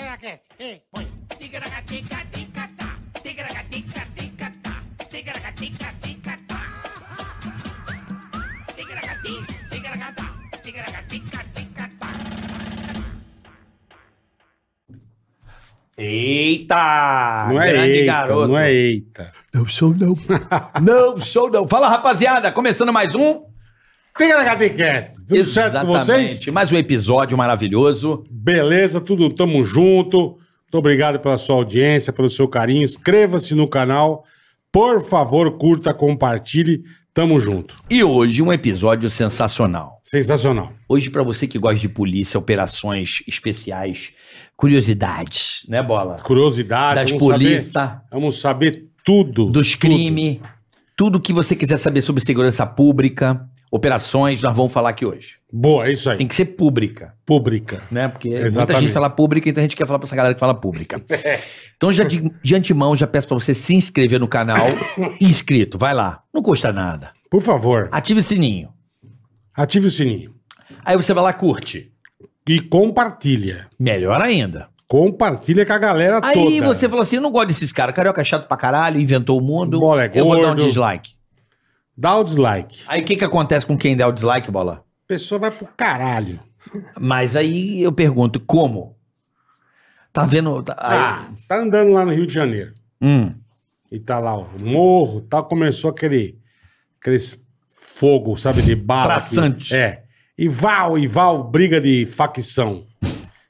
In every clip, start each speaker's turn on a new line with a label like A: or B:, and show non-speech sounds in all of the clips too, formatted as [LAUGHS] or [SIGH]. A: Tigracast, e põe.
B: Tigragatica-ticatá, tigragatica-ticatá, tigragatica-ticatá. Tigragati, tigragatá, tigragatica-ticatá.
C: Eita!
D: Não é
C: grande
D: eita,
C: garoto.
D: não é eita.
E: Não sou não.
C: [LAUGHS] Não, show não. Fala, rapaziada, começando mais um.
D: Tem a HTCast, tudo certo com vocês?
C: Mais um episódio maravilhoso.
D: Beleza, tudo, tamo junto. Muito obrigado pela sua audiência, pelo seu carinho. Inscreva-se no canal. Por favor, curta, compartilhe. Tamo junto.
C: E hoje um episódio sensacional.
D: Sensacional.
C: Hoje, pra você que gosta de polícia, operações especiais, curiosidades, né, Bola?
D: Curiosidade,
C: Das
D: vamos Ah, saber,
C: polícias,
D: vamos saber tudo.
C: dos
D: tudo.
C: crimes, tudo que você quiser saber sobre segurança pública, operações, nós vamos falar aqui hoje.
D: Boa, é isso aí.
C: Tem que ser pública.
D: Pública.
C: né? Porque muita
D: Exatamente. É.
C: gente fala pública, então a gente quer falar pra essa galera que fala
D: [LAUGHS]
C: pública. Então, já de, de antemão, já peço pra você se inscrever no
D: [COUGHS]
C: canal. Inscrito, vai lá. Não custa nada.
D: Por favor,
C: Ative o sininho.
D: ative o sininho
C: Aí você vai lá, curte.
D: e compartilha.
C: Melhor ainda.
D: Compartilha com a galera Tá toda.
C: Aí você falou assim: eu não gosto desses caras. Carioca é chato pra caralho, inventou o mundo.
D: Bola é
C: eu vou dar um
D: gordo.
C: dislike.
D: Dá o dislike.
C: Aí o que, que acontece com quem der o dislike, bola?
D: A pessoa vai pro caralho.
C: Mas aí eu pergunto: como? Tá vendo? Tá, aí-
D: Ah, tá andando lá no Rio de Janeiro.
C: Hum.
D: E tá lá, ó, morro, tal, começou aquele aqueles fogo, sabe, de bala. que-
C: Traçante.
D: é. E val, e val, briga de facção.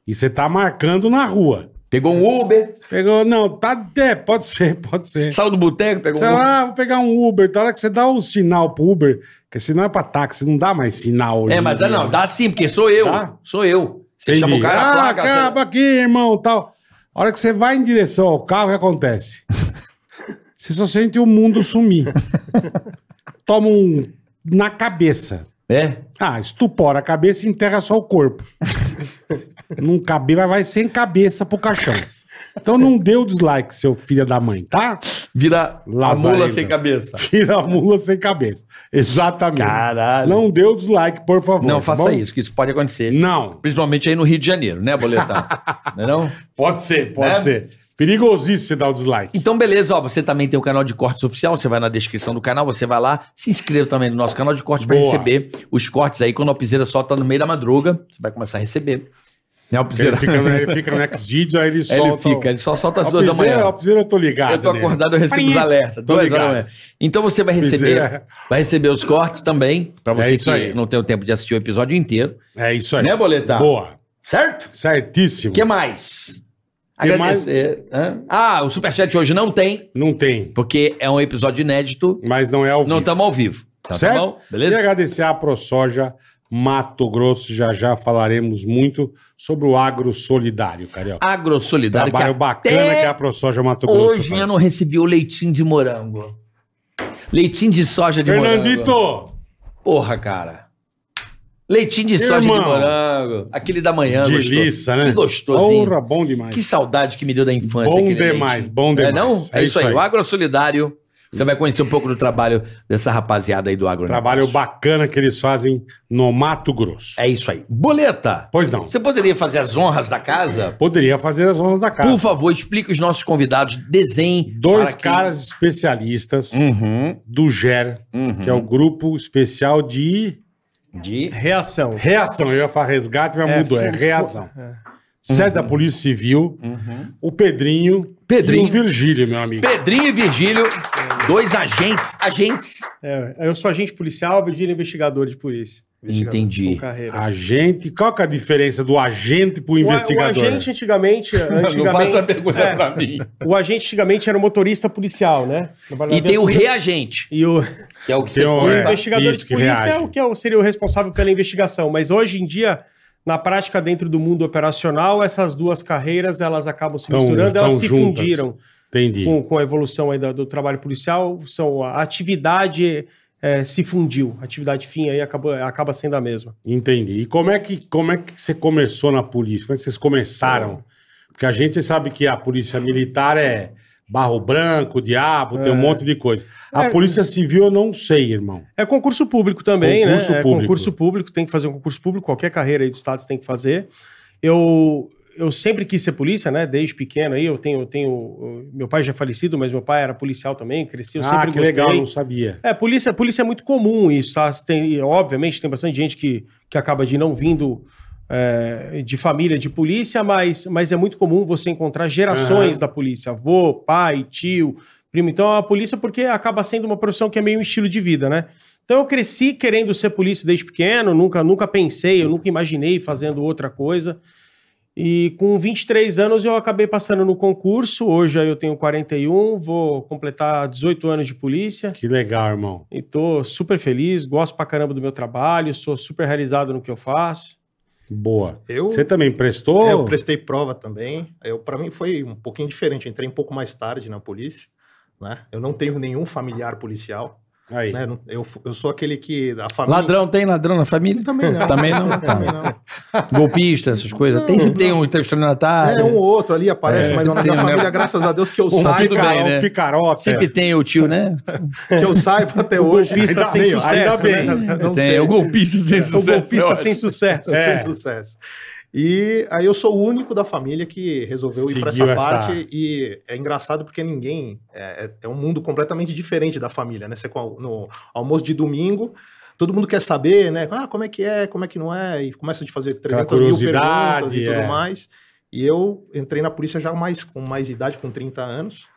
D: E você tá marcando na rua.
C: Pegou um Uber,
D: Pegou, não, tá, é, pode ser, [LAUGHS] pode ser.
C: saiu do boteco, pegou
D: Sei
C: um Uber.
D: lá, vou pegar um Uber. Da hora que você dá o sinal pro Uber, que sinal é pra táxi, não dá mais sinal. né? hoje
C: É,
D: em
C: mas ah,
D: dia.
C: não, dá sim, porque sou eu.
D: Tá?
C: Sou eu. Você
D: Entendi.
C: chama o cara, a
D: ah,
C: placa.
D: acaba aqui, irmão, tal. A hora que você vai em direção ao carro, o
C: [LAUGHS]
D: que acontece? você só sente o mundo sumir. Toma um na cabeça.
C: você- É?
D: Ah, estupora a cabeça e enterra só o
C: [LAUGHS]
D: corpo. não cabe, mas vai sem cabeça pro caixão. Então não dê o dislike, seu filho da mãe, tá? [LAUGHS]
C: Vira a
D: Lazarento.
C: mula sem cabeça.
D: Tira a mula sem cabeça. Exatamente.
C: Caralho.
D: Não dê o dislike, por favor.
C: Não
D: tá
C: faça
D: bom?
C: isso, que isso pode acontecer.
D: Não.
C: Principalmente aí no Rio de Janeiro, né,
D: [LAUGHS]
C: Boletão? não é não?
D: Pode ser, pode
C: Né?
D: ser. Perigosíssimo você dar o dislike.
C: Então, beleza, ó. Você também tem o canal de cortes oficial, você vai na descrição do canal, você vai lá, se inscreva também no nosso canal de cortes pra
D: Boa.
C: receber os cortes aí. Quando a Alpizeira solta no meio da madruga, você vai começar a receber. Né, Alpizeira? [LAUGHS]
D: Ele fica, no- ele fica no Xvideos, aí ele
C: Aí
D: solta. é
C: ele fica, ele só solta às duas da manhã.
D: eu tô ligado.
C: Eu tô
D: né?
C: acordado, eu recebo os alertas.
D: Tô
C: Duas
D: ligado.
C: horas da manhã. Então você vai receber,
D: Bezerra.
C: vai receber os cortes também, pra
D: É
C: você
D: isso
C: que
D: aí.
C: não tem o tempo de assistir o episódio inteiro.
D: É isso aí.
C: Né, Boletar?
D: Boa.
C: Certo?
D: Certíssimo.
C: O que mais?
D: Que
C: Agradecer. hã? Ah, o Superchat hoje não tem,
D: Não tem,
C: porque é um episódio inédito,
D: mas não é ao vivo.
C: não estamos ao vivo. Tá, tá
D: certo?
C: bom?
D: E
C: Beleza?
D: agradecer à ProSoja Mato Grosso. Já já falaremos muito sobre o agro solidário, Carioca.
C: Agrosolidário,
D: Trabalho
C: que
D: bacana
C: até
D: que a ProSoja Mato Grosso
C: hoje
D: faz.
C: eu não recebi o leitinho de morango. Leitinho de soja de morango.
D: Fernandito,
C: Porra, cara. Leitinho de soja de
D: Irmão.
C: morango. Aquele da manhã,
D: delícia, né?
C: Que gostosinho.
D: Porra, bom demais.
C: Que saudade que me deu da infância.
D: Bom
C: aquele
D: demais,
C: leitinho.
D: bom demais.
C: É, não? É,
D: É
C: isso
D: isso
C: aí.
D: aí.
C: O Agro Solidário. Você vai conhecer um pouco do trabalho dessa rapaziada aí do Agro. né?
D: Trabalho bacana que eles fazem no Mato Grosso.
C: É isso aí. Boleta.
D: Pois não.
C: Você poderia fazer as honras da casa?
D: Poderia fazer as honras da casa.
C: Por favor, explique os nossos convidados. Desenhe.
D: Dois
C: para quem-
D: caras especialistas
E: Hum.
C: Uhum,
D: do GER,
C: uhum.
D: que é o grupo especial de
C: De...
E: Reação.
D: reação. Eu ia falar resgate, mas mudou. É
E: fo-
D: reação.
E: fo- é.
D: Certo da Polícia Civil,
C: Uhum.
D: o Pedrinho, e o
C: Pedrinho.
D: Virgílio, meu amigo.
C: Pedrinho e Virgílio. Dois agentes. Agentes.
E: É, eu sou agente policial, Virgínia investigador de polícia. Investigador,
C: Entendi.
E: Com carreira.
D: Ah, Agente, qual que é a diferença do agente pro
E: O,
D: investigador?
E: o agente
D: [LAUGHS]
E: antigamente, antigamente,
C: Não faça a pergunta
E: é,
C: pra mim.
E: o agente antigamente era o motorista policial, né?
C: E tem o reagente,
E: E o,
C: que é o que
D: Tem
C: você
D: o-
E: o
C: põe
D: é.
C: pra-
E: investigador
D: isso
E: de
D: que
E: polícia
D: reage.
E: é o que é o- seria o responsável pela investigação. Mas hoje em dia, na prática dentro do mundo operacional, essas duas carreiras elas acabam se
D: Tão-
E: misturando, elas
D: tão
E: se
D: juntas.
E: fundiram.
D: Entendi.
E: com, com a evolução aí da- do, trabalho policial, são a atividade eh, se fundiu, a atividade fim aí acabou, acaba sendo a mesma.
D: Entendi. E como é, que, como é que você começou na polícia? Como é que vocês começaram?
E: É.
D: Porque a gente sabe que a polícia militar é barro branco, diabo, tem um monte de coisa. A
E: É.
D: polícia civil eu não sei, irmão.
E: É concurso público também,
D: Concurso
E: né? É
D: público.
E: concurso público, tem que fazer um concurso público, qualquer carreira aí do Estado você tem que fazer. Eu, eu sempre quis ser polícia, né? Desde pequeno aí, eu tenho, eu tenho. Meu pai já é falecido, mas meu pai era policial também, cresci, eu
D: ah,
E: sempre
D: que
E: gostei.
D: legal, não sabia.
E: É, polícia, polícia é muito comum isso, tá? Tem, obviamente, tem bastante gente que, que acaba de não vindo é, de família de polícia, mas, mas é muito comum você encontrar gerações
D: Aham.
E: da polícia, avô, pai, tio, primo. Então, a polícia, porque acaba sendo uma profissão que é meio um estilo de vida, né? Então, eu cresci querendo ser polícia desde pequeno, nunca, nunca pensei, eu nunca imaginei fazendo outra coisa. E com 23 anos eu acabei passando no concurso, hoje aí eu tenho 41, vou completar 18 anos de polícia.
D: Que legal, irmão.
E: E tô super feliz, gosto pra caramba do meu trabalho, sou super realizado no que eu faço.
D: Boa.
A: Eu, É,
D: Você tá- também prestou?
A: eu prestei prova também. Eu para mim foi um pouquinho diferente. Eu entrei um pouco mais tarde na polícia, né? Eu não tenho nenhum familiar policial,
D: Aí.
A: né? Não- Eu, eu sou aquele que a família
C: Ladrão tem ladrão na família?
A: também
C: [LAUGHS]
A: não.
C: é. Também não. tá.
A: Também não.
C: Golpista, essas coisas. tem sempre tem um
A: É
C: estelionatário.
A: um ou outro ali aparece,
C: É,
A: mas na
C: tem,
A: minha
C: né?
A: família, graças a Deus que eu
C: Bom,
A: saiba,
C: tudo bem,
D: Picarol,
C: né?
D: picarota.
C: Sempre tem o tio, né?
A: que eu saiba até hoje.
E: golpista sem
A: Ainda
E: sucesso,
A: bem,
E: né?
A: não
C: tem
A: sei.
C: É, o golpista sem
E: O
C: sucesso.
E: golpista sem sucesso.
D: É.
A: [LAUGHS] sem sucesso. E aí eu sou o único da família que resolveu ir para essa,
D: Seguiu essa-
A: parte e é engraçado porque ninguém é, é- é um mundo completamente diferente da família, né? Você com al- no almoço de domingo todo mundo quer saber, né? Ah, como é que é, como é que não é e começa de fazer 300 mil perguntas
D: curiosidade,
A: e tudo
D: é.
A: mais. E eu entrei na polícia já mais com mais idade, com 30 anos,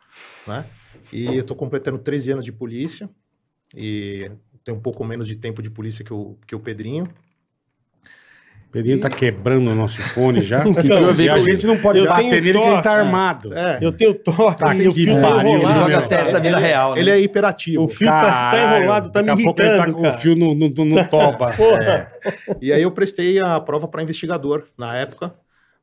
A: né? E eu tô completando 13 anos de polícia e tenho um pouco menos de tempo de polícia que o, que o Pedrinho.
D: O Pedrinho tá quebrando o nosso fone já.
E: Então,
D: e a gente não pode
E: eu
D: bater
E: tenho
D: nele que ele tá
E: toque.
D: armado.
A: É.
E: Eu tenho toque,
D: Tá,
E: e o
D: que
E: fio tá
D: pariu,
C: Ele
D: Ah,
E: enrolado.
C: joga
D: meu.
C: CS na Vila Real. né?
A: Ele é hiperativo.
E: O fio tá, tá
D: Caralho,
E: enrolado, tá me
D: daqui a pouco ele tá
E: irritando,
D: com o
E: cara.
D: fio no, no, no toba.
E: Porra.
A: E aí eu prestei a prova para investigador na época.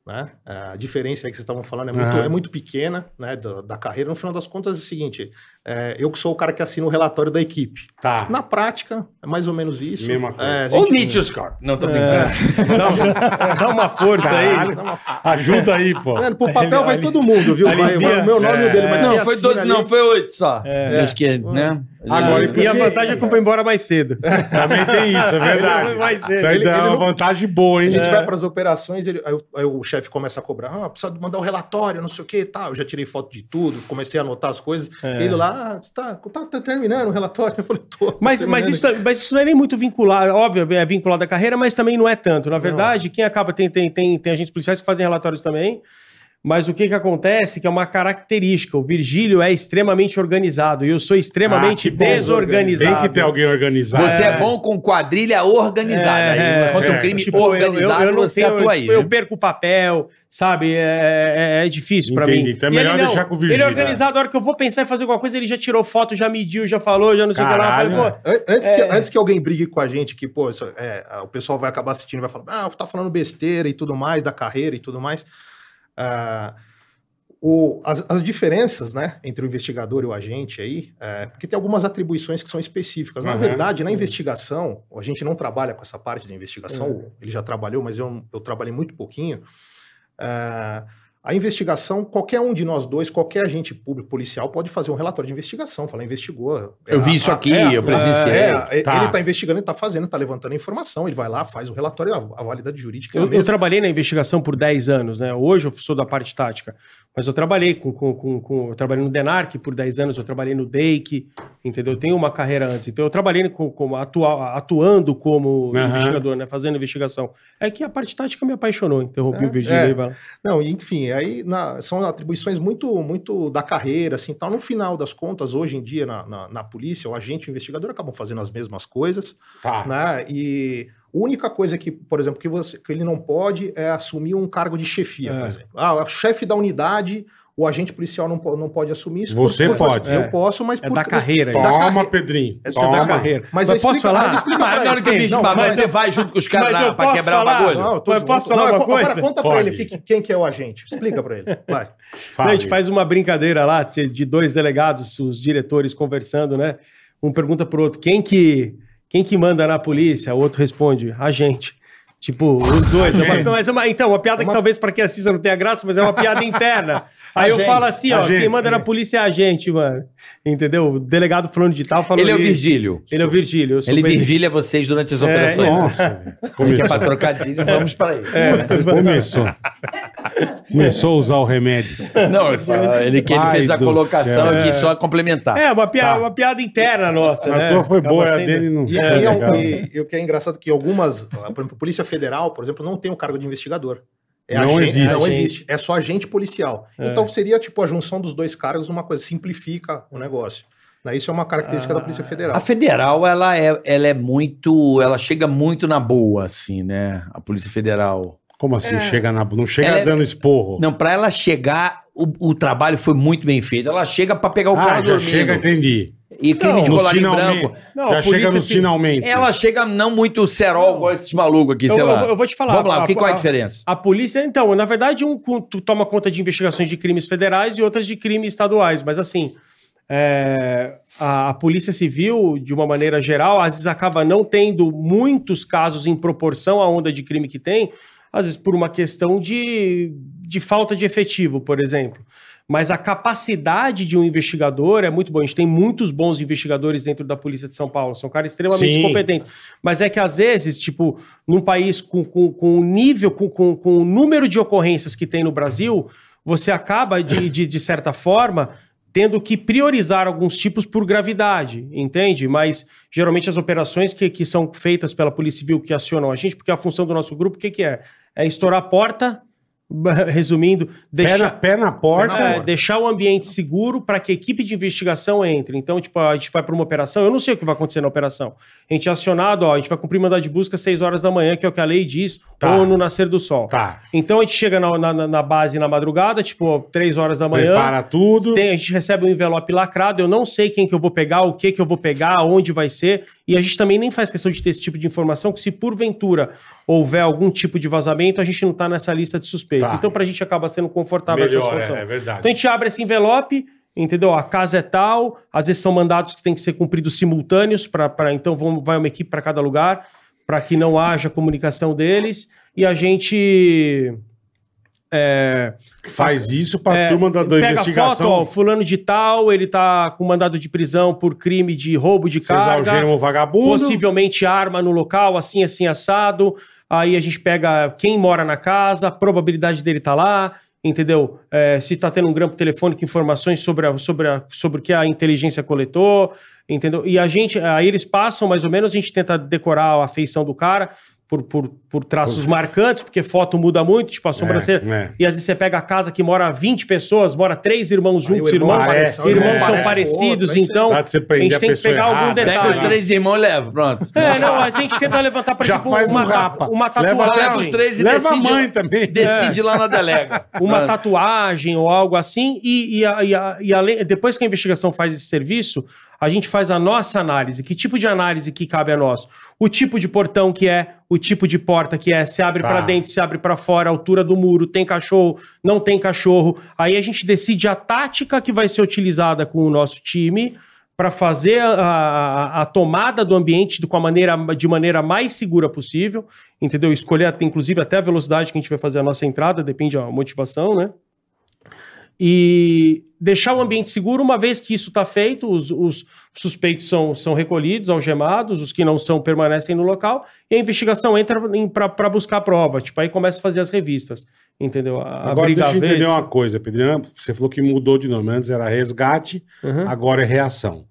A: Né? A diferença aí que vocês estavam falando é muito,
D: Aham.
A: é muito pequena né, da, da carreira. No final das contas é o seguinte: é, eu que sou o cara que assina o relatório da equipe.
D: Tá.
A: Na prática, é mais ou menos isso.
D: Mesma coisa.
A: É, a gente-
C: Omite os caras. Não, tô brincando.
E: Dá uma, dá uma força
D: Caralho.
E: aí.
A: Dá uma fa-
D: Ajuda aí, pô.
A: Mano,
D: [LAUGHS]
A: pro papel vai todo mundo, viu? Vai,
E: Alivia.
A: vai o meu nome e o dele,
D: É.
A: mas
C: Não,
A: quem
C: foi
A: assina
C: 12, não,
A: ali-
C: foi 8 só. Acho que, né?
D: Agora,
E: e a vantagem é que eu vou embora mais cedo.
D: Também tem isso, é
E: [LAUGHS] Ele vai
D: verdade.
E: ser.
D: Isso aí
A: Ele-
D: dá
A: ele
D: uma
A: não-
D: vantagem boa, hein?
A: A gente
E: É.
A: vai para as operações, ele, aí, o- aí o chefe começa a cobrar, ah, precisa mandar o relatório, não sei o que e tal. Eu já tirei foto de tudo, comecei a anotar as coisas. Ele lá, ah, você tá, tá, tá terminando o relatório? Eu falei, tô.
E: É.
A: tô
E: Mas, mas,
A: terminando
E: isso, tá- mas isso não é nem muito vinculado, óbvio, é vinculado à carreira, mas também não é tanto. Na verdade, quem acaba tem, tem, tem, tem agentes policiais que fazem relatórios também. Mas o que, que acontece que é uma característica. O Virgílio é extremamente organizado e eu sou extremamente
D: Ah, que bom.
E: desorganizado.
D: Tem que ter alguém organizado.
C: Você é. bom com quadrilha organizada.
E: É,
C: aí, contra
D: é.
C: um crime
E: Tipo, eu-
C: organizado,
E: eu, eu não
C: você
E: tenho-
C: atua aí. né?
E: tipo, eu perco o papel, sabe? É, é- é difícil pra mim.
D: Entendi. Então é melhor
E: ele não.
D: deixar com o Virgílio,
E: Ele é organizado, a hora que eu vou pensar em fazer alguma coisa, ele já tirou foto, já mediu, já falou, já não sei o que lá. Eu
D: Caralho.
E: falei, pô,
A: An- Antes, que, antes que alguém brigue com a gente, que, pô, isso- é, a- o pessoal vai acabar assistindo e vai falar, ah, tá falando besteira e tudo mais, da carreira e tudo mais. Ah, o, as, as diferenças, né, entre o investigador e o agente aí, é, porque tem algumas atribuições que são específicas. Na
C: Uhum.
D: Aham.
A: verdade, na investigação, a gente não trabalha com essa parte de investigação, ele já trabalhou, mas eu, eu trabalhei muito pouquinho. Ah, a investigação, qualquer um de nós dois, qualquer agente público policial pode fazer um relatório de investigação, falar, investigou. é
C: Eu vi isso
A: a-
C: aqui,
A: a-
C: eu presenciei.
A: é,
D: Tá.
A: Ele está investigando, ele está fazendo, está levantando a informação, ele vai lá, faz o relatório, a, a validade jurídica é a
E: Eu, eu
A: mesma.
E: trabalhei na investigação por 10 anos, né? Hoje eu sou da parte tática, mas eu trabalhei com, com, com, com- eu trabalhei no Denarc por 10 anos, eu trabalhei no DEIC, entendeu? Eu tenho uma carreira antes, então eu trabalhei com, como atua- atuando como
D: Aham.
E: investigador, né? Fazendo investigação. É que a parte tática me apaixonou, interrompi
A: É,
E: o Virgílio
A: é.
E: aí, vai lá.
A: Não, e enfim, aí na- são atribuições muito muito da carreira, assim, tal. No final das contas, hoje em dia, na, na, na polícia, o agente e o investigador acabam fazendo as mesmas coisas,
E: Ah.
D: Tá.
A: né? E a única coisa que, por exemplo, que, você- que ele não pode é assumir um cargo de chefia,
E: É.
A: por exemplo. Ah, o chefe da unidade, o agente policial não, po- não pode assumir isso.
D: Você pode.
A: Eu
E: É.
A: posso, mas
E: É da carreira,
A: da
E: isso.
D: Toma,
A: carre-
D: Pedrinho.
A: Essa é
E: Isso é da
D: Toma.
E: carreira.
A: Mas eu
E: posso
A: explica- Ah, mas eu
E: falar?
A: explico-
C: Mas na hora que o bicho
A: Não,
C: babar,
A: mas
C: você vai junto com os caras
E: mas
C: lá
E: eu
C: pra
E: posso
C: quebrar
E: falar?
C: o bagulho.
A: Não, eu tô
E: Mas
A: junto.
E: posso falar
A: Não,
E: uma
A: agora-
E: coisa?
A: Agora conta
D: Pode.
A: pra ele que- quem que é o agente. Explica pra ele.
E: [LAUGHS]
A: Vai.
E: Não,
D: Fala.
E: a gente faz uma brincadeira lá de de dois delegados, os diretores conversando, né? Um pergunta pro outro, quem que, quem que manda na polícia? O outro responde, a gente. Tipo, os dois. É uma-
D: gente.
E: mas é uma- então, uma piada que
A: Uma-
E: talvez pra quem assista não tenha graça, mas é uma piada interna. Aí
D: [LAUGHS] A
E: eu
D: gente,
E: falo assim,
D: a
E: ó, quem
D: gente,
E: manda
D: é.
E: na polícia é a gente, mano. Entendeu? O delegado falando de tal falou
C: Ele é o
E: isso.
C: Virgílio.
E: Ele é o Virgílio. eu sou
C: Ele
E: o Pedro.
C: virgília vocês durante as
E: É,
C: operações.
D: Nossa, velho.
C: Ele quer pra
D: Começou.
E: É.
C: trocadilho, vamos pra ele.
D: Começou. Começou a usar o remédio.
C: Não, só- ele, que ele
D: Pai
C: fez a
D: do
C: colocação
D: céu.
C: aqui só complementar.
E: É, uma, pia-
D: Tá.
E: uma piada interna nossa,
D: A
E: né?
D: tua foi
E: Acaba
D: boa, a
E: sendo-
D: dele não
A: E,
D: foi
A: aí é um-
D: legal.
A: e- e o que é engraçado é que algumas, por exemplo, a Polícia Federal, por exemplo, não tem o cargo de investigador.
D: Não
A: agente-
D: existe.
A: Não existe. É só agente policial.
E: É.
A: Então seria tipo a junção dos dois cargos, uma coisa, simplifica o negócio. Né? Isso é uma característica
E: Ah.
A: da Polícia
C: A
A: Federal.
C: federal, ela é, ela é muito. Ela chega muito na boa, assim, né? A Polícia Federal.
D: Como assim? Chega na... Não chega
C: Ela é-
D: dando esporro.
C: Não, pra ela chegar, o, o trabalho foi muito bem feito. Ela chega pra pegar o
D: ah,
C: cara
D: já
C: dormindo.
D: chega, entendi.
C: E crime
E: Não,
C: de
E: no
C: colarinho
D: finalmente.
C: branco.
E: Não,
D: já
E: a
D: chega
E: polícia,
D: nos
E: assim,
D: finalmente.
C: Ela chega não muito cerol,
E: Não.
C: igual esses malucos aqui,
E: Eu,
C: sei
E: eu-
C: lá.
E: eu vou te falar.
C: Vamos lá,
E: a-
C: o que, qual é a
E: a-
C: diferença?
E: A polícia, então, na verdade, um cu- tu toma conta de investigações de crimes federais e outras de crimes estaduais, mas assim, é, a, a polícia civil, de uma maneira geral, às vezes acaba não tendo muitos casos em proporção à onda de crime que tem, às vezes por uma questão de, de falta de efetivo, por exemplo. Mas a capacidade de um investigador é muito boa. A gente tem muitos bons investigadores dentro da Polícia de São Paulo. São caras extremamente
D: Sim.
E: competentes. Mas é que, às vezes, tipo, num país com, com, com o nível, com, com, com o número de ocorrências que tem no Brasil, você acaba, de, de, de certa forma, tendo que priorizar alguns tipos por gravidade, entende? Mas geralmente as operações que, que são feitas pela Polícia Civil que acionam a gente, porque é a função do nosso grupo, o que, que é? É estourar a porta, [LAUGHS] resumindo,
D: Pé, na,
E: deixar,
D: pé na porta.
E: é, deixar o ambiente seguro para que a equipe de investigação entre. Então, tipo, a gente vai para uma operação, eu não sei o que vai acontecer na operação. A gente é acionado, ó, a gente vai cumprir mandado de busca às 6 horas da manhã, que é o que a lei diz,
D: Tá.
E: ou no nascer do sol.
D: Tá.
E: Então a gente chega na, na- na- na base na madrugada, tipo, 3 horas da manhã.
D: Prepara tudo.
E: Tem- a gente recebe um envelope lacrado, eu não sei quem que eu vou pegar, o que que eu vou pegar, onde vai ser, e a gente também nem faz questão de ter esse tipo de informação, que se porventura houver algum tipo de vazamento, a gente não tá nessa lista de suspeitos.
D: Tá.
E: Então pra gente acaba sendo confortável
D: Melhor,
E: essa
D: é,
E: situação.
D: é verdade.
E: Então a gente abre esse envelope, entendeu? A casa é tal, às vezes são mandados que têm que ser cumpridos simultâneos, pra, pra, então vão, vai uma equipe para cada lugar, para que não haja comunicação deles, e a gente... é,
D: Faz isso pra
E: é,
D: turma da, da
E: pega
D: investigação.
E: foto, ó, fulano de tal, ele tá com mandado de prisão por crime de roubo de
D: Vocês
E: carga,
D: algemam o vagabundo.
E: possivelmente arma no local, assim, assim, assado. Aí a gente pega quem mora na casa, a probabilidade dele tá lá, entendeu? É, se tá tendo um grampo telefônico, informações sobre, a- sobre, a- sobre o que a inteligência coletou, entendeu? E a gente, aí eles passam mais ou menos, a gente tenta decorar a feição do cara por, por, por traços marcantes, porque foto muda muito, tipo a sobrancelha.
D: né.
E: E às vezes você pega a casa que mora 20 pessoas, mora três irmãos
A: Aí o
E: juntos,
A: irmão
E: irmãos,
D: aparece,
E: irmãos
D: né?
E: são
D: Parece
E: parecidos,
A: com o outro, aí
E: então
D: Dá de você
E: a
D: prender
E: gente
D: a
E: tem que
D: pessoa
E: pegar algum
D: errada. né?
C: Pega os
E: detalhe.
C: três irmãos e leva, pronto.
E: É, não, a gente tenta levantar para
D: Já
E: tipo
D: faz
E: uma,
D: um rapa.
E: uma
D: Leva
E: tatuagem,
C: Leva os três e
D: Leva a
C: decide.
D: mãe também.
C: Decide lá na delega.
E: [LAUGHS] uma
C: Pronto.
E: tatuagem ou algo assim. E, e, a- e a- e além- depois que a investigação faz esse serviço, a gente faz a nossa análise. Que tipo de análise que cabe a nós? O tipo de portão que é, o tipo de porta que é, se abre
D: Tá.
E: pra dentro, se abre pra fora, a altura do muro, tem cachorro, não tem cachorro. Aí a gente decide a tática que vai ser utilizada com o nosso time para fazer a, a- a tomada do ambiente do- com a maneira, de maneira mais segura possível, entendeu? Escolher, até- inclusive, até a velocidade que a gente vai fazer a nossa entrada, depende da motivação, né? e deixar o ambiente seguro, uma vez que isso está feito, os, os suspeitos são, são recolhidos, algemados, os que não são permanecem no local, e a investigação entra para buscar prova. Tipo, aí começa a fazer as revistas, entendeu? A, a
D: Agora
E: Briga
D: deixa eu entender
E: Verde.
D: uma coisa, Pedrinho. Você falou que mudou de nome. Antes era resgate,
E: Uhum.
D: agora é reação.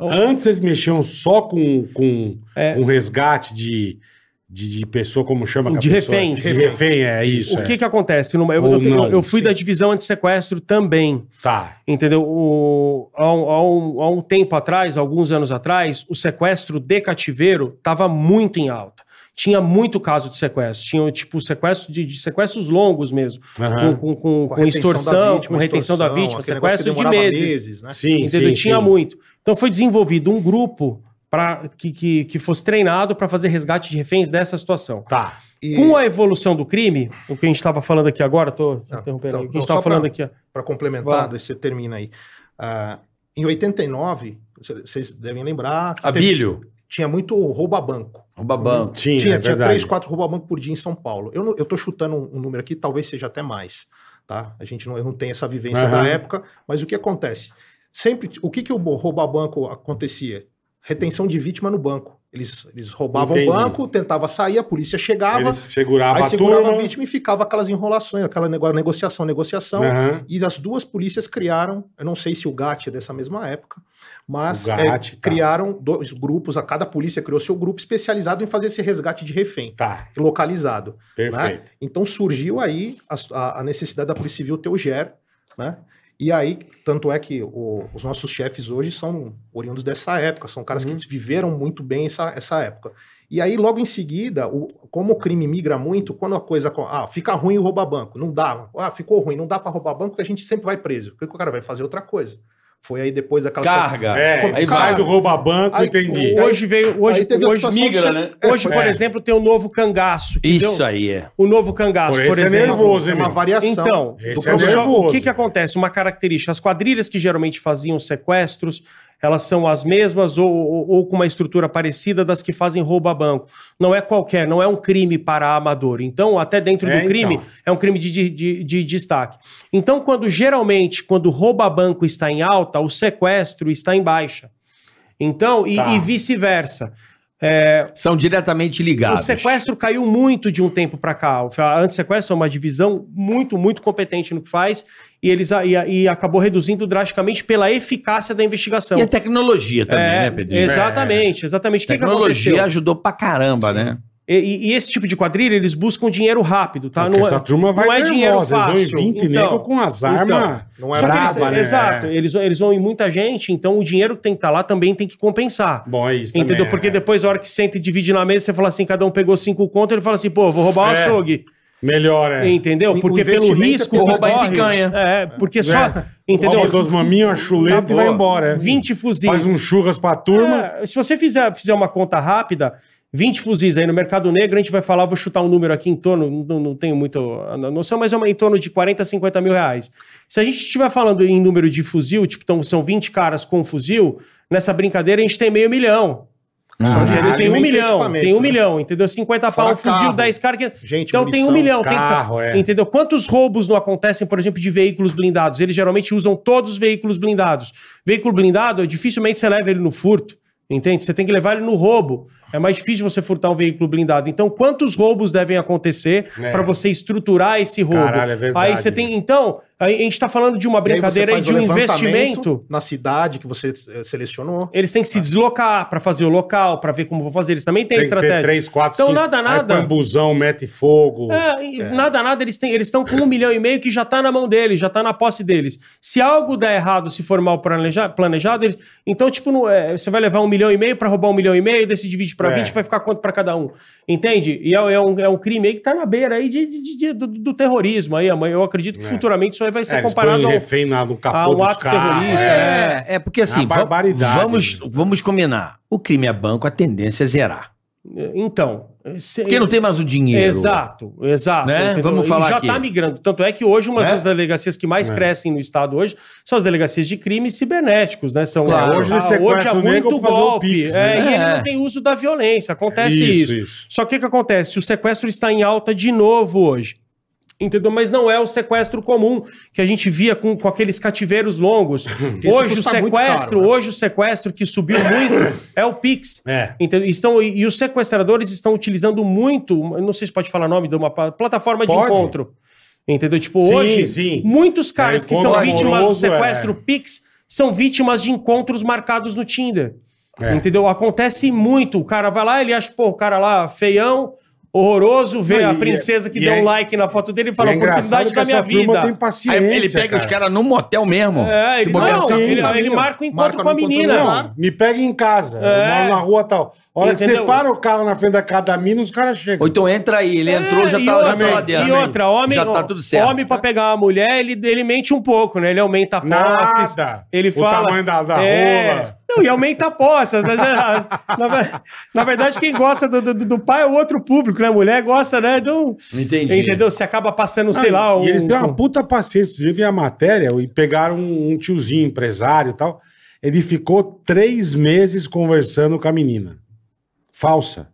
E: Então,
D: Antes eles mexiam só com, com,
E: É.
D: com resgate de, de, de pessoa, como chama? que a
E: De
D: pessoa-
E: reféns.
D: De refém, é isso.
E: o que,
D: é.
E: que acontece? Numa- eu,
D: Ou
E: eu tenho-
D: não,
E: eu fui
D: sim.
E: da divisão antissequestro também.
D: Tá.
E: Entendeu? O- há, um, há um- há um tempo atrás, alguns anos atrás, o sequestro de cativeiro estava muito em alta. Tinha muito caso de sequestro. Tinha, tipo, sequestro de, de sequestros longos mesmo.
D: Aham.
E: Com, com- com-
A: Com a
E: com
A: retenção da
E: extorsão,
A: vítima,
E: com retenção da
A: extorsão,
E: vítima,
A: aquele negócio que
E: sequestro de
A: demorava
E: meses.
A: né?
D: Sim,
E: Entendeu?
D: sim,
E: Tinha
D: sim.
E: muito. Então foi desenvolvido um grupo pra, que, que, que fosse treinado para fazer resgate de reféns dessa situação.
D: Tá.
A: E-
E: Com a evolução do crime, o que a gente estava falando aqui agora, estou
A: Ah,
E: interrompendo,
A: então,
E: aí, o que a gente
A: não,
E: estava
A: só pra-
E: falando aqui. ó.
A: para
E: Vai lá.
A: complementar, daí você termina aí. Ah, em 89, vocês devem lembrar que teve-
C: Abílio,
A: tinha muito rouba banco.
C: rouba banco.
D: Tinha,
A: tinha,
D: é
A: tinha
D: verdade.
A: três, quatro rouba banco por dia em São Paulo. Eu, não- eu tô chutando um, um número aqui, talvez seja até mais, tá? A gente não, eu não tem essa vivência
D: Aham.
A: da época, mas o que acontece? Sempre, o que que o bo- rouba banco acontecia? retenção de vítima no banco. Eles, eles roubavam
D: Entendi.
A: o banco, tentava sair, a polícia chegava,
D: Eles seguravam
A: aí
D: a
A: segurava um
D: turma.
A: a vítima e ficava aquelas enrolações, aquela nego- negociação, negociação.
D: Aham.
A: E as duas polícias criaram, eu não sei se o GAT é dessa mesma época, mas
D: O
A: é,
D: GAT, tá.
A: criaram dois grupos, a cada polícia criou seu grupo especializado em fazer esse resgate de refém,
D: Tá,
A: localizado.
D: perfeito.
A: né? Então surgiu aí a- a, a necessidade da Polícia Civil ter o GER, né? E aí, tanto é que o- os nossos chefes hoje são oriundos dessa época, são caras
E: Uhum.
A: que viveram muito bem essa, essa época. E aí, logo em seguida, o- como o crime migra muito, quando a coisa. co- Ah, fica ruim roubar banco, não dá. Ah, ficou ruim, não dá para roubar banco, porque a gente sempre vai preso. O que que o cara vai fazer outra coisa? Foi aí depois daquela.
C: Carga.
D: É,
A: Né? Aí
D: sai
A: vai.
D: do rouba-banco,
A: Aí,
D: entendi.
A: o-
E: Tipo, Hoje veio. Hoje,
A: Hoje, aí teve a
E: hoje,
A: situação do
E: migra-
C: migra,
A: Cen-
C: né?
A: é,
E: hoje,
A: foi-
E: por
D: é.
E: exemplo, tem o novo cangaço. que
C: Isso
E: deu-
C: aí é.
E: O novo cangaço,
D: Pô,
E: por
D: esse é
A: é
E: exemplo.
A: uma-
D: nervoso,
A: é
D: hein,
A: uma
D: meu?
A: variação.
E: Então,
D: Esse
E: do
D: é
E: profissional-
D: nervoso.
E: o que, que acontece? Uma característica. As quadrilhas que geralmente faziam sequestros, elas são as mesmas ou, ou- ou com uma estrutura parecida das que fazem roubo a banco. Não é qualquer, não é um crime para amador. Então, até dentro
D: É,
E: do crime,
D: então.
E: é um crime de, de- de- de destaque. Então, quando geralmente, quando roubo a banco está em alta, o sequestro está em baixa. Então, e-
D: Tá.
E: e vice-versa.
C: São diretamente
E: O
C: ligados.
E: sequestro caiu muito de um tempo para cá. O anti-sequestro é uma divisão muito, muito competente no que faz e eles a- e, a- e acabou reduzindo drasticamente pela eficácia da investigação.
C: E a tecnologia também,
E: então. É,
C: né, Pedro?
E: Exatamente,
D: É.
E: exatamente. O que que
C: tecnologia
E: aconteceu?
C: ajudou pra caramba, né?
E: E, e- e esse tipo de quadrilha, eles buscam dinheiro rápido, tá?
D: Porque
E: Não é-
D: essa turma vai
E: não é
D: nervosa,
E: dinheiro
D: Eles
E: fácil.
D: vão em 20
E: Então,
D: nego com as
E: então.
D: armas.
A: Não
E: só
A: é
E: que
D: braba,
E: eles-
D: né?
E: Exato, eles, eles vão em muita gente, então o dinheiro que tem que estar lá também tem que compensar.
D: Bom, é isso
E: Entendeu?
D: também,
E: Porque
D: é.
E: depois, a hora que senta e divide na mesa, você fala assim: cada um pegou cinco conto, ele fala assim, pô, vou roubar um
D: É.
E: açougue.
D: Melhor, é.
E: Entendeu?
A: O
E: Porque pelo
A: investimento é
E: risco.
A: pesado.
E: roubar
C: Roubar em picanha.
E: É, porque só.
D: É.
E: Entendeu? Tá,
D: Rouba dois maminhos, a chuleta e
E: Acabou.
D: vai embora. É.
E: 20 fuzis.
D: Faz um churras pra turma.
E: É, se você fizer, fizer uma conta rápida, 20 fuzis aí no mercado negro, a gente vai falar, vou chutar um número aqui em torno, não, não tenho muito a noção, mas é uma, em torno de 40, 50 mil reais. Se a gente estiver falando em número de fuzil, tipo, então são 20 caras com fuzil, nessa brincadeira a gente tem meio milhão.
A: Só
C: Ah.
A: de
E: Entendeu? tem um
A: investimento em
E: milhão,
A: Ah, equipamento,
E: tem um
A: né?
E: milhão, entendeu? 50 pau,
A: Fora
E: um fuzil,
A: carro,
E: 10 caras. que-
A: Gente,
E: então tem um
A: munição,
E: milhão.
D: carro,
E: tem,
D: é.
E: Entendeu? Quantos roubos não acontecem, por exemplo, de veículos blindados? Eles geralmente usam todos os veículos blindados. Veículo blindado, dificilmente você leva ele no furto, entende? Você tem que levar ele no roubo. É mais difícil você furtar um veículo blindado. Então, quantos roubos devem acontecer
D: É.
E: pra para você estruturar esse roubo?
D: Caralho, é verdade.
E: Aí você tem. Então, aí a gente está falando de uma
A: E aí você
E: brincadeira aí
A: faz
E: de
A: o
E: um
A: levantamento
E: investimento.
A: Na cidade que você eh, selecionou.
E: Eles têm que se deslocar para fazer o local, para ver como vão fazer. Eles também têm
D: Ah. Tem que ter
E: estratégia.
D: 3, 4,
E: Então, nada, nada.
D: Aí põe busão, mete fogo.
E: É, e Nada, nada, eles têm, eles estão com um milhão e meio que já está na mão deles, já está na posse deles. Se algo der errado, se for mal planeja- planejado, eles, então, tipo, não é, você vai levar um milhão e meio para roubar um milhão e meio, desse divide para
D: É.
E: 20, vai ficar quanto para cada um? Entende? E é, é um, é um crime aí que está na beira aí de, de- de- de- do, do terrorismo aí, amanhã. Eu acredito que
D: É.
E: futuramente isso aí vai ser
D: É, eles
E: comparado
D: põem
E: ao.
D: refém na- no capô
E: ao
D: dos
E: ato
D: carros.
E: terrorista. né?
D: é.
C: É, é porque assim,
D: Uma
C: va-
D: barbaridade.
C: vamos, vamos combinar. O crime é banco, a tendência é zerar.
E: Então. se-
C: Porque não tem mais o dinheiro.
E: Exato, exato.
C: Né?
E: entendeu?
C: Vamos
E: E
C: falar
E: já
C: aqui.
E: está migrando. Tanto é que hoje uma
C: Né?
E: das delegacias que mais
D: É.
E: crescem no estado hoje são as delegacias de crimes cibernéticos, né? São
C: Claro.
E: ah,
C: Hoje
D: eles
E: hoje
D: sequestram
E: há
D: o nego
E: muito
D: pra fazer o
E: golpe.
D: Pix,
E: é,
D: né?
E: E ele
C: É.
E: não tem uso da violência. Acontece
D: Isso,
E: isso.
D: isso.
E: Só que o que acontece? O sequestro está em alta de novo hoje. Entendeu? Mas não é o sequestro comum que a gente via com, com aqueles cativeiros longos.
A: isso
E: Hoje o
A: custa muito
E: sequestro,
A: caro, né?
E: hoje o sequestro que subiu muito é o Pix.
D: É.
E: Entendeu? Então, Estão, e, e os sequestradores estão utilizando muito, eu não sei se pode falar nome de uma pa- plataforma de
D: Pode.
E: encontro. Entendeu? Tipo,
D: Sim,
E: hoje,
D: sim.
E: muitos caras
D: É,
E: que são
D: encontro
E: vítimas do
D: amoroso,
E: sequestro
D: é.
E: Pix são vítimas de encontros marcados no Tinder.
D: É.
E: Entendeu? Acontece muito. O cara vai lá, ele acha, pô, o cara lá, feião, horroroso, vê
D: Não,
E: a
D: e-
E: princesa que
D: e
E: deu
D: é-
E: um like na foto dele e
D: E
E: fala,
D: é engraçado
E: oportunidade
D: que
E: da minha
D: essa turma
E: vida.
D: tem
C: Aí
D: paciência,
C: ele pega os caras num motel mesmo.
E: É, ele,
C: bobear,
E: não,
D: assim,
C: você-
D: um
E: ele,
A: caminho.
E: ele marca o encontro
A: Marca
E: com a
A: no encontro
E: menina.
A: do
D: Não,
A: Claro.
D: me pega em casa. Eu moro na rua tal. A hora que
E: É. Entendeu?
D: você para o carro na frente da casa da mina, os caras chegam.
C: Ou então entra aí, ele entrou, já
E: É, e
C: tá, já
E: outra,
C: tá lá dentro.
E: E outra, homem,
C: Já tá tudo certo.
E: homem pra pegar a mulher, ele, ele mente um pouco, né? Ele aumenta a posse.
D: Nada.
E: Ele
D: o
E: fala.
D: tamanho da, da
E: É.
D: rola.
E: Não, e aumenta a posse. Às vezes, é, na, ver- na verdade, quem gosta do, do, do pai é o outro público, né? Mulher gosta, né? Então,
C: Entendi.
E: entendeu? Se acaba passando, sei
D: Não,
E: lá.
D: e
E: um-
D: eles têm uma puta paciência. Outro dia eu vi a matéria e pegaram um, um tiozinho empresário e tal. Ele ficou três meses conversando com a menina. Falsa.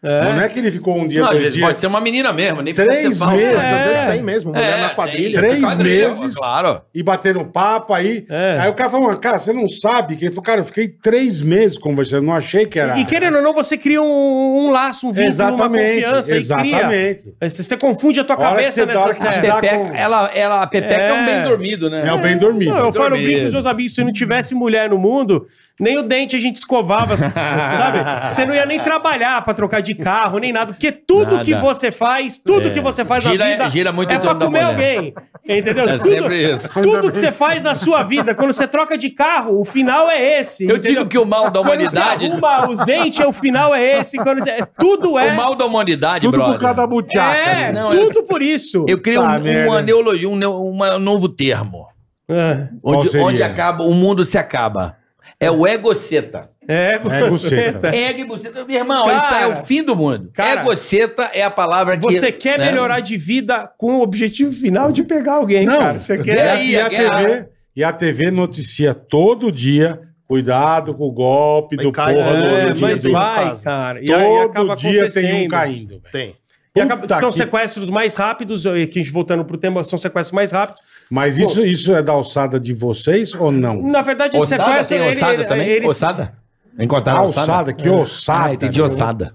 E: É.
D: Não é que ele ficou um dia,
C: Não, às
D: dois
C: vezes
D: dias.
C: pode ser uma menina mesmo, nem precisa
D: Três
C: ser falsa.
A: Às vezes,
D: meses,
A: às
C: É.
A: vezes tem mesmo, mulher
C: É,
A: na quadrilha.
D: tem. Três
C: Quadrilha,
D: meses. É,
C: Claro.
D: E bateram papo aí.
E: É.
D: Aí o cara falou, cara, você não sabe? Que ele falou, cara, eu fiquei três meses conversando, não achei que era.
E: E querendo ou não, você cria um, um laço, um vínculo,
D: Exatamente,
E: uma confiança e cria.
D: exatamente.
E: Aí Você, você confunde a tua
D: A hora que
E: cabeça
D: você dá, a hora
E: nessas
D: que você
C: A
E: nessas...
D: dá.
C: Pepeca,
D: com-
C: ela, ela, a Pepeca é.
E: É.
C: um bem dormido, né?
D: É o bem dormido.
E: Não, eu falo
C: Dormido.
E: brinco com os meus amigos, se não tivesse mulher no mundo, nem o dente a gente escovava, assim,
C: [LAUGHS]
E: sabe? Você não ia nem trabalhar pra trocar de carro, nem nada, porque tudo
C: Nada.
E: que você faz, tudo
C: É.
E: que você faz
C: Gira-
E: na vida
C: gira muito
E: é
C: em
E: pra
C: torno da
E: comer
C: mulher.
E: alguém, entendeu?
C: É
E: tudo,
C: sempre isso.
E: tudo que você faz na sua vida, quando você troca de carro, o final é esse,
C: Eu
E: entendeu?
C: digo que o mal da
E: Quando você
C: humanidade.
E: arruma os dentes, o final é esse. Quando você... Tudo é...
C: [LAUGHS] O mal da humanidade,
D: Tudo
C: brother.
D: por causa da buchaca.
E: É,
C: Não, eu-
E: tudo por isso.
C: Eu criei
D: Tá,
C: um,
D: merda.
C: uma neologia, um, neo- uma- um novo termo.
E: É.
D: Qual
C: Onde,
D: seria?
C: onde acaba, o mundo se acaba. É o egoceta.
E: É, go-
D: É buceta.
C: Egoceta. Meu irmão,
E: Cara,
C: isso aí é o fim do mundo.
E: cara,
C: egoceta é a palavra que.
E: Você quer
C: né?
E: melhorar de vida com o objetivo final de pegar alguém,
D: Não, é
E: cara. Você
D: E
E: quer...
D: a-
C: aí,
D: e, a
C: a guerra.
D: TV, e a TV noticia todo dia, cuidado com o golpe
A: Aí
D: do
A: cai,
D: porra do-
A: é,
D: do, dia
A: mas
D: do...
A: vai, caso.
E: cara. E aí
D: Todo
E: acaba
D: dia tem um
E: acontecendo.
D: caindo, velho.
A: Tem.
E: E acaba-
D: Puta
E: são
D: que-
E: sequestros mais rápidos, eh, que a gente voltando pro tema, são sequestros mais rápidos.
D: Mas isso, isso é da alçada de vocês ou não?
E: Na verdade, o
C: Ossada
E: sequestro...
C: tem
E: ele-
C: ossada
E: ele-
C: também?
E: eles-
C: Ossada? Encontraram
D: Alçada, que
C: Ah,
D: ossada.
C: entendi
D: meu.
C: ossada.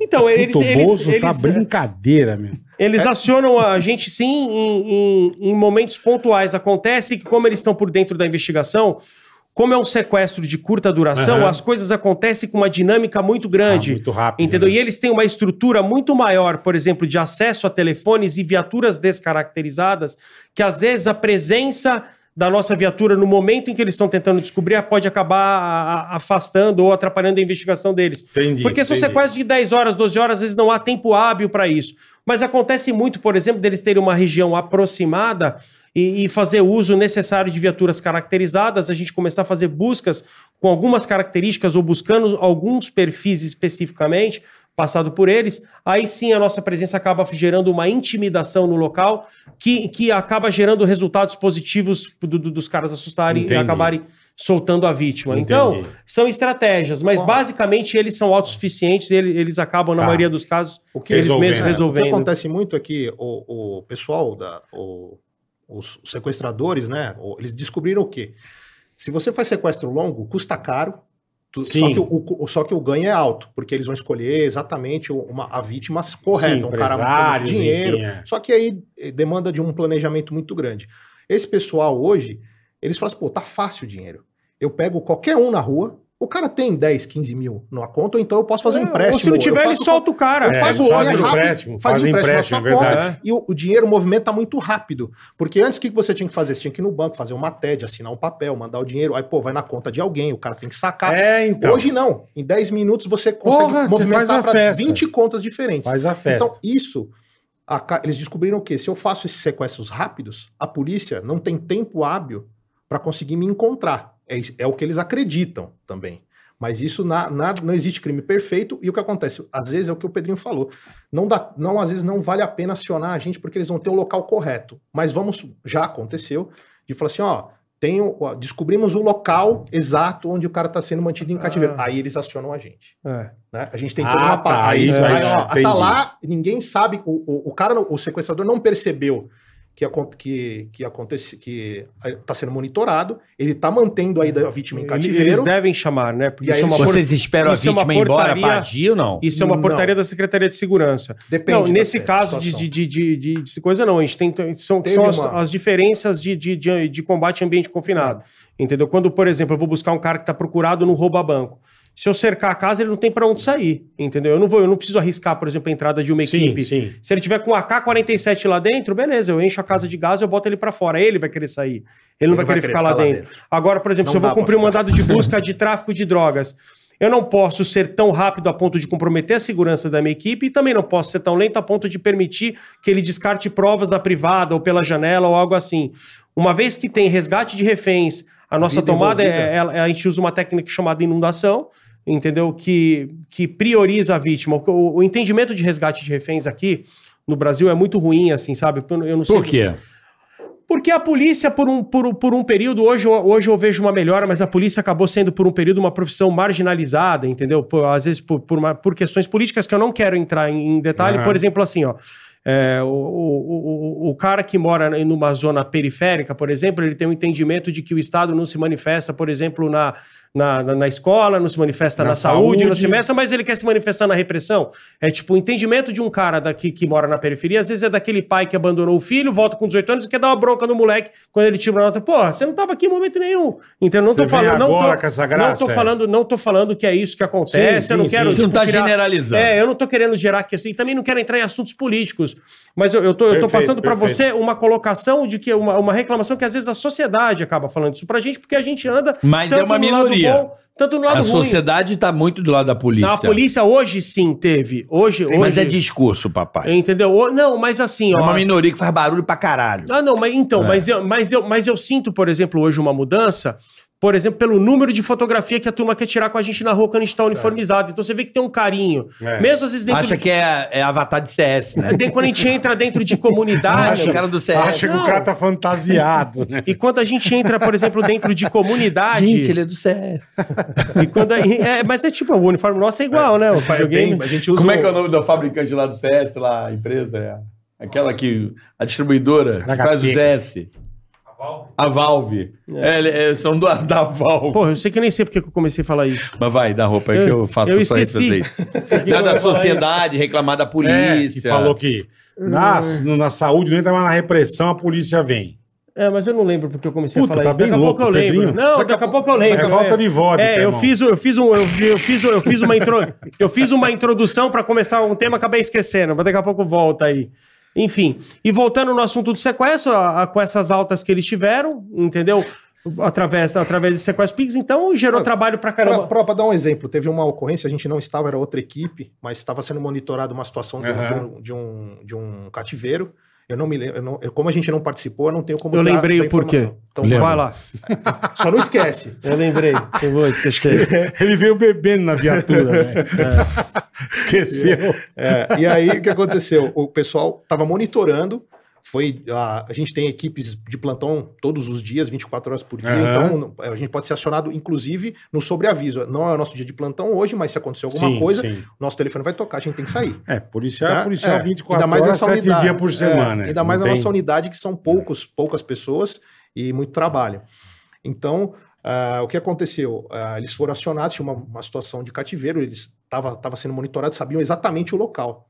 E: Então, eles...
D: Puta, o
E: eles,
D: Bozo tá É.
E: eles-
D: brincadeira, meu.
E: Eles acionam a gente sim em, em- em momentos pontuais. Acontece que, como eles estão por dentro da investigação, como é um sequestro de curta duração,
D: Aham.
E: as coisas acontecem com uma dinâmica muito grande.
D: Ah, muito rápido,
E: Entendeu?
D: né?
E: E eles têm uma estrutura muito maior, por exemplo, de acesso a telefones e viaturas descaracterizadas, que às vezes a presença da nossa viatura no momento em que eles estão tentando descobrir pode acabar a- a- afastando ou atrapalhando a investigação deles.
D: Entendi,
E: Porque são
D: entendi.
E: sequestros de 10 horas, 12 horas, às vezes não há tempo hábil para isso. Mas acontece muito, por exemplo, deles terem uma região aproximada e, e fazer uso necessário de viaturas caracterizadas, a gente começar a fazer buscas com algumas características ou buscando alguns perfis especificamente, passado por eles, aí sim a nossa presença acaba gerando uma intimidação no local que, que acaba gerando resultados positivos do- do- dos caras assustarem
D: Entendi.
E: e acabarem soltando a vítima.
D: Entendi.
E: Então, são estratégias, mas basicamente eles são autossuficientes, ele- eles, acabam, na
D: Tá.
E: maioria dos casos,
A: O que
E: eles
D: Resolvendo.
E: mesmos
A: É, O que
E: resolvendo.
A: acontece muito é que o, o pessoal, da, o- os sequestradores, né? o- Eles descobriram o quê? Se você faz sequestro longo, custa caro. tu- só,
D: Sim.
A: que o, o- só que o ganho é alto, porque eles vão escolher exatamente uma, a vítima correta,
D: Sim,
A: um cara com muito
D: empresários,
A: dinheiro.
D: enfim, é.
A: Só que aí eh, demanda de um planejamento muito grande. Esse pessoal hoje, eles falam assim, pô, tá fácil o dinheiro. Eu pego qualquer um na rua, o cara tem 10, 15 mil na conta, ou então eu posso fazer um
E: É,
A: empréstimo.
E: ou se não
A: eu
E: tiver, ele
A: faço qual-
E: solta o cara.
A: eu
D: É, eles
A: faço o olho
D: fazem
A: rápido,
D: empréstimo,
A: faz
D: fazem
A: o
D: empréstimo,
A: empréstimo, né? na
D: é
A: sua
D: verdade.
A: conta, E o, o dinheiro movimenta muito rápido. Porque antes, o que que você tinha que fazer? Você tinha que ir no banco, fazer uma TED, assinar um papel, mandar o dinheiro. Aí, pô, vai na conta de alguém, o cara tem que sacar.
D: É, então.
A: Hoje não. Em 10 minutos você consegue
D: Porra, você faz a
A: movimentar para
D: festa.
A: 20 contas diferentes.
D: Faz a festa.
A: Então, isso. aca- Eles descobriram que se eu faço esses sequestros rápidos, a polícia não tem tempo hábil para conseguir me encontrar. É, is- é o que eles acreditam também. Mas isso na, na- não existe crime perfeito. E o que acontece? Às vezes é o que o Pedrinho falou. Não dá, não, às vezes não vale a pena acionar a gente porque eles vão ter o local correto. Mas vamos, já aconteceu, de falar assim: ó, tem, o- ó, descobrimos o local exato onde o cara está sendo mantido em cativeiro. Aí eles acionam a gente
E: É.
A: né? A gente tem
D: Ah,
A: toda uma
D: tá,
A: pa- aí,
D: isso,
A: aí,
D: isso,
A: ó,
D: entendi.
A: tá lá, ninguém sabe, o, o, o cara, não- o sequestrador não percebeu que acon- que que acontece que eh, tá sendo monitorado, ele tá mantendo aí da- a vítima em
E: Ele-
A: cativeiro.
E: Eles devem chamar, né? Porque
A: E aí
E: isso é uma,
A: eles-
E: por-
C: Vocês esperam a
E: isso é uma
C: vítima ir embora
E: portaria-
C: pra dia ou não?
E: isso é uma
A: Não.
E: portaria da Secretaria de Segurança.
A: Depende.
E: não,
A: da
E: nesse
A: se-
E: caso de,
A: situação.
E: de, de, de, de- de coisa não, a gente tem então, são,
A: Teve
E: são as,
A: uma-
E: as diferenças de, de, de, de combate em ambiente confinado,
A: É.
E: entendeu? Quando, por exemplo, eu vou buscar um cara que está procurado no rouba banco, se eu cercar a casa ele não tem para onde sair, entendeu? Eu não vou, eu não preciso arriscar, por exemplo, a entrada de uma
D: Sim,
E: equipe.
D: sim.
E: Se ele tiver com um AK-47 lá dentro, beleza, eu encho a casa de gás, eu boto ele para fora, ele vai querer sair, ele não vai querer ficar, lá dentro. Agora, por exemplo,
A: Não
E: se eu vou
A: dá pra
E: cumprir um
A: ficar.
E: mandado de busca de tráfico de drogas, eu não posso ser tão rápido a ponto de comprometer a segurança da minha equipe e também não posso ser tão lento a ponto de permitir que ele descarte provas da privada ou pela janela ou algo assim. Uma vez que tem resgate de reféns, a nossa
A: Vida
E: tomada é,
A: envolvida.
E: ela- a gente usa uma técnica chamada inundação, entendeu? Que, que prioriza a vítima. O, o entendimento de resgate de reféns aqui no Brasil é muito ruim, assim, sabe? Eu não sei
C: quê?
E: Porque a polícia, por um, por, um- por um período, hoje, eu- hoje eu vejo uma melhora, mas a polícia acabou sendo, por um período, uma profissão marginalizada, entendeu? Por- às vezes por, por, uma- por questões políticas que eu não quero entrar em, em detalhe.
D: Aham.
E: Por exemplo, assim, ó. é, o, o, o- o cara que mora em uma zona periférica, por exemplo, ele tem um entendimento de que o Estado não se manifesta, por exemplo, na, na, na- na escola, não se manifesta na,
D: Na
E: saúde, não
D: saúde.
E: se manifesta, mas ele quer se manifestar na repressão. É tipo, o entendimento de um cara daqui que mora na periferia, às vezes é daquele pai que abandonou o filho, volta com 18 anos e quer dar uma bronca no moleque quando ele tira uma nota. Porra, você não tava aqui em momento nenhum. Então, não
D: Você
E: tô
D: vem
E: falando. Não
D: agora
E: tô,
D: com essa graça,
E: não tô
D: é.
E: falando, não tô falando que é isso que acontece.
D: Sim,
E: eu não
D: sim,
E: quero. tipo,
D: sim.
C: Você não tá
E: criar-
C: generalizando.
E: É, eu não tô querendo gerar questão. E também não quero entrar em assuntos políticos. Mas eu, eu, tô, eu tô
D: Perfeito,
E: passando para
D: perfeito.
E: você uma colocação de que uma, uma reclamação que às vezes a sociedade acaba falando isso pra gente, porque a gente anda.
C: Mas é uma
E: no lado
C: minoria.
E: bom, tanto no lado
C: A
E: ruim.
C: sociedade tá muito do lado da polícia.
E: A polícia hoje sim teve. Hoje, hoje.
C: Mas é discurso, papai.
E: Entendeu? Ou- Não, mas assim,
C: É
E: ó.
C: uma minoria que faz barulho pra caralho.
E: Ah, não, mas então,
C: É.
E: mas, eu, mas, eu, mas eu sinto, por exemplo, hoje uma mudança, por exemplo, pelo número de fotografia que a turma quer tirar com a gente na rua quando a gente tá uniformizado. Então você vê que tem um carinho.
D: É.
E: Mesmo às vezes dentro
C: É. Acha
E: de...
C: que é, é avatar de CS, né?
E: Tem- Quando a gente entra dentro de
C: [LAUGHS] Acha
E: comunidade.
C: é o cara do CS.
D: Acha que o cara tá fantasiado, né?
E: E quando a gente entra, por exemplo, dentro de comunidade.
C: Gente, ele tá é do CS.
E: e quando a- é, mas é tipo, o uniforme nosso é igual, né? O
A: É bem,
E: videogame.
A: a gente usa
F: Como é que é o nome da fabricante lá do CS, lá, a empresa? É aquela que. A distribuidora que
D: Caraca,
F: faz o
D: pica.
F: CS. A Valve. É, ele- é, são do, [LAUGHS] da Valve.
E: Porra, eu sei que eu nem sei porque que eu comecei a falar isso.
F: Mas vai, dá roupa aí que eu faço
E: eu
F: só isso
E: esqueci.
F: pra vocês. Não, da sociedade, reclamar da
D: É,
F: polícia.
D: que falou que na, na saúde, não entra mais na repressão, a polícia vem. [LAUGHS]
E: É, mas eu não lembro porque eu comecei
D: Puta,
E: a falar
D: tá
E: isso.
D: bem
E: daqui a
D: louco,
E: pouco eu lembro.
D: Pedrinho.
E: Não, daqui, a pouco eu lembro.
D: É falta de vodka,
E: É, eu
D: irmão.
E: fiz, o- eu fiz um, eu, eu fiz, o- eu fiz uma intro, eu fiz uma introdução para começar um tema, acabei esquecendo, mas daqui a pouco volta aí. Enfim, e voltando no assunto do sequestro, a- a- com essas altas que eles tiveram, entendeu? Através, através de sequestro Pix, então gerou trabalho pra caramba.
A: Pra, pra- pra dar um exemplo, teve uma ocorrência, a gente não estava, era outra equipe, mas estava sendo monitorada uma situação de, um-
D: Aham.
A: de um, de um, de um cativeiro. Eu não me lembro, eu não- eu- como a gente não participou, eu não tenho como
E: Eu
A: dar-
E: lembrei
A: dar
E: o porquê.
A: informação. Então,
C: Lembra.
E: Vai lá.
A: só não esquece.
E: Eu lembrei. Eu vou esquecer. [LAUGHS] É.
D: Ele veio bebendo na viatura, né?
A: [LAUGHS]
D: Esqueceu.
A: É, e aí, o que aconteceu? O pessoal estava monitorando, foi a, a gente tem equipes de plantão todos os dias, 24 horas por dia,
D: Aham.
A: então não- a gente pode ser acionado, inclusive, no sobreaviso. Não é o nosso dia de plantão hoje, mas se acontecer alguma
D: Sim,
A: coisa,
D: sim.
A: nosso telefone vai tocar, a gente tem que sair.
D: É, policial
A: Tá?
D: é policial
A: É,
D: 24
A: ainda mais
D: horas,
A: nessa
D: 7
A: unidade.
D: dias por
A: É,
D: semana.
A: Ainda
D: Não
A: mais na
D: tem-
A: nossa unidade, que são poucos, poucas pessoas e muito trabalho. Então, ah, o que aconteceu? Ah, eles foram acionados, tinha uma, uma situação de cativeiro, eles estava tava sendo monitorado, sabiam exatamente o local.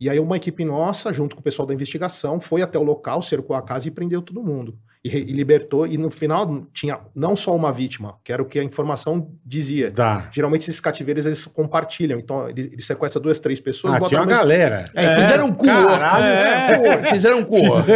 A: E aí uma equipe nossa, junto com o pessoal da investigação, foi até o local, cercou a casa e prendeu todo mundo. E, re- e libertou, e no final tinha não só uma vítima, que era o que a informação dizia.
D: Tá.
A: Geralmente esses cativeiros eles compartilham, então ele, ele sequestra duas, três pessoas,
D: Ah, tinha uma
A: no mesmo-
D: galera.
A: É, então
C: Fizeram um co-work.
D: Caralho,
E: É.
C: Co-work, Fizeram um co-work.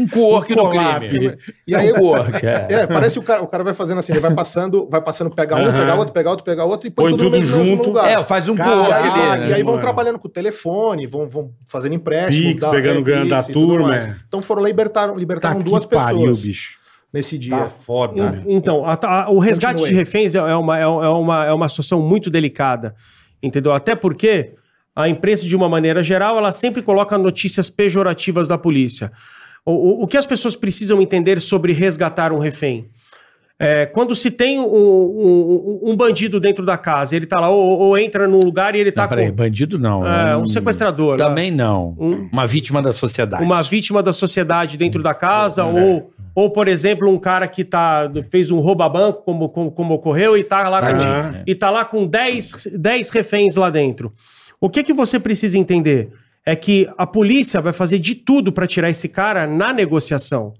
C: Um co-work
D: Um
C: no
D: collab.
C: crime.
A: E aí,
C: um co-work, é.
A: é, parece o cara, o cara vai fazendo assim, ele vai passando, vai passando, pega um,
D: Aham.
A: pega outro, pega outro, pega outro e põe,
D: Põe
A: tudo,
D: tudo
A: no mesmo
D: junto.
A: lugar.
C: É, faz um
D: Caralho,
A: e,
C: co-work
A: aí,
C: ali, né?
A: e aí vão
D: mano?
A: trabalhando com o telefone, vão, vão fazendo empréstimo,
D: Pix, pegando
A: é,
D: grana
A: Pix
D: da
A: e tudo
D: turma,
A: mais.
D: é.
A: Então foram lá e libertaram,
D: Tá
A: libertaram
D: que
A: duas
D: pariu,
A: pessoas
D: bicho.
A: nesse dia. Um-
D: Tá foda, né?
E: Então, a- a- o resgate
A: Continue.
E: de reféns é é uma, é, é uma, é uma situação muito delicada, entendeu? Até porque a imprensa, de uma maneira geral, ela sempre coloca notícias pejorativas da polícia. O, o- o que as pessoas precisam entender sobre resgatar um refém? É, quando se tem um, um- um- um bandido dentro da casa, ele tá lá, ou, ou entra num lugar e ele tá
C: Não, peraí, bandido não.
E: com é,
C: é
E: um sequestrador. né?
C: Também não.
E: Um-
C: Uma vítima da sociedade.
E: uma vítima da sociedade dentro da casa,
D: né?
E: ou, ou por exemplo, um cara que tá, fez um rouba-banco, como, como, como ocorreu, e tá lá com,
D: Aham.
E: e tá lá com 10, 10 reféns lá dentro. O que, que você precisa entender? É que a polícia vai fazer de tudo para tirar esse cara na negociação.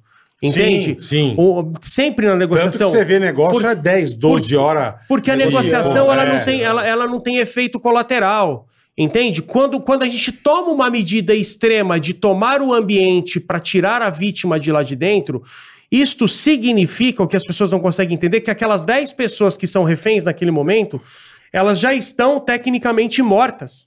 E: Entende?
D: Sim, sim.
E: Ou- sempre na
D: Tanto que
E: negociação.
D: você vê negócio
E: Por-
D: é 10, 12 horas.
E: Porque a
D: negociando,
E: negociação ela,
D: é.
E: não tem, ela, ela não tem efeito colateral. Entende? Quando, quando a gente toma uma medida extrema de tomar o ambiente para tirar a vítima de lá de dentro, isto significa, o que as pessoas não conseguem entender, que aquelas 10 pessoas que são reféns naquele momento, elas já estão tecnicamente mortas.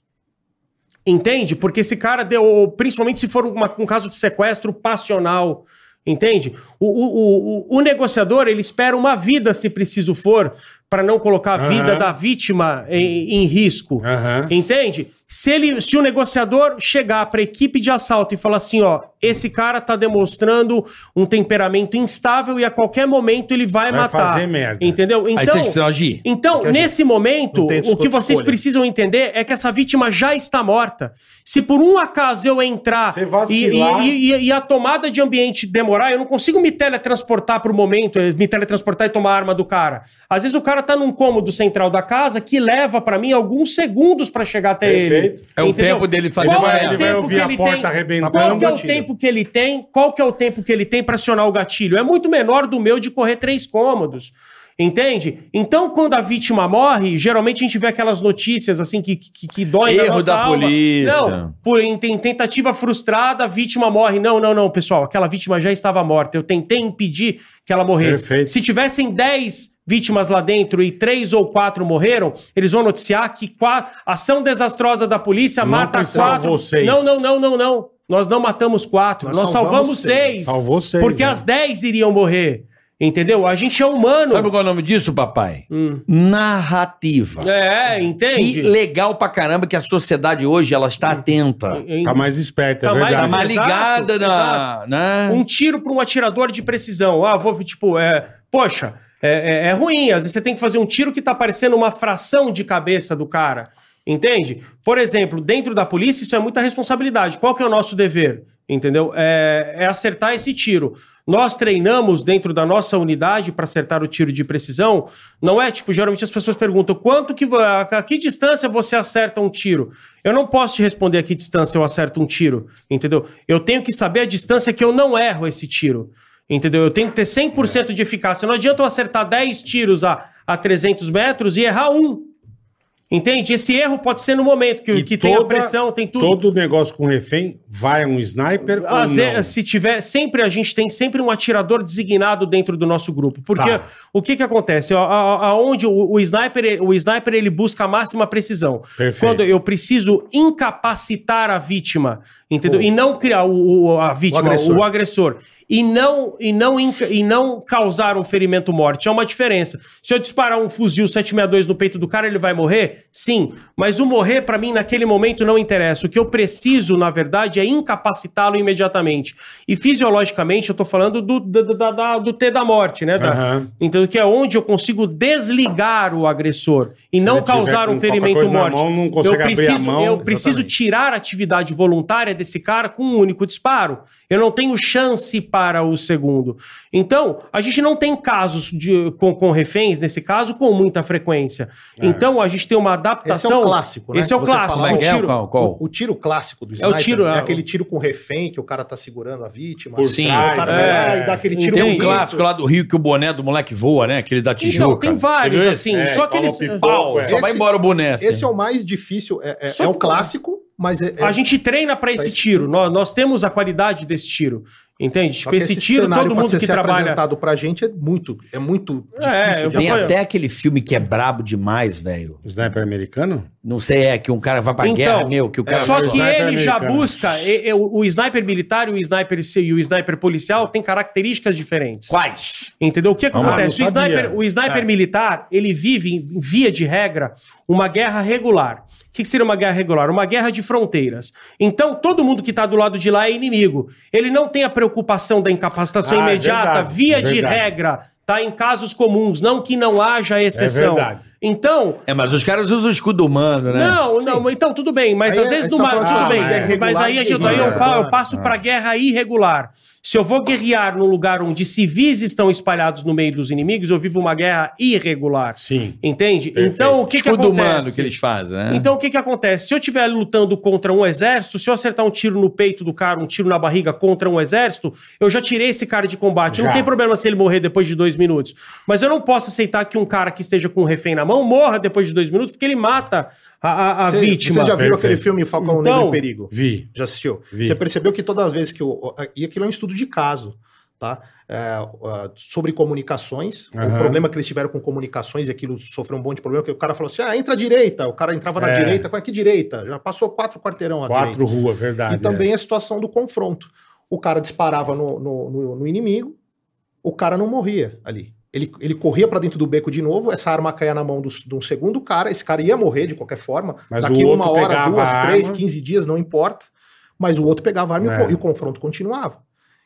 E: Entende? Porque esse cara deu, ou principalmente se for uma- um caso de sequestro passional, entende? O, o- o- o- o negociador ele espera uma vida, se preciso for, para não colocar a vida
D: Aham. É.
E: da vítima em, em risco.
D: Aham.
E: Entende? Se, ele, se o negociador chegar para a equipe de assalto e falar assim, ó, esse cara tá demonstrando um temperamento instável e a qualquer momento ele vai,
D: Vai
E: matar.
D: fazer merda.
E: Entendeu?
C: Aí
E: Então,
C: vocês precisam agir.
E: então,
A: Porque a gente
E: nesse momento,
A: não tem
E: o que
A: desconto de
E: vocês
A: escolha.
E: precisam entender é que essa vítima já está morta. Se por um acaso eu entrar
D: Você
E: e,
D: vacilar.
E: e- e- e a tomada de ambiente demorar, eu não consigo me teletransportar para o momento, eh, me teletransportar e tomar a arma do cara. Às vezes o cara tá num cômodo central da casa que leva para mim alguns segundos para chegar até
D: Perfeito.
E: ele.
C: É o
E: Entendeu?
C: tempo dele fazer
E: Qual
D: uma-
E: é o
D: ele vai
E: tempo
D: ouvir
E: que
D: a
E: ele
D: porta
E: tem?
D: arrebentando,
E: Qual que é o
A: gatilho.
E: tempo que ele tem? Qual que é o tempo que ele tem para acionar o gatilho? É muito menor do meu de correr três cômodos. Entende? Então, quando a vítima morre, geralmente a gente vê aquelas notícias assim que, que, que doem na
F: Erro
E: nossa
F: da
E: alma.
F: polícia.
E: Não, por em, em tentativa frustrada, a vítima morre. Não, não, não, pessoal. Aquela vítima já estava morta. Eu tentei impedir que ela morresse.
D: Perfeito.
E: Se tivessem 10 vítimas lá dentro e três ou quatro morreram, eles vão noticiar que qua- ação desastrosa da polícia
D: Não
E: mata
D: que salvou
E: quatro.
D: seis.
E: Não, não, não, não, não. Nós não matamos quatro. Nós,
A: Nós
E: salvamos,
A: salvamos seis.
E: seis.
D: Salvou seis,
E: Porque
D: né?
E: as 10 iriam morrer. Entendeu? A gente é humano.
C: Sabe qual é o nome disso, papai?
E: Hum.
C: Narrativa.
E: É,
C: Que
E: entende?
C: legal pra caramba que a sociedade hoje ela está atenta.
E: Entende?
D: Tá mais esperto, é
E: Tá mais
C: Tá
D: verdade.
E: esperto.
C: mais ligada na.
E: Exato,
C: né?
E: um tiro para um atirador de precisão. Ah, vou, tipo, é. Poxa, é, é- é ruim. Às vezes você tem que fazer um tiro que tá parecendo uma fração de cabeça do cara. Entende? Por exemplo, dentro da polícia, isso é muita responsabilidade. Qual que é o nosso dever? Entendeu? É, é acertar esse tiro. Nós treinamos dentro da nossa unidade para acertar o tiro de precisão. Não é tipo, geralmente as pessoas perguntam quanto que va- a que distância você acerta um tiro. Eu não posso te responder a que distância eu acerto um tiro, entendeu? Eu tenho que saber a distância que eu não erro esse tiro. Entendeu? Eu tenho que ter 100% de eficácia. Não adianta eu acertar 10 tiros a, a 300 metros e errar um. Entende? Esse erro pode ser no momento que,
D: E
E: que tem a
D: toda-
E: pressão, tem tudo.
D: Todo negócio com refém vai um sniper
A: Ah,
D: ou
E: Às
D: não?
E: vezes, ah, se tiver, sempre a gente tem sempre um atirador designado dentro do nosso grupo. Porque
D: Tá.
E: o que que acontece? A- a- Aonde o, o sniper, o sniper ele busca a máxima precisão.
D: Perfeito.
E: Quando eu preciso incapacitar a vítima, entendeu? E não criar o, o- a vítima, o agressor.
A: agressor.
E: e não e não inca- e não causar um ferimento morte. É uma diferença. Se eu disparar um fuzil 762 no peito do cara, ele vai morrer? Sim, mas o morrer pra mim naquele momento não interessa. O que eu preciso, na verdade, é incapacitá-lo imediatamente. E fisiologicamente eu tô falando do da- da- da- do T da morte, né? Da-
D: Aham.
E: Entendeu? Que é onde eu consigo desligar o agressor e
D: Se
E: não
D: ele tiver
E: causar
D: com
E: um
D: qualquer
E: ferimento
D: coisa na
E: morte.
D: mão, não consegue
E: eu
D: abrir a
E: preciso,
D: mão,
E: eu preciso
D: exatamente.
E: tirar a atividade voluntária desse cara com um único disparo. Eu não tenho chance para o segundo. Então, a gente não tem casos de- com, com reféns, nesse caso, com muita frequência.
D: É.
E: Então, a gente tem uma
A: Esse
E: adaptação.
A: é um clássico, né?
E: Esse é o
A: Que você
E: clássico.
A: fala,
E: o
A: é,
E: tiro- Um
C: qual, qual?
A: O, o tiro clássico do
E: É o
A: sniper
E: tiro, é.
A: é aquele tiro com refém que o cara tá segurando a vítima.
D: Por
A: Sim.
D: trás,
A: O
E: Tá
A: cara
D: né?
A: vai lá e dá aquele tiro
C: Tem um
E: Entendi.
A: bonito.
C: clássico lá do Rio que o boné do moleque voa, né? Aquele da Tijuca.
E: Então, tem vários,
C: Entendeu?
E: assim.
D: É,
E: só que
D: toma
E: eles.
D: pipoca.
C: Pau,
D: Esse-
C: só vai embora o boné. assim.
A: Esse é o mais difícil, é, é-
E: Só
A: é o
E: que-
A: clássico, mas é, é-
E: A gente treina para esse
A: Mas-
E: tiro. Nós, nós temos a qualidade desse tiro. Entende?
A: só
E: Tipo,
A: que
E: esse, tiro,
A: cenário
E: todo
A: pra
E: mundo
A: ser-
E: que
A: ser
E: trabalha.
A: apresentado pra gente é muito, é muito
E: É,
A: difícil
E: eu
A: de
E: vou-
C: Tem
E: foi-
C: até aquele filme que é brabo demais, velho.
D: Sniper americano?
C: Não sei, é que um cara vai pra
E: Então,
C: guerra, meu, que o cara...
E: Só que
D: sniper é
E: ele já
D: americano.
E: busca. e- e- o o sniper militar e o sniper, ci- e o sniper policial têm características diferentes.
C: Quais?
E: Entendeu? O que
D: Vamos lá,
E: acontece?
D: não
E: o
D: sabia.
E: sniper, o sniper militar, ele vive, em via de regra, uma guerra regular. O que que seria uma guerra regular? Uma guerra de fronteiras. Então, todo mundo que está do lado de lá é inimigo. Ele não tem a preocupação da incapacitação
D: Ah, é
E: imediata,
D: verdade,
E: via
D: é
E: de
D: verdade. É
E: regra, tá? Em casos comuns, não que não haja exceção.
D: verdade.
E: Então,
C: É, mas os caras usam o escudo humano, né?
E: não, não, então tudo bem, mas
A: Aí
E: às
A: é-
E: vezes
A: aí só
E: numa.
A: fala
E: Tudo
A: assim,
D: ah,
E: bem,
D: mas é
E: mas aí, a gente,
A: regular, né?
E: aí eu, falo, eu
A: irregular.
E: passo pra guerra irregular. Se eu vou guerrear num lugar onde civis estão espalhados no meio dos inimigos, eu vivo uma guerra irregular.
D: Sim.
E: Entende?
D: Perfeito.
E: Então o que, que
C: escudo
E: acontece?
C: humano que eles fazem,
A: É.
C: né?
E: Então o que que acontece? Se eu estiver lutando contra um exército, se eu acertar um tiro no peito do cara, um tiro na barriga contra um exército, eu já tirei esse cara de combate. Não
D: Já.
E: tem problema se ele morrer depois de dois minutos. Mas eu não posso aceitar que um cara que esteja com um refém na mão morra depois de dois minutos, porque ele mata a, a- a
A: Cê-
E: vítima.
A: Você já viu
D: Perfeito.
A: aquele filme Falcão
E: Então-
A: Negro em Perigo?
D: Vi.
A: Já assistiu?
D: Vi.
A: Você percebeu que todas as vezes que o. E aquilo é um estudo de caso, tá? É, ah, sobre comunicações,
D: Aham.
A: o problema que eles tiveram com comunicações e aquilo sofreu um monte de problema, que o cara falou assim: ah, entra à direita, o cara entrava na
D: É.
A: direita, qual é que direita? Já passou quatro quarteirão à
D: Quatro ruas, verdade. é.
A: direita. E também a situação do confronto. O cara disparava no, no, no- no inimigo, o cara não morria ali. Ele, ele corria pra dentro do beco de novo, essa arma caía na mão dos- de um segundo cara, esse cara ia morrer de qualquer forma.
D: Mas
A: Daqui
D: o outro
A: uma hora,
D: pegava
A: duas,
D: a
A: três,
D: arma.
A: 15 dias, não importa. Mas o outro pegava a arma e o
D: É.
A: co- e o confronto continuava.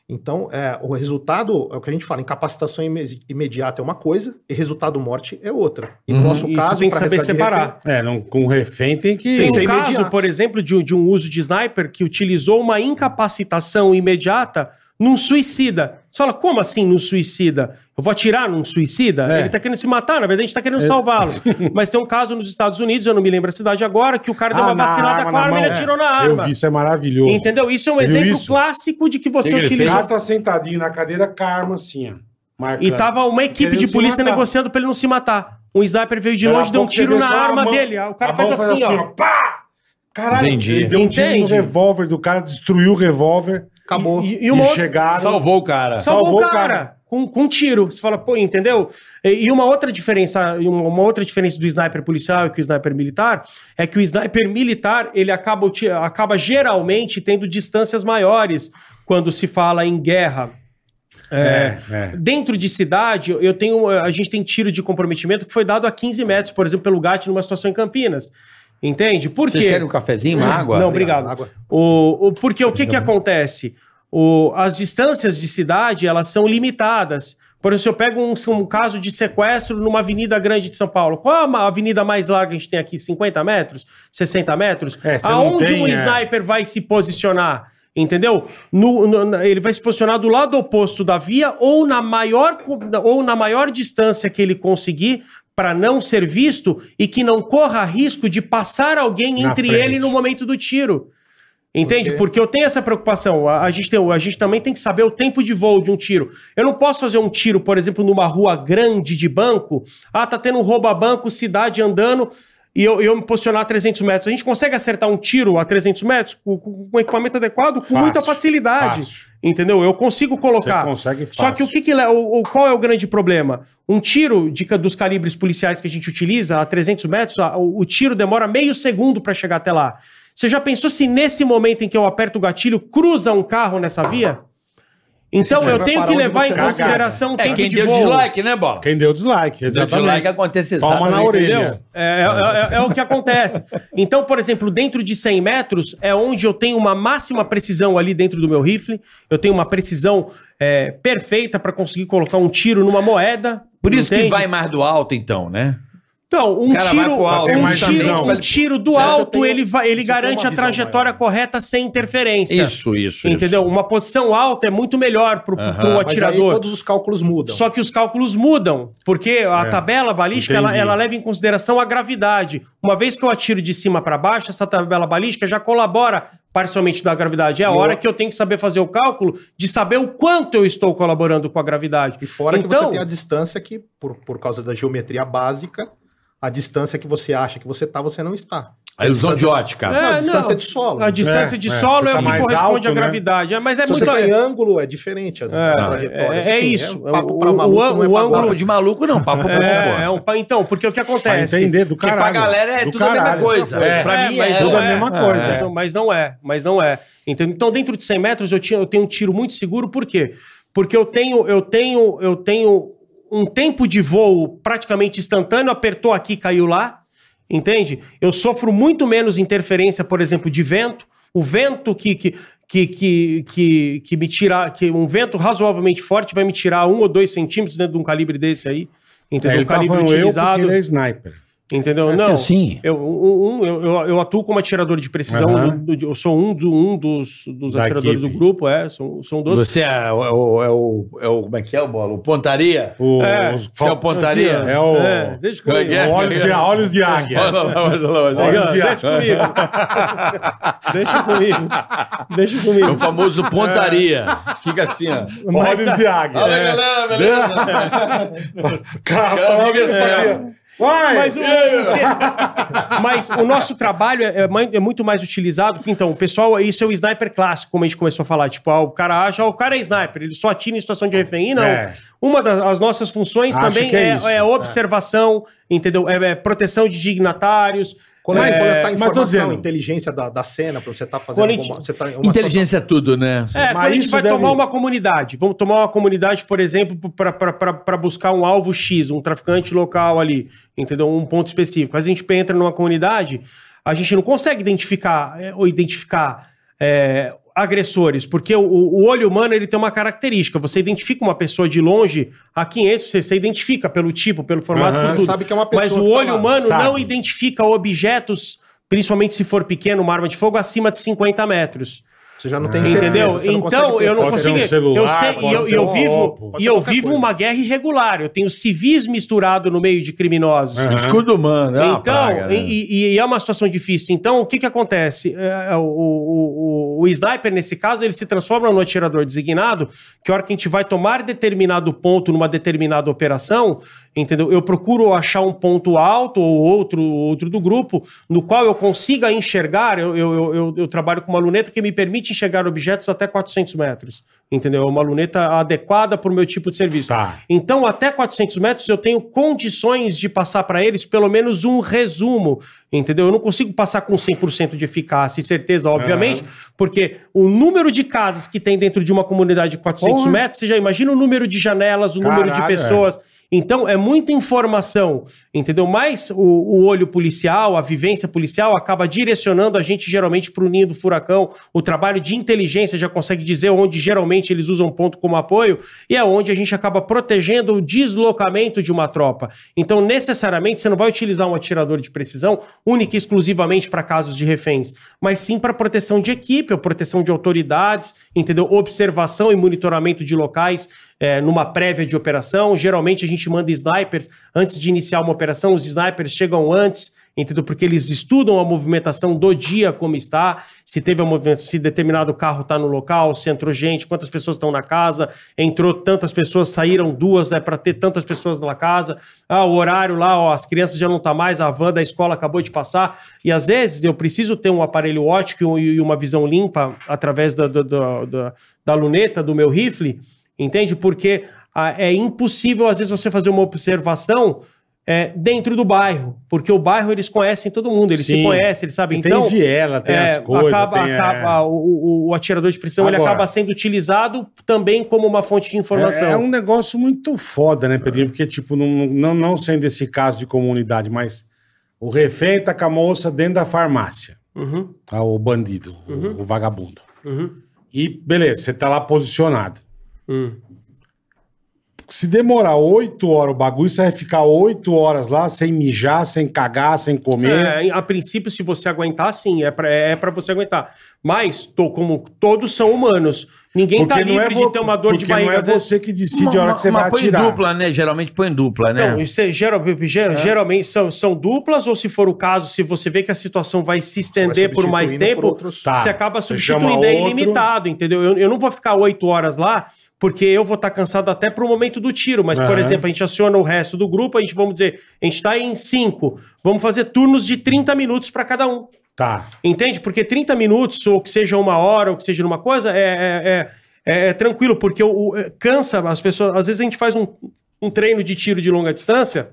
A: Então, é, o resultado, é o que a gente fala, incapacitação ime- imediata é uma coisa e resultado morte é outra. E no
C: Uhum.
A: nosso
E: E
A: caso,
E: você tem que
A: pra
E: saber
A: resgate de
E: separar.
D: É, não, com refém tem que. Ah,
E: Tem
A: Isso
E: um
A: é
E: caso,
A: imediato.
E: por exemplo, de, um- de um uso de sniper que utilizou uma incapacitação imediata num suicida. Você fala, como assim num suicida? Eu vou atirar num suicida?
D: É.
E: Ele tá querendo se matar, na verdade a gente tá querendo
D: [LAUGHS]
E: salvá-lo. Mas tem um caso nos Estados Unidos, eu não me lembro a cidade agora, que o cara deu
D: Ah,
E: uma
D: na
E: vacilada
D: arma,
E: com a
D: na
E: arma e
D: mão.
E: ele atirou na
D: Eu
E: arma.
D: vi, isso é maravilhoso.
E: Entendeu? Isso é um
D: Você viu
E: exemplo
D: isso?
E: clássico de que você
F: Que que ele
D: O
E: utilizou.
D: cara tá sentadinho na cadeira, carma assim, ó.
E: E
D: marcando.
E: tava uma equipe
D: Querendo
E: de
D: se
E: polícia
D: matar.
E: negociando pra ele não se matar. Um sniper veio de
D: Daqui a
E: longe, deu um
D: pouco você
E: tiro
D: vê
E: na
D: só a
E: arma
D: mão-
E: dele. O cara
D: a
E: faz
D: mão
E: assim, ó.
D: Pá! Caralho,
C: Entendi.
D: ele deu um tiro no
E: Entende?
D: revólver do cara, destruiu o revólver
A: Acabou.
E: E, e
D: e
E: uma outra-
D: chegaram.
C: Salvou o cara.
E: Salvou,
D: Salvou
E: o cara,
D: o
E: Com, com um tiro. Você fala, pô, entendeu? E, e uma outra diferença, e uma, uma outra diferença do sniper policial e que o sniper militar é que o sniper militar ele acaba, uti- acaba geralmente tendo distâncias maiores quando se fala em guerra.
D: É, é.
E: Dentro de cidade, eu tenho, a gente tem tiro de comprometimento que foi dado a 15 metros, por exemplo, pelo GAT numa situação em Campinas. Entende? Por
C: Vocês
E: quê?
C: querem um cafezinho, uma água?
E: Não, obrigado.
A: Água.
E: O, o- porque o que, que acontece? O- as distâncias de cidade, elas são limitadas. Por exemplo, se eu pego um, um caso de sequestro numa avenida grande de São Paulo, qual é a ma- avenida mais larga que a gente tem aqui? 50 metros? 60 metros?
D: É, você não
E: Aonde
D: tem,
E: um
D: é.
E: sniper vai se posicionar? Entendeu? No- no- na- ele vai se posicionar do lado oposto da via ou na maior, co- ou na maior distância que ele conseguir para não ser visto e que não corra risco de passar alguém
D: Na
E: entre
D: frente.
E: ele no momento do tiro. Entende?
A: Porque-
E: Porque eu tenho essa preocupação. A, a gente tem, a gente também tem que saber o tempo de voo de um tiro. Eu não posso fazer um tiro, por exemplo, numa rua grande de banco. Ah, tá tendo um roubo a banco, cidade andando, e eu, eu me posicionar a 300 metros. A gente consegue acertar um tiro a 300 metros com, com- com equipamento adequado com
D: Fácil,
E: muita facilidade.
D: fácil.
E: Entendeu? Eu consigo colocar.
D: Você
A: é
D: consegue
E: Só que
D: fácil.
E: o que, que le- o, o- qual é o grande problema? Um tiro de, ca- dos calibres policiais que a gente utiliza a 300 metros, a- o, o tiro demora meio segundo para chegar até lá. Você já pensou se nesse momento em que eu aperto o gatilho cruza um carro nessa via? Então
A: tiro
E: eu
A: vai
E: tenho
A: parar
E: que
A: onde
E: levar
A: você
E: em
A: vai.
E: consideração o
C: É
E: tempo
C: quem
E: de
C: deu
E: voo.
C: dislike, né, Bola?
D: Quem deu dislike,
C: deu
D: exatamente.
C: dislike acontece
D: Toma
C: exatamente
D: na orelha.
C: isso.
E: É, é- é- é o que acontece. Então, por exemplo, dentro de 100 metros é onde eu tenho uma máxima precisão ali dentro do meu rifle. Eu tenho uma precisão é, perfeita para conseguir colocar um tiro numa moeda.
C: Por isso que
E: entende?
C: vai mais do alto, então, né?
E: Então, um
C: O cara vai
E: tiro,
C: pro alto,
D: tem
E: um
D: mais
E: tiro,
D: visão.
E: um tiro do
A: Mas eu
E: alto,
A: tenho-
E: ele, vai, ele
A: você tem
E: garante
A: uma
E: a
A: visão
E: trajetória
A: maior.
E: correta sem interferência.
C: Isso, isso,
E: é. Entendeu? Uma posição alta é muito melhor pro,
C: Aham.
E: pro
A: Mas aí
E: atirador.
A: todos os cálculos mudam.
E: Só que os cálculos mudam, porque a
D: É,
E: tabela balística ela,
D: entendi.
E: ela leva em consideração a gravidade. Uma vez que eu atiro de cima para baixo, essa tabela balística já colabora parcialmente da gravidade. É a hora que eu tenho que saber fazer o cálculo de saber o quanto eu estou colaborando com a gravidade.
A: E fora que
E: Então-
A: você tem a distância que, por, por causa da geometria básica, a distância que você acha que você tá, você não está.
C: A ilusão de ótica.
E: É,
A: não,
E: não.
A: a distância é de solo.
E: A distância
D: É,
E: de
D: é.
E: solo
D: Você
E: é,
D: tá
E: o que
D: mais alto,
E: corresponde à
D: né?
E: gravidade. É, mas é
A: Se
E: muito.
A: você tem ângulo, é diferente as, as trajetórias.
E: é- é
A: Enfim,
E: isso.
A: um papo pra
E: O- o-
A: maluco,
E: o-
A: não é
E: o
A: pra
E: ângulo-
A: gordo.
C: Papo de maluco não, papo pra
E: É, é
C: concordar.
E: um pa- Então, porque o que
D: Pra
E: acontece?
D: entender do
C: Porque
D: caralho.
C: pra galera é
D: do
C: tudo a mesma coisa.
D: É.
C: Pra mim
E: mas
C: é,
E: não
D: tudo a
E: é.
D: mesma coisa.
E: Mas não, mas não é, mas não é. Entendeu? Então, dentro de 100 metros, eu, tinha, eu tenho um tiro muito seguro, por quê? Porque eu tenho, eu tenho, eu tenho um tempo de voo praticamente instantâneo, apertou aqui, caiu lá, entende? Eu sofro muito menos interferência, por exemplo, de vento. O vento que. que que, que, que, que me tirar, que um vento razoavelmente forte vai me tirar um ou dois centímetros dentro de um calibre desse aí, entendeu?
D: Ele
E: um
D: tá
E: calibre
D: falando eu porque
E: utilizado.
D: ele é sniper.
E: Entendeu?
C: É
E: Não.
C: sim.
E: Eu, um, um, eu, eu- eu atuo como atirador de precisão.
D: Aham.
E: do- do- eu sou um, do- um dos, dos
D: Da
E: atiradores
D: equipe.
E: do grupo, é. São, são dois.
C: Você é o, é o, é o, é o- Como é que é o Bola? O pontaria?
D: O,
E: É,
D: os-
C: Você é o pontaria?
D: É o...
E: É, deixa comigo.
C: É.
D: o olhos, de, olhos de águia.
C: Olha lá, olha lá, olha lá.
E: É. Olha,
D: olhos de
E: deixa
D: águia. [LAUGHS]
E: comigo. deixa comigo. Deixa
C: É o
E: comigo.
C: famoso pontaria.
E: É.
F: Fica assim, ó.
E: Mas,
D: Olhos de águia.
F: Fala,
D: É.
F: galera, beleza?
D: Cara,
F: Cara,
D: tá
F: amiga
D: vendo?
F: só.
D: Vai!
E: mas o, mas o nosso trabalho é, é mai- é muito mais utilizado. Então, o pessoal, isso é o sniper clássico, como a gente começou a falar. Tipo, ah, o cara acha, ah, o cara é sniper, ele só atira em situação de refém. E não.
D: É.
E: Uma das as nossas funções
D: Acho
E: também
D: que é
E: é,
D: isso.
E: é observação, entendeu? É, é proteção de dignatários,
A: Cole-
E: Mas-
A: coletar
D: mas tô
A: informação,
D: dizendo-
A: tá inteligência da, da cena, pra você tá fazendo
E: Corinthians-
A: como- você tá em uma
C: Inteligência é tudo, né?
E: É,
D: Mas
E: quando a gente
D: isso
E: vai
D: deve-
E: tomar uma comunidade. Vamos tomar uma comunidade, por exemplo, para buscar um alvo X, um traficante local ali, entendeu? Um ponto específico. Mas a gente entra numa comunidade, a gente não consegue identificar é, ou identificar é, agressores, porque o, o olho humano ele tem uma característica. Você identifica uma pessoa de longe a 500, você, você identifica pelo tipo, pelo formato,
A: situação-
E: por
A: Você
E: tudo.
A: sabe que é uma pessoa
E: Mas
A: que
E: o
A: tá
E: olho
A: lá,
E: humano
A: sabe?
E: não identifica objetos, principalmente se for pequeno, uma arma de fogo, acima de 50 metros.
A: Você já não tem
E: Entendeu?
A: certeza, você não
E: Então,
A: consegue ter
E: eu não
D: pode
A: certeza.
D: ser um
E: consigo.
D: celular,
E: eu sei, e
D: pode
E: eu,
D: ser
E: e eu
D: um
E: vivo,
D: copo,
A: pode
E: e
A: ser
E: eu
A: qualquer
E: vivo
A: coisa.
E: uma guerra irregular. Eu tenho civis misturado no meio de criminosos.
D: É.
C: Escudo humano, é uma
E: Então,
C: praga, né?
E: e, e- e é uma situação difícil. Então, o que que acontece? É, é, o, o- o- o sniper, nesse caso, ele se transforma no atirador designado, que a hora que a gente vai tomar determinado ponto numa determinada operação, entendeu? Eu procuro achar um ponto alto ou outro, outro do grupo, no qual eu consiga enxergar, eu, eu- eu- eu- eu trabalho com uma luneta que me permite enxergar objetos até 400 metros, entendeu? É uma luneta adequada para o meu tipo de serviço.
D: Tá.
E: Então, até 400 metros, eu tenho condições de passar para eles pelo menos um resumo, entendeu? Eu não consigo passar com 100% de eficácia e certeza, obviamente, porque o número de casas que tem dentro de uma comunidade de 400
D: Porra.
E: metros, você já imagina o número de janelas, o número de
D: Caralho,
E: pessoas. Então, é muita informação, entendeu? Mas o, o olho policial, a vivência policial, acaba direcionando a gente geralmente para o ninho do furacão. O trabalho de inteligência já consegue dizer onde geralmente eles usam ponto como apoio e é onde a gente acaba protegendo o deslocamento de uma tropa. Então, necessariamente, você não vai utilizar um atirador de precisão única e exclusivamente para casos de reféns, mas sim para proteção de equipe, ou proteção de autoridades, entendeu? Observação e monitoramento de locais eh, numa prévia de operação. Geralmente a gente manda snipers antes de iniciar uma operação, os snipers chegam antes. Entendeu? Porque eles estudam a movimentação do dia, como está, se teve a movimentação, se determinado carro está no local, se entrou gente, quantas pessoas estão na casa, entrou tantas pessoas, saíram duas, é para ter tantas pessoas na casa, ah, o horário lá, ó, as crianças já não tá mais, a van da escola acabou de passar. E às vezes eu preciso ter um aparelho óptico e e uma visão limpa através da, da, da- da- da luneta do meu rifle, entende? Porque ah, é impossível, às vezes, você fazer uma observação. é, dentro do bairro, porque o bairro eles conhecem todo mundo, eles se
D: Sim.
E: conhecem, eles sabem.
D: Tem viela, tem
E: É,
D: as coisas.
E: acaba,
D: tem, é,
E: acaba- o- o, o atirador de precisão ele
D: Agora-
E: acaba sendo utilizado também como uma fonte de informação.
D: É, é um negócio muito foda, né, Pedrinho? Porque, tipo, não, não, não sendo esse caso de comunidade, mas o refém tá com a moça dentro da farmácia,
E: Uhum,
D: tá? O bandido, o-
E: Uhum.
D: o, vagabundo.
E: uhum,
D: E, beleza, você tá lá posicionado.
E: uhum.
D: Se demorar oito horas o bagulho, você vai ficar oito horas lá sem mijar, sem cagar, sem comer.
E: É, a princípio, se você aguentar, sim, é pra é pra você aguentar. Mas, tô, como todos são humanos, ninguém tá livre
D: é vo-
E: de ter uma dor de
D: porque
E: barriga.
D: não é
E: às vezes-
D: você que decide a hora que você
C: Mas
D: vai
C: põe em
D: atirar.
C: dupla, né? Geralmente põe em dupla, né?
E: Não, isso é geral- ger- geralmente são, são duplas, ou se for o caso, se você vê que a situação vai se
A: Você vai
E: estender por mais
A: substituindo por
E: tempo,
A: outros-
D: Tá.
E: você acaba
D: Você chama
E: substituindo, é
D: outro.
E: ilimitado, entendeu? Eu, eu não vou ficar oito horas lá, porque eu vou estar cansado até pro momento do tiro, mas, por
D: Aham.
E: exemplo, a gente aciona o resto do grupo, a gente, vamos dizer, a gente tá em cinco, vamos fazer turnos de 30 minutos para cada um.
D: Tá.
E: Entende? Porque 30 minutos, ou que seja uma hora, ou que seja numa coisa, é, é- é- é tranquilo, porque o, o- é, cansa as pessoas. Às vezes a gente faz um, um treino de tiro de longa distância.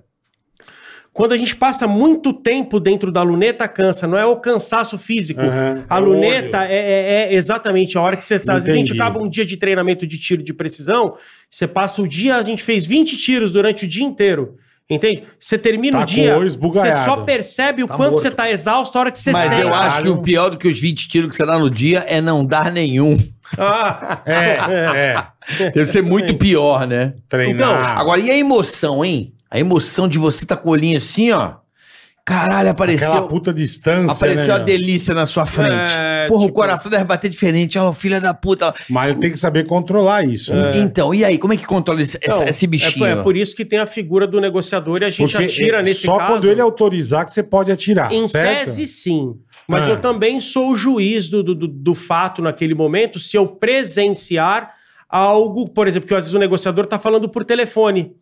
E: Quando a gente passa muito tempo dentro da luneta, cansa, não é o cansaço físico.
D: Aham,
E: A
D: é o
E: luneta
D: olho.
E: é, é- é exatamente a hora que você. Às vezes a gente
D: Entendi.
E: acaba um dia de treinamento de tiro de precisão, você passa o dia, a gente fez 20 tiros durante o dia inteiro. Entende? Você termina
D: Tá com
E: o dia.
D: o olho
E: Você
D: esbugalhado.
E: só percebe o
A: Tá
E: quanto
A: morto.
E: você tá exausto a hora que você
C: Mas
E: sente.
C: eu acho que
D: Caralho.
C: o pior do que os 20 tiros que você dá no dia é não dar nenhum.
E: Ah,
D: É, é.
C: Deve ser muito pior, né?
D: Treinar.
E: Então,
C: Agora, e a emoção, hein? A emoção de você tá com o olhinho assim, ó. Caralho,
D: Aquela
C: apareceu.
D: puta distância,
C: Apareceu
D: né,
C: a
D: meu?
C: delícia na sua frente.
E: É,
C: Porra, o
E: tipo-
C: coração deve bater diferente. Ó, filha da puta.
D: Mas tem que saber controlar isso. né?
C: Então, e aí? Como é que controla esse, essa-
E: então,
C: esse bichinho?
E: É, por- é por isso que tem a figura do negociador e a gente
D: Porque
E: atira
D: é
E: nesse
D: só
E: caso.
D: quando ele autorizar que você pode atirar,
E: Em
D: Ah, certo?
E: tese, sim. Mas
D: Ah.
E: eu também sou o juiz do, do, do- do fato naquele momento se eu presenciar algo, por exemplo, que às vezes o negociador está falando por tá telefone.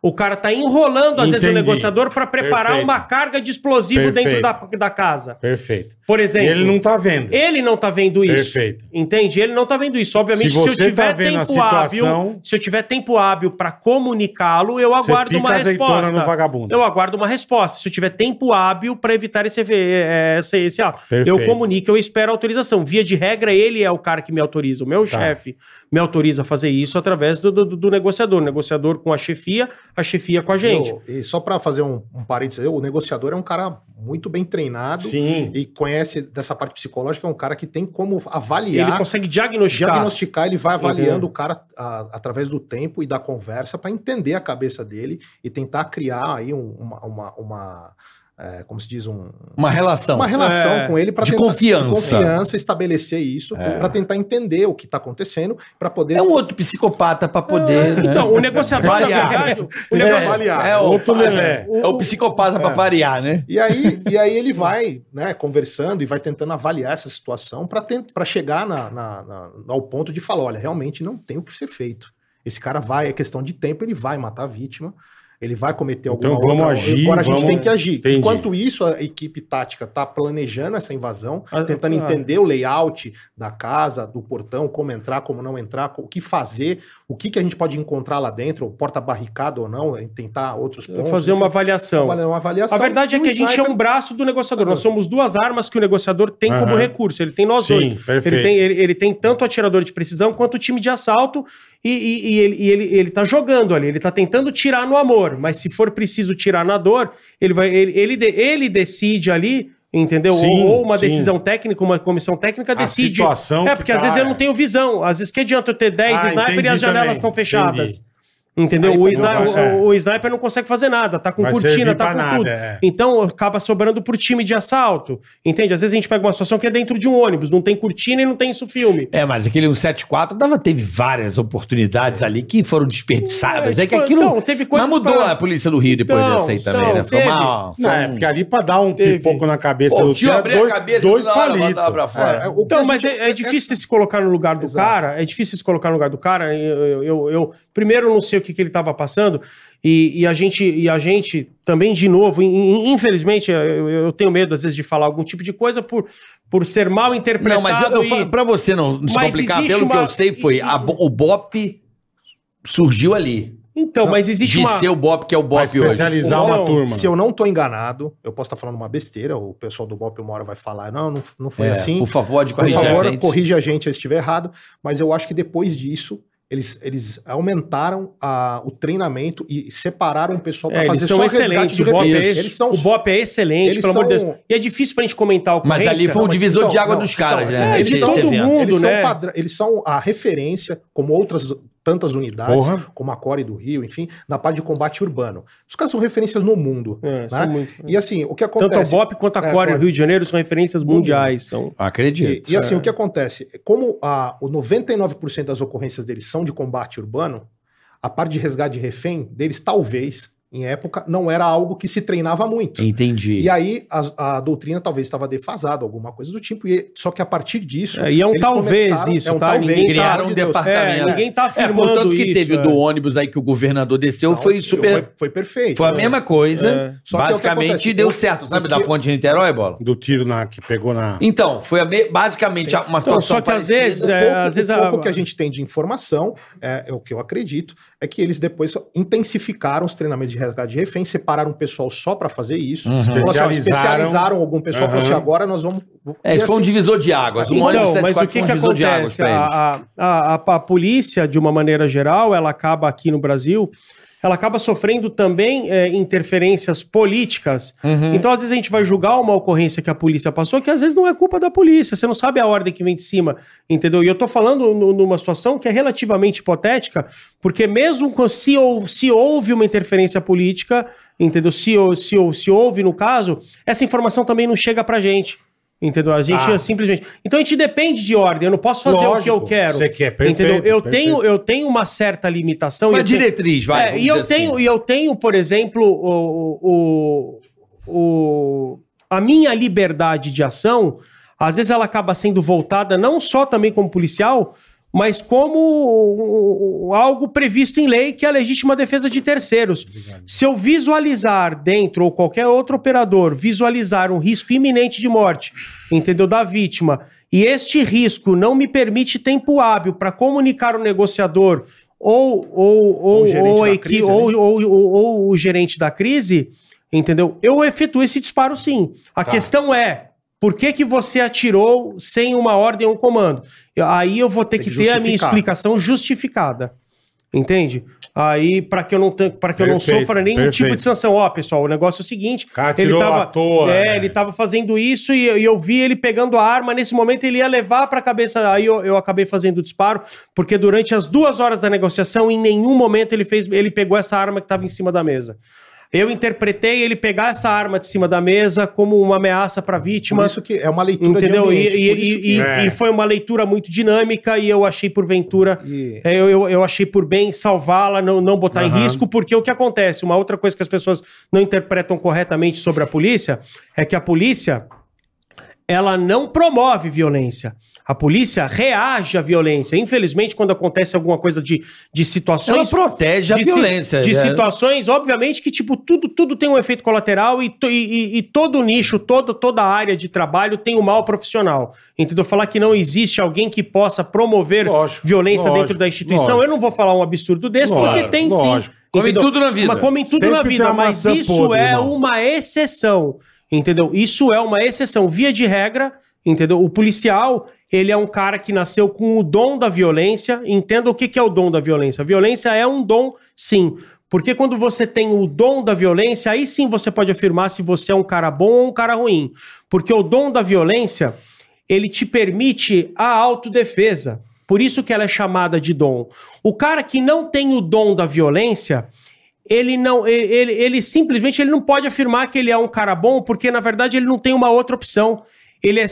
E: O cara tá enrolando, às vezes, o
D: Entendi.
E: negociador para preparar
D: Perfeito.
E: uma carga de explosivo dentro
D: Perfeito.
E: da, da casa.
D: Perfeito.
E: Por
D: E
E: exemplo,
D: ele não tá vendo.
E: ele não tá vendo isso.
D: Perfeito.
E: Entende? Ele não tá vendo isso.
D: Se
E: Obviamente, se, eu
D: você tá
E: tiver
D: vendo
E: tempo
D: a situação-
E: hábil, se eu tiver tempo hábil para comunicá-lo, eu
D: Você
E: aguardo
D: pica
E: uma
D: azeitona
E: resposta.
D: no vagabundo.
E: Eu aguardo uma resposta. Se eu tiver tempo hábil para evitar esse, eh, esse, esse ato,
D: Perfeito.
E: eu comunico, eu espero a autorização. Via de regra, ele é o cara que me autoriza. O meu
D: Tá.
E: chefe me autoriza a fazer isso através do, do, do negociador. O negociador com a chefia, a chefia com a gente.
A: Eu- e só para fazer um, um parênteses, o negociador é um cara muito bem treinado
D: Sim.
A: e conhece dessa parte psicológica, é um cara que tem como avaliar,
E: Ele consegue Uhum. diagnosticar.
A: diagnosticar, ele vai avaliando o cara a- através do tempo e da conversa para entender a cabeça dele e tentar criar aí um- uma, uma, uma, é, como se diz, um,
C: Uma relação.
A: uma relação
E: é,
A: com ele para
C: de confiança.
A: confiança, estabelecer isso para tentar entender o que está acontecendo, para poder
C: É um outro psicopata pra poder. né?
E: Então, o negociador, na
C: Variar.
E: verdade, o
A: poder
E: negociador,
A: avaliar. um
C: é o,
D: Outro lelé.
C: É o psicopata pra parear, né?
A: E aí, e aí ele vai, né, conversando e vai tentando avaliar essa situação para chegar na, na- na- ao ponto de falar, olha, realmente não tem o que ser feito. Esse cara vai, é questão de tempo, ele vai matar a vítima, ele vai cometer alguma
D: Então vamos
A: outra-
D: agir,
A: Agora a
D: vamos-
A: gente tem que agir.
D: Entendi.
A: Enquanto isso, a equipe tática está planejando essa invasão,
E: Ah,
A: tentando
E: claro.
A: entender o layout da casa, do portão, como entrar, como não entrar, o que fazer, o que, que a gente pode encontrar lá dentro, porta barricada ou não, tentar outros pontos.
E: fazer uma
A: enfim,
E: avaliação.
A: fazer uma É. avaliação.
E: Então, A verdade é
A: E o
E: que a gente é
A: sniper- Tá
E: um braço do negociador. Nós somos duas armas que o negociador tem como
D: Aham.
E: recurso. Ele tem nós dois.
D: Sim, perfeito.
E: Ele tem, ele, ele tem tanto o atirador de precisão quanto o time de assalto e, e- e ele, e ele, ele tá jogando ali, ele tá tentando tirar no amor, mas se for preciso tirar na dor, ele vai ele, ele, de- ele decide ali, entendeu? Ou-
D: Sim,
E: ou, uma
D: sim.
E: decisão técnica, uma comissão técnica
D: A
E: decide.
D: situação
E: é,
D: que
E: porque às
D: tá,
E: vezes eu
D: é.
E: não tenho visão. Às vezes que adianta eu ter 10
D: Ah,
E: sniper e
D: entendi
E: as janelas
D: também.
E: estão fechadas.
D: Entendi.
E: Entendeu?
A: Aí
E: o,
A: não
E: sniper,
D: vai ser.
E: o- o sniper não consegue fazer nada, tá com
D: Vai
E: cortina,
D: servir
E: tá
D: pra
E: com
D: nada,
E: tudo.
D: é.
E: Então acaba sobrando pro time de assalto. Entende? Às vezes a gente pega uma situação que é dentro de um ônibus, não tem cortina e não tem isso filme.
C: É, mas aquele 174 dava, teve várias oportunidades ali que foram desperdiçadas.
E: É,
C: É, que
E: tipo,
C: aquilo.
E: então, teve coisas
C: mas mudou
E: pra-
C: a polícia do Rio depois
E: Então,
C: dessa aí também,
E: então,
C: né? Foi
E: teve.
C: uma. foi
D: Não, é
C: um-
D: porque ali pra dar um
E: Teve.
D: pipoco na cabeça
C: Pô,
D: do
C: o tio
D: cara,
C: abriu a
D: dois,
C: cabeça
D: dois
C: toda hora,
D: palitos.
C: botava pra fora.
A: É, o que
E: Então,
A: a
E: mas
A: gente-
E: é, é difícil se colocar no lugar do
A: Exato.
E: cara. É difícil se colocar no lugar do cara. Eu, eu, eu- eu- primeiro não sei o que, que ele estava passando. E, e a gente, e a gente também, de novo, in- in- infelizmente, eu, eu tenho medo, às vezes, de falar algum tipo de coisa por, por ser mal interpretado.
C: Não, mas eu, eu
E: e-
C: falo- pra você não, não se
E: Mas
C: complicar,
E: existe
C: pelo que
E: uma-
C: eu sei, foi a bo- o BOP surgiu ali.
E: Então, mas existe
C: De
E: uma.
C: ser o BOP, que é o
D: Pra
C: BOP hoje.
D: especializar
E: Não,
D: uma turma.
A: Se eu não tô enganado, eu posso estar falando uma besteira, o pessoal do BOP uma hora vai falar, não, não, não foi
C: É,
A: assim.
C: Por favor, de
A: Por
C: corrigir
A: favor,
C: a gente.
A: corrija a gente se eu estiver errado, mas eu acho que depois disso, eles, eles aumentaram a- o treinamento e separaram o pessoal para
E: É, eles
A: fazer
E: são
A: só resgate
E: excelentes.
A: de
E: O Bop, é,
A: refém.
C: refém.
E: ex-
A: Eles são
E: o Bop é excelente,
A: eles
E: pelo amor de
A: são-
E: Deus. E é difícil pra gente comentar o
C: Mas ali foi um divisor de água dos caras,
A: então,
C: né?
A: é, eles
C: Esse-
A: são
C: esse
E: do
C: evento.
E: mundo.
A: eles,
E: né?
A: são padr- eles são a referência, como outras tantas unidades,
D: Porra.
A: como a Core do Rio, enfim, na parte de combate urbano. Os caras são referências no mundo.
E: É, são
A: né?
E: muito-
A: E assim, o que
E: Tanto a
A: acontece? Uhum.
E: BOP quanto a
A: É,
E: Core no
A: Core.
E: Rio de Janeiro são referências mundiais. São...
A: E,
C: Acredito.
A: e assim, o que acontece? Como a, o 99% das ocorrências deles são de combate urbano, a parte de resgate de refém deles, talvez, em época, não era algo que se treinava muito.
C: Entendi.
A: E aí a, a doutrina talvez estava defasada, alguma coisa do tipo. E, só que a partir disso.
E: É, e é um
A: eles
E: talvez
A: começaram-
E: isso,
A: é um
E: tá?
A: talvez,
E: Ninguém
A: pelo amor
C: criaram
A: de
C: um
A: Deus.
C: departamento.
E: É, ninguém tá
C: É,
E: afirmando
C: portanto, que
E: isso,
C: teve
E: é.
C: o do ônibus aí que o governador desceu,
A: Não,
C: foi super.
A: Foi, foi perfeito. né?
C: Foi a mesma
E: É.
C: coisa.
A: Só que é o que
C: Basicamente
A: acontece.
C: deu
A: Eu-
C: certo, sabe?
A: o
C: Da
A: que-
C: ponte de Niterói, bola?
D: Do tiro na, que pegou na...
C: Então, foi a me- basicamente uma
E: Então,
C: situação.
E: só que às
C: parecida.
E: vezes,
A: O
E: é,
A: pouco,
E: às vezes
A: o
E: a-
A: pouco que a gente tem de informação, é, é o que eu acredito, é que eles depois intensificaram os treinamentos de resgate de refém, separaram um pessoal só para fazer isso,
C: Uhum.
A: Falaram assim, ó,
D: Especializaram.
A: especializaram algum pessoal,
D: Uhum.
A: falou assim, agora nós vamos...
C: É,
A: E
C: isso foi um
A: assim,
C: divisor de águas. O ônibus
E: Então, mas o
C: 74
E: que,
C: foi um
E: que
C: divisor de águas
E: acontece?
C: pra eles.
E: A, a, a, a polícia, de uma maneira geral, ela acaba aqui no Brasil, ela acaba sofrendo também é, interferências políticas.
C: Uhum.
E: Então, às vezes, a gente vai julgar uma ocorrência que a polícia passou, que às vezes não é culpa da polícia, você não sabe a ordem que vem de cima, entendeu? E eu tô falando nu- numa situação que é relativamente hipotética, porque mesmo com- se, hou- se houve uma interferência política, entendeu? Se, hou- se, hou- se houve, no caso, essa informação também não chega pra gente. Entendeu? A gente
D: Ah.
E: é simplesmente. Então a gente depende de ordem. Eu não posso é fazer o que eu
D: Lógico,
E: quero.
D: você quer, perfeito,
E: entendeu? Eu
D: perfeito. É
E: tenho, eu tenho uma certa limitação. e
C: Uma
E: eu tenho-
C: diretriz, vai.
E: é,
C: vamos
E: e eu
C: dizer
E: tenho,
C: assim.
E: e eu tenho, por exemplo, o, o, o- a minha liberdade de ação, às vezes ela acaba sendo voltada não só também como policial, mas como o- o- algo previsto em lei, que é a legítima defesa de terceiros. Se eu visualizar dentro ou qualquer outro operador visualizar um risco iminente de morte, entendeu, da vítima, e este risco não me permite tempo hábil para comunicar o negociador ou ou
A: o
E: ou,
A: gerente
E: ou,
A: da
E: a equi-
A: crise, né?
E: ou, ou, ou- ou o gerente da crise, entendeu? Eu efetuo esse disparo sim. A
A: Tá.
E: questão é por que, que você atirou sem uma ordem ou um comando? Eu- Aí eu vou ter
A: Tem
E: que,
A: que
E: ter a minha
A: justificar.
E: explicação justificada. Entende? Aí, para que eu não tenha- pra que eu não
D: Perfeito,
E: sofra nenhum tipo
D: perfeito.
E: de sanção. Ó, pessoal, o negócio é o seguinte:
D: cara
E: ele
D: tirou
E: tava-
D: à toa.
E: é,
D: né?
E: ele tava fazendo isso e, e eu vi ele pegando a arma. Nesse momento ele ia levar pra cabeça. Aí eu, eu acabei fazendo o disparo, porque durante as duas horas da negociação, em nenhum momento ele fez, ele pegou essa arma que tava em cima da mesa. Eu interpretei ele pegar essa arma de cima da mesa como uma ameaça pra vítima.
A: Por isso que é uma leitura
E: Entendeu?
A: de ambiente.
E: E- e,
A: por isso
E: e-
A: que-
E: e-
D: É.
E: e foi uma leitura muito dinâmica e eu achei porventura
A: e-
E: é, Eu, eu, eu achei por bem salvá-la, não, não botar em risco, porque o que acontece? Uma outra coisa que as pessoas não interpretam corretamente sobre a polícia é que a polícia ela não promove violência. A polícia reage à violência. Infelizmente, quando acontece alguma coisa de, de
C: Ela
E: situações
C: protege a
E: de si-
C: violência.
E: De
C: né?
E: situações, obviamente, que, tipo, tudo, tudo tem um efeito colateral e, to- e- e- e todo nicho, todo, toda área de trabalho tem um mal profissional. Entendeu? Falar que não existe alguém que possa promover
D: Lógico,
E: violência
D: lógico,
E: dentro da instituição,
D: lógico.
E: eu não vou falar um absurdo desse,
D: Lógico,
E: porque tem
D: lógico.
E: sim.
C: Come
E: entendeu?
C: tudo na vida.
E: Mas come tudo
D: Sempre
E: na
D: tem
E: vida,
D: uma
E: mas
D: maçã
E: isso
D: podre,
E: é
D: irmão.
E: uma exceção. Entendeu? Isso é uma exceção. Via de regra, entendeu? O policial, ele é um cara que nasceu com o dom da violência. Entenda o que, que é o dom da violência. A violência é um dom, sim. Porque quando você tem o dom da violência, aí sim você pode afirmar se você é um cara bom ou um cara ruim. Porque o dom da violência, ele te permite a autodefesa. Por isso que ela é chamada de dom. O cara que não tem o dom da violência, ele não ele, ele- ele simplesmente ele não pode afirmar que ele é um cara bom, porque na verdade ele não tem uma outra opção. Ele é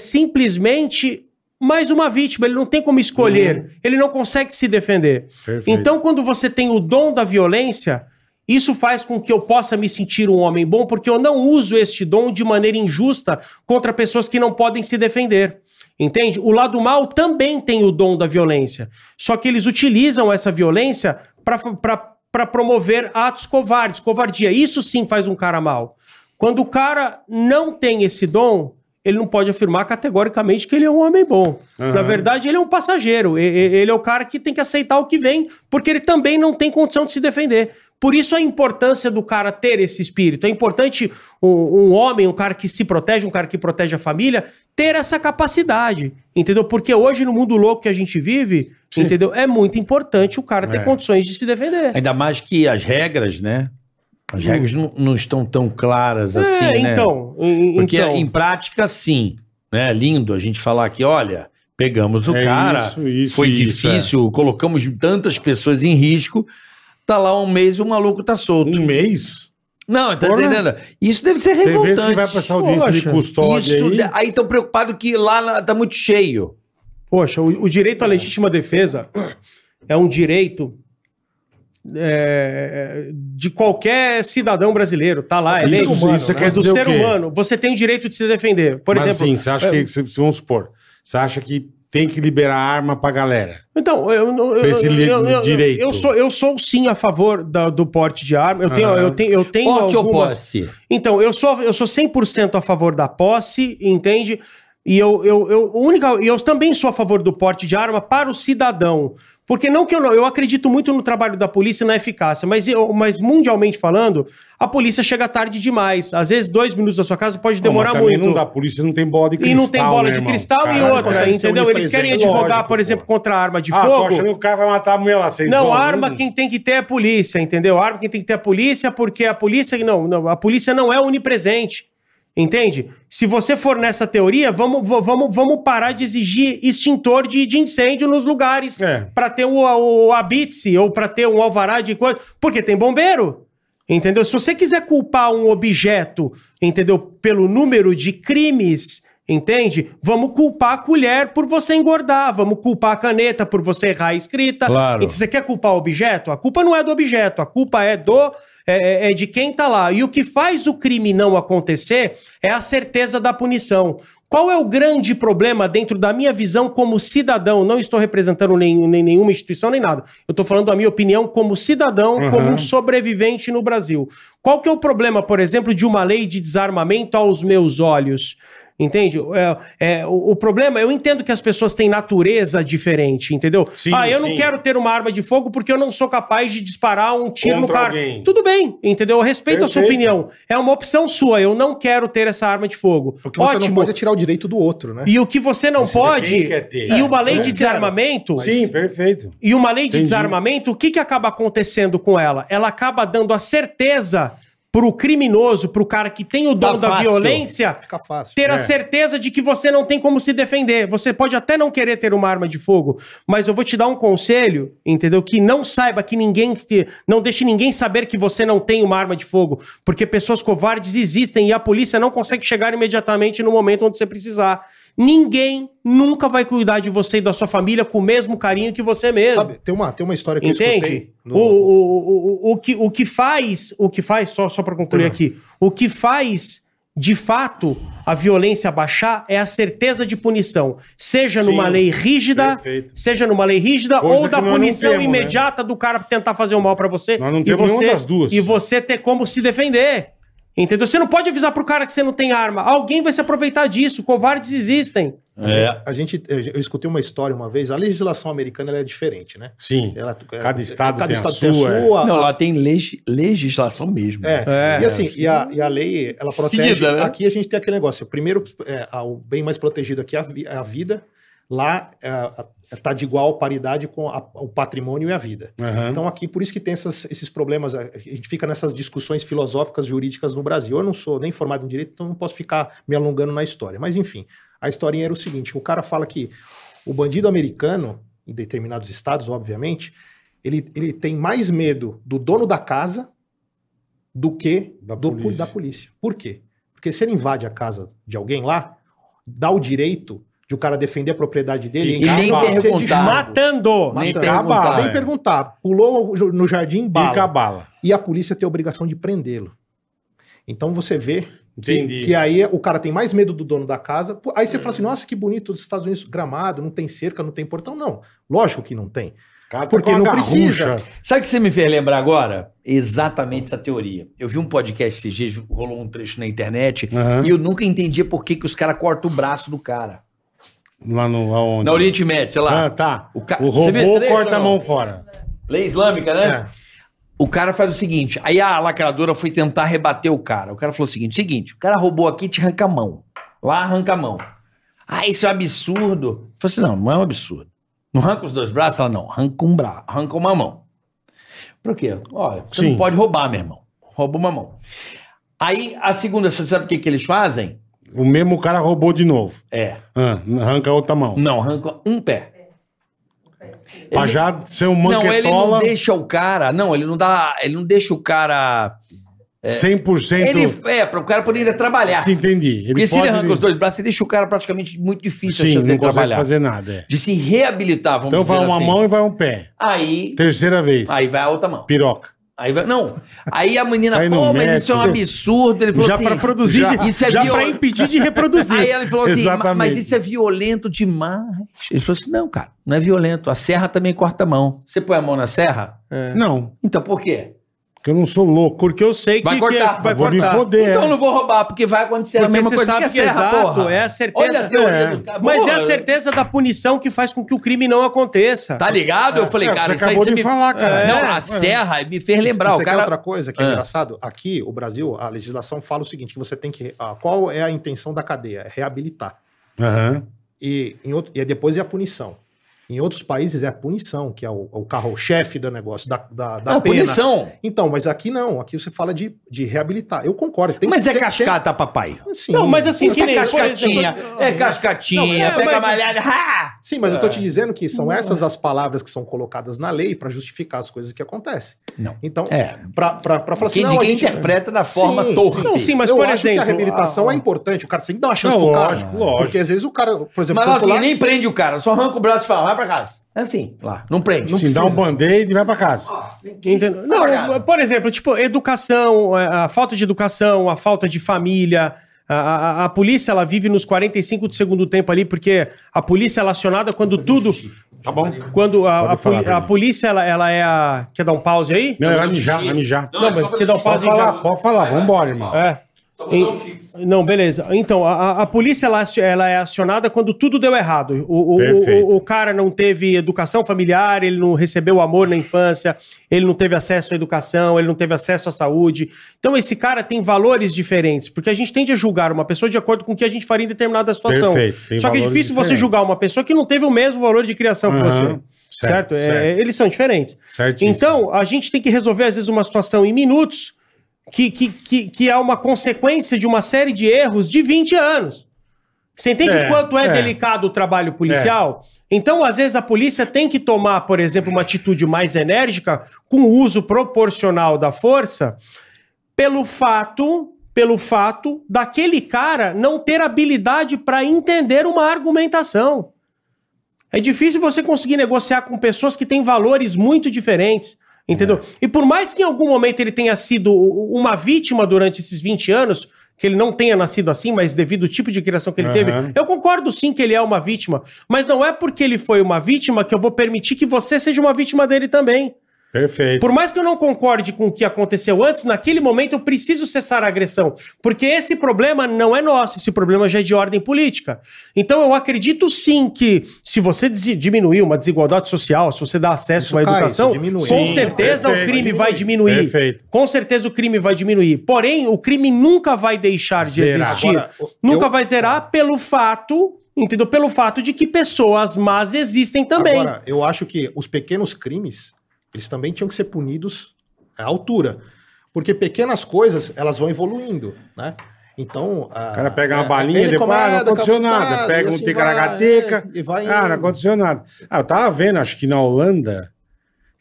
E: simplesmente mais uma vítima, ele não tem como escolher, ele não consegue se defender.
D: Perfeito.
E: Então, quando você tem o dom da violência, isso faz com que eu possa me sentir um homem bom, porque eu não uso este dom de maneira injusta contra pessoas que não podem se defender. Entende? O lado mal também tem o dom da violência. Só que eles utilizam essa violência para promover atos covardes, covardia. Isso sim faz um cara mal. Quando o cara não tem esse dom, ele não pode afirmar categoricamente que ele é um homem bom.
D: Aham.
E: Na verdade, ele é um passageiro. E- e- Ele é o cara que tem que aceitar o que vem, porque ele também não tem condição de se defender. Por isso a importância do cara ter esse espírito. É importante um, um homem, um cara que se protege, um cara que protege a família, ter essa capacidade. Entendeu? Porque hoje, no mundo louco que a gente vive, entendeu? É muito importante o cara ter
D: É.
E: condições de se defender.
C: Ainda mais que as regras, né? As regras não, não estão tão claras assim,
E: É,
C: né?
E: então, em-
C: Porque
E: então.
C: em prática, sim. Né? É Lindo a gente falar aqui, olha, pegamos o
D: É
C: cara,
D: isso, isso,
C: foi
D: isso, é.
C: difícil, colocamos tantas pessoas em risco, tá lá um mês o maluco tá
D: é.
C: solto.
D: Um mês?
C: Não, tá
D: Porra.
C: entendendo? Isso deve ser
D: Tem
C: revoltante.
D: vezes que vai passar audiência de
E: Poxa,
D: custódia
C: É Isso,
D: aí.
C: de- aí estão preocupados que lá na- tá muito cheio.
E: Poxa, o, o direito
D: É.
E: à legítima defesa [CLEARS THROAT] é um direito é, de qualquer cidadão brasileiro, tá lá, é
D: Isso,
E: lei.
D: isso
E: humano,
D: quer
E: do
D: dizer o
E: ser
D: quê?
E: humano, você tem o direito de se defender. Por
D: Mas,
E: exemplo, é-
D: Assim, você acha que, se- se- vamos supor, você acha que tem que liberar arma pra galera?
E: Então, eu não.
D: Pra esse
E: eu-
D: li-
E: eu- eu-
D: direito.
E: Eu sou, eu sou sim a favor da- do porte de arma. Eu tenho,
D: Aham.
E: eu tenho, eu tenho
C: Porte ou
E: algumas-
C: posse?
E: Então, eu sou, eu sou 100% a favor da posse, entende? E eu, eu, eu, o única, e eu também sou a favor do porte de arma para o cidadão. Porque não que eu não, eu acredito muito no trabalho da polícia e na eficácia, mas, eu, mas mundialmente falando, a polícia chega tarde demais. Às vezes, dois minutos da sua casa pode demorar
D: Não, mas também
E: muito.
D: Não dá, por isso não tem bola de
E: e
D: cristal.
E: não tem bola
D: né,
E: de
D: irmão?
E: cristal
D: Caralho,
E: e outra,
A: consegue ser
E: entendeu? Eles querem
A: onipresente.
E: advogar,
D: é Lógico,
E: por exemplo,
D: pô.
E: contra a arma de
D: ah, tô
E: fogo.
D: achando que o cara vai matar a mulher lá. Vocês né?
E: Não,
D: vão-
E: arma quem tem que ter é a polícia, entendeu? Arma quem tem que ter é a polícia, porque a polícia. Não, não, a polícia não é onipresente. Entende? Se você for nessa teoria, vamos, va- vamos, vamos parar de exigir extintor de, de incêndio nos lugares
D: É.
E: pra para ter o, o, abitse ou para ter um alvará de coisa. Porque tem bombeiro. Entendeu? Se você quiser culpar um objeto, entendeu? Pelo número de crimes, entende? Vamos culpar a colher por você engordar, vamos culpar a caneta por você errar a escrita.
C: Claro.
E: E você quer culpar o objeto? A culpa não é do objeto, a culpa é do é, é- é de quem tá lá. E o que faz o crime não acontecer é a certeza da punição. Qual é o grande problema dentro da minha visão como cidadão? Não estou representando nem, nem nenhuma instituição nem nada. Eu estou falando a minha opinião como cidadão,
D: Uhum.
E: como um sobrevivente no Brasil. Qual que é o problema, por exemplo, de uma lei de desarmamento aos meus olhos? Entende? É, é, o, o problema, eu entendo que as pessoas têm natureza diferente, entendeu?
D: Sim,
E: ah, eu
D: sim.
E: não quero ter uma arma de fogo porque eu não sou capaz de disparar um tiro no
D: Contra
E: cara.
D: alguém.
E: Tudo bem, entendeu? Eu respeito a sua
D: Perfeito.
E: opinião. É uma opção sua. Eu não quero ter essa arma de fogo.
A: Porque você não pode tirar o direito do outro, né?
E: E o que você não pode.
D: quem quer ter? É,
E: E uma lei
A: eu
E: de
A: quero.
E: desarmamento.
D: Sim, perfeito.
E: E uma lei de
D: Entendi.
E: desarmamento, o que, que acaba acontecendo com ela? Ela acaba dando a certeza pro criminoso, pro cara que tem o
D: Tá
E: dom da
C: fácil.
E: violência,
A: Fica fácil. né?
E: ter a certeza de que você não tem como se defender. Você pode até não querer ter uma arma de fogo, mas eu vou te dar um conselho, entendeu? Que não saiba que ninguém te- não deixe ninguém saber que você não tem uma arma de fogo, porque pessoas covardes existem e a polícia não consegue chegar imediatamente no momento onde você precisar. Ninguém nunca vai cuidar de você e da sua família com o mesmo carinho que você mesmo.
A: Sabe, tem uma, tem uma história que eu
E: Entende?
A: escutei. no-
E: O, o, o, o, o, que, o que faz, o que faz, só, só para concluir aqui, o que faz de fato a violência baixar é a certeza de punição. Seja
D: Sim,
E: numa lei rígida,
D: perfeito.
E: seja numa lei rígida,
D: Coisa
E: ou da
D: que nós não
E: punição
D: temos, né?
E: imediata do cara tentar fazer o mal pra você.
D: Nós não
E: e
D: temos
E: você-
D: nenhuma das duas.
E: E você ter como se defender. Entendeu? Você não pode avisar pro cara que você não tem arma. Alguém vai se aproveitar disso. Covardes existem.
C: É.
A: A gente, eu escutei uma história uma vez. A legislação americana ela é diferente, né?
D: Sim.
A: Ela-
D: Cada estado tem a sua, é.
A: sua.
C: Não, lá tem legis- legislação mesmo.
A: É, E assim, e a, e a lei, ela protege.
F: né? Seguida, né?
A: Aqui a gente tem aquele negócio. Primeiro, é, a- o bem mais protegido aqui é a, vi- é a vida. Lá é, está tá de igual paridade com a- o patrimônio e a vida.
E: É,
D: Aham.
A: Então, aqui, por isso que tem essas- esses problemas, a a gente fica nessas discussões filosóficas jurídicas no Brasil. Eu não sou nem formado em direito, então não posso ficar me alongando na história. Mas, enfim, a historinha era o seguinte: o cara fala que o bandido americano, em determinados estados, obviamente, ele, ele tem mais medo do dono da casa do que
D: Da
A: do-
D: polícia.
A: da polícia. Por quê? Porque se ele invade a casa de alguém lá, dá o direito de o cara defender a propriedade
D: E
A: dele em
D: nem
A: casa,
C: perguntar.
A: ser de jogo.
E: Matando.
C: Nem
A: Matando.
C: perguntar,
A: Acaba-
D: é.
A: Nem perguntar. Pulou no jardim
D: E
A: bala.
D: cabala.
A: E a polícia tem a obrigação de prendê-lo. Então você vê que,
D: Entendi.
A: que aí o cara tem mais medo do dono da casa. Pô, Aí você fala assim: nossa, que bonito dos Estados Unidos, gramado, não tem cerca, não tem portão. Não, lógico que não tem.
D: Cada
A: Porque
D: Ah, tá com uma
A: não precisa.
D: garrucha.
C: Sabe o que você me fez lembrar agora? Exatamente essa teoria. Eu vi um podcast esses dias, rolou um trecho na internet,
D: Aham.
C: e eu nunca entendia por que, que os caras cortam o braço do cara.
D: Lá no aonde?
C: Na Oriente Médio, sei lá.
D: Ah, tá.
C: O
D: O,
C: ca- Você
D: robô
C: vê esse trecho
D: corta
C: ou
D: a
C: não?
D: mão fora.
C: Lei islâmica, né?
A: É.
C: O cara faz o seguinte, aí a lacradora foi tentar rebater o cara. O cara falou o seguinte, seguinte, o cara roubou aqui e te arranca a mão. Lá arranca a mão. Ah, isso é um absurdo. Eu falei assim, não, não é um absurdo. Não arranca os dois braços? Ela, não, arranca um braço, arranca uma mão. Por quê? Olha, você
D: Sim.
C: não pode roubar, meu irmão. Rouba uma mão. Aí, a segunda, você sabe o que, que eles fazem?
D: O mesmo cara roubou de novo.
C: É,
D: Ah, arranca a outra mão.
C: não, arranca um pé.
D: Pra já ser um
C: Não, ele não
D: manquetola
C: deixa o cara, não, ele não dá, ele não deixa o cara...
D: 100%.
C: Ele, é, para o cara poder ainda trabalhar.
D: Se assim, entendi. Ele
C: Porque se ele
D: pode-
C: arranca os dois braços, ele deixa o cara praticamente muito difícil a
D: Sim,
C: chance
D: não
C: dele
D: consegue
C: trabalhar.
D: fazer nada. é.
C: De se reabilitar, vamos
D: Então
C: dizer
D: vai uma
C: assim.
D: mão e vai um pé.
C: Aí,
D: Terceira vez.
C: aí vai a outra mão.
D: Piroca.
C: Aí vai- não. Aí a menina,
D: Vai no
C: pô, mas
D: médico.
C: isso é um absurdo. Ele falou
D: Já
C: assim,
D: pra produzir,
C: isso é
E: Já
C: viol-
E: pra impedir de reproduzir.
C: Aí ele falou assim, "Ma-
D: Exatamente.
C: mas isso é violento demais. Ele falou assim, não, cara, não é violento. A serra também corta a mão. Você põe a mão na serra?
E: É.
D: Não,
C: Então por quê?
D: porque eu não sou louco.
E: Porque eu sei que
C: Vai
E: que- é.
C: cortar.
E: vai
D: Eu vou me
E: cortar.
D: foder.
C: Então eu
D: é.
C: não vou roubar, porque vai acontecer a
E: Porque
C: mesma
E: você
C: coisa que
E: sabe
C: a serra,
E: exato,
C: porra.
E: é a certeza.
C: Olha a teoria
D: É.
C: do cara.
E: Mas é a
C: Porra.
E: certeza da punição que faz com que o crime não aconteça.
C: Tá ligado? Eu falei,
D: É,
C: cara,
D: você
C: isso aí
D: acabou
C: você
D: de
C: me...
D: falar, cara.
C: Não,
D: É,
C: a
D: é.
C: serra me fez lembrar.
A: Isso
C: o
A: aqui é
C: cara...
A: outra coisa que é
C: Ah.
A: engraçado? Aqui, o Brasil, a legislação fala o seguinte: que você tem que. ah, qual é a intenção da cadeia? É reabilitar.
D: Aham.
A: E, em outro, e depois é a punição. Em outros países é a punição, que é o, o carro-chefe do negócio, da, da, da
C: Não,
A: pena.
C: punição.
A: Então, mas aqui não, aqui você fala de, de reabilitar. Eu concordo. tem-
C: Mas é
A: tem-
C: cascata, papai.
A: tem- sim.
E: Não, mas assim,
C: Isso
E: que
C: é
E: nem, por
C: cascatinha.
E: exemplo,
C: É cascatinha.
E: Não, é,
C: Pega a
E: mas-
C: malhada. ha!
A: Sim, mas eu tô te dizendo que são essas as palavras que são colocadas na lei para justificar as coisas que acontecem.
C: Não.
A: Então,
C: É.
A: pra para para falar assim,
C: Quem,
A: não,
C: de
A: a
C: quem
A: gente-
C: interpreta da forma
A: Sim,
C: torta.
E: Não, sim, mas
A: eu
E: por
A: acho
E: exemplo.
A: que a reabilitação
E: a-
A: é importante. O cara tem que dar uma chance
D: Não,
A: pro cara.
D: lógico, lógico.
A: Porque às vezes o cara, por exemplo,
C: Mas lá, assim,
A: é popular-
C: nem prende o cara. Só arranca o braço e fala, vai pra casa. É assim, lá. Não prende.
D: Se dá um band-aid e vai pra casa.
E: Entendeu?
C: tá
E: Não, por exemplo, tipo, educação, é, a falta de educação, a falta de família, A, a- a polícia, ela vive nos 45 do segundo tempo ali, porque a polícia ela é acionada quando tudo... Tá bom. Quando a,
D: Pode
E: a
D: falar,
E: poli- a
D: Pedro.
E: polícia, ela, ela é a... Quer dar um pause aí?
D: Não, é vai mijar, vai mijar.
E: Não, mas quer dar um
D: Pode
E: pause aí já.
D: falar, pode falar, vambora, irmão.
E: É. Em-
C: um
E: Não, beleza. Então, a- a, a polícia ela, acio- ela é acionada quando tudo deu errado. O, o-
D: Perfeito.
E: o- o cara não teve educação familiar, ele não recebeu amor na infância, ele não teve acesso à educação, ele não teve acesso à saúde. Então, esse cara tem valores diferentes, porque a gente tende a julgar uma pessoa de acordo com o que a gente faria em determinada situação.
D: Perfeito, tem
E: Só que é
D: valores
E: difícil você
D: diferentes.
E: julgar uma pessoa que não teve o mesmo valor de criação que
D: Aham,
E: você.
D: Então, certo,
E: Certo? É,
D: certo.
E: eles são diferentes.
D: Certíssimo.
E: Então, a gente tem que resolver, às vezes, uma situação em minutos que, que, que, que é uma consequência de uma série de erros de 20 anos. Você entende
D: É,
E: o quanto é,
D: é.
E: delicado o trabalho policial? Então, às vezes, a polícia tem que tomar, por exemplo, uma atitude mais enérgica com o uso proporcional da força pelo fato pelo fato daquele cara não ter habilidade para entender uma argumentação. É difícil você conseguir negociar com pessoas que têm valores muito diferentes. Entendeu? E por mais que em algum momento ele tenha sido u- uma vítima durante esses 20 anos, que ele não tenha nascido assim, mas devido ao tipo de criação que ele teve,
D: Aham.
E: eu concordo sim que ele é uma vítima, mas não é porque ele foi uma vítima que eu vou permitir que você seja uma vítima dele também.
D: Perfeito.
E: Por mais que eu não concorde com o que aconteceu antes, naquele momento eu preciso cessar a agressão. Porque esse problema não é nosso, esse problema já é de ordem política. Então eu acredito sim que se você desi- diminuir uma desigualdade social, se você dá acesso
A: Isso
E: à
A: cai,
E: educação,
A: isso diminui.
E: com
A: Sim,
E: certeza
D: perfeito,
E: o crime
D: vai
E: vai
D: diminuir.
E: diminuir.
D: Perfeito.
E: Com certeza o crime vai diminuir. Porém, o crime nunca vai deixar de
D: Zerar.
E: existir.
A: Agora, eu-
E: nunca vai zerar pelo fato, entendeu? Pelo fato de que pessoas más existem também.
A: Agora, eu acho que os pequenos crimes, eles também tinham que ser punidos à altura. Porque pequenas coisas, elas vão evoluindo, né? Então... O
D: O cara pega uma balinha, depois ah, não aconteceu nada. Pega um ticaracateca,
A: e assim vai...
D: ah, não aconteceu nada. Ah, eu tava vendo, acho que na Holanda,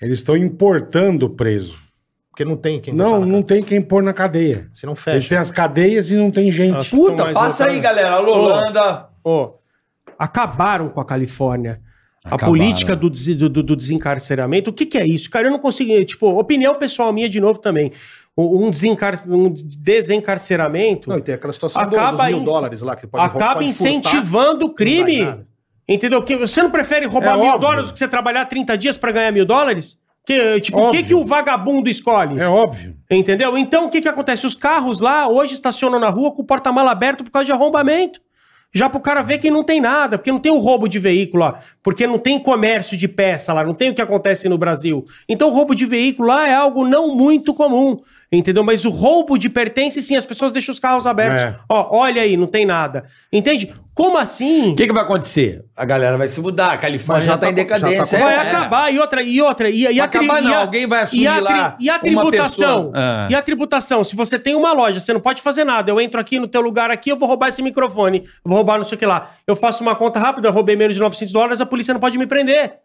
D: eles estão importando preso.
A: Porque não tem quem...
D: Não,
A: botar tá na
D: não
A: cara.
D: tem quem pôr na cadeia.
A: Você não
D: Eles
A: fecha.
D: têm as cadeias e não tem gente.
E: Nossa.
C: Então,
E: Puta,
F: Passa aí, galera. Alô, Holanda.
E: Ó, acabaram com a Califórnia. A
C: Acabaram.
E: política do, des- do, do- do desencarceramento. O que, que é isso? Cara, eu não consigo. Tipo, opinião pessoal minha de novo também. Um, um desencar, um desencarceramento
A: Não, e tem aquela situação do-
E: Acaba
A: dos mil
E: em-
A: dólares lá, que pode
E: acaba
A: pode furtar,
E: incentivando o
A: não vai
E: crime.
A: nada.
E: Entendeu? Que você não prefere
D: É
E: roubar mil
D: óbvio.
E: dólares do que você trabalhar 30 dias pra ganhar mil dólares? Que, tipo, o que,
D: Óbvio.
E: que o vagabundo escolhe?
D: É óbvio.
E: Entendeu? Então o que, que acontece? Os carros lá hoje estacionam na rua com o porta-mala aberto por causa de arrombamento. Já pro cara ver que não tem nada, porque não tem o roubo de veículo lá, porque não tem comércio de peça lá, não tem o que acontece no Brasil. Então o roubo de veículo lá é algo não muito comum, entendeu? Mas o roubo de pertence, sim, as pessoas deixam os carros abertos.
D: É.
E: Ó, olha aí, não tem nada. Entende? Como assim?
C: O que, que vai acontecer? A galera vai se mudar, a Califórnia
A: Mas
C: já,
A: já
C: tá
A: tá
C: em
A: co- já tá
C: decadência.
A: co-
E: Vai
C: é.
E: acabar, e outra, e outra, e, e
C: Vai
E: a tri-
C: acabar
E: e
C: não,
E: a-
C: alguém vai assumir
E: e a, tri-
C: lá
E: E a
C: uma
E: tributação?
C: pessoa. Ah.
E: E a tributação? Se você tem uma loja, você não pode fazer nada. Eu entro aqui no teu lugar aqui, eu vou roubar esse microfone, eu vou roubar não sei o que lá. Eu faço uma conta rápida, eu roubei menos de 900 dólares, a polícia não pode me prender.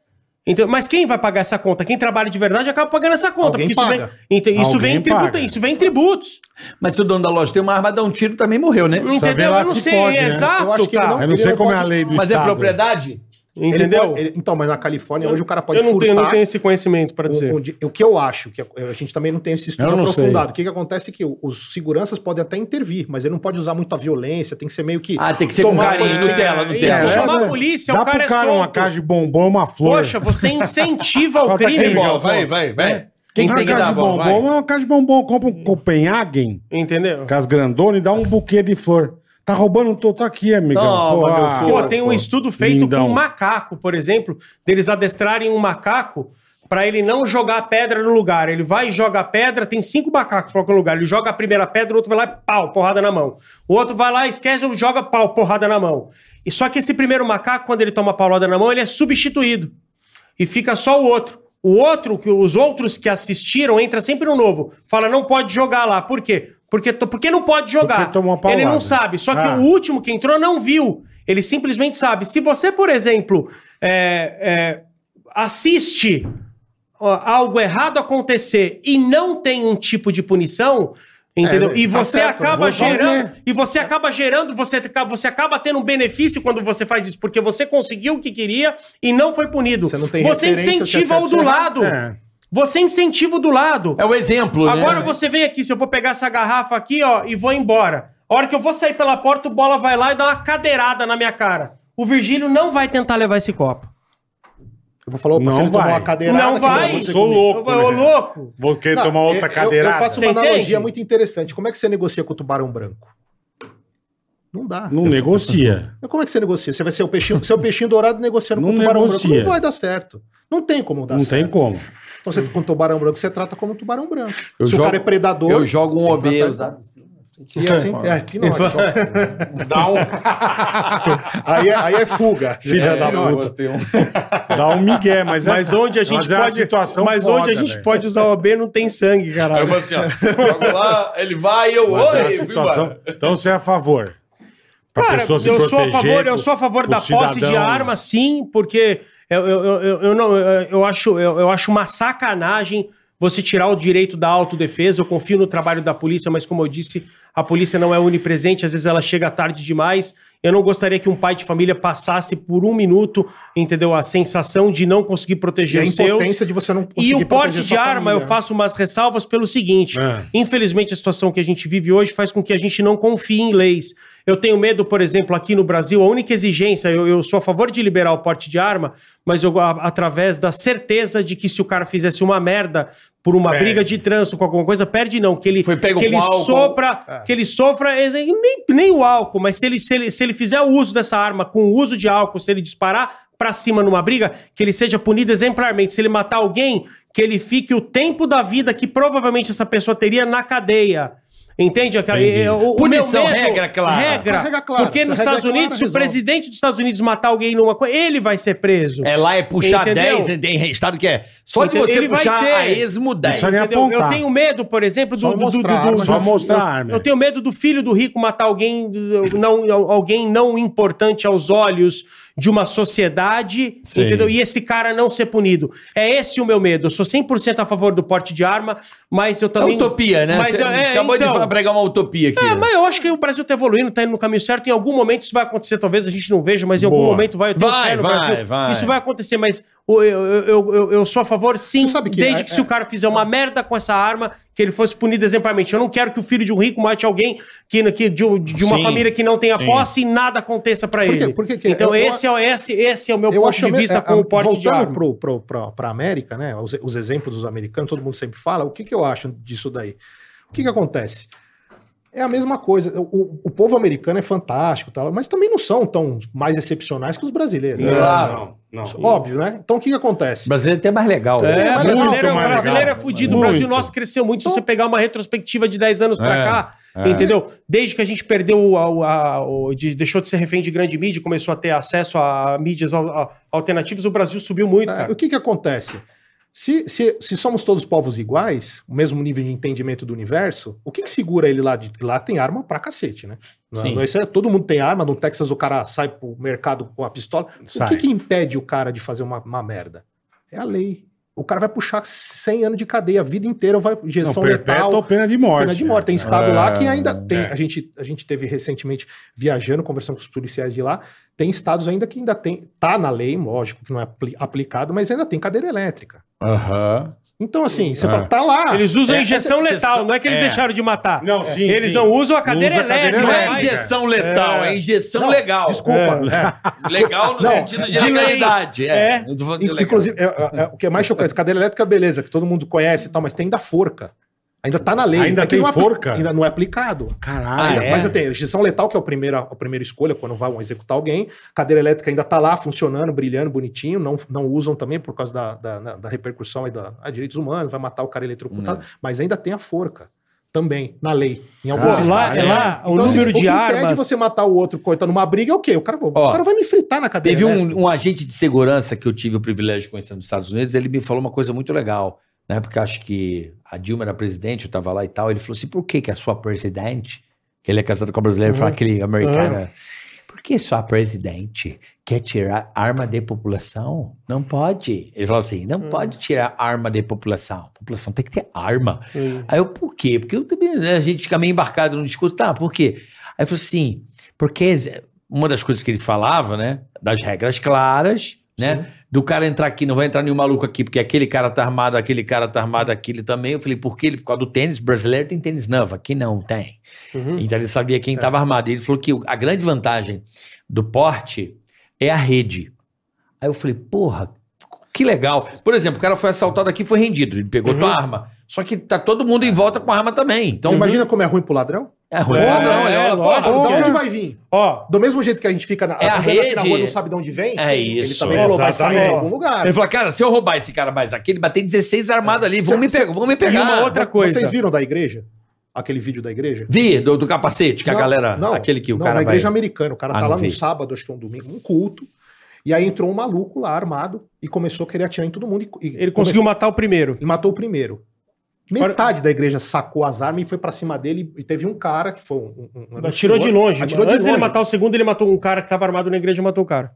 E: Então, mas quem vai pagar essa conta? Quem trabalha de verdade acaba pagando essa conta.
A: Alguém
E: porque isso
A: paga.
E: vem, então, isso,
D: Alguém
E: vem em tributa-
D: paga.
E: isso vem em tributos.
C: Mas se o dono da loja tem uma arma, dá um tiro também morreu, né?
D: ver
E: Entendeu?
D: lá
E: Eu não
D: se
E: sei, é
D: pode, né?
E: exato,
A: Eu acho que ele
E: cara.
D: Eu não sei
A: Ele
D: como é a
A: pode-
D: lei do
C: Mas é
D: Estado.
C: propriedade?
A: Ele
E: Entendeu?
A: pode- ele- então, mas na Califórnia, hoje o cara pode
E: eu, não tenho, eu
A: furtar...
E: não tenho esse conhecimento pra dizer.
A: O, onde- o que eu acho, que a gente também não tem esse estudo
D: Eu não
A: aprofundado. O que, que acontece é que os seguranças podem até intervir, mas ele não pode usar muito a violência, tem que ser meio que.
C: Ah, tem que ser com
A: tomar
C: carinho,
A: conta-
C: Nutella,
E: isso,
C: Nutella.
D: É,
E: chamar
D: mas
E: a polícia,
D: Dá
E: o cara
D: pro
E: é
D: cara uma
E: solto.
D: caixa de bombom, uma flor.
E: Poxa, você incentiva o
D: Bota aqui,
E: crime.
D: Miguel.
F: vai, vai, vai. Quem que
D: uma
F: tem que
D: caixa
F: dar
D: de
F: bom?
D: bombom
F: Vai.
D: é uma caixa de bombom. Compra um Copenhagen,
E: Entendeu?
D: com as grandonas, e dá um buquê de flor. Tá roubando todo tá aqui, amigão.
C: Toma,
D: Pô,
C: meu
D: ah,
C: filho.
E: Pô, tem um estudo feito
D: Lindão.
E: com macaco, por exemplo, deles adestrarem um macaco pra ele não jogar pedra no lugar. Ele vai e joga a pedra, tem cinco macacos pra qualquer lugar. Ele joga a primeira pedra, o outro vai lá e pau, porrada na mão. O outro vai lá, esquece, joga pau, porrada na mão. E só que esse primeiro macaco, quando ele toma paulada na mão, ele é substituído. E fica só o outro. O outro, que os outros que assistiram, entra sempre no novo. Fala, não pode jogar lá. Por quê? Porque, to- porque não pode jogar.
D: Porque tomou uma
E: ele
D: paulada.
E: não sabe. Só que
D: Ah.
E: o último que entrou não viu. Ele simplesmente sabe. Se você, por exemplo, é, é, assiste ó, algo errado acontecer e não tem um tipo de punição, entendeu?
A: É,
E: e
A: tá
E: você
A: certo,
E: acaba
A: vou fazer.
E: gerando, e você acaba gerando, você acaba, você acaba tendo um benefício quando você faz isso, porque você conseguiu o que queria e não foi punido.
A: Você não tem
E: Você
A: referência,
E: incentiva
A: você
E: o do
A: acerta.
E: lado.
D: É.
E: Você incentiva o do lado.
C: É o exemplo, né?
E: Agora você vem aqui, se eu vou pegar essa garrafa aqui, ó, e vou embora. A hora que eu vou sair pela porta, o bola vai lá e dá uma cadeirada na minha cara. O Virgílio não vai tentar levar esse copo.
A: Eu vou falar, opa,
D: Não
A: se ele tomar
D: vai.
A: uma cadeirada...
E: Não
A: que vai
E: vai.
A: acontecer
D: Sou
A: comigo?
E: Eu
D: louco.
E: vou, ô
D: né?
E: louco!
D: Vou querer
A: Não, é,
D: tomar
A: eu-
D: outra
A: eu-
D: cadeirada.
A: Eu faço
E: Você
A: uma
E: entende?
A: analogia muito interessante. Como é que você negocia com o tubarão branco? Não dá.
D: Não negocia.
A: Mas Como é que você negocia? Você vai ser o peixinho, seu peixinho dourado negociando
D: Não
A: com o tubarão
D: negocia.
A: branco. Não vai dar certo. Não tem como dar
D: Não
A: Tá certo.
D: tem como.
A: Então você com o tubarão branco, você trata como um tubarão branco.
C: Eu
A: Se
C: jogo-
A: o cara é predador.
C: Eu jogo um
A: você
C: OB
A: trata-
C: usado assim.
A: E assim, é,
C: [LAUGHS]
A: aqui não. aqui só-
D: Dá um,
C: É,
A: aí, é, aí é fuga.
D: [LAUGHS] Filha da
C: um
A: não,
D: puta. dá um migué, mas é
E: Mas onde a gente
D: Mas é uma
E: pode.
D: situação
E: mas
D: foda,
E: onde a gente
A: né?
D: velho.
E: pode usar o OB não tem sangue,
F: Aí eu
E: caralho.
F: vou assim, ó. Jogo lá, ele vai, eu,
D: Mas é
F: oi,
D: uma
F: fui embora.
D: situação... Então você é a favor. Pra
E: Cara,
D: pessoa se
E: eu sou a
D: proteger,
E: favor, eu sou a favor
D: pro
E: da posse de
D: cidadão.
E: arma, sim, porque eu, eu, eu, eu- eu não, eu, eu acho, eu, eu acho uma sacanagem você tirar o direito da autodefesa. Eu confio no trabalho da polícia, mas como eu disse, a polícia não é onipresente, às vezes ela chega tarde demais. Eu não gostaria que um pai de família passasse por um minuto, entendeu? A sensação de não conseguir
A: E
E: proteger
A: a
E: os seus.
A: impotência de você não
E: E
A: conseguir
E: o porte
A: proteger
E: de
A: sua
E: arma,
A: família.
C: Então,
E: eu faço umas ressalvas pelo seguinte:
D: É.
E: infelizmente, a situação que a gente vive hoje faz com que a gente não confie em leis. Eu tenho medo, por exemplo, aqui no Brasil, a única exigência, eu, eu sou a favor de liberar o porte de arma, mas eu, a- através da certeza de que se o cara fizesse uma merda por uma briga de trânsito com alguma coisa, perde não, que ele,
C: Foi pego
E: que
C: com
E: ele
C: álcool.
E: sopra,
A: É.
E: que ele sofra eh, nem, nem o álcool, mas se ele, se, ele, se ele fizer o uso dessa arma com o uso de álcool, se ele disparar pra cima numa briga, que ele seja punido exemplarmente. Se ele matar alguém, que ele fique o tempo da vida que provavelmente essa pessoa teria na cadeia. Entende? Aquela,
D: Entendi.
E: eh, o, o
C: Punição,
E: meu medo-
C: regra clara.
E: Regra.
A: Uma regra clara.
E: Porque
A: Se a
E: nos
A: regra é
E: Estados
A: clara,
E: Unidos, se o
A: resolve.
E: presidente dos Estados Unidos matar alguém numa coisa, ele vai ser preso.
C: É lá, é puxar
E: Entendeu?
C: 10, tem estado que é. Só de
E: Entendeu?
C: você
E: Ele vai
C: puxar
E: ser.
C: a esmo 10.
D: Isso aí-
E: Entendeu? Eu
D: apontar.
E: tenho medo, por exemplo, do,
A: Só
E: do- do-
A: mostrar a
E: do-
A: arma,
E: do-
D: Só
E: do-
D: mostrar a
E: eu,
D: arma.
E: tenho medo do filho do rico matar alguém do- não, al- alguém não importante aos olhos de uma sociedade,
D: Sim.
E: entendeu? E esse cara não ser punido. É esse o meu medo. Eu sou 100% a favor do porte de arma, mas eu
C: É
E: também
C: utopia, né?
E: Mas
C: Você
E: eu- é,
C: acabou
E: então-
C: de falar- pregar uma utopia aqui. né?
E: É, mas eu acho que o Brasil tá evoluindo, tá indo no caminho certo. Em algum momento isso vai acontecer, talvez a gente não veja, mas em algum
D: Boa.
E: momento vai. Eu tenho
C: Vai,
E: fé no
C: vai,
E: Brasil.
C: vai.
E: Isso vai acontecer, mas o- eu, eu, eu, eu- eu sou a favor, sim,
A: Você sabe que
E: desde
A: é-
E: que se o cara fizer uma merda com essa arma, que ele fosse punido exemplarmente. Eu não quero que o filho de um rico mate alguém que, que, de, um, de uma
C: Sim,
E: família que não tenha posse e nada aconteça pra
A: Por quê?
E: ele.
A: Por que que-
E: então
A: eu- eu-
E: esse, é, o- esse, esse é o meu
A: Eu
E: ponto
A: acho
E: de
A: a me-
E: vista
A: a-
E: com o porte de
A: Voltando
E: arma.
A: pro, pro, pro, pra América, né? Os, os exemplos dos americanos, todo mundo sempre fala. O que, que eu acho disso daí? O que, que acontece? É a mesma coisa. O- O, o povo americano é fantástico, tal, mas também não são tão mais excepcionais que os brasileiros. né?
D: Não, não.
A: Óbvio, né? Então o que, que acontece?
C: O brasileiro é até mais legal.
E: É,
A: Muito
E: brasileiro,
D: mais
E: brasileiro é
D: legal.
E: fudido. O
D: Muito.
E: Brasil nosso cresceu muito. Se você pegar uma retrospectiva de 10 anos pra
C: É,
E: cá, entendeu? Desde que a gente perdeu, o- a- o- a- o- de- deixou de ser refém de grande mídia, começou a ter acesso a mídias al- a- alternativas, o Brasil subiu muito,
A: Ah,
D: Tá.
E: cara.
A: O que que acontece? Se, se, se somos todos povos iguais, o mesmo nível de entendimento do universo, o que que segura ele lá? De, lá tem arma pra cacete, né? Não-
C: Sim.
A: não- isso é- todo mundo tem arma, no Texas o cara sai pro mercado com a pistola.
D: Sai.
A: O que que impede o cara de fazer uma, uma merda? É a lei. O cara vai puxar 100 anos de cadeia, a vida inteira vai
D: Não,
A: injeção
D: perpétua ou
A: letal,
D: pena de morte.
A: é pena de morte. Tem estado
C: É.
A: lá que ainda tem.
D: É.
A: A, gente, a gente teve recentemente viajando, conversando com os policiais de lá. Tem estados ainda que ainda tem. Tá na lei, lógico que não é apli- aplicado, mas ainda tem cadeira elétrica.
F: Aham.
A: Então, assim, você
F: É.
A: fala, tá lá.
E: Ah, Eles usam
C: é,
E: injeção
C: essa-
E: letal, não é que eles
C: é.
E: deixaram de matar.
D: Não, sim,
E: Eles
D: sim.
E: não usam a
D: Não
E: cadeira
D: usa a cadeira
E: elétrica.
C: Não é
E: mas-
C: injeção letal, é, injeção
A: Não,
C: legal.
A: Desculpa. é.
C: Legal no
A: Não,
C: sentido de
E: de lei.
C: legalidade.
E: É.
C: Eu tô falando de
A: In-
C: legal.
A: Inclusive, é- é- é o que é mais chocante, cadeira elétrica, beleza, que todo mundo conhece e tal, mas tem ainda forca. Ainda tá na lei.
D: Ainda
A: É que
D: tem
A: não é apli-
D: forca?
A: Ainda não é aplicado.
D: Caralho.
C: Ah,
A: Ainda- Mas tem extinção letal, que é a primeira, a primeira escolha quando vão executar alguém. Cadeira elétrica ainda está lá, funcionando, brilhando, bonitinho. Não, não usam também por causa da, da, da- da repercussão aí da ah, direitos humanos, vai matar o cara eletrocutado. Mas ainda tem a forca também, na lei. Em alguns
E: Pô, lá,
A: estados, né?
E: lá, o
A: Então, assim,
E: número de
A: O que impede
E: armas.
A: você matar o outro, coitado, numa briga é o quê? O cara, o
C: Ó,
A: cara vai me fritar na cadeira
C: Teve
A: elétrica.
C: um, um agente de segurança que eu tive o privilégio de conhecer nos Estados Unidos, ele me falou uma coisa muito legal. Na época, acho que a Dilma era presidente, eu estava lá e tal. Ele falou assim: por que, que a sua presidente, que ele é casado com a brasileira, fala aquele americano, né? por que sua presidente quer tirar arma de população? Não pode. Ele falou assim: não pode tirar arma de população. A população tem que ter arma.
E: Hum.
C: Aí eu, por quê? Porque eu também, né, a gente fica meio embarcado no discurso. Tá, por quê? Aí eu falei assim, porque uma das coisas que ele falava, né, das regras claras, né? Do cara entrar aqui, não vai entrar nenhum maluco aqui, porque aquele cara tá armado, aquele cara tá armado, aquele também. Eu falei, por que ele? Por causa do tênis. Brasileiro tem tênis novo, aqui não tem.
E: Uhum.
C: Então ele sabia quem
E: É.
C: estava armado. E ele falou que o- a grande vantagem do porte é a rede. Aí eu falei, porra, que legal. Por exemplo, o cara foi assaltado aqui e foi rendido. Ele pegou
E: Uhum.
C: tua arma. Só que tá todo mundo em volta com a arma também. Então,
A: Você imagina como é ruim pro ladrão?
C: É ruim.
E: É,
C: Não, não,
E: é,
C: é, uma
E: lógico.
C: porra.
A: Da
E: Porra.
A: onde vai vir?
E: Ó,
A: Do mesmo jeito que a gente fica na,
C: É a
A: andando aqui na
C: rede.
A: rua e não sabe de onde vem,
C: É isso.
A: ele também falou, vai sair de
E: Exatamente.
A: algum lugar.
C: Ele falou, cara, se eu roubar esse cara mais aqui, ele bateu 16 armado ali, vão me pegar, vão me pegar.
E: e uma outra coisa.
A: Vocês viram da igreja? Aquele vídeo da igreja?
C: Vi, do, do capacete, que a galera, aquele que o
A: não,
C: cara
A: na
C: vai...
A: igreja americana. O cara
C: Ah,
A: tá
C: não
A: lá
C: vi.
A: no sábado, acho que é um domingo, um culto. E aí entrou um maluco lá armado e começou a querer atirar em todo mundo. e- e
E: ele conseguiu matar o primeiro.
A: Ele matou o primeiro. Metade da igreja sacou as armas e foi pra cima dele. E teve um cara que foi um. um- um- um
E: Atirou de longe.
A: Atirou de
E: Antes
A: longe.
E: ele matar o segundo, ele matou um cara que tava armado na igreja e matou o cara.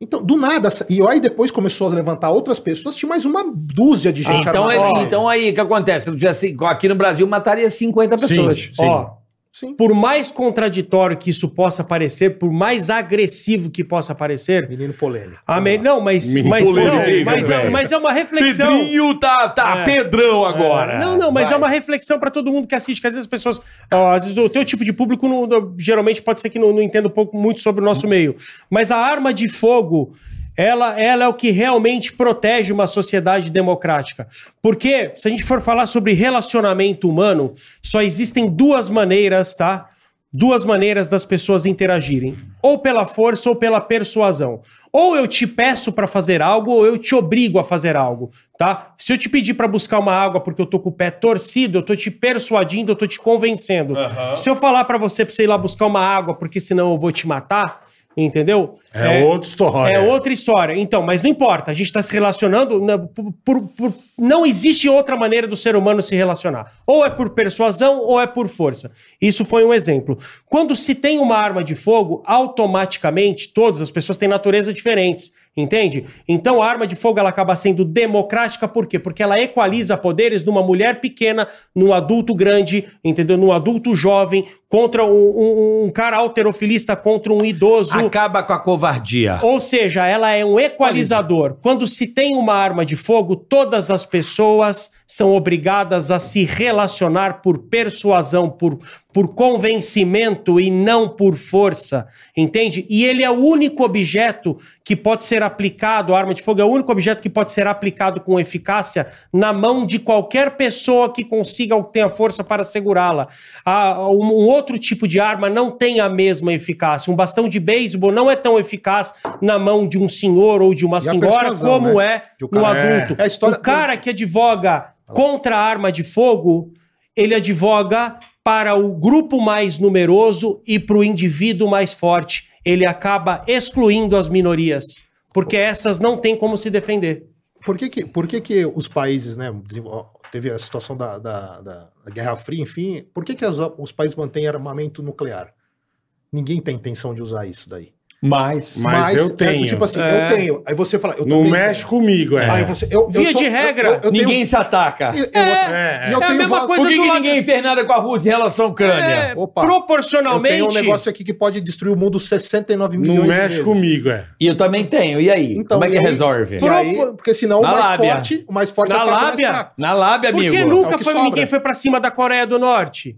A: Então, do nada. E aí depois começou a levantar outras pessoas. Tinha mais uma dúzia de gente
C: Então,
A: armada.
C: ele- então aí, o que acontece? Se não tivesse- aqui no Brasil, mataria 50
A: Ah, é
C: pessoas.
D: Sim, sim.
E: Ó,
A: Sim.
E: por mais contraditório que isso possa parecer, por mais agressivo que possa parecer,
A: Menino polêmico.
E: amém.
C: Ah,
E: Não, mas,
D: Menino
E: mas,
D: polêmico,
E: não,
D: hein,
E: mas, é,
D: velho?
E: mas é uma reflexão.
C: Pedrinho tá, tá
E: É.
C: Pedrão agora.
E: É, Não, não, mas
C: Vai.
E: é uma reflexão pra todo mundo que assiste, que às vezes as pessoas, ó, às vezes o teu tipo de público não- não- geralmente pode ser que não, não entenda um pouco muito sobre o nosso meio, mas a arma de fogo, ela, ela é o que realmente protege uma sociedade democrática. Porque se a gente for falar sobre relacionamento humano, só existem duas maneiras, tá? Duas maneiras das pessoas interagirem, ou pela força ou pela persuasão. Ou eu te peço pra fazer algo, ou eu te obrigo a fazer algo, tá? Se eu te pedir pra buscar uma água porque eu tô com o pé torcido, eu tô te persuadindo, eu tô te convencendo. Se eu falar pra você pra você ir lá buscar uma água porque senão eu vou te matar, entendeu?
D: É, outra história.
E: É outra história. Então, mas não importa. A gente está se relacionando. né, por- por- por- não existe outra maneira do ser humano se relacionar. Ou é por persuasão ou é por força. Isso foi um exemplo. Quando se tem uma arma de fogo, automaticamente todas as pessoas têm naturezas diferentes. Entende? Então a arma de fogo ela acaba sendo democrática, por quê? Porque ela equaliza poderes numa mulher pequena, num adulto grande, entendeu? Num adulto jovem, contra um, um- um cara alterofilista, contra um idoso.
C: Acaba com a covardia.
E: Ou seja, ela é um equalizador. Quando se tem uma arma de fogo, todas as pessoas são obrigadas a se relacionar por persuasão, por, por convencimento e não por força. Entende? E ele é o único objeto que pode ser aplicado, a arma de fogo é o único objeto que pode ser aplicado com eficácia na mão de qualquer pessoa que consiga ou tenha força para segurá-la. Ah, Um um outro tipo de arma não tem a mesma eficácia. Um bastão de beisebol não é tão eficaz na mão de um senhor ou de uma
A: a
E: senhora
A: persuasão,
E: como
A: né?
E: é
A: De um
E: no
A: cara- é.
E: adulto.
A: É a história-
E: O cara que advoga contra a arma de fogo, ele advoga para o grupo mais numeroso e para o indivíduo mais forte. Ele acaba excluindo as minorias, porque essas não têm como se defender.
A: Por que que, por que, que os países, né? desenvol- Teve a situação da, da, da- da Guerra Fria, enfim. Por que, que os, os países mantêm armamento nuclear? Ninguém tem intenção de usar isso daí.
C: Mas...
D: Mas eu
A: é do
D: tenho.
A: tipo assim,
E: É.
A: eu tenho. Aí você fala, eu
D: Não
A: também
D: mexe
A: tenho.
D: comigo, é.
A: Aí você, eu, eu
E: Via
A: sou-
E: de
A: eu-
E: regra,
A: eu- eu tenho-
C: Ninguém se ataca.
A: e- eu-
D: É,
A: e eu
E: é a
A: tenho
E: mesma
A: vaso-
E: coisa
C: Por que,
E: do
C: que
E: lado-
C: ninguém fez nada com a Rússia em relação à Ucrânia?
E: É,
A: Opa. Eu
E: proporcionalmente,
A: tenho um negócio aqui que pode destruir o mundo 69 milhões
D: Não
A: de
D: mexe
A: vezes.
D: comigo, é.
C: E eu também tenho. E aí?
A: Então,
C: Como é que
A: e aí-
C: resolve?
A: E aí, porque senão o
C: Na
A: mais
C: lábia.
A: forte, o mais forte
E: Na
A: ataca o mais
E: lábia?
A: fraco.
C: Na lábia,
E: Por
C: amigo.
E: que
A: É
E: nunca
A: o que
E: foi,
A: sobra.
E: ninguém foi pra cima da Coreia do Norte?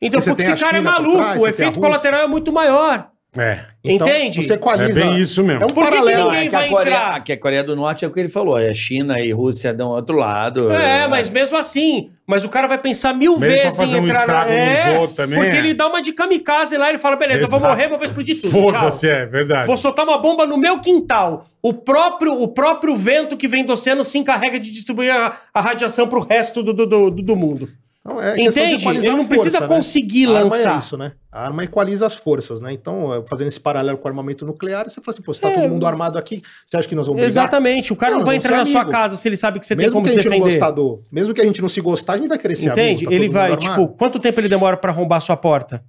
E: Então,
A: Porque
E: porque
A: você tem
E: esse
A: a
E: cara é
A: China por
E: maluco,
A: trás,
E: o
A: você tem a
E: efeito
A: Rússia.
E: colateral é muito maior.
D: É.
A: Então,
E: Entende?
A: Você
D: É
A: equaliza.
D: bem isso mesmo.
A: É um
E: Por que que
A: paralelo.
E: ninguém
C: é que, a
E: vai
C: Coreia,
E: entrar?
C: que a Coreia do Norte é o que ele falou. É a China e Rússia dão outro lado.
E: É, mas mesmo assim, mas o cara vai pensar mil
D: Mesmo pra
E: vezes
D: fazer
E: em
D: um
E: entrar
D: estrago no jogo também,
E: Porque
D: é.
E: ele dá uma de kamikaze lá, ele fala, beleza, eu vou
D: Exato.
E: morrer, mas vou explodir tudo.
D: Foda-se,
E: tchau.
D: é verdade.
E: Vou soltar uma bomba no meu quintal. O próprio, o próprio vento que vem do oceano se encarrega de distribuir a, a radiação pro resto do, do, do, do mundo.
A: Então, é questão de
E: Entende?
A: equalizar
E: Ele
A: a
E: não
A: força,
E: precisa
A: né?
E: conseguir
A: A
E: lançar.
A: Arma é isso, né? A arma equaliza as forças, né? Então, eh, fazendo esse paralelo com o armamento nuclear, você fala assim, pô, se tá todo mundo armado aqui, você acha que nós vamos brigar?
E: É. Exatamente. O cara não,
A: Não,
E: vai
A: nós
E: entrar na
A: vamos ser
E: sua
A: amigo.
E: casa se ele sabe que você tem
A: mesmo
E: como
A: que a
E: se
A: gente não
E: defender.
A: gostar do... Mesmo que a gente não se gostar, a gente vai crescer
E: Entende?
A: amigo, tá
E: ele
A: todo
E: vai,
A: mundo armado.
E: tipo, quanto tempo ele demora pra arrombar a sua porta?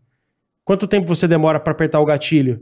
E: Quanto tempo você demora pra apertar o gatilho?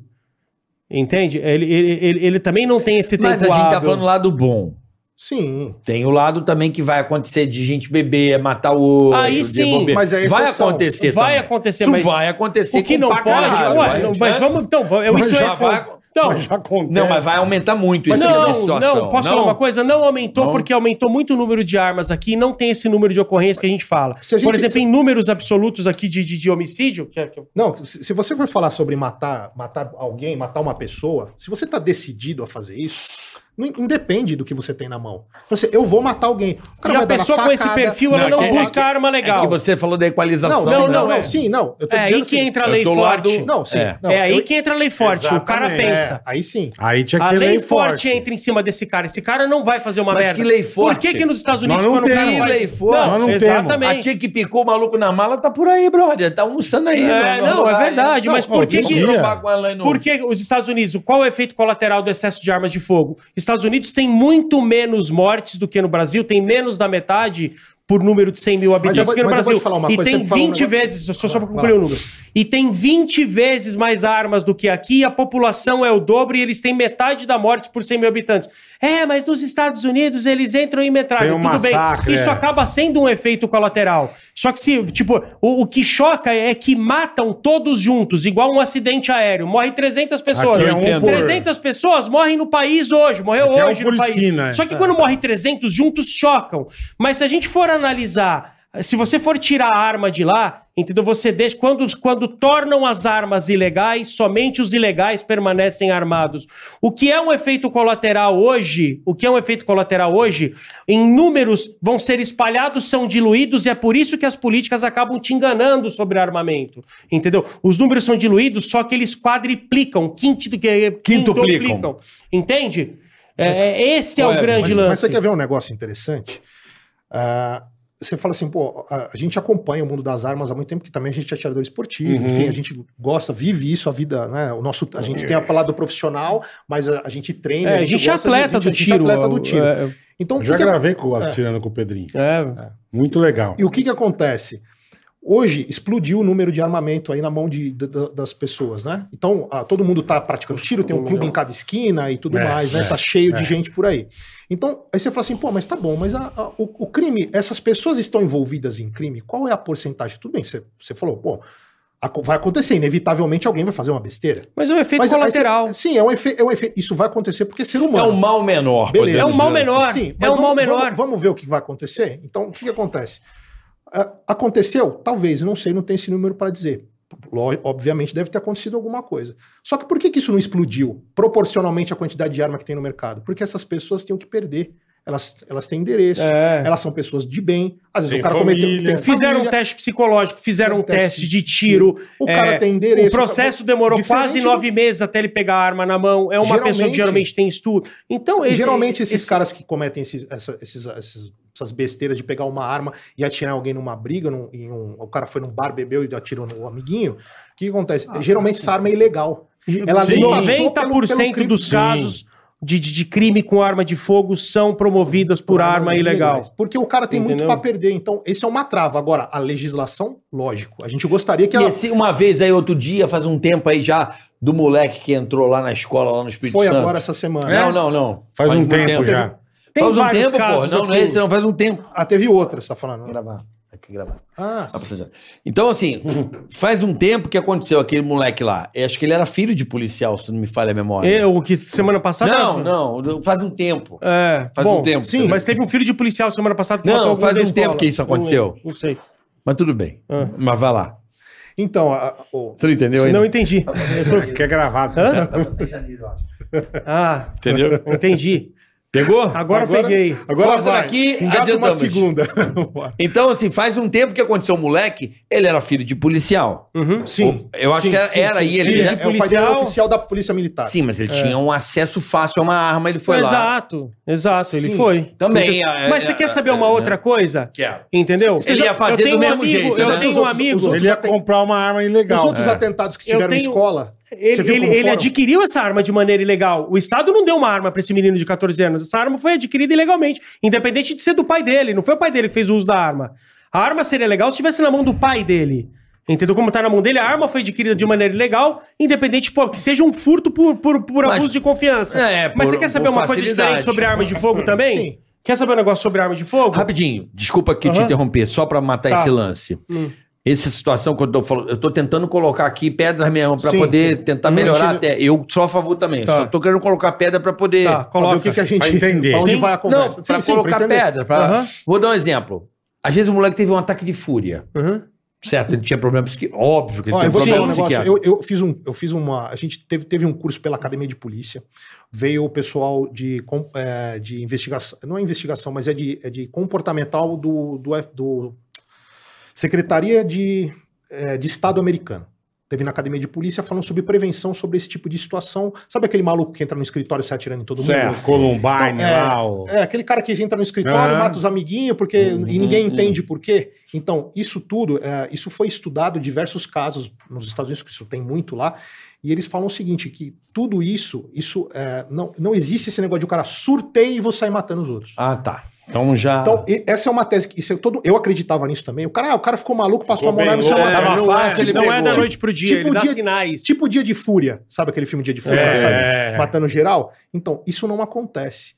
E: Entende? Ele, ele, ele, ele também não tem esse tempo
C: Mas a gente tá
E: hábil.
C: falando do lado bom.
A: Sim.
C: Tem o lado também que vai acontecer de gente beber, matar o outro.
E: Aí
C: de
E: sim.
C: bombeiro.
A: Mas é
C: vai
A: exceção.
C: acontecer
E: Vai
C: também.
E: acontecer,
C: Isso
E: mas
C: vai acontecer
E: o que
C: com
E: não
C: pra
E: pode...
C: caralho,
E: Ué,
C: vai,
E: não, mas
C: né?
E: vamos... Então, eu-
C: Mas
E: isso
C: já
E: é...
C: vai-
E: Então,
D: Mas já acontece.
C: Não, mas vai aumentar muito
E: Mas
C: esse tipo de
E: não,
C: situação.
E: não, posso falar uma coisa? Não aumentou
F: Não.
E: porque aumentou muito o número de armas aqui e não tem esse número de ocorrência que a gente fala.
A: Se a gente-
E: Por exemplo,
A: se-
E: em números absolutos aqui de, de, de homicídio, que é- que é-
A: Não, se se você for falar sobre matar, matar alguém, matar uma pessoa, se você tá decidido a fazer isso, não independe do que você tem na mão. Você, eu vou matar alguém. O
E: e a pessoa com esse perfil, ela
C: Não,
E: não,
C: é que-
E: busca arma legal.
C: É que você falou da
A: Não,
C: equalização.
A: sim,
E: Não,
A: não,
E: não,
A: não,
E: é.
A: sim, não. Eu tô
E: É aí
A: dizendo assim, o
E: que
A: seguinte,
E: entra a
C: eu
E: lei
C: tô lá
E: forte.
C: do-
A: Não, sim.
C: É.
A: não,
E: é aí
A: eu-
E: que tá. entra a lei forte. O cara
D: Exatamente.
E: pensa.
A: É, aí sim.
D: Aí tinha que
E: A
D: ter
E: lei forte entra em cima desse cara. Esse cara não vai fazer uma
C: Mas
E: merda.
C: que lei forte?
E: Por que, que nos Estados Unidos,
D: Nós não
E: quando o cara
D: temos.
E: faz-
C: Que lei forte?
E: Não,
D: Nós não temos.
C: A
E: exatamente.
C: tia que picou o maluco na mala tá por aí, brother. Tá almoçando aí.
E: É,
C: no- no
E: não, é
C: lugar aí.
E: verdade.
D: Não,
E: mas por que,
D: alguém
E: que
D: tinha.
C: trombar com ela aí no-
E: Por que os Estados Unidos, qual é o efeito colateral do excesso de armas de fogo? Estados Unidos tem muito menos mortes do que no Brasil, tem menos da metade por número de 100 mil habitantes
A: eu vou-
E: que no
A: mas eu vou
E: Brasil.
A: te falar uma
E: e
A: coisa,
E: tem
A: você falou um
E: 20
A: negócio-
E: vezes, só, só para
A: Vai,
E: concluir o número, e tem 20 vezes mais armas do que aqui, a população é o dobro e eles têm metade da morte por 100 mil habitantes. É, mas nos Estados Unidos eles entram em metralha,
D: Tem um
E: tudo
D: massacre,
E: bem. Isso
D: é.
E: acaba sendo um efeito colateral. Só que se, tipo, o, o que choca é que matam todos juntos, igual um acidente aéreo. Morre 300 pessoas.
D: Aqui é um por-
E: 300 pessoas morrem no país hoje, morreu
D: Aqui é um
E: hoje
D: por
E: no país.
D: esquina, é.
E: Só que quando morre 300 juntos chocam. Mas se a gente for analisar, se você for tirar a arma de lá, entendeu? Você deixa quando quando tornam as armas ilegais, somente os ilegais permanecem armados. O que é um efeito colateral hoje? O que é um efeito colateral hoje? Em números vão ser espalhados, são diluídos e é por isso que as políticas acabam te enganando sobre armamento, entendeu? Os números são diluídos, só que eles quadriplicam, quinti- quintuplicam. Entende? É, é, esse é o
F: Olha,
E: grande
A: Mas,
E: lance.
A: mas você quer ver um negócio interessante? Ah, você fala assim, pô, a, a gente acompanha o mundo das armas há muito tempo, que também a gente é atirador esportivo, enfim, a gente gosta, vive isso, a vida, né? O nosso, a gente tem a palavra do profissional, mas a, a gente treina,
E: É, a gente é
A: gosta de-
E: atleta do
A: a gente é
E: tiro.
A: atleta do tiro.
E: É,
A: Então, o
D: Eu
A: que
D: já
A: que a-
D: gravei com,
A: É.
D: tirando com o Pedrinho.
E: é.
D: Muito legal.
A: E o que que acontece? Hoje explodiu o número de armamento aí na mão de, da- da- das pessoas, né? Então, ah, todo mundo tá praticando tiro, tem um clube em cada esquina e tudo
D: É,
A: mais, né?
D: é,
A: tá cheio
D: é.
A: de gente por aí. Então, aí você fala assim, pô, mas tá bom, mas a- a- o, o crime, essas pessoas estão envolvidas em crime, qual é a porcentagem? Tudo bem, você, você falou, pô, aco- vai acontecer, inevitavelmente alguém vai fazer uma besteira.
E: Mas é um efeito
A: Mas aí você-
E: colateral.
A: sim, é um efeito, é um efe- isso vai acontecer porque é ser
C: É
A: humano.
C: um mal menor.
A: Beleza.
E: É um
C: podemos
E: mal
C: dizer assim.
E: menor.
A: Sim,
E: é
A: mas
E: um mal
A: vamos-
E: menor.
A: Vamos, vamos ver o que vai acontecer? Então, o que, que acontece? Ah, aconteceu? Talvez, eu não sei, não tem esse número para dizer. Lo- Obviamente deve ter acontecido alguma coisa. Só que por que, que isso não explodiu proporcionalmente à quantidade de arma que tem no mercado? Porque essas pessoas têm o que perder. Elas, elas têm endereço,
E: É.
A: elas são pessoas de bem. Às vezes
D: Tem
A: o cara
D: família.
A: cometeu. tem
E: Fizeram um
A: família,
E: teste psicológico, fizeram um
A: Tem é- um teste
E: teste de tiro.
A: O
E: é,
A: cara tem endereço.
E: O processo demorou
A: Diferente
E: quase
A: do-
E: nove meses até ele pegar a arma na mão. É uma pessoa que
A: Geralmente-
E: geralmente tem estudo. Então, esse-
A: Geralmente esses
E: esse-
A: caras que cometem esses, essa- esses- esses- essas besteiras de pegar uma arma e atirar alguém numa briga, num- em um- o cara foi num bar, bebeu e atirou no amiguinho, o que acontece?
E: Ah,
A: Geralmente essa arma é ilegal. Ela
D: Sim.
A: nem passou pelo-
E: 90%
A: pelo crime.
E: dos
D: Sim.
E: casos de, de- de crime com arma de fogo são promovidas por
A: Armas
E: arma é
A: ilegais.
E: ilegal.
A: Porque o cara tem
E: Entendeu?
A: muito pra perder. Então, esse é uma trava. Agora, a legislação, lógico. A gente gostaria que
C: E
A: ela
C: assim. esse, uma vez aí, outro dia, faz um tempo aí já, do moleque que entrou lá na escola, lá no Espírito
A: foi
C: Santo.
A: agora essa semana.
E: né?
C: Não,
E: É.
C: não, não.
D: Faz, um
C: muito
D: tempo, já.
E: Tem
C: faz um
E: vários
C: tempo, pô.
E: casos
C: Não, não é
E: assim.
C: esse, não. Faz um tempo.
A: Ah, teve outra, você tá falando.
C: Gravar. Aqui, gravar.
A: Ah,
C: Tá passando. Então, assim, faz um tempo que aconteceu aquele moleque lá. Eu acho que ele era filho de policial, se não me falha a memória.
E: Eu, É, o que semana passada.
C: Não, não. Faz um tempo.
E: É,
C: Faz
E: bom,
C: um tempo.
E: Sim, mas teve um filho de policial semana passada que
C: Não,
E: matou alguém
C: faz
E: da
C: um
E: escola.
C: tempo que isso aconteceu.
E: Não, não sei.
C: Mas tudo bem.
E: Ah.
C: Mas vai lá.
A: então, a- a- o-
C: Você não entendeu
E: Não
C: ainda?
E: entendi. [LAUGHS] Eu
D: Que é gravado.
E: tô- Ah,
C: Entendeu?
E: [LAUGHS] entendi.
C: Pegou?
E: Agora, eu
A: Agora-
E: peguei.
A: agora
C: Corta
A: vai.
C: daqui,
D: tá
A: Engata uma
C: adiantamos.
A: segunda.
C: Então, assim, faz um tempo que aconteceu o moleque, ele era filho de policial.
E: Uhum.
A: sim.
C: Eu acho
A: sim,
C: que era,
A: sim,
C: era
A: sim.
C: e ele.
E: Filho
A: Ele
E: de
A: é, é o pai dele era
E: policial. É.
A: oficial da Polícia Militar.
C: Sim, mas ele tinha um acesso fácil a uma arma, ele foi lá.
E: Exato, exato, ele
A: Sim.
E: foi.
C: Também. é,
E: Mas você quer saber uma outra coisa?
C: né? Quero.
E: Entendeu?
C: Ele ia fazer
E: eu tenho
C: do mesmo
E: um amigo,
C: jeito,
E: Eu
C: né?
E: tenho
A: Os
E: um
A: outros- os
E: amigo,
A: outros-
D: Ele ia comprar uma arma ilegal.
A: Os outros
D: É.
A: atentados que
E: Eu
A: tiveram em
E: tenho-
A: escola. você
E: ele, ele,
A: viu como
E: ele é
A: foram?
E: adquiriu essa arma de maneira ilegal. O Estado não deu uma arma pra esse menino de 14 anos. Essa arma foi adquirida ilegalmente, independente de ser do pai dele. Não foi o pai dele que fez o uso da arma. A arma seria legal se estivesse na mão do pai dele. Entendeu como tá na mão dele? A arma foi adquirida de maneira ilegal, independente pô, que seja um furto por, por, por
C: Mas-
E: abuso de confiança.
C: É,
E: Mas
C: por-
E: você quer saber
C: por
E: uma coisa
C: facilidade.
E: diferente sobre arma de fogo também?
A: Sim.
E: Quer saber um negócio sobre arma de fogo?
C: Rapidinho, desculpa que te
E: Aham.
C: interromper, só pra matar
E: Tá.
A: Hum.
C: esse lance. Essa situação que eu tô falando, eu tô tentando colocar aqui pedras mesmo pra
A: Sim,
C: poder
A: sim. Hum,
C: tentar
A: Não,
C: melhorar
A: a gente-
C: até. Eu sou a favor também.
E: Tá.
C: Só tô querendo colocar pedra pra poder.
E: Tá,
A: Pra ver o
E: coloca.
A: que, que a gente
D: pra entender.
A: pra onde
E: Sim.
A: vai a
C: Não,
A: conversa.
C: pra
A: Sim, sim,
C: colocar
A: entender.
C: pedra. pra-
E: Aham.
C: Vou dar um exemplo. Às vezes o moleque teve um ataque de fúria,
E: Uhum.
C: certo? Ele tinha problema psiquiátrico. Óbvio que ele
A: Ó,
C: tem
A: eu vou te falar um
C: problema
A: negócio.
C: psiquiátrico.
A: Eu, eu fiz um, eu fiz uma. A gente teve, teve um curso pela academia de polícia. Veio o pessoal de, com- é, de investigação. Não é investigação, mas é de, é de comportamental do, do, F- do Secretaria de, é, de Estado americano. Teve na academia de polícia falando sobre prevenção sobre esse tipo de situação. Sabe aquele maluco que entra no escritório e sai atirando em todo mundo?
D: Certo, Columbine
A: É.
D: lá, o...
A: É, aquele cara que entra no escritório,
D: Aham.
A: mata os amiguinhos, porque e ninguém entende por quê. Então, isso tudo, é, isso foi estudado em diversos casos nos Estados Unidos, que isso tem muito lá, e eles falam o seguinte, que tudo isso, isso é, não, não existe esse negócio de o cara surtei e vou sair matando os outros.
C: Ah, tá. Então já.
A: Então, e- essa é uma tese que isso é todo, eu acreditava nisso também. O cara, ah, o cara ficou maluco,
D: Ficou
A: passou a mão
D: bem
A: no seu
D: louco,
A: matar.
C: tava
E: não
C: fácil,
E: é,
C: ele
E: não é
C: pegou.
E: da noite pro dia, ele dá sinais.
A: Tipo dia de fúria, sabe aquele filme Dia de Fúria,
D: É.
A: sabe? Matando geral? Então, isso não acontece.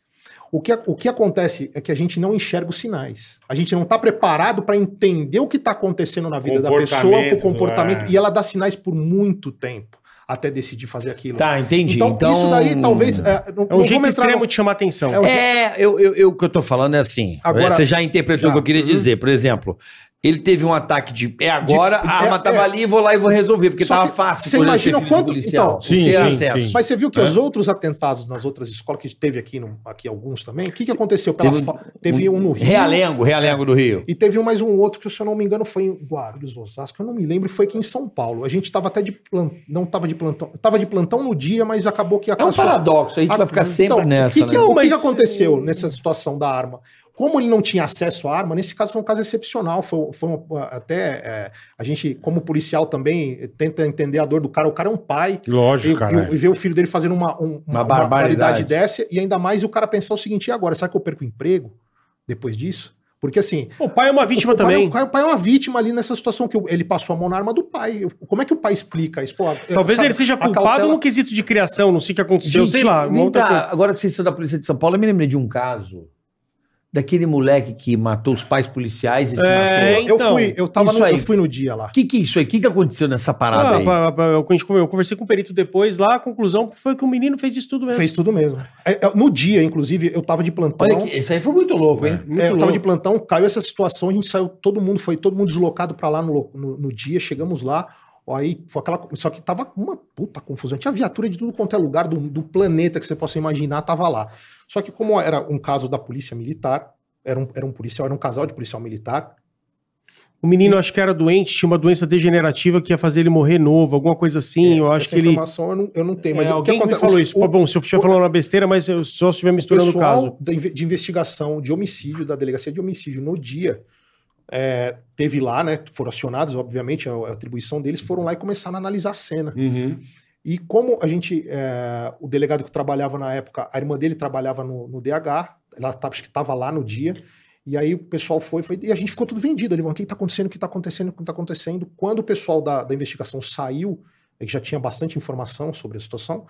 A: O que, o que acontece é que a gente não enxerga os sinais. A gente não está preparado para entender o que está acontecendo na vida da pessoa, com o
D: Comportamento,
A: comportamento,
D: é.
A: e ela dá sinais por muito tempo até decidir fazer aquilo.
C: Tá, entendi. Então,
A: isso daí talvez. É, não,
E: É
A: não
E: um jeito
A: vamos entrar no-
E: extremo de chamar atenção.
A: É o-
C: É, eu, eu, eu- o que eu tô falando é assim.
A: Agora-
C: você já interpretou
A: Já.
C: o que eu queria
A: Uhum.
C: dizer. Por exemplo, ele teve um ataque de. É agora,
A: De-
C: a arma
A: é-
C: tava
A: é.
C: ali, vou lá e vou resolver, porque
A: Só
C: tava
A: que
C: fácil.
A: você
C: por ele
A: imagina
C: ser
A: o
C: filho de
A: quanto- então,
C: Você
D: sim,
C: é
D: sim,
C: acesso.
D: sim.
A: Mas você viu que
C: É.
A: os outros atentados nas outras escolas, que teve aqui, no- aqui alguns também, o que, que aconteceu? Pela
C: Teve um-
A: fa- teve um no Rio.
C: Realengo, Realengo do Rio.
A: E teve um- mais um outro que, se eu não me engano, foi em Guarulhos, Osasco, eu não me lembro, foi aqui em São Paulo. A gente tava até de plantão, não tava de plantão, tava de plantão no dia, mas acabou que a
C: É um
A: situação-
C: paradoxo, a gente
A: Ah,
C: vai ficar sempre
A: então,
C: nessa.
A: O que, que-
C: né?
A: o que que
E: Mas-
A: aconteceu nessa situação da arma? Como ele não tinha acesso à arma, nesse caso foi um caso excepcional. Foi, foi uma- até é, a gente, como policial também, tenta entender a dor do cara. O cara é um pai, e,
D: Lógico,
A: e,
D: cara.
A: e ver o filho dele fazendo uma, um- uma, uma
C: barbaridade.
A: barbaridade dessa, e ainda mais o cara pensar o seguinte: e agora? Será que eu perco o emprego depois disso? Porque assim.
E: O pai é uma vítima
A: o pai,
E: também.
A: O pai, o pai é uma vítima ali nessa situação que o- ele passou a mão na arma do pai. Eu- Como é que o pai explica isso? Pô, eu-
E: Talvez
A: sabe,
E: ele seja
A: a
E: culpado
A: cautela-
E: no quesito de criação, não sei o que aconteceu,
C: Gente,
E: sei lá. uma
C: vem
E: outra
C: cá,
E: coisa.
C: agora que vocês são da Polícia de São Paulo, eu me lembrei de um caso daquele moleque que matou os pais policiais e se
E: É,
C: matou.
E: hein?
A: Eu
E: Então,
A: fui, eu tava
C: isso
A: no, eu
C: aí.
A: fui no dia lá.
C: O que, que é isso aí? O que, que aconteceu nessa parada
E: Ah,
C: aí?
E: pa- pa- eu, con- eu conversei com o perito depois lá, a conclusão foi que o menino fez isso tudo mesmo.
A: Fez tudo mesmo. É, é, No dia, inclusive, eu tava de plantão.
C: Olha, que- isso aí foi muito louco, hein?
A: É, eu tava de plantão, caiu essa situação, a gente saiu, todo mundo foi, todo mundo deslocado pra lá no, lo- no- no dia, chegamos lá, ó, aí foi aquela, co- só que tava uma puta confusão, tinha viatura de tudo quanto é lugar do, do planeta que você possa imaginar, tava lá. Só que como era um caso da polícia militar, era um, era um policial, era um casal de policial militar,
E: O menino acho que era doente, tinha uma doença degenerativa que ia fazer ele morrer novo, alguma coisa assim. eu acho
A: É, essa
E: que ele.
A: informação eu não, eu não tenho,
E: Mas é,
A: mas o que
E: alguém me
A: acontece...
E: falou
A: os-
E: isso.
A: o-
E: Pô, Bom, se eu estiver
A: o-
E: falando uma besteira, mas eu só estiver
A: O
E: misturando o
A: pessoal
E: caso.
A: da inve- de investigação de homicídio, da delegacia de homicídio no dia, é, teve lá, né? Foram acionados, obviamente, a, a atribuição deles, foram lá e começaram a analisar a cena. E como a gente, é, o delegado que trabalhava na época, a irmã dele trabalhava no, no DH, ela tá- acho que estava lá no dia, e aí o pessoal foi, foi- e a gente ficou tudo vendido ali, mano, o que está acontecendo, o que está acontecendo, o que está acontecendo. Quando o pessoal da, da investigação saiu, é que já tinha bastante informação sobre a situação,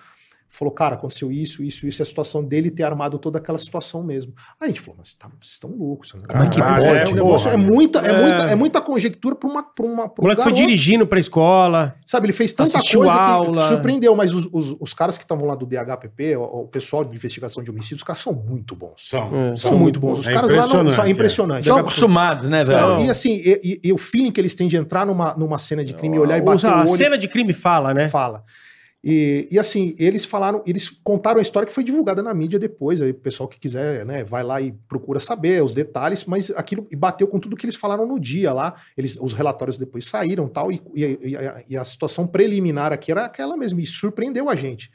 A: falou, cara, aconteceu isso, isso, isso, é a situação dele ter armado toda aquela situação mesmo. Aí a gente falou, mas tá- vocês estão loucos. né, cara?
C: Mas que
A: Caralho,
C: pode,
A: é, o negócio
D: porra,
A: é muita, é,
E: É.
A: muita, é muita conjectura para uma, pra uma
E: O
A: pra um
E: moleque foi
A: garoto.
E: dirigindo pra escola.
A: Sabe, ele fez tanta
E: Assistiu
A: coisa
E: aula.
A: que surpreendeu, mas os, os, os caras que estavam lá do DHPP, o, o pessoal de investigação de homicídios, os caras são muito bons.
D: São.
E: É.
A: São muito bons. Os
D: É
A: caras lá não são
D: impressionante,
A: é impressionante.
C: Estão acostumados, né, velho?
A: Não, e assim, e, e- e o feeling que eles têm de entrar numa, numa cena de crime, olhar e
E: Ou
A: bater
E: seja,
A: o
E: a
A: olho
E: cena de crime fala, né?
A: fala. E, e assim, eles falaram, eles contaram a história que foi divulgada na mídia depois. Aí o pessoal que quiser, né, vai lá e procura saber os detalhes, mas aquilo e bateu com tudo que eles falaram no dia lá. Eles, os relatórios depois saíram tal, e, e, e a, e a situação preliminar aqui era aquela mesma, e surpreendeu a gente.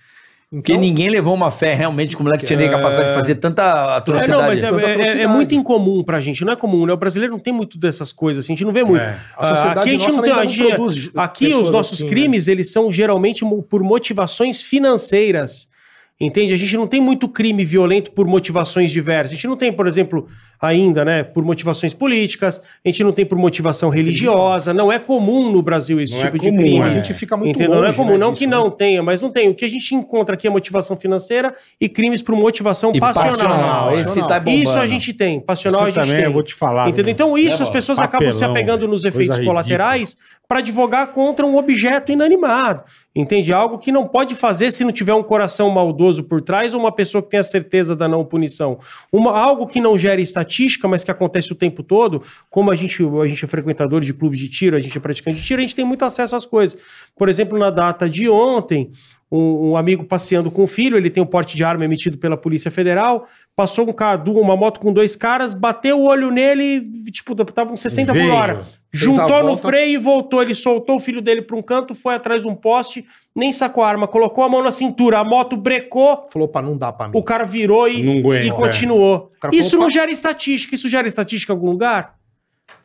C: Porque
A: Então,
C: ninguém levou uma fé realmente que o moleque tinha nem capacidade de fazer tanta
E: É,
C: atrocidade.
E: não, mas é,
A: tanta
E: é- é- é
A: atrocidade.
E: muito incomum pra gente, não é comum, né? O brasileiro não tem muito dessas coisas, assim, a gente não vê muito.
D: É.
A: a
E: aqui
A: sociedade
E: Ah, a gente
A: nossa
E: não tem-
A: ainda
E: a gente- é-
A: produz
E: Aqui os
A: pessoas
E: nossos
A: assim, né?
E: crimes, eles são geralmente mo- por motivações financeiras. Entende? A gente não tem muito crime violento por motivações diversas. A gente não tem, por exemplo, ainda, né? Por motivações políticas, a gente não tem por motivação religiosa, não é comum no Brasil esse
D: Não é
E: tipo de
D: comum,
E: crime.
D: é.
A: A gente fica muito
E: Entendeu? não é
A: longe,
E: comum,
A: né,
E: não
A: disso,
E: que
A: né?
E: não tenha, mas não tem. O que a gente encontra aqui é motivação financeira e crimes por motivação
C: E
E: passional. é
C: passional, esse tá bombando.
E: Isso a gente tem, passional
D: Isso
E: a gente
D: também
E: tem.
D: eu vou te falar.
E: Entendeu?
D: meu.
E: Então isso
C: Tá
F: Né,
E: as pessoas
D: Papelão,
E: acabam se apegando
D: velho.
E: nos
D: Coisa
E: efeitos
D: ridícula.
E: colaterais para advogar contra um objeto inanimado. Entende? Algo que não pode fazer se não tiver um coração maldoso por trás ou uma pessoa que tenha certeza da não punição. Uma, algo que não gera estatística, mas que acontece o tempo todo, como a gente, a gente é frequentador de clubes de tiro, a gente é praticante de tiro, a gente tem muito acesso às coisas. Por exemplo, na data de ontem, um, um amigo passeando com o filho, ele tem um porte de arma emitido pela Polícia Federal, passou um cadu, uma moto com dois caras, bateu o olho nele, e, tipo, tava uns 60
D: Veio.
E: por hora.
A: Fez
E: Juntou
A: a
E: no
A: volta.
E: freio e voltou. Ele soltou o filho dele para um canto, foi atrás de um poste, nem sacou a arma, colocou a mão na cintura, a moto brecou,
A: Falou pra não dar pra mim.
E: o cara virou e,
D: Não aguenta,
E: e
D: é.
E: continuou.
A: O cara
E: Isso
A: falou,
E: não
A: "Pá."
E: gera estatística. Isso gera estatística em algum lugar?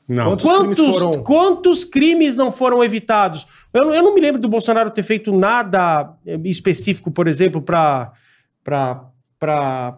E: então,
D: Não.
A: Quantos
E: Quantos,
A: crimes foram-
E: quantos crimes não foram evitados? Eu, não- eu não me lembro do Bolsonaro ter feito nada eh, específico, por exemplo, para. para. para.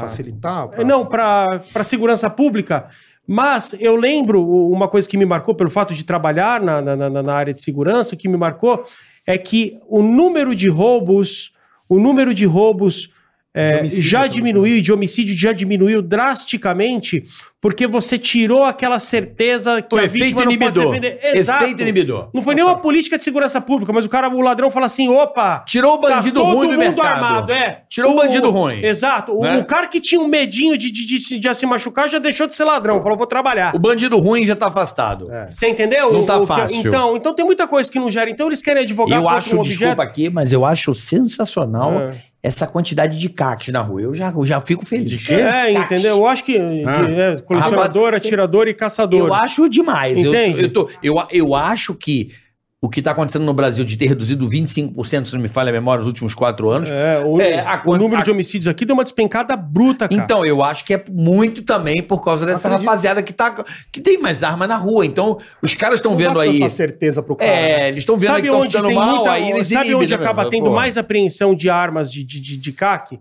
A: Facilitar? pra-
E: É, Não, para segurança pública. Mas eu lembro o- uma coisa que me marcou pelo fato de trabalhar na, na, na- na área de segurança, o que me marcou é que o número de roubos, o número de roubos eh,
A: De homicídio
E: já
A: também, né?
E: diminuiu, e de homicídio já diminuiu drasticamente, porque você tirou aquela certeza que
C: O
E: a
C: efeito
E: vítima não
C: inibidor.
E: pode defender. Exato.
C: Efeito inibidor.
E: Não foi nenhuma política de segurança pública, mas o cara, o ladrão, fala assim: opa,
C: Tirou o bandido
E: tá todo
C: ruim do
E: mundo
C: mercado.
E: armado, é.
C: Tirou o bandido ruim.
E: Exato. O-
C: Né?
E: O, cara que tinha um medinho de, de, de, se- de se machucar já deixou de ser ladrão, falou, vou trabalhar.
C: O bandido ruim já tá afastado.
A: É.
E: Você entendeu?
C: Não
E: O-
C: tá
E: o que-
C: fácil.
E: Então, então tem muita coisa que não gera. Então eles querem advogar
C: Eu acho,
E: um
C: desculpa aqui, mas eu acho sensacional
E: É.
C: essa quantidade de cactos na rua. Eu já, eu já fico feliz.
D: De quê?
E: É, entendeu? Eu acho que de-
D: Ah.
E: é, colecionador,
C: Rapaz,
E: atirador e caçador.
C: Eu acho demais. Eu,
E: Entende?
C: eu, tô- eu, eu acho que o que está acontecendo no Brasil de ter reduzido 25%, se não me falha a memória, nos últimos quatro anos.
E: É, o,
C: É, a
E: o
C: coisa-
E: número
C: a-
E: de homicídios aqui deu uma despencada bruta, cara.
C: Então, eu acho que é muito também por causa dessa
A: Acredito.
C: rapaziada que, tá, que tem mais arma na rua. Então, os caras estão
A: Não dá
C: vendo aí.
A: tanta certeza pro cara. né?
C: É, eles estão vendo aí
E: sabe
C: que estão se
E: onde
C: dando
E: tem
C: mal,
E: muita,
C: aí eles
E: sabe
C: inibem,
E: onde
C: né,
E: acaba
C: meu?
E: tendo
C: Pô.
E: mais apreensão de armas de, de, de, de CAC,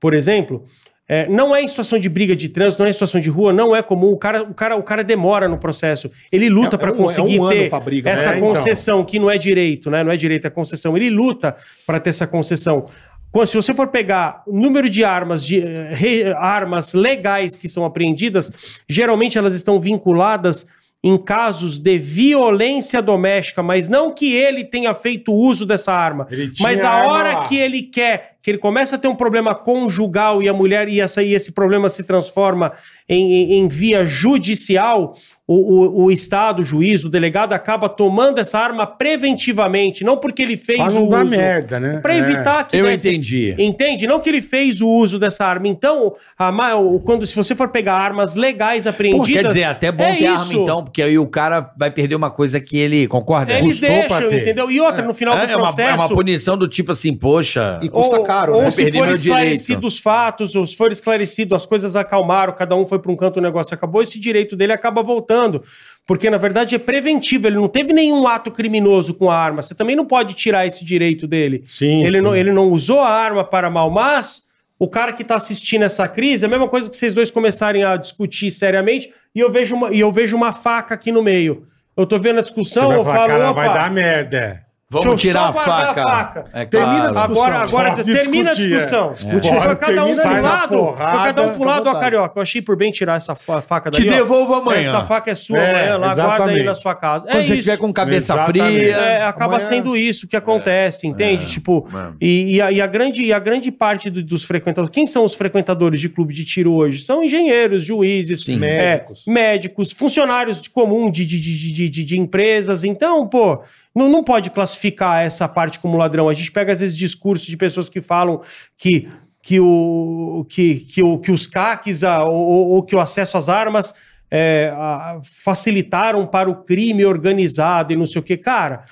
E: por exemplo? É, não é em situação de briga de trânsito, não é em situação de rua, não é comum. O cara, o cara, o cara demora no processo. Ele luta
A: É- é
E: pra
A: um- é
E: conseguir
A: um ano
E: ter
A: pra briga,
E: essa
A: né? Então.
E: concessão, que não é direito, né? Não é direito à concessão. Ele luta pra ter essa concessão. Quando- Se você for pegar o número de armas, de, eh, re- armas legais que são apreendidas, geralmente elas estão vinculadas em casos de violência doméstica, mas não que ele tenha feito uso dessa arma.
D: Ele tinha
E: Mas a
D: arma
E: hora
D: lá.
E: que ele quer, que ele começa a ter um problema conjugal e a mulher e, essa, e esse problema se transforma em, em- em via judicial, o, o- o Estado, o juiz, o delegado acaba tomando essa arma preventivamente, não porque ele fez
D: Pra
E: o
D: não dar
E: uso.
D: merda, né?
E: Pra evitar que
C: Eu
E: desse-
C: entendi.
E: Entende? Não que ele fez o uso dessa arma. Então, a ma- o- quando se você for pegar armas legais
C: Pô,
E: apreendidas.
C: quer dizer, até bom
E: é
C: ter arma
E: isso.
C: então, porque aí o cara vai perder uma coisa que ele. Concorda?
E: É, Eles
D: Custou pra
E: deixam,
D: ter.
E: entendeu? E outra, no final
C: É,
E: do
C: é uma,
E: processo.
C: é uma punição do tipo assim, poxa.
A: E custa
E: ou,
A: caro,
E: ou
A: né?
E: se
C: Perdi
E: for
C: meu
E: esclarecido
C: direito.
E: os fatos, ou se for esclarecido, as coisas acalmaram, cada um foi para um canto, o negócio acabou, esse direito dele acaba voltando. Porque, na verdade, é preventivo, ele não teve nenhum ato criminoso com a arma. Você também não pode tirar esse direito dele.
D: Sim,
E: ele,
D: sim.
E: Não, ele não usou a arma para mal, mas o cara que está assistindo essa crise, é a mesma coisa que vocês dois começarem a discutir seriamente, e eu vejo uma, e eu vejo uma faca aqui no meio. Eu tô vendo a discussão,
D: Você
E: eu
D: vai falar,
E: falo,
D: cara,
E: opa,
D: vai dar merda. é.
C: Vamos
E: deixa eu
C: tirar
E: só
C: a
E: guardar
C: faca.
E: a faca.
C: É
A: Termina
C: claro.
A: a discussão.
E: Agora, agora
D: Pode
E: termina
D: discutir,
E: a discussão.
D: é.
A: Discute.
E: Foi
D: Pode,
E: cada um
D: termina, sai
E: pro
D: na
E: lado.
D: porrada.
E: Foi cada um pro
A: Fica à
E: lado a
A: vontade.
E: carioca. Eu achei por bem tirar essa fa- faca
C: Te
E: dali. ó.
C: devolvo amanhã.
E: Essa faca é sua
D: É,
E: amanhã, lá, guarda aí
D: exatamente.
E: na sua casa.
C: Quando
E: é
C: você
E: isso.
C: tiver com cabeça
D: Exatamente.
C: fria.
E: É, acaba
A: Amanhã-
E: sendo isso que acontece, entende? Tipo, e, e a, e a grande, e a grande parte do- dos frequentadores. Quem são os frequentadores de clube de tiro hoje? São engenheiros, juízes,
C: Sim.
E: médicos.
A: Médicos.
E: médicos, funcionários de comum de, de, de, de, de- de empresas. Então, pô, não, não pode classificar essa parte como ladrão. A gente pega, às vezes, discurso de pessoas que falam que. Que, o, que, que, o, que os caques a- ou- ou, ou que o acesso às armas é, a- facilitaram para o crime organizado e não sei o que. Cara,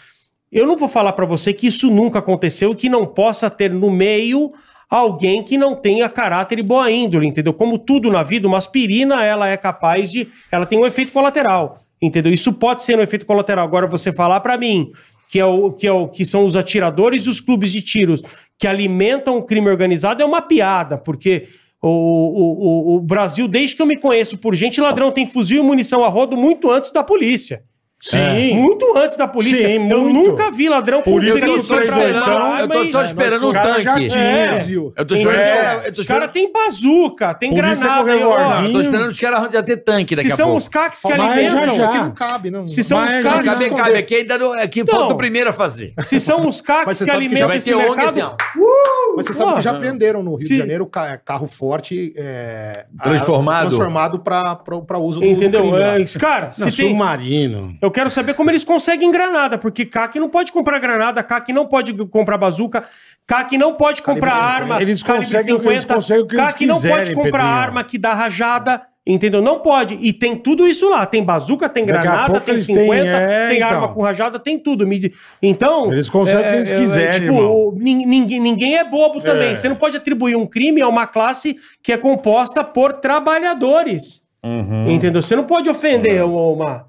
E: eu não vou falar pra você que isso nunca aconteceu e que não possa ter no meio alguém que não tenha caráter e boa índole, entendeu? Como tudo na vida, uma aspirina, ela é capaz de, ela tem um efeito colateral, entendeu? Isso pode ser um efeito colateral. Agora você falar pra mim que é o que é o que são os atiradores e os clubes de tiros que alimentam o crime organizado é uma piada, porque O, o, o, o Brasil, desde que eu me conheço por gente, ladrão tem fuzil e munição a rodo muito antes da polícia.
D: Sim.
E: Muito antes da polícia.
D: Sim,
E: eu
D: muito.
E: nunca vi ladrão
D: Por isso que eu tô
E: polícia pra
D: esperando,
E: arma
C: eu tô
E: e-
C: só esperando o
D: caras já
C: tanque.
D: tinham,
E: É.
D: viu?
C: Eu tô
E: Tem-
C: esperando os
E: é.
C: caras. Eu tô
E: Os caras
C: esperando,
E: têm bazuca, tem
D: Polícia
E: granada.
D: com
E: eu-
D: revólver.
C: eu tô esperando os caras já ter tanque daqui
E: Se
C: a
E: são
C: pouco.
E: os caques que
D: Mas já,
E: alimentam.
D: já.
A: Aqui não cabe, não.
E: Se são
D: Mas
E: os
D: já,
E: caras.
D: já.
E: que-
C: Cabe, cabe. tá Aqui ainda não. Aqui
D: Então.
C: falta é, o primeiro a fazer.
E: Se são os
A: Mas
E: caques
A: você
E: que
A: sabe que
E: alimentam
A: já
C: Vai
E: esse
C: ter ONG
E: mercado. uh,
C: assim, ó.
A: Mas você sabe que já
E: Porra.
A: prenderam no Rio
E: Sim.
A: de Janeiro ca- carro forte é, a-
C: Transformado?
A: transformado para uso do, do
E: Entendeu?
A: crime. lá.
E: É, Cara, se
D: Não,
E: tem,
D: submarino.
E: eu quero saber como eles conseguem granada, porque CAC não pode comprar granada, CAC não pode comprar bazuca, CAC não pode
A: Calibre
E: comprar
A: 50.
E: arma,
D: Eles conseguem o que eles conseguem o que eles
E: CAC não pode
D: quiserem,
E: comprar
D: Pedrinho.
E: arma que dá rajada, entendeu? Não pode. E tem tudo isso lá. Tem bazuca, tem
D: Daqui a
E: granada,
D: pouco
E: tem
D: eles
E: 50,
D: têm, é,
E: tem
D: então.
E: arma com rajada, tem tudo. Me di- Então...
D: Eles conseguem o que eles quiserem, irmão.
E: tipo, nin- ninguém, ninguém é bobo também. Você não pode atribuir um crime a uma classe que é composta por trabalhadores.
D: Uhum.
E: Entendeu? Você não pode ofender uma...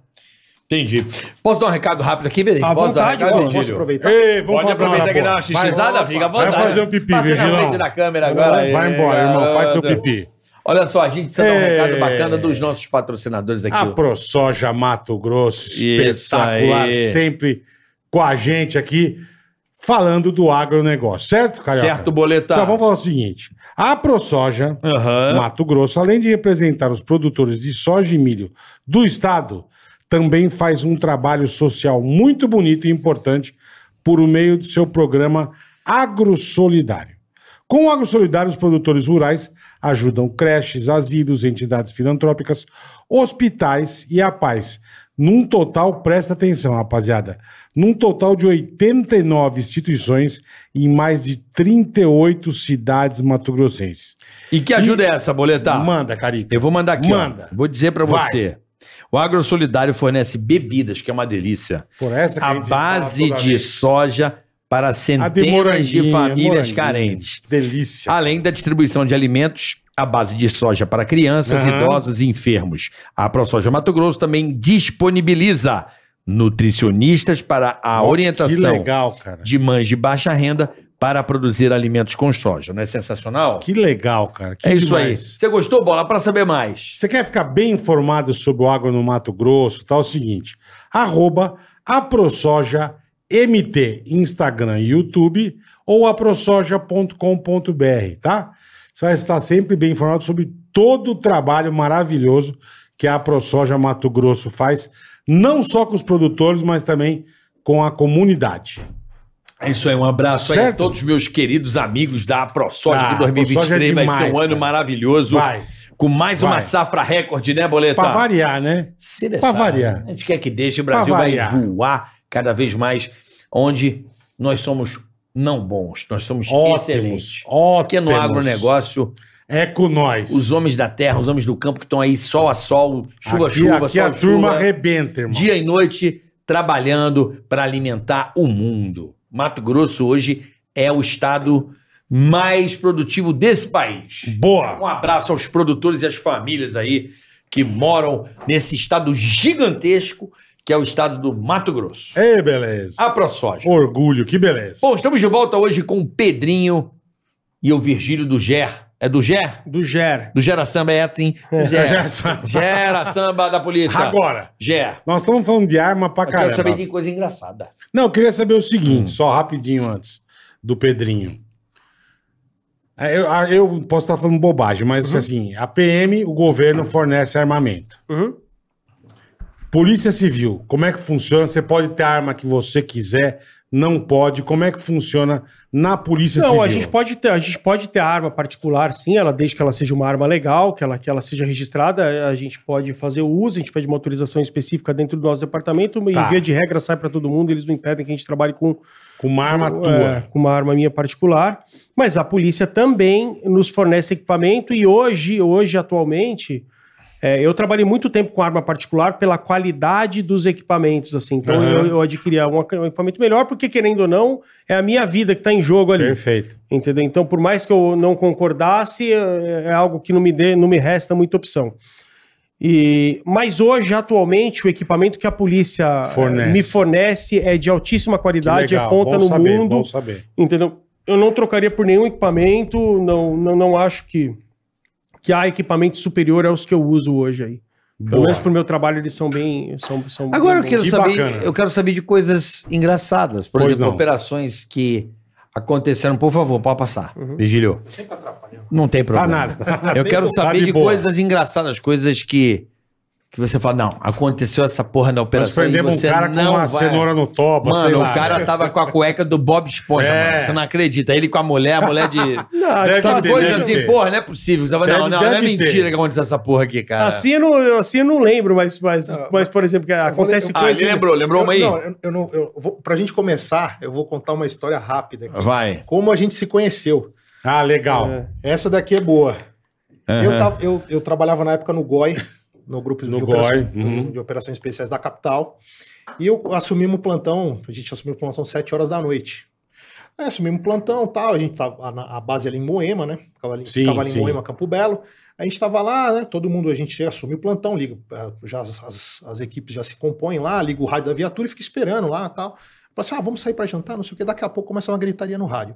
C: Entendi. Posso dar um recado rápido aqui, Pedrinho?
E: À
C: Posso dar um
E: vontade,
C: recado,
E: pô,
A: Posso
C: Virgílio?
A: aproveitar?
C: Pode aproveitar que dá uma xixizada,
A: Vai,
C: fica à
A: vai
C: vontade.
D: fazer um pipi,
C: Passa na
D: Virgílio.
C: frente da câmera agora.
D: Agora, vai
C: aí,
D: embora, irmão. Faz seu
C: garoto.
D: pipi.
C: Olha só, a gente precisa dar um
D: É. Ah,
C: recado bacana dos nossos patrocinadores aqui.
D: A
C: ó.
D: ProSoja Mato Grosso,
C: Isso
D: espetacular,
C: aí.
D: sempre com a gente aqui, falando do agronegócio, certo, Carioca?
C: certo, Boleta?
D: Então vamos falar o seguinte: a ProSoja
C: Aham.
D: Mato Grosso, além de representar os produtores de soja e milho do estado, também faz um trabalho social muito bonito e importante por meio do seu programa AgroSolidário. Com o AgroSolidário, os produtores rurais ajudam creches, asilos, entidades filantrópicas, hospitais e a paz. Num total, presta atenção, rapaziada, num total de 89 instituições em mais de 38 cidades mato-grossenses.
C: E que ajuda é essa, Boleta?
D: Manda, Carica.
C: Eu vou mandar aqui, ó.
D: Manda.
C: Vou dizer pra
D: Vai.
C: você. O Agro Solidário fornece bebidas, que é uma delícia.
D: Por essa que
C: A
D: gente
C: base
D: fala toda
C: de
D: vez.
C: soja para
D: A de
C: centenas de,
D: moranguinho,
C: famílias
D: moranguinho.
C: carentes.
D: Delícia.
C: Além da distribuição de alimentos à base de soja para crianças,
D: Aham.
C: idosos e enfermos. A ProSoja Mato Grosso também disponibiliza nutricionistas para a
D: Ó, Que
C: orientação
D: legal, cara.
C: de mães de baixa renda para produzir alimentos com soja. Não é sensacional?
D: Que legal, cara. Que
C: é isso aí.
D: demais.
C: Você gostou, Bola? Para saber mais.
D: Você quer ficar bem informado sobre o agro no Mato Grosso? Tá o seguinte: arroba aprosojamt, Instagram e YouTube ou aprosoja.com.br, tá? Você vai estar sempre bem informado sobre todo o trabalho maravilhoso que a ProSoja Mato Grosso faz, não só com os produtores, mas também com a comunidade.
C: É isso aí, um abraço aí a
D: Certo.
C: todos meus queridos amigos da ProSoja,
D: Ah,
C: que 2023
D: ProSoja é
C: vai ser
D: demais,
C: um ano
D: cara.
C: maravilhoso.
D: Vai.
C: Com mais uma
D: Vai.
C: safra recorde, né, Boleta?
D: Pra variar, né?
C: Se deixar,
D: Pra variar.
C: A gente quer que deixe, o Brasil
D: Pra
C: vai
D: variar.
C: voar cada vez mais onde nós somos não bons, nós somos excelentes.
D: Ótimos. Ótimos.
C: Porque é no agronegócio,
D: É com nós.
C: os homens da terra, os homens do campo que estão aí sol a sol, chuva a
D: aqui,
C: chuva,
D: aqui
C: sol
D: a
C: a
D: turma
C: chuva,
D: arrebenta, irmão.
C: dia e noite, trabalhando para alimentar o mundo. Mato Grosso hoje é o estado mais produtivo desse país.
D: Boa.
C: Um abraço aos produtores e às famílias aí que moram nesse estado gigantesco que é o estado do Mato Grosso.
D: Ei, beleza.
E: Ah,
C: A ProSoja.
D: Orgulho, que beleza.
C: Bom, estamos de volta hoje com o Pedrinho e o Virgílio do Ger. É do Ger?
E: Do Ger.
C: Do Gera Samba, é assim? Do
D: Já
C: Ger.
D: sabe.
C: Gera Samba da polícia.
D: Agora,
C: Ger.
D: nós estamos falando de arma pra
C: Eu quero
D: caramba.
C: saber de coisa engraçada.
D: Não, eu queria saber o
E: Hum.
D: seguinte, só rapidinho antes do Pedrinho. É, Eu, a- eu posso estar falando bobagem, mas assim, a PM, o
E: Ah.
D: governo fornece armamento.
E: Uhum.
D: Polícia Civil, como é que funciona? Você pode ter a arma que você quiser, não pode. Como é que funciona na Polícia
E: Não,
D: Civil?
E: a gente, pode ter, a gente pode ter arma particular, sim, ela, desde que ela seja uma arma legal, que ela, que ela seja registrada, a gente pode fazer o uso, a gente pede uma autorização específica dentro do nosso departamento, e
D: Tá.
E: em via de regra sai para todo mundo, eles não impedem que a gente trabalhe com,
D: Com uma arma
E: é,
D: tua.
E: com uma arma minha particular. Mas a polícia também nos fornece equipamento, e hoje, hoje atualmente, é, eu trabalhei muito tempo com arma particular pela qualidade dos equipamentos, assim. Então
D: Aham.
E: eu, eu adquiri um, um equipamento melhor, porque querendo ou não, é a minha vida que está em jogo ali.
D: Perfeito.
E: Entendeu? Então, por mais que eu não concordasse, é é algo que não me dê, não me resta muita opção. E, mas hoje, atualmente, o equipamento que a polícia eh,
D: Fornece.
E: me fornece é de altíssima
D: Que
E: qualidade,
D: legal,
E: é ponta
D: bom
E: no
D: saber,
E: mundo.
D: Bom saber.
E: Entendeu? Eu não trocaria por nenhum equipamento, não, não, não acho que que há equipamento superior aos que eu uso hoje aí. Pelo
D: Boa.
E: menos pro meu trabalho eles são bem... São, são
C: Agora eu
E: bem
C: quero
E: bons.
D: que bacana.
C: saber, eu quero saber de coisas engraçadas. Por
D: Pois
C: exemplo,
D: não.
C: operações que aconteceram, por favor, pode passar.
E: Uhum.
C: Vigilhou.
A: Sempre atrapalhando.
C: Não tem
D: Tá
C: problema. [LAUGHS]
D: nada.
C: Eu quero
D: Tá
C: saber
D: de
C: de
D: boa.
C: coisas engraçadas, coisas que que você fala, não, aconteceu essa porra na
D: Nós
C: operação e
D: prendemos um
C: você
D: cara com
C: não vai...
D: uma cenoura no toba, sei
C: Mano,
D: lá.
C: o cara tava com a cueca do Bob Esponja,
D: É.
C: mano. Você não acredita. Ele com a mulher, a
D: [LAUGHS]
C: mulher de.
E: Não, tipo,
D: Deve
E: sabe
C: Sabe
D: ter,
E: coisa
C: coisa assim,
D: ter.
C: porra, não é possível. Você fala,
D: Deve-
C: não, não,
D: deve
C: não é
D: ter.
C: mentira que aconteceu essa porra aqui, cara.
E: Assim eu, não, assim eu não lembro, mas, mas,
D: Ah,
A: Não,
E: mas por exemplo, que acontece
A: eu assim,
C: ah,
E: coisa...
C: ele lembrou, lembrou
A: Eu-
C: uma aí?
A: Não, eu, eu não. Eu vou, pra gente começar, eu vou contar uma história rápida
D: [LAUGHS]
A: aqui.
C: Vai.
A: Como a gente se conheceu.
D: Ah, legal.
E: É.
A: Essa daqui é boa. Eu,
C: Aham.
A: tava- eu- eu trabalhava na época no GOI, no grupo
D: No
A: de, operações,
D: GOI, uhum.
A: de operações especiais da capital. E eu assumimos um plantão, a gente assumiu o plantão 7 horas da noite. Aí assumimos um plantão tal, a gente tava na a base ali em Moema, né? Ficava ali,
D: Sim,
A: ficava ali
D: sim.
A: em Moema, Campo Belo. A gente estava lá, né? Todo mundo, a gente chega, assume o plantão, liga, eh, já as, as- as equipes já se compõem lá, liga o rádio da viatura e fica esperando lá tal. Fala assim, ah, vamos sair para jantar, não sei o quê. Daqui a pouco começa uma gritaria no rádio.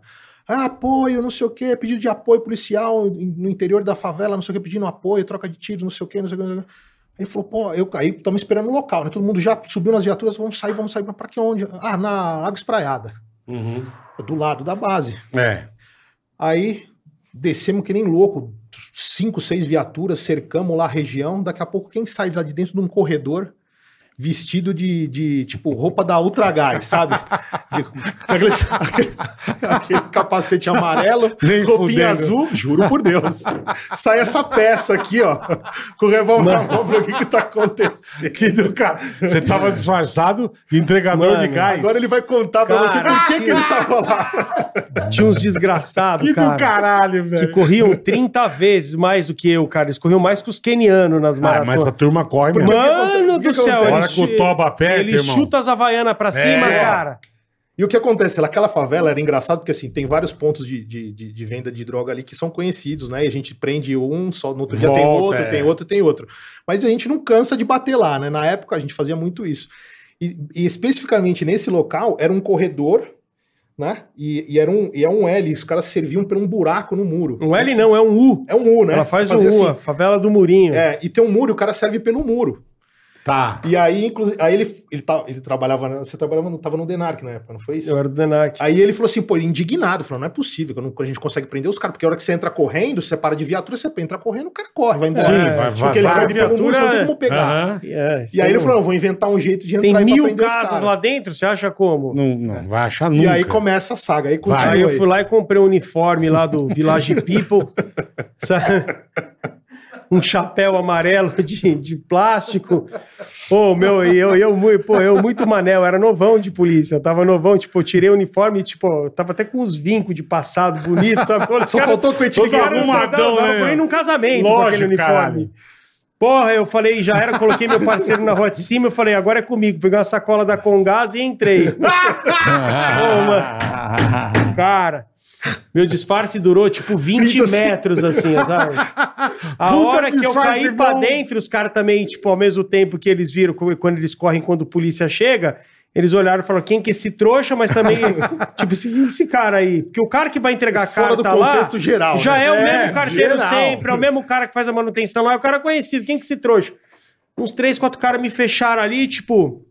A: Ah, apoio, não sei o quê, pedido de apoio policial em- no interior da favela, não sei o quê, pedindo apoio, troca de tiro, não sei o quê, não sei o quê. Não sei o quê. Aí Ele falou, pô, eu aí estamos esperando o local, né? Todo mundo já subiu nas viaturas, vamos sair, vamos sair para que onde? Ah, na Água Espraiada,
D: Uhum.
A: do lado da base.
D: É.
A: Aí descemos que nem louco, cinco, seis viaturas, cercamos lá a região. Daqui a pouco, quem sai lá de dentro de um corredor vestido de, de tipo, roupa da Ultra
D: [LAUGHS]
A: Gás, sabe? De- com aqueles- aquele, aquele capacete amarelo,
D: Nem fudendo.
A: roupinha azul, juro por Deus. Sai essa peça aqui, ó, com o revólver na mão, pra ver o que que tá acontecendo.
D: Que do cara. Você tava disfarçado de entregador
E: Mano,
D: de gás.
A: Agora ele vai contar pra
E: Cara,
A: você por que,
E: que-
A: que ele tava lá.
E: Tinha uns desgraçados,
A: [LAUGHS]
D: Que
E: cara.
D: do caralho,
E: Que
D: velho.
E: corriam 30 vezes mais do que eu, cara. Eles corriam mais que os kenianos nas
D: Ah, mas
E: maratonas.
D: essa turma corre, mesmo.
E: Mano
A: Por que
E: do
A: que
E: céu,
A: acontece?
D: Hora que o
E: chu-
D: toba aperta,
E: ele
D: irmão.
E: chuta as Havaianas pra cima,
D: É.
E: cara.
A: E o que acontece? Naquela favela era engraçado porque assim, tem vários pontos de, de, de- de venda de droga ali que são conhecidos, né? E a gente prende um, só no outro dia tem
D: Volta,
A: outro,
D: é.
A: tem outro, tem outro. Mas a gente não cansa de bater lá, né? Na época a gente fazia muito isso. E, e especificamente nesse local era um corredor, né? E, e era um, e é um L, os caras serviam por um buraco no muro.
E: Um L não, é um U.
A: É um U, né?
E: Ela faz um
A: Fazia
E: U, a favela do Murinho.
A: É, e tem um muro, e o cara serve pelo muro.
D: Tá.
A: E aí, inclusive, aí ele, ele, tá- ele trabalhava, na- você trabalhava, no- tava no Denarc na época, não foi isso?
E: Eu era do Denac.
A: Aí ele falou assim, pô, ele indignado, falou, não é possível que eu não- que a gente consegue prender os caras, porque a hora que você entra correndo, você para de viatura, você entra correndo, o cara corre, vai
D: Sim,
A: embora.
E: É,
D: vai
A: porque
E: vazar
A: eles
D: vazar.
A: andam pelo muro,
E: viatura,
A: você não tem como pegar.
D: Aham.
E: É,
A: E aí
E: sei
A: ele
E: lá.
A: falou, não, vou inventar um jeito de entrar
E: Tem
A: aí pra
E: mil
A: prender os
E: casas
A: caras.
E: lá dentro, você acha como?
D: Não, não vai achar
A: E
D: nunca.
A: aí começa a saga, aí continua
E: Aí
A: aí.
E: eu fui lá e comprei um uniforme lá do Village People. [LAUGHS] sabe? Um chapéu amarelo de, de plástico. Ô, meu, e eu, eu, mui- pô, eu muito manel, era novão de polícia. Eu tava novão, tipo, eu tirei o uniforme e, tipo, eu tava até com uns vincos de passado bonito, sabe? Os
A: Só
E: caras-
A: faltou com
E: Todo
A: o etiqueta.
D: Todo arrumadão,
E: arrumadão, dava,
D: né?
E: dava pra ir num casamento com
D: Lógico,
E: aquele
D: caralho.
E: uniforme. Porra, eu falei, já era, coloquei meu parceiro na rua de cima, eu falei, agora é comigo. Peguei uma sacola da Congás e entrei.
A: Ah!
E: Ô, mano. Cara, meu disfarce durou tipo 20 metros, assim, sabe? A
D: Puta
E: hora que eu
D: disfarce
E: caí pra
D: bom.
E: dentro, os caras também, tipo, ao mesmo tempo que eles viram, como- quando eles correm, quando a polícia chega, eles olharam e falaram, quem que é esse trouxa, mas também, tipo, esse, esse cara aí. Porque o cara que vai entregar a
A: Fora
E: carta
A: do
E: lá...
A: contexto geral.
E: Já
A: né?
E: é o
D: É,
E: mesmo carteiro
D: geral.
E: sempre, é o mesmo cara que faz a manutenção lá, é o cara conhecido. Quem que se trouxe? Uns três, quatro caras me fecharam ali, tipo.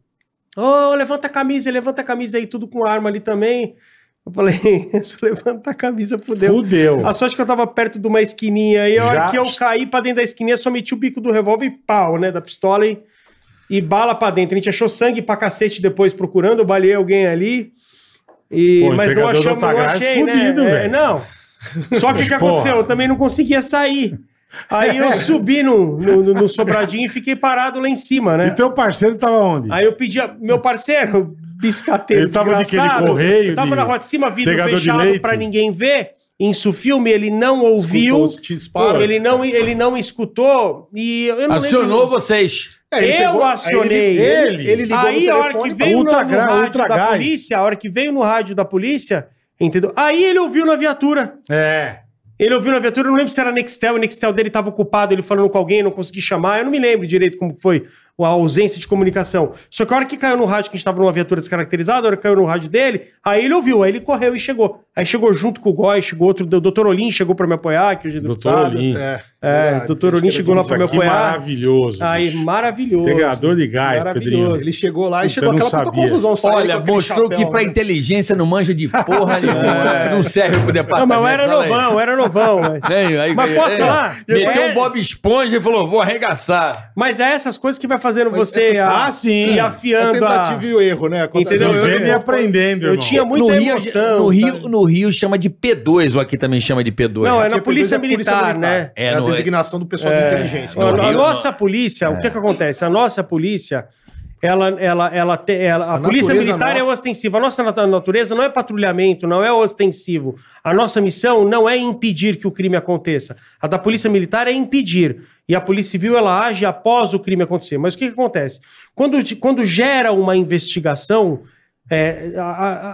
E: Ô, levanta a camisa, levanta a camisa aí, tudo com arma ali também. Eu falei, [LAUGHS] se eu levantar a camisa, fudeu.
D: Fudeu.
E: A sorte que eu tava perto de uma esquininha e a hora
D: Já-
E: que eu caí pra dentro da esquininha, só meti o bico do revólver e pau, né? Da pistola e, e bala pra dentro. A gente achou sangue pra cacete depois procurando, eu baleei alguém ali. E,
D: Pô,
E: mas não
D: entregador do
E: achamos, não
D: Otagás
E: achei, né?
D: fudido,
E: É,
D: velho.
E: não. Só que o que
D: Porra.
E: aconteceu? Eu também não conseguia sair. Aí
D: [LAUGHS]
E: eu subi no, no, no- no sobradinho e fiquei parado lá em cima, né?
D: E teu parceiro tava onde?
E: Aí eu pedi, a- meu parceiro, biscateiro.
D: Ele tava de que, de
E: desgraçado,
D: correio,
E: Tava
D: de
E: na rua de cima, vidro
D: pegador de
E: fechado
D: leite?
E: pra ninguém ver. Isso filme, ele não ouviu.
A: Escutou os disparos.
E: ele, não, ele não escutou. E eu não
C: Acionou vocês.
A: É, ele
E: eu
A: aí
E: acionei.
A: Ele, ele, ele ligou
E: Aí
A: no
E: a hora
A: telefone
E: que
A: pra-
E: veio no,
D: Ultra
E: no
D: gra-
E: rádio
D: ultra
E: da
D: gás.
E: polícia, a hora que veio no rádio da polícia, entendeu? Aí ele ouviu na viatura.
D: É.
E: Ele ouviu na viatura, eu não lembro se era Nextel, o Nextel dele tava ocupado, ele falando com alguém, eu não consegui chamar, eu não me lembro direito como foi. a ausência de comunicação. Só que a hora que caiu no rádio, que a gente tava numa viatura descaracterizada, a hora que caiu no rádio dele, aí ele ouviu, aí ele correu e chegou. Aí chegou junto com o Góes, chegou outro, o doutor Olim chegou para me apoiar, que hoje é
D: Doutor
E: deputado.
D: Olim.
A: É,
E: É,
A: verdade.
E: doutor
A: Ele
E: Olim chegou
A: escreveu
E: lá
A: tudo
E: pra me
A: isso
D: Que
E: apoiar.
D: maravilhoso.
E: Aí,
D: bicho.
E: maravilhoso.
D: Integrador de gás,
E: Maravilhoso.
D: Pedrinho.
A: aqui. Ele chegou lá e
D: Puta,
A: chegou
D: eu não
A: aquela puta
D: sabia.
A: confusão. saiu com
C: Olha,
A: aquele
C: mostrou
A: chapéu,
C: que pra
A: né?
C: inteligência não manja de porra
D: [LAUGHS] É.
C: nenhuma. Não serve pro
E: Não,
C: departamento.
E: mas eu era
A: Tá
C: olha aí.
E: novão, eu era novão. é. Mas,
A: Né?
C: Vem, aí,
E: Mas
C: vem,
E: posso
C: vem.
E: falar?
C: Meteu
E: É.
C: um Bob Esponja e falou, vou arregaçar.
E: mas é essas coisas que vai fazendo
A: Mas
E: você
A: essas-
E: a,
A: Ah,
E: sim. e
A: É
E: afiando a...
A: tentativa e o erro, né? Acontece.
E: Entendeu? Eu-
D: Vivendo e aprendendo,
E: Eu
D: irmão.
E: tinha muita
C: no, Rio,
E: emoção.
C: no,
E: sabe?
C: Rio, no Rio chama de P2, ou aqui também chama de P2.
E: Não, é
C: Aqui
E: na
A: Porque
E: polícia,
A: é
E: militar, né?
A: É,
C: É,
A: a
C: não é-
A: designação do pessoal da inteligência.
E: A,
C: No
E: a
C: Rio, É.
E: nossa polícia, o que que acontece? A nossa polícia, ela, ela, ela, te- ela- a,
A: A
E: polícia
A: natureza
E: militar é
A: nossa-
E: ostensiva. A nossa nat- natureza não é patrulhamento, não é ostensivo. A nossa missão não é impedir que o crime aconteça. A da polícia militar é impedir. E a polícia civil, ela age após o crime acontecer. Mas o que, que acontece? Quando, de- quando gera uma investigação, é, a- a-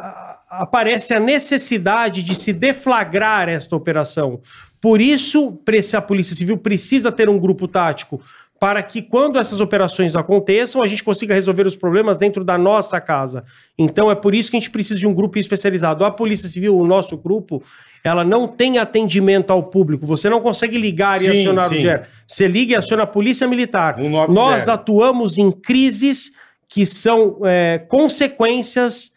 E: a- aparece a necessidade de se deflagrar esta operação. Por isso, preci- a Polícia Civil precisa ter um grupo tático para que quando essas operações aconteçam, a gente consiga resolver os problemas dentro da nossa casa. Então é por isso que a gente precisa de um grupo especializado. A Polícia Civil, o nosso grupo, ela não tem atendimento ao público. Você não consegue ligar e
D: Sim,
E: acionar
D: sim.
E: o GER. Você liga e aciona a Polícia Militar.
D: 190.
E: Nós atuamos em crises que são é, consequências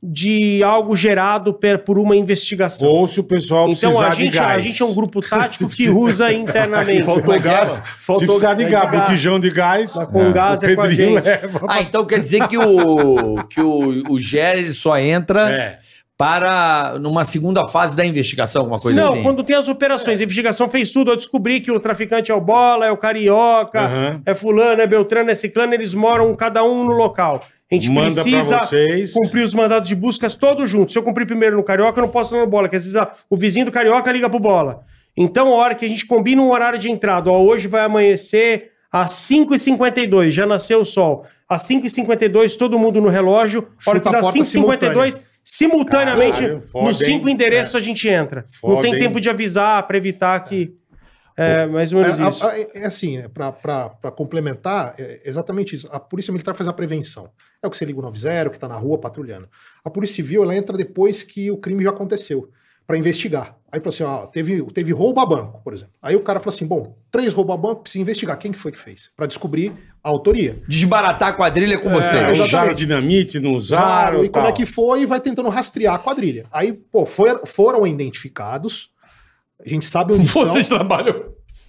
E: de algo gerado per- por uma investigação.
D: Ou se o pessoal
E: Então
D: precisar
E: a
D: de
E: gente, a
D: gás.
E: gente é
D: [LAUGHS]
E: um grupo
D: Se
E: tático que
D: precisa-
E: usa internamente.
D: Faltou gás. se precisar de gás,
E: gás.
D: botijão de gás,
E: né? Tá com gás
D: o
E: é com a
D: Pedrinho
E: gente.
D: leva.
C: Ah, então quer dizer que
E: [LAUGHS]
C: o, que o, o Gera ele só entra
D: É.
C: para numa segunda fase da investigação, alguma coisa
E: não,
C: assim.
E: quando tem as operações, a investigação fez tudo, eu descobri que o traficante é o Bola, é o Carioca,
D: Aham.
E: é fulano, é Beltrano, é Ciclano, eles moram cada um no local. A gente
D: Manda
E: precisa
D: pra vocês.
E: cumprir os mandados de buscas todos juntos. Se eu cumprir primeiro no Carioca, eu não posso ir no Bola, porque às vezes a- o vizinho do Carioca liga pro Bola. Então, a hora que a gente combina um horário de entrada, ó, hoje vai amanhecer às 5h52, já nasceu o sol. Às 5h52, todo mundo no relógio. A hora que
A: Chuta
E: dá
A: a porta
E: 5h52, simultaneamente,
D: Caralho, foda,
E: nos cinco
D: hein?
E: endereços a gente entra.
D: Foda,
E: não tem
D: hein?
E: tempo de avisar para evitar que. É, mais ou menos
A: É, a-
E: isso.
A: a- é- é assim, né, para complementar, é exatamente isso. A Polícia Militar faz a prevenção. É o que você liga o 90, que está na rua patrulhando. A Polícia Civil ela entra depois que o crime já aconteceu, para investigar. Aí falou assim: ó, teve, teve roubo a banco, por exemplo. Aí o cara falou assim: bom, três roubos a banco, precisa investigar quem que foi que fez, para descobrir a autoria.
C: Desbaratar a quadrilha é com
D: É,
C: vocês. você.
D: usaram dinamite, não usaram.
A: e como
D: tal.
A: é que foi, e vai tentando rastrear a quadrilha. Aí, pô, foi- foram identificados. A gente sabe onde estão.
C: trabalham.
D: [LAUGHS]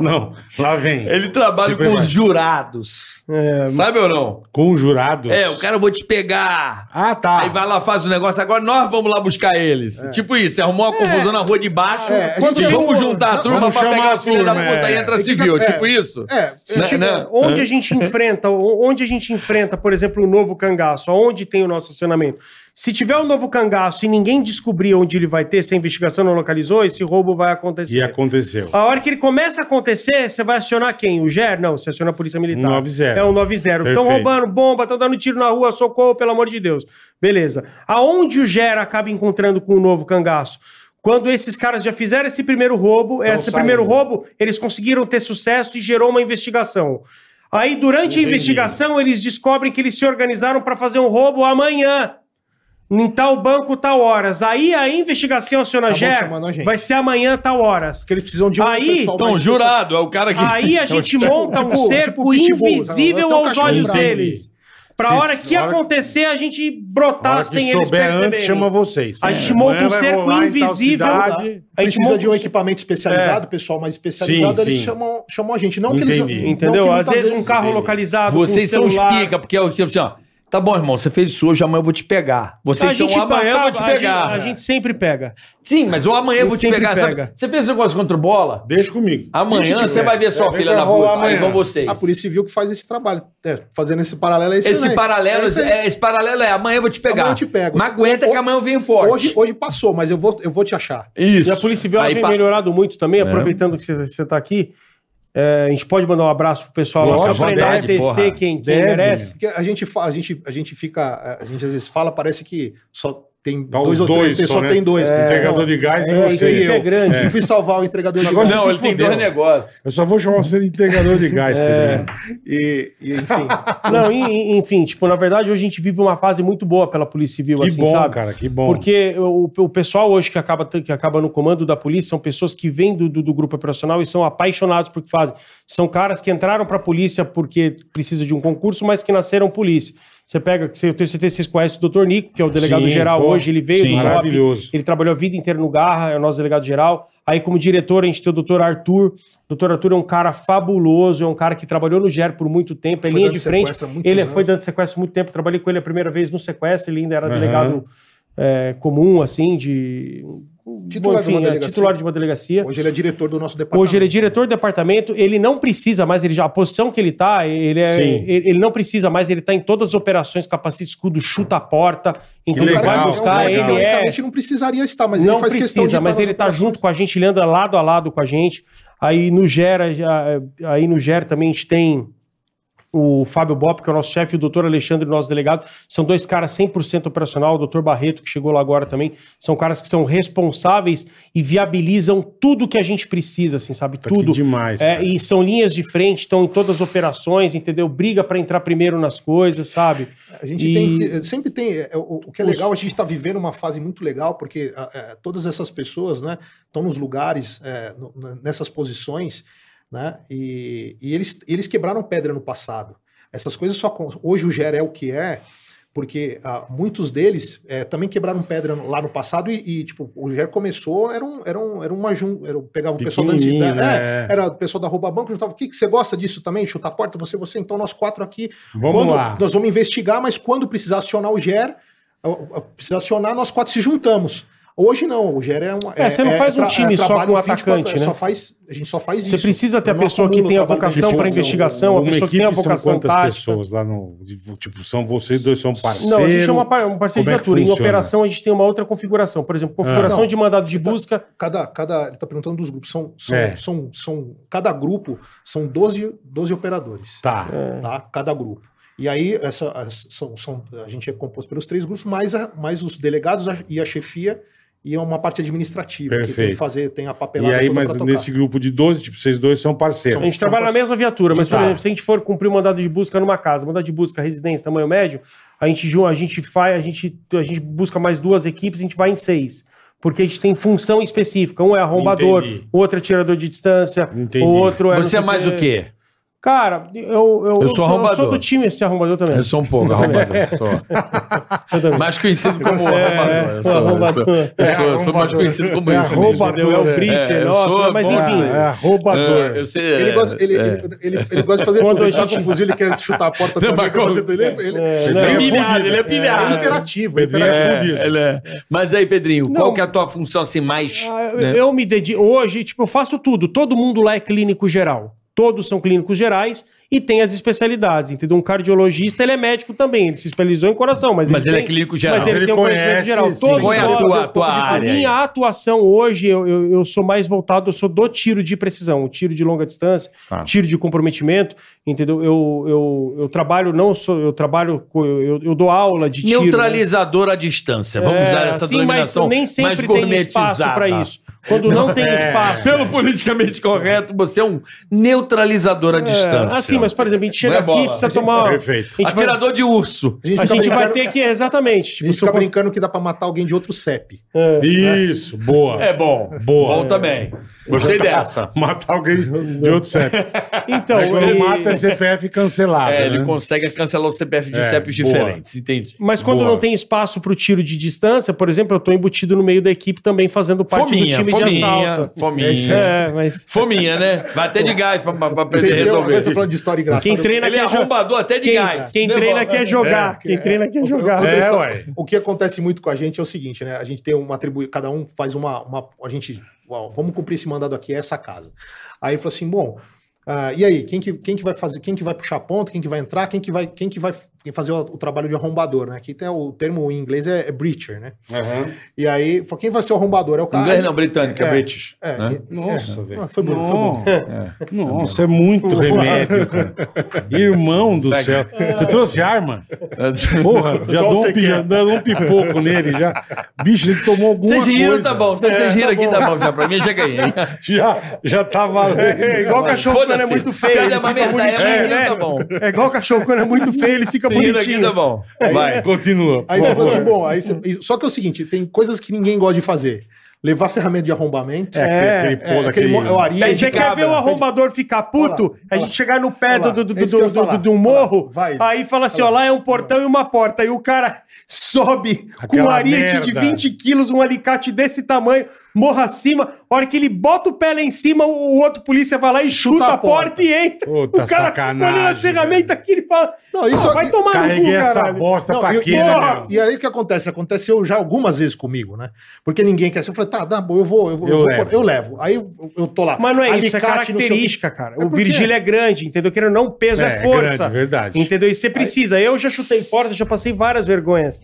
D: Não, lá vem.
C: Ele trabalha
D: Se
C: com os
D: prepara.
C: jurados.
E: É.
C: Sabe ou não?
D: Conjurados.
C: É, o cara eu vou te pegar.
D: Ah, tá.
C: Aí vai lá, faz o negócio, agora nós vamos lá buscar eles. Tipo isso, você arrumou uma confusão na rua de baixo.
A: É, a
C: quando
A: gente
C: vamos
A: arrumou-
C: juntar a
A: Não,
C: turma
D: vamos
C: pra
D: chamar
C: pegar
D: a
C: a filha da
D: turma,
C: puta e
D: é.
C: entra
A: Tem que-
C: civil,
A: é.
C: tipo isso.
A: É,
C: Né,
E: Tipo,
C: né?
E: Onde a gente enfrenta, o- onde a gente enfrenta, por exemplo, o novo cangaço, aonde tem o nosso acionamento. Se tiver o novo cangaço e ninguém descobrir onde ele vai ter, se a investigação não localizou, esse roubo vai acontecer.
D: E aconteceu.
E: A hora que ele começa a acontecer, você vai acionar quem? O GER? Não, você aciona a Polícia Militar.
D: 190.
E: É o 90. Estão
D: Perfeito.
E: roubando bomba, estão dando tiro na rua, socorro, pelo amor de Deus. Beleza. Aonde o GER acaba encontrando com o novo cangaço? Quando esses caras já fizeram esse primeiro roubo, esse
D: saindo.
E: primeiro roubo, eles conseguiram ter sucesso e gerou uma investigação. Aí, durante a
D: Entendi.
E: investigação, eles descobrem que eles se organizaram para fazer um roubo amanhã em tal banco, tal horas. Aí a investigação, aciona
A: Tá bom,
E: GER,
A: chamando a gente.
E: vai ser amanhã, tal horas.
A: Que eles precisam de um
E: Aí,
C: Então,
A: mais
C: jurado, é o cara que.
E: Aí a gente monta um
A: tipo
E: cerco
A: pitbull, tá?
E: invisível
A: Tem um
E: aos
A: cachorro
E: olhos
D: bravo.
E: deles. Pra
D: Se-
E: hora que
D: hora que-
E: acontecer, a gente
D: A
E: brotar
D: hora que
E: Tá sem eles
D: souber antes,
E: perceberem.
D: chama vocês.
E: A gente
D: É,
E: monta
D: amanhã
E: um
D: vai
E: cerco
D: rolar em tal
E: invisível.
D: cidade.
E: A gente
A: precisa
E: monta
A: de um
E: um-
A: equipamento especializado, pessoal mais especializado,
D: Sim,
A: eles
D: sim.
A: chamam, chamam a gente. Não que
D: Entendi.
A: eles. não
E: Entendeu?
A: que
E: Às
A: muitas
E: vezes um carro
D: Entendi.
E: localizado. com
C: Vocês são os
E: celular.
C: pica, porque é o tipo assim, ó. Tá bom, irmão, você fez isso hoje, amanhã eu vou te pegar.
E: A
C: Vocês são
E: gente,
C: amanhã eu vou te
E: a gente-
C: pegar.
E: a gente sempre pega.
C: Sim, mas o amanhã eu vou te
E: Sempre
C: pegar. sabe?
E: pega.
C: Você fez um negócio contra o bola?
D: Deixa comigo.
C: Amanhã
A: Gente,
C: você
A: é.
C: vai ver sua
D: É,
C: filha
D: vai
C: na
D: rolar
C: rua. Aí
D: amanhã.
C: vão vocês.
A: A Polícia Civil que faz esse trabalho. É, fazendo esse paralelo é
C: Esse
A: excelente.
C: paralelo
A: É
C: é,
A: excelente.
C: esse paralelo é amanhã eu vou te pegar.
A: Amanhã eu te pego.
C: Mas aguenta que amanhã eu venho forte.
A: Hoje, hoje passou, mas eu vou, eu vou te achar.
C: Isso.
E: E a Polícia Civil ela
C: Aí
E: vem
C: pa-
E: melhorado muito também, aproveitando que você está aqui. É, a gente pode mandar um abraço pro pessoal lá,
D: Lógico,
E: só pra
C: verdade, porra.
E: enaltecer quem, quem
D: Deve,
E: merece.
A: Porque a gente, fala, a, gente, a gente fica. A gente às vezes fala, parece que só tem
D: Tá
A: dois
D: os
A: ou
D: dois
A: três, tem-
D: só,
A: só
D: né?
A: tem dois.
D: É, Entregador de gás é
A: é,
D: você.
A: e eu.
E: É grande.
A: Eu fui salvar o entregador de
D: Agora
A: gás.
D: você
F: Não,
D: se
F: ele tem
D: fudeu.
F: dois negócios.
D: Eu só vou chamar você de entregador de gás,
E: É.
D: Pedrinho.
A: E, e, enfim.
E: Não, e- e- enfim, tipo, na verdade hoje a gente vive uma fase muito boa pela Polícia Civil,
D: Que
E: assim,
D: bom,
E: sabe?
D: cara, que bom.
E: Porque o, o pessoal hoje que acaba, te- que acaba no comando da polícia são pessoas que vêm do, do, do grupo operacional e são apaixonados por que fazem. São caras que entraram pra polícia porque precisa de um concurso, mas que nasceram polícia. Você pega, que você- eu tenho certeza que vocês conhecem o Dr. Nico, que é o delegado
D: Sim,
E: geral
D: pô.
E: hoje, ele veio
D: Sim.
E: do COP,
D: Maravilhoso.
E: ele trabalhou a vida inteira no Garra, é o nosso delegado geral. Aí, como diretor, a gente tem o doutor Arthur. O doutor Arthur é um cara fabuloso, é um cara que trabalhou no GER por muito tempo, é
A: Foi
E: linha
A: dando
E: de frente.
A: sequestro há muitos
E: Ele
A: anos.
E: foi dando sequestro há muito tempo. Trabalhei com ele a primeira vez no sequestro, ele ainda era
D: Aham.
E: delegado é, comum, assim, de.
A: Titular de uma
E: é,
A: delegacia.
E: titular de uma delegacia.
A: Hoje ele é diretor do nosso departamento.
E: Hoje ele é diretor do departamento, ele não precisa mais, ele já, a posição que ele tá, ele, é-
D: Sim.
E: ele, ele não precisa mais, ele tá em todas as operações, capacita escudo, chuta a porta, então ele
D: legal,
E: vai buscar,
D: legal.
E: ele é
A: Teoricamente não precisaria estar, mas
E: não
A: ele faz
E: precisa,
A: questão de.
E: mas ele tá junto com a gente, ele anda lado a lado com a gente. Aí no Gera, já- aí no Gera também a gente tem o Fábio Bop, que é o nosso chefe, e o doutor Alexandre, nosso delegado. São dois caras 100% operacional, o doutor Barreto, que chegou lá agora também. São caras que são responsáveis e viabilizam tudo que a gente precisa, assim, sabe?
D: Puta, que
E: tudo.
D: Tá demais,
E: É,
D: cara.
E: e são linhas de frente, estão em todas as operações, entendeu? Briga para entrar primeiro nas coisas, sabe?
A: A gente
E: E-
A: tem que- sempre tem. é, O, o que é legal, a gente está vivendo uma fase muito legal, porque ah, eh, todas essas pessoas né, estão nos lugares, eh, no- na- nessas posições, né? E, e eles, eles quebraram pedra no passado. Essas coisas só. con- Hoje o GER é o que é, porque ah, muitos deles eh, também quebraram pedra no- lá no passado e, e, tipo, o GER começou, era um, era um, era uma jun, era, um- pegava o pessoal da
D: Pequenininho,
A: antiguidade,
D: né?
A: é, era o pessoal da rouba banco, juntava, o que, que você gosta disso também? Chuta a porta, você, você, então nós quatro aqui,
D: Vamos
A: quando-
D: lá.
A: Nós vamos investigar, mas quando precisar acionar o GER, ó, ó, precisar acionar, nós quatro se juntamos. Hoje não, o GER é um.
E: É, você não faz um time só com
A: trabalho
E: um
A: 24
E: atacante, né?
A: é Só faz, a gente só faz
E: Você
A: isso.
E: precisa ter a
A: Não
E: pessoa que
A: acumula
E: tem a
A: trabalho de
E: vocação pra
A: formação.
E: investigação, a
D: tá Uma
E: pessoa que tem a
D: equipe são
E: vocação
D: quantas
E: tática.
D: pessoas lá no... de- Tipo, são vocês dois, são parceiros?
E: Não, a gente é uma par- um parceiro de
D: Como é que
E: viatura. Em
D: funciona? Ah.
E: operação, a gente tem uma outra configuração. Por exemplo, configuração
A: não.
E: de mandado de busca.
A: Cada, cada, ele está perguntando dos grupos. São, são,
D: É.
A: são, são, cada grupo são 12, 12 operadores.
D: Tá.
E: É,
A: tá? Cada grupo. E aí, essa, as- são, são, a gente é composto pelos três grupos, mais, a, mais os delegados a- e a chefia, e é uma parte administrativa que tem
D: Perfeito.
A: que fazer, tem a
D: E
A: papelada
D: aí,
A: toda
D: mas
A: pra tocar.
D: nesse grupo de 12, tipo, vocês dois são
E: A
D: parceiros.
E: gente trabalha na mesma viatura, mas, por
D: Tá.
E: exemplo, se a gente for cumprir o mandado de busca numa casa, mandado de busca, residência, tamanho médio, a gente, ju- a gente faz, a gente, a gente busca mais duas equipes, a gente vai em seis. Porque a gente tem função específica. Um é arrombador,
D: Entendi.
E: o outro é tirador de distância,
D: Entendi.
E: o outro é. não
C: Você
E: sei
C: é mais o quê?
E: Cara, eu, eu,
C: Eu sou
E: Eu
C: arrombador.
E: sou do time esse arrombador também.
C: Eu sou um pouco arrombador. sou.
E: [LAUGHS]
C: Mais conhecido como arrombador.
E: É,
C: Eu sou, eu sou,
E: arrombador.
C: eu sou- eu sou mais conhecido como
D: É
C: isso. mesmo.
E: arrombador, é o Brit, é
C: eu
E: nosso,
C: sou
E: mas
C: bom
E: enfim.
C: nisso aí.
D: É arrombador.
C: É, eu sei,
A: Ele
C: é,
A: gosta, ele,
C: é.
A: ele, ele- ele gosta de fazer
E: Quando
A: tudo.
E: a
A: Ele tá
E: gente-
A: com fuzil, ele quer chutar a porta
C: Não,
A: também.
C: mas
A: quer fazer
C: quando-
A: tudo. Ele, ele,
E: É,
A: ele
E: não,
C: Ele é
A: é
C: pilhado, ele é pilhado.
A: é imperativo, é
D: Pedrinho é
A: imperativo.
C: É,
D: fudido.
C: ele é. Mas aí, Pedrinho, qual
E: Não.
C: que é a tua função assim mais.
E: Ah, eu-
C: né?
E: Eu me dedico. Hoje, tipo, eu faço tudo. Todo mundo lá é clínico geral. Todos são clínicos gerais e tem as especialidades, entendeu? Um cardiologista, ele é médico também. Ele se especializou em coração, mas,
C: Mas ele é
E: tem-
C: clínico geral.
E: Mas ele,
D: Ele
E: tem um
D: conhece,
E: conhecimento geral.
D: sim.
E: Todos
C: Qual é a
E: nós-
C: tua- tua
E: a
C: área aí?
E: minha atuação hoje, eu, eu, eu sou mais voltado, eu sou do tiro de precisão, o tiro de longa distância,
C: Tá.
E: tiro de comprometimento, entendeu? Eu, eu, eu trabalho, não sou, eu trabalho, com- eu, eu dou aula de tiro. né?
C: Neutralizador à distância. Vamos
E: É,
C: dar essa
E: assim,
C: denominação.
E: Mas nem sempre tem espaço
C: gourmetizada. É.
E: para isso. Quando não,
C: [LAUGHS]
E: tem espaço.
C: Pelo politicamente correto, você é um neutralizador à distância.
E: É, assim, mas, por exemplo, a gente chega
F: Não é
E: aqui,
F: bola.
E: precisa tomar.
D: Perfeito.
E: A gente vai,
C: Atirador de urso.
A: A gente,
E: a
A: fica,
E: gente vai
A: brincando,
E: ter que. Exatamente.
A: a
E: Tipo,
A: gente fica
E: supor-
A: brincando que dá pra matar alguém de outro CEP.
D: Isso, boa.
C: É bom.
D: Boa.
C: Bom também. Gostei dessa.
D: Matar alguém de outro CEP.
E: Então,
D: Aí quando
E: e-
D: mata é CPF cancelado.
C: É, ele
D: né?
C: consegue cancelar o CPF de
D: É,
C: CEPs
D: boa.
C: diferentes, entendi.
E: Mas quando
D: Boa.
E: não tem espaço para o tiro de distância, por exemplo, eu tô embutido no meio da equipe também fazendo parte do time de assalto.
C: fominha.
E: É, mas.
C: Fominha, né? Vai até de gás pra, pra, pra se
A: Entendeu? Agora
C: resolver.
A: você tá falando de história engraçada.
E: Quem treina
C: Ele é
E: quer jo-
C: arrombador até de
E: Quem,
C: gás.
E: quem
C: né,
E: treina é
C: Bola?
E: quer jogar. Quem treina quer jogar.
A: É,
D: É, ué.
A: ué. O que acontece muito com a gente é o seguinte, né? A gente tem uma tribu, cada um faz uma. uma- a gente. uau, vamos cumprir esse mandado aqui, é essa casa. Aí falou assim: bom, ah, e aí, quem que, quem que vai fazer, quem que vai puxar a ponta, quem que vai entrar, quem que vai, quem que vai quem fazia o, o trabalho de arrombador, né? Aqui tem o termo em inglês é, é breacher, né? E aí, falou, quem vai ser o arrombador é o cara.
F: Inglês não, britânico, é,
A: É.
F: British.
A: É,
F: né?
A: e-
D: Nossa,
A: é.
D: velho.
A: Ah, Foi bonito, foi bonito.
D: Nossa, Nossa, é [LAUGHS] muito remédio, cara. Irmão do
F: Segue.
D: céu. Você trouxe arma?
F: É.
D: Porra, já dou
A: Qual
D: um,
A: você
D: pi-
A: quer?
D: já dou um pipoco nele já. Bicho, ele tomou alguma
F: Vocês riram,
D: coisa.
F: tá bom.
C: É,
F: Vocês riram aqui, tá bom. Já pra mim, já ganhei.
C: [LAUGHS]
D: Já, já tá valendo.
E: É igual cachorro quando é
F: Foda-se.
E: muito feio.
F: Cada
E: Ele
F: uma
E: fica
F: merda, é,
E: bonitinho,
F: é,
E: né?
F: tá bom.
E: É igual cachorro quando é muito feio, ele fica
F: Vocês riram aqui,
E: bonitinho.
F: tá
E: É
F: bom.
D: Vai, continua.
A: Aí
D: por
A: você falou
D: favor.
A: assim, bom, aí você- e- só que é o seguinte, tem coisas que ninguém gosta de fazer. Levar ferramenta de arrombamento.
D: É, aquele,
E: É,
D: aquele
A: é,
D: pô
A: aquele
D: daquele...
A: mo- é o
D: Olha
A: Ari,
E: Daí
A: esse
E: você quer
A: cara-
D: né?
E: ver o arrombador ficar
A: Olha
E: puto?
A: lá,
E: a
A: olha
E: gente
A: lá.
E: chegar no pé
A: Olha
E: do,
A: lá,
E: do, do,
A: é isso que eu ia
E: do- do-
A: falar.
E: do morro,
A: Vai.
E: aí fala assim, ó,
A: Olha
E: lá é um portão e uma porta. Aí o cara [LAUGHS] sobe com um
D: Aquela
E: ariete de
D: merda.
E: 20 quilos, um alicate desse tamanho, morra acima. A hora que ele bota o pé lá em cima, o, o outro polícia vai lá e chuta, a porta, e entra.
D: Puta
E: o cara fica olhando as
D: sacanagem,
E: ferramentas aqui, ele fala,
A: Não, isso é,
E: "Ah, vai
A: e-
E: tomar no cu,
D: Carreguei essa
E: caralho."
D: bosta
A: Não,
D: pra
A: e,
D: quê,
A: e-
D: né,
E: porra,
D: meu?
A: e aí o que acontece? Aconteceu já algumas vezes comigo, né? Porque ninguém quer. Eu falei, tá, dá, bom, eu vou, eu vou,
D: Eu
A: eu, vou-
D: levo.
A: eu levo. Aí eu, eu tô lá.
E: Mas não é isso, é
A: alicate, não sei o quê.
E: característica, cara.
A: É
E: o
A: porque-
E: Virgílio é grande, entendeu? Querendo ou não, o peso é,
D: É, é
E: força.
D: grande, verdade.
E: Entendeu? E você precisa. Eu já chutei porta, já passei várias vergonhas.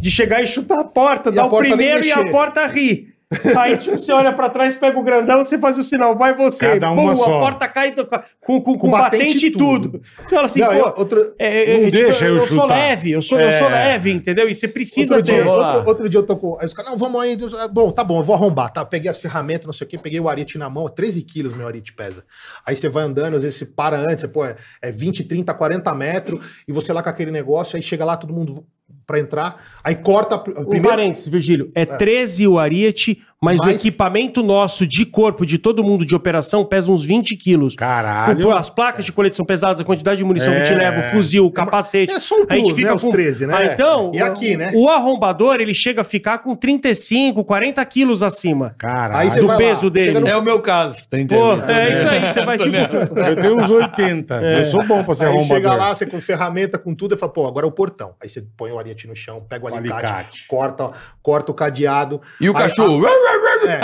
E: De chegar e chutar a porta,
A: E
E: dar
A: a
E: o
A: porta nem
E: primeiro e a
A: mexer.
E: porta ri. Aí tipo, você olha pra trás, pega o grandão, você faz o sinal, vai você.
D: Cada uma
E: a
D: só.
E: porta cai do- com, com, com,
A: Com
E: batente,
A: batente
E: e tudo.
A: tudo.
E: Você fala assim,
A: Não,
E: pô,
A: eu- outro-
E: é, é,
D: Não
E: é,
D: deixa eu
E: sou
D: chutar. É.
E: leve, eu sou, eu sou leve, entendeu? E você precisa
A: Outro dia,
E: ter.
F: Vamos lá.
A: outro, outro dia eu tô com. Aí os caras, não, vamos aí. Deus, ah, Bom, tá bom, eu vou arrombar, tá? Peguei as ferramentas, não sei o quê, peguei o arite na mão, 13 quilos meu arite pesa. Aí você vai andando, às vezes você para antes, você, pô, é, é 20, 30, 40 metros, e você lá com aquele negócio, aí chega lá todo mundo pra entrar, aí corta. pr-
E: Um parênteses, Virgílio, é 13 o ariete, mas o
A: Mas-
E: equipamento nosso de corpo, de todo mundo de operação, pesa uns 20 quilos.
D: Caralho.
E: Com- As placas de colete são pesadas, a quantidade de munição que te
D: É.
E: leva, o fuzil, o capacete.
A: É só um
E: A gente
A: plus,
E: fica
A: né, os
E: com-
A: 13, né?
E: Ah, então,
A: E aqui, né?
E: o arrombador, ele chega a ficar com 35, 40 quilos acima.
D: Caralho.
A: Aí você
E: Ah, do
A: vai lá,
E: peso
A: chega
E: dele.
A: no-
F: É o meu caso, tá
E: Pô,
F: entendendo?
E: é isso aí, você vai tipo...
D: Eu tenho uns 80. Eu sou bom pra ser
A: Aí
D: arrombador.
A: chega lá, você com ferramenta, com tudo, e fala, pô, agora é o portão. Aí você põe o ariete no chão, pega o
D: O
A: alicate,
D: alicate.
A: Corta, corta o cadeado.
F: E o
A: Aí-
F: cachorro.
A: É, é.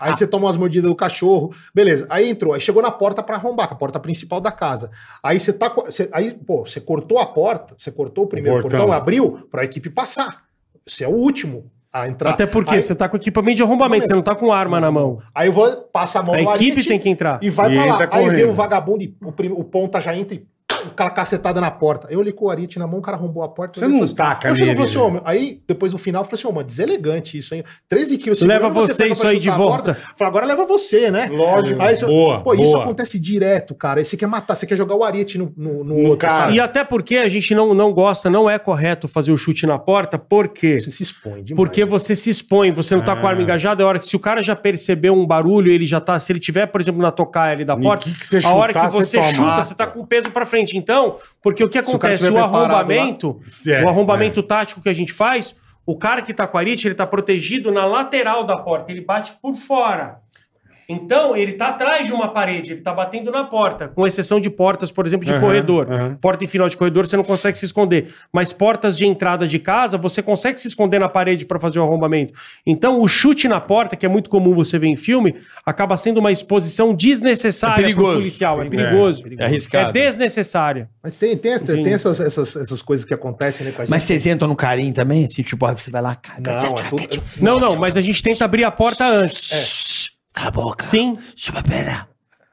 A: Aí você toma umas mordidas do cachorro. Beleza, aí entrou, aí chegou na porta pra arrombar, que é a porta principal da casa. Aí você tá. co- você- aí, pô, você cortou a porta, você cortou o primeiro
D: portão.
A: portão, abriu pra equipe passar. Você é o último a entrar.
E: Até porque
A: Aí-
E: você tá com equipamento de arrombamento, você não tá com arma na mão.
A: Aí eu vou, passa a mão
E: A
A: no
E: equipe
A: ariete
E: tem que entrar.
A: E vai
D: E
A: pra lá.
D: entra
A: Aí
D: correndo.
A: vem o vagabundo e o, prim- o ponta já entra e pum, com a cacetada na porta. Eu olhei com o Arite na mão, o cara arrombou a porta.
D: Você
A: eu olhei e
D: não
A: falei
D: taca
A: assim, eu cheguei e
D: nele, né?"
A: falei assim, ô, meu, aí, depois no final, eu falei assim, ô, mano, deselegante isso, hein? 13 quilos.
E: Leva
A: segurando,
E: você
A: pega
E: isso
A: pra
E: aí de
A: chutar a
E: volta.
A: porta. Falei, agora leva você, né?
D: Lógico,
A: Aí, você-
D: boa,
A: Pô, isso
D: boa.
A: acontece direto, cara. Aí você quer matar, você quer jogar o Arite no, no, no
D: No
A: outro,
D: cara.
A: sabe?
E: E até porque a gente não, não gosta, não é correto fazer o chute na porta, por quê?
A: Você se expõe demais.
E: Porque você se expõe, você não tá com a arma engajada, é a hora que se o cara já percebeu um barulho, ele já tá, se ele tiver, por exemplo, na tocaia ali da
D: E
E: porta,
D: que que você
E: a hora
D: chutar,
E: que você
D: você toma.
E: chuta, você tá com o peso pra frente. Então, porque o que
A: o cara
E: acontece, o,
A: tiver preparado
E: arrombamento,
D: lá- É,
E: o arrombamento tático que a gente faz, o cara que tá com a arite, ele tá protegido na lateral da porta, ele bate por fora. Então, ele tá atrás de uma parede, ele tá batendo na porta, com exceção de portas, por exemplo, de
D: Aham,
E: corredor.
D: aham.
E: Porta em final de corredor você não consegue se esconder, mas portas de entrada de casa você consegue se esconder na parede para fazer o arrombamento. Então, o chute na porta, que é muito comum você ver em filme, acaba sendo uma exposição
F: É
E: desnecessária para
F: perigoso.
E: o policial, é
D: Perigoso.
E: perigoso,
F: É arriscado.
E: É desnecessária.
A: Mas tem, tem, tem essas, essas, essas coisas que acontecem, né? Com a
C: Mas
A: gente.
C: vocês entram no carinho também? Assim, tipo, ó, você vai lá, cara.
A: Não, é tudo...
E: Não, não, mas a gente tenta abrir a porta antes.
C: Cala a boca.
F: É.
E: Sim.
C: Chupa a perna.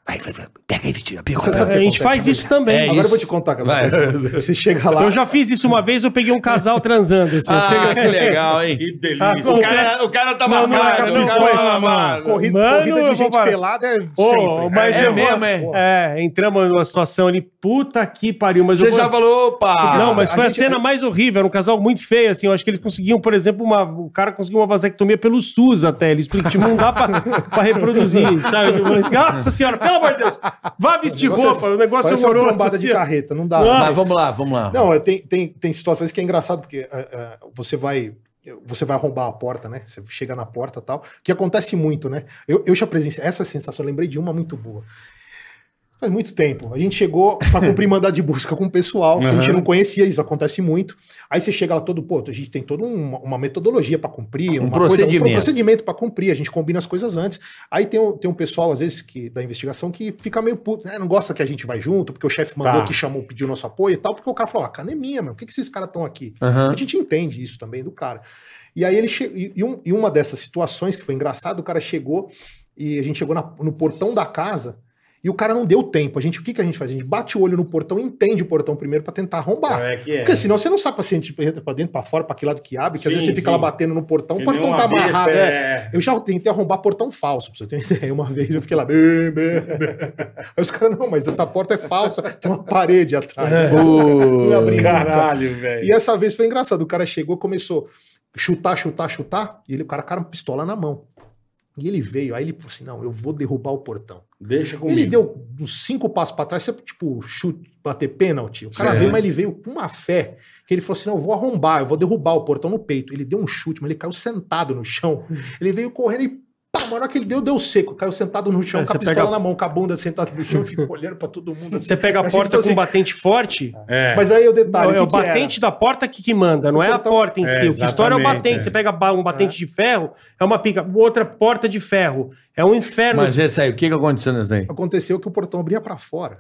C: Vai, vai, vai. Pega aí, Vitinho. Pega
A: Você sabe
E: A
A: o que
E: gente
A: acontece,
E: faz
A: né?
E: isso também.
F: É
A: Agora eu vou te contar o que
F: Vai.
A: acontece. Você chega lá...
E: Eu já fiz isso uma vez, eu peguei um casal transando. assim, eu
F: Ah,
E: cheguei-
F: que legal, hein? Ah,
D: delícia.
F: O cara, o cara tá
E: Não, não,
F: marcado.
E: não,
F: o
E: não,
F: cara tá
D: não,
F: marcado.
A: Corrida,
E: Mano,
A: corrida
E: eu
A: de
E: vou
A: gente
E: parar.
A: pelada é
E: Ô,
A: sempre.
E: mas
F: É
E: eu-
F: mesmo, é.
E: É, entramos numa situação ali, puta que pariu, mas
F: Você
E: eu vou-
F: já falou, opa!
E: Não, mas
A: Ah, a
E: foi a
A: gente-
E: cena mais horrível. Era um casal muito feio, assim. Eu acho que eles conseguiam, por exemplo, uma, o cara conseguiu uma vasectomia pelo SUS até. Eles tipo, não dá pra, pra
A: [LAUGHS]
E: reproduzir, sabe? Tipo, Nossa senhora, pelo amor de Deus. Vá vestir
A: negócio é-
E: roupa, o negócio é
A: Parece uma
E: horroroso.
A: trombada de
E: assim, ó.
A: carreta, não dá.
E: Não.
C: Mas vamos lá, vamos lá.
A: Não, é, tem, tem, tem situações que é engraçado, porque ah, ah, você vai você vai arrombar a porta, né? Você chega na porta e tal, que acontece muito, né? Eu, eu já presenciei essa sensação, eu lembrei de uma muito boa. Faz muito tempo. A gente chegou pra
E: [LAUGHS]
A: cumprir mandado de busca com o pessoal, que a gente
D: Aham.
A: não conhecia, isso acontece muito. Aí você chega lá todo, pô, a gente tem toda uma, uma metodologia pra cumprir,
C: Um
A: uma coisa-
C: procedimento.
A: um procedimento para cumprir, a gente combina as coisas antes. Aí tem, o- tem um pessoal, às vezes, que da investigação que fica meio puto, né? Não gosta que a gente vai junto, porque o chefe mandou
D: Tá.
A: que chamou, pediu nosso apoio e tal, porque o cara falou, ah, cana é minha, meu, por que, que esses caras estão aqui? A gente entende isso também do cara. E aí ele che... e, e um- e uma dessas situações que foi engraçado, o cara chegou e a gente chegou na- no portão da casa e o cara não deu tempo. A gente, o que, que a gente faz? A gente bate o olho no portão, e entende o portão primeiro para tentar arrombar.
E: é que é.
A: Porque senão você não sabe pra, se entra pra dentro, pra fora, pra que lado que abre, que às
E: Sim,
A: vezes você fica
E: sim.
A: lá batendo no portão, o
E: Que
D: um
E: nem
A: portão
E: uma
A: tá
E: besta,
A: amarrado. é.
E: é.
A: Eu já tentei arrombar portão falso, pra você ter uma [LAUGHS] ideia. Uma vez eu fiquei lá. bê, bê, bê. Aí os caras, não, mas essa porta é falsa, tem uma parede atrás. Não ia abrir nunca.
D: Caralho, velho.
A: E essa vez foi engraçado. O cara chegou, começou a chutar, chutar, chutar, e ele, o cara cara com pistola na mão. E ele veio, aí ele falou assim: não, eu vou derrubar o portão.
E: Deixa
A: Ele deu uns cinco passos pra trás, você, tipo, chute, bater pênalti. O cara
F: Certo.
A: veio, mas ele veio com uma fé que ele falou assim: não, eu vou arrombar, eu vou derrubar o portão no peito. Ele deu um chute, mas ele caiu sentado no chão.
E: Hum.
A: Ele veio correndo e. Pá, na hora que ele deu, deu seco. Caiu sentado no chão,
E: Aí
A: com a
E: É, você
A: pistola
E: pega-
A: na mão, com a bunda sentada no chão, ficou olhando pra todo mundo. assim.
E: Você pega
A: Aí
E: a
A: você
E: porta
A: fica assim,
E: com um batente forte,
D: É.
A: Mas aí o detalhe.
E: não, é
A: que
E: o
A: que era? Então,
E: batente da porta que, que manda, não é a
A: portão-
E: porta em si. O que estoura é o
D: exatamente,
E: batente.
D: é.
E: Você pega ba- um batente de ferro, é uma pica. Outra porta de ferro. É um inferno.
C: Mas esse aí, o que que aconteceu nesse aí?
A: aconteceu que o portão abria pra fora.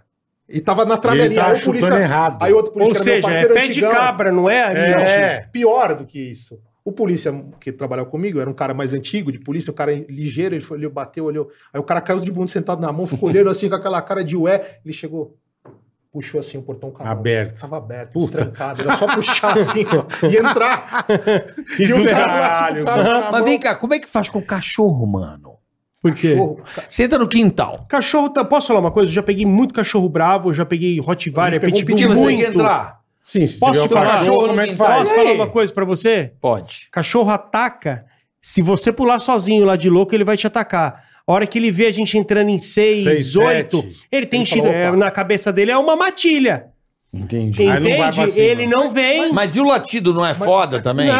A: E tava na
D: Ele
A: travelinha.
D: tá
A: aí, o
D: chutando
A: polícia,
D: errado.
A: aí outro
E: Ou
A: polícia que era
E: seja, é pé de
A: antigão.
E: cabra, não é?
A: Não,
E: Ariel?
A: tio, Pior do que isso. O polícia que trabalhava comigo era um cara mais antigo de polícia, o cara ligeiro, ele foi, ele bateu, olhou. Aí o cara caiu de bunda sentado na
D: [LAUGHS]
A: mão, ficou olhando assim com aquela cara de ué. Ele chegou, puxou assim o portão com a mão.
D: Aberto.
E: [LAUGHS]
A: Tava aberto,
D: Puta.
A: destrancado. Era só puxar assim ó, e entrar.
D: Que
A: E o
D: do
A: cara lá,
D: caralho.
A: o cara com a
C: Mas
A: mão,
C: vem cá, como é que faz com o cachorro, mano?
E: Por quê?
A: cachorro.
D: Ah,
C: Você entra no quintal.
E: Cachorro, tá- posso falar uma coisa? Eu já peguei muito cachorro bravo, eu já peguei Rottweiler,
A: A gente pegou
E: Pitbull
A: um pitbull,
C: você tem que
E: muito.
C: entrar.
D: Sim, se
E: Posso
D: tiver um
E: falar?
D: cachorro, como é que faz?
E: Posso
C: E aí?
E: falar uma coisa pra você?
C: Pode.
E: Cachorro ataca. Se você pular sozinho lá de louco, ele vai te atacar. A hora que ele vê a gente entrando em seis,
D: Seis,
E: oito,
D: sete.
E: ele tem
A: Ele
E: tido.
A: fala,
E: é,
A: opa.
E: na cabeça dele é uma matilha.
C: Entendi.
D: Aí não vai pra
E: Entende?
D: cima.
E: ele não vem.
C: Mas e o latido não é foda também?
E: Não,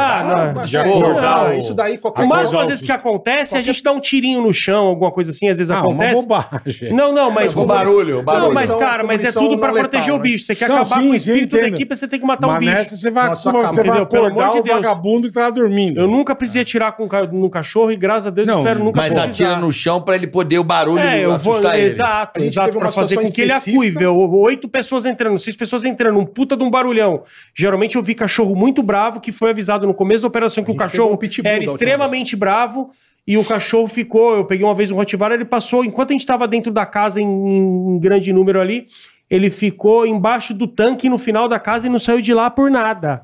E: não.
A: Mas,
D: Já
A: é,
D: cortou
A: não,
D: o-
A: Isso daí
E: O
A: qualquer
E: mais
D: Mas, ó,
E: das vezes que acontece, a gente dá um tirinho no chão, alguma coisa assim, às vezes
D: Ah, uma
E: acontece.
D: bobagem.
E: Não, não, mas.
C: O barulho, o barulho.
E: Não, mas, cara,
A: Punição-
E: mas é
A: punição
E: tudo pra
A: não letal,
E: proteger o
A: né?
E: bicho. Você quer
D: Não,
E: acabar
D: sim,
E: com o
D: sim,
E: espírito da
D: entendo.
E: equipe, você tem que matar um
D: Mas
E: bicho.
D: nessa você vai,
A: Nossa,
D: você
A: acaba,
D: vai
E: entendeu? Pelo
D: acordar
E: amor de
D: o
E: Deus.
D: vagabundo que tá dormindo.
E: Eu nunca precisei atirar com, ca- no cachorro e graças a Deus
D: Não,
E: espero nunca
C: É. Mas atira no chão pra ele poder o barulho
E: É, eu vou.
C: assustar ele.
E: Exato,
A: A gente
E: exato,
A: teve uma
E: pra fazer com
A: situação
E: que ele acue,
A: específica.
E: velho. Oito pessoas entrando, seis pessoas entrando, um puta de um barulhão. Geralmente eu vi cachorro muito bravo que foi avisado no começo da operação que o
A: gente
E: cachorro
A: pegou um pitbull da
E: era
A: última
E: extremamente bravo. E o cachorro ficou. Eu peguei uma vez um Rottweiler, ele passou. Enquanto a gente tava dentro da casa em, em grande número ali, ele ficou embaixo do tanque no final da casa e não saiu de lá por nada.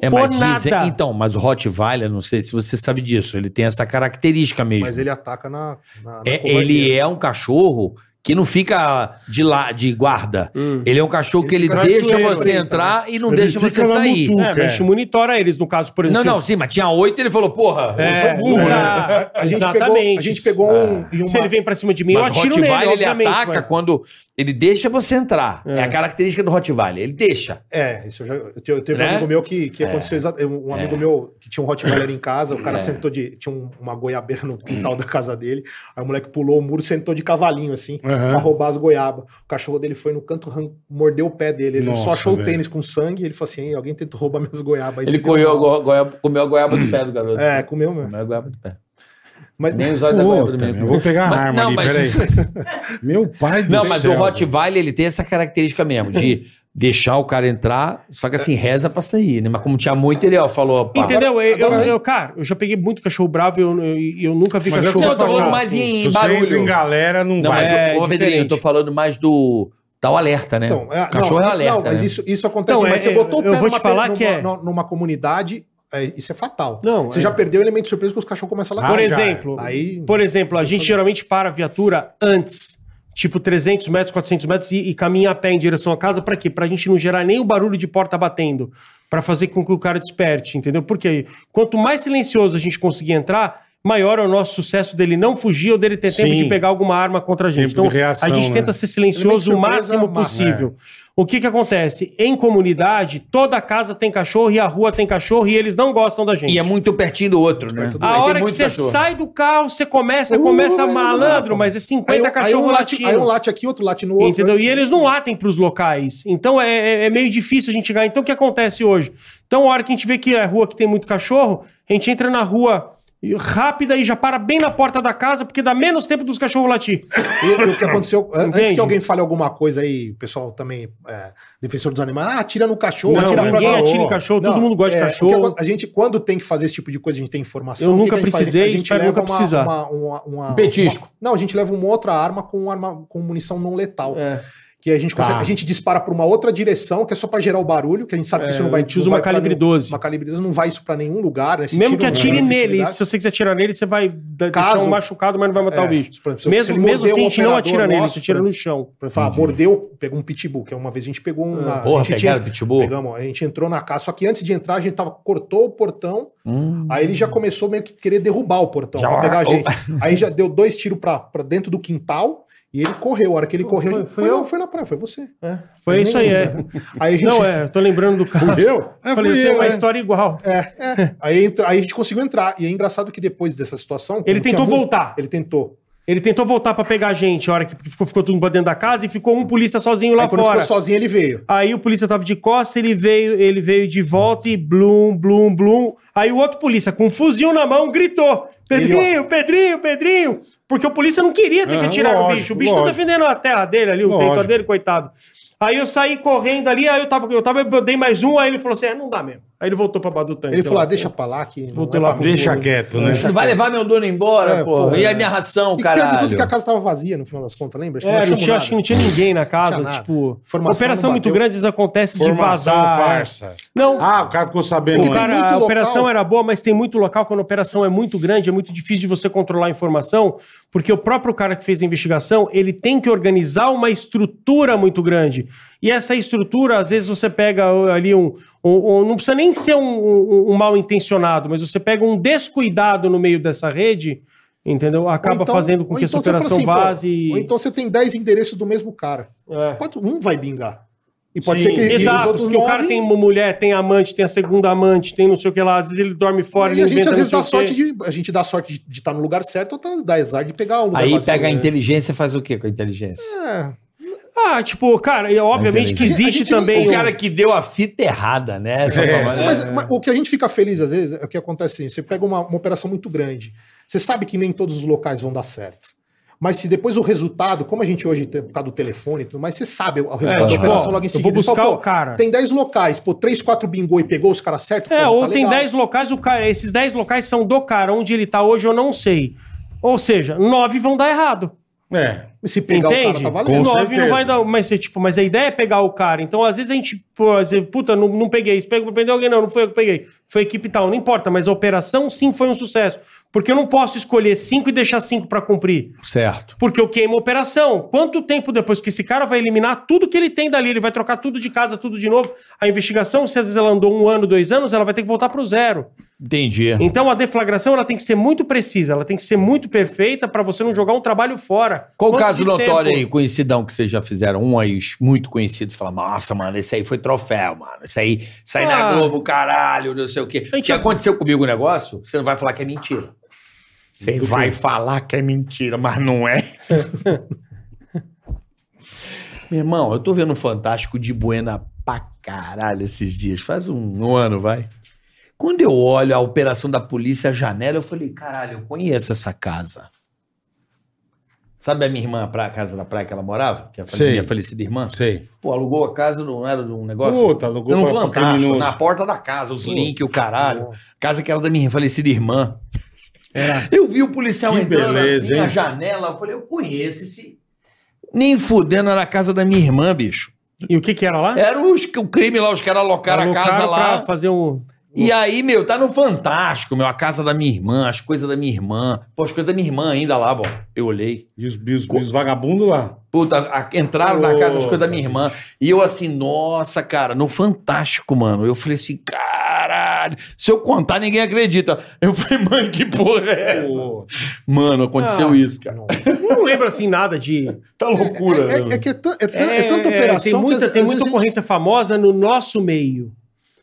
C: É,
E: por
C: mas dizem- então, mas o Rottweiler, não sei se você sabe disso, ele tem essa característica mesmo.
A: Mas ele ataca na. na, na
C: É,
A: covardia.
C: ele é um cachorro que não fica de lá de guarda. Ele é um cachorro que ele,
A: Ele fica na
C: deixa
A: zoeira,
C: você
A: ele tá,
C: entrar e não
D: Ele
C: deixa
D: fica
C: você
D: na
C: sair.
D: mutuca.
E: É, mas a gente
D: É.
E: monitora eles, no caso, por
C: então, Não,
E: exemplo.
C: não, sim, mas tinha oito e ele falou, porra,
E: tipo. É,
C: eu sou burro. né?
E: tá,
A: A gente
E: exatamente.
A: pegou, a gente pegou um,
D: Ah.
A: e uma-
E: Se ele vem pra cima de mim,
C: Mas
E: eu
C: o
E: atiro
C: Rottweiler,
E: nele,
C: ele
E: obviamente.
C: ataca
E: mas-
C: quando... Ele deixa você entrar. É, a característica do Rottweiler, ele deixa.
A: É, isso eu já. Eu, te- eu teve
C: Né? É.
A: um amigo meu que, que aconteceu exatamente. Um amigo meu que tinha um Rottweiler em casa, o cara sentou de. Tinha um- uma goiabeira no
C: Hum.
A: quintal da casa dele. Aí o moleque pulou o muro, sentou de cavalinho, assim,
D: Aham.
A: pra roubar as goiabas. O cachorro dele foi no canto, arran- mordeu o pé dele. Ele
D: Nossa,
A: só achou
D: velho.
A: o tênis com sangue. Ele falou assim: "Ei, alguém tentou roubar minhas goiabas. Aí
C: Ele
A: se deu
C: correu a
A: mal.
C: go- goiaba- comeu a goiaba do pé do garoto.
A: É, comeu mesmo.
C: Comeu a goiaba do pé.
A: Mas então,
C: Nem os olhos da goiaba do
D: Puta,
C: menino.
D: meu, eu vou pegar a
C: Mas-
D: arma
C: não,
D: ali,
C: mas- [LAUGHS]
D: peraí. Meu pai do
C: Não, mas
D: céu,
C: o Rottweiler, ele tem essa característica mesmo, de deixar o cara entrar, só que assim, reza pra sair, né? Mas como tinha muito, ele ó, falou, pá.
E: Entendeu? Eu- eu,
A: agora-
E: eu- cara, eu já peguei muito cachorro bravo e eu, eu, eu nunca vi
D: Mas é o que
E: cachorro
D: você
C: Não, eu tô
D: falou,
C: falando
E: bravo.
C: mais em
D: Se você
C: barulho.
D: entra em galera, não,
C: Não,
D: vai.
C: mas,
E: é
C: ô, Pedrinho, eu
E: diferente.
C: tô falando mais do... Dá o alerta, né?
A: Então, é,
C: o cachorro
A: não,
C: é alerta,
A: Não, mas
C: né?
A: isso, isso acontece.
E: Então,
A: mas
E: é-
A: você botou o
E: eu
A: pé
E: vou te
A: numa,
E: falar
A: numa-
E: que é-
A: no- numa comunidade, é, isso é fatal.
E: Não,
A: você
E: é.
A: já perdeu o elemento de surpresa que os cachorros começam a
D: Ah,
A: latir.
E: Por
D: já.
E: exemplo,
A: Aí-
E: por exemplo, a gente geralmente para a viatura antes, tipo 300 metros, 400 metros e, e caminha a pé em direção à casa pra quê? Pra gente não gerar nem o barulho de porta batendo, Pra fazer com que o cara desperte, entendeu? Porque quanto mais silencioso a gente conseguir entrar, maior é o nosso sucesso dele não fugir ou dele ter
D: Sim.
E: tempo de pegar alguma arma contra a gente. Então,
D: Tempo de reação,
E: a gente
D: né?
E: tenta ser silencioso o
A: Elemento de
E: máximo
A: surpresa,
E: possível.
D: é.
E: O que que acontece? Em comunidade, toda casa tem cachorro e a rua tem cachorro e eles não gostam da gente.
C: E é muito pertinho do outro, né? Aí
E: A
C: tem
E: hora que
C: muito
E: você
C: cachorro.
E: sai do carro, você começa,
A: Uh,
E: começa malandro, mas é 50
A: um- aí, um
E: cachorros
A: late,
E: latindo.
A: aí um late aqui, outro late no outro. né?
E: Entendeu?
A: aí-
E: E eles não latem para os locais. Então é, é- é meio difícil a gente ganhar. Então o que acontece hoje? Então, a hora que a gente vê que é rua que tem muito cachorro, a gente entra na rua rápida e já para bem na porta da casa, porque dá menos tempo dos cachorros latir.
A: E- e o que aconteceu, an- antes
E: Entende?
A: que alguém fale alguma coisa aí, o pessoal também, é, defensor dos animais, ah, atira no cachorro,
E: Não,
A: atira
E: ninguém
A: cachorro.
E: atira em cachorro,
A: Não,
E: todo mundo gosta
A: é,
E: de
A: o que acon-
E: cachorro.
A: A gente, quando tem que fazer esse tipo de coisa, a gente tem informação.
E: Eu
A: o que
E: nunca
A: que a gente faz?
E: precisei,
A: A gente
E: espero
A: leva
E: nunca
A: uma,
E: precisar.
A: uma- uma- uma-
C: Um petisco.
A: uma- não, a gente leva uma outra arma com, um arma, com munição não letal.
E: É.
A: Que a gente,
D: Tá.
A: consegue, a gente dispara para uma outra direção, que é só para gerar o barulho, que a gente sabe que isso não vai.
E: É, a gente usa
A: não
E: uma
A: vai pra
E: calibre
A: nenhum-
E: 12.
A: Uma calibre 12 não vai isso para nenhum lugar. né? Se
E: Mesmo que
A: tira um-
E: atire
A: uma
E: nele,
A: efetividade.
E: se você quiser atirar nele, você vai dar- deixar
A: Caso-
E: um machucado, mas não vai matar
A: É,
E: o bicho.
A: por exemplo, se- se
E: Mesmo,
A: ele
E: mesmo
A: morder
E: assim,
A: um
E: a gente não
A: operador
E: atira nele,
A: nosso, né?
E: você atira
A: por
E: no Uhum. chão.
A: Pra falar, mordeu, pegou um pitbull, que é uma vez a gente pegou
E: Uhum.
A: um. na-
C: Porra,
A: a gente
C: pegaram o pitbull?
A: Pegamos, a gente entrou na casa, só que antes de entrar, a gente tava, cortou o portão,
C: Hum.
A: aí ele já
E: Uhum.
A: começou meio que querer derrubar o portão,
C: Já-
E: [LAUGHS]
A: pra pegar a gente. Aí já deu dois tiros pra, pra dentro do quintal e ele correu. A hora que ele correu,
E: foi-
A: ele-
E: foi
A: foi,
E: eu?
A: não, foi na praia, foi você.
E: É, foi
A: Eu
E: isso
A: nem
E: [LAUGHS] aí, é.
A: lembro. Aí a gente.
E: Não, é, eu tô lembrando do caso. [LAUGHS]
A: Fudeu? é.
E: Eu falei,
D: fui
E: tem uma
D: é.
E: história igual.
A: Aí, entra- aí a gente conseguiu entrar. E é engraçado que depois dessa situação.
E: Ele
A: como tinha
E: tentou
A: muito-
E: voltar.
A: Ele tentou.
E: Ele tentou voltar pra pegar a gente, a hora que ficou, ficou todo mundo pra dentro da casa e ficou um polícia sozinho lá
A: aí quando
E: fora.
A: ficou sozinho, ele veio.
E: Aí o polícia tava de costa, ele veio, ele veio de volta e blum, blum, blum. Aí o outro polícia com um fuzil na mão gritou: "Pedrinho,
A: Ele,
E: Pedrinho, Pedrinho!" Porque o polícia não queria ter que
D: Aham,
E: atirar no
D: lógico,
E: bicho. O bicho tá
D: lógico.
E: defendendo a terra dele ali, o
D: Lógico.
E: território dele, coitado. Aí eu saí correndo ali, aí eu tava, eu tava, eu dei mais um, aí ele falou assim: "É, não dá mesmo". Aí ele voltou pra Badu
A: Ele falou: ah, deixa pra lá que. não
E: Voltou
A: é
E: Então, lá,
A: pra mim.
D: Deixa quieto, né?
C: Vai levar meu dono embora,
A: É,
C: porra.
A: porra.
C: E a minha ração,
A: E perdeu
C: caralho.
A: tudo que a casa tava vazia no final das contas, lembra? Acho que
E: É, não
A: achamos
E: tinha,
A: nada.
E: acho que não tinha ninguém na casa,
A: Tinha nada.
E: tipo.
A: Formação
E: operação
A: não
E: muito
A: bateu.
E: grande, isso acontece
D: Formação,
E: de vazar. é.
D: farsa.
E: Não,
D: Ah, o cara ficou sabendo
E: o
D: antes.
E: É cara,
A: é muito
E: a
A: local.
E: operação era boa, mas tem muito local quando a operação é muito grande, é muito difícil de você controlar a informação, porque o próprio cara que fez a investigação, ele tem que organizar uma estrutura muito grande. E essa estrutura, às vezes você pega uh, ali um... um- um- não precisa nem ser um, um- um mal intencionado, mas você pega um descuidado no meio dessa rede, entendeu?
A: Ou
E: Acaba
A: então-
E: fazendo com
A: ou
E: que essa
A: então você fala
E: operação
A: assim, pô,
E: vaze e...
A: Ou então você tem 10 endereços do mesmo cara.
E: É.
A: Quanto- Um vai bingar. E pode
D: Sim.
A: ser que e os
E: Exato,
A: outros
E: porque o cara
A: nove-
E: tem uma mulher, tem amante, tem a segunda amante, tem não sei o que lá, às vezes ele dorme fora,
A: E
E: ele
A: a gente
E: inventa
A: às vezes
E: não
A: dá
E: sei o
A: sorte
E: quê.
A: de. A gente dá sorte de estar no lugar certo ou tá, dá azar de pegar o lugar
C: Aí
A: vazio,
C: pega a
A: né?
C: inteligência e faz o quê com a inteligência?
A: É,
E: Ah, tipo, cara, e obviamente que
A: A gente- a
E: existe
A: gente não-
E: também.
C: O
E: um-
C: cara que deu a fita errada, né? Essa palavra.
A: mas, mas o que a gente fica feliz às vezes é o que acontece assim: você pega uma, uma operação muito grande, você sabe que nem todos os locais vão dar certo. Mas se depois o resultado, como a gente hoje tem por causa do telefone e tudo mais, você sabe o o
E: É,
A: resultado
E: tipo,
A: da operação
E: ó,
A: logo em
E: eu
A: seguida.
E: vou
A: Você fala,
E: buscar
A: pô,
E: o cara.
A: Tem 10 locais, pô, 3, 4 bingou e pegou os caras certos.
E: É,
A: pô,
E: ou
A: tá
E: tem
A: legal.
E: 10 locais, o cara, esses 10 locais são do cara, onde ele tá hoje eu não sei. Ou seja, 9 vão dar errado.
D: É.
A: Se pegar
E: Entende?
A: o cara, tá valendo.
D: Com
E: 9 não
D: certeza.
E: vai dar, mas tipo, mas a ideia é pegar o cara. Então, às vezes a gente, pô, às vezes, puta, não, não peguei isso, pegou, prendeu alguém não, não foi eu que peguei. Foi a equipe tal, não importa, mas a operação sim foi um sucesso, porque eu não posso escolher 5 e deixar 5 pra cumprir.
C: Certo.
E: Porque eu queimo a operação. Quanto tempo depois que esse cara vai eliminar tudo que ele tem dali, ele vai trocar tudo de casa, tudo de novo. A investigação, se às vezes ela andou um ano, dois anos, ela vai ter que voltar pro zero.
C: Entendi.
E: Então a deflagração ela tem que ser muito precisa, ela tem que ser muito perfeita pra você não jogar um trabalho fora.
C: Qual o
E: Quanto
C: caso
E: de
C: notório
E: tempo?
C: aí, conhecidão, que vocês já fizeram? Um aí muito conhecido, você fala, nossa, mano, esse aí foi troféu, mano. Isso aí, isso aí
E: Ah.
C: na Globo, caralho, não sei o quê.
E: Gente,
C: que aconteceu comigo o negócio, você não vai falar que é mentira. Você vai falar que é mentira, mas não é. Meu irmão, eu tô vendo um Fantástico de Buena pra caralho esses dias. Faz um, um ano, vai. Quando eu olho a operação da polícia, a janela, eu falei, caralho, eu conheço essa casa. Sabe a minha irmã, pra casa da praia que ela morava? Que é a fale-
D: Sei.
C: minha falecida irmã?
D: Sei.
C: Pô, alugou a casa, não era de um negócio?
D: Puta, alugou
C: Era um
D: pra- pra
C: fantástico,
D: criminoso. É.
E: né?
C: na porta da casa, os links, o caralho. Casa que era da minha falecida irmã. Eu vi o policial
D: Que
C: entrando
D: beleza,
C: assim,
D: hein?
C: a janela, eu falei, eu conheço esse... Nem fudendo, era a casa da minha irmã, bicho.
E: E o que que era lá?
C: Era os- É, o crime lá, os caras alocaram a
E: Alocaram
C: casa lá.
E: pra fazer um
C: E aí, meu, tá no Fantástico, meu. A casa da minha irmã, as coisas da minha irmã. Pô, as coisas da minha irmã ainda lá, bom. Eu olhei.
D: E os, e os, e os vagabundos lá.
C: Puta, a- entraram na casa as coisas da minha irmã. E eu assim, nossa, cara, no Fantástico, mano. Eu falei assim, caralho. Se eu contar, ninguém acredita. Eu falei, mano, que porra é essa?
A: O-
F: Mano, aconteceu
E: Ah.
F: isso, cara.
E: Eu não lembro assim nada de.
F: Tá loucura,
A: É,
F: né?
A: é que é, tan- é tan- é tanta operação.
E: Tem muita,
A: que às-
E: tem
A: às
E: muita
A: vezes a gente-
E: ocorrência famosa no nosso meio.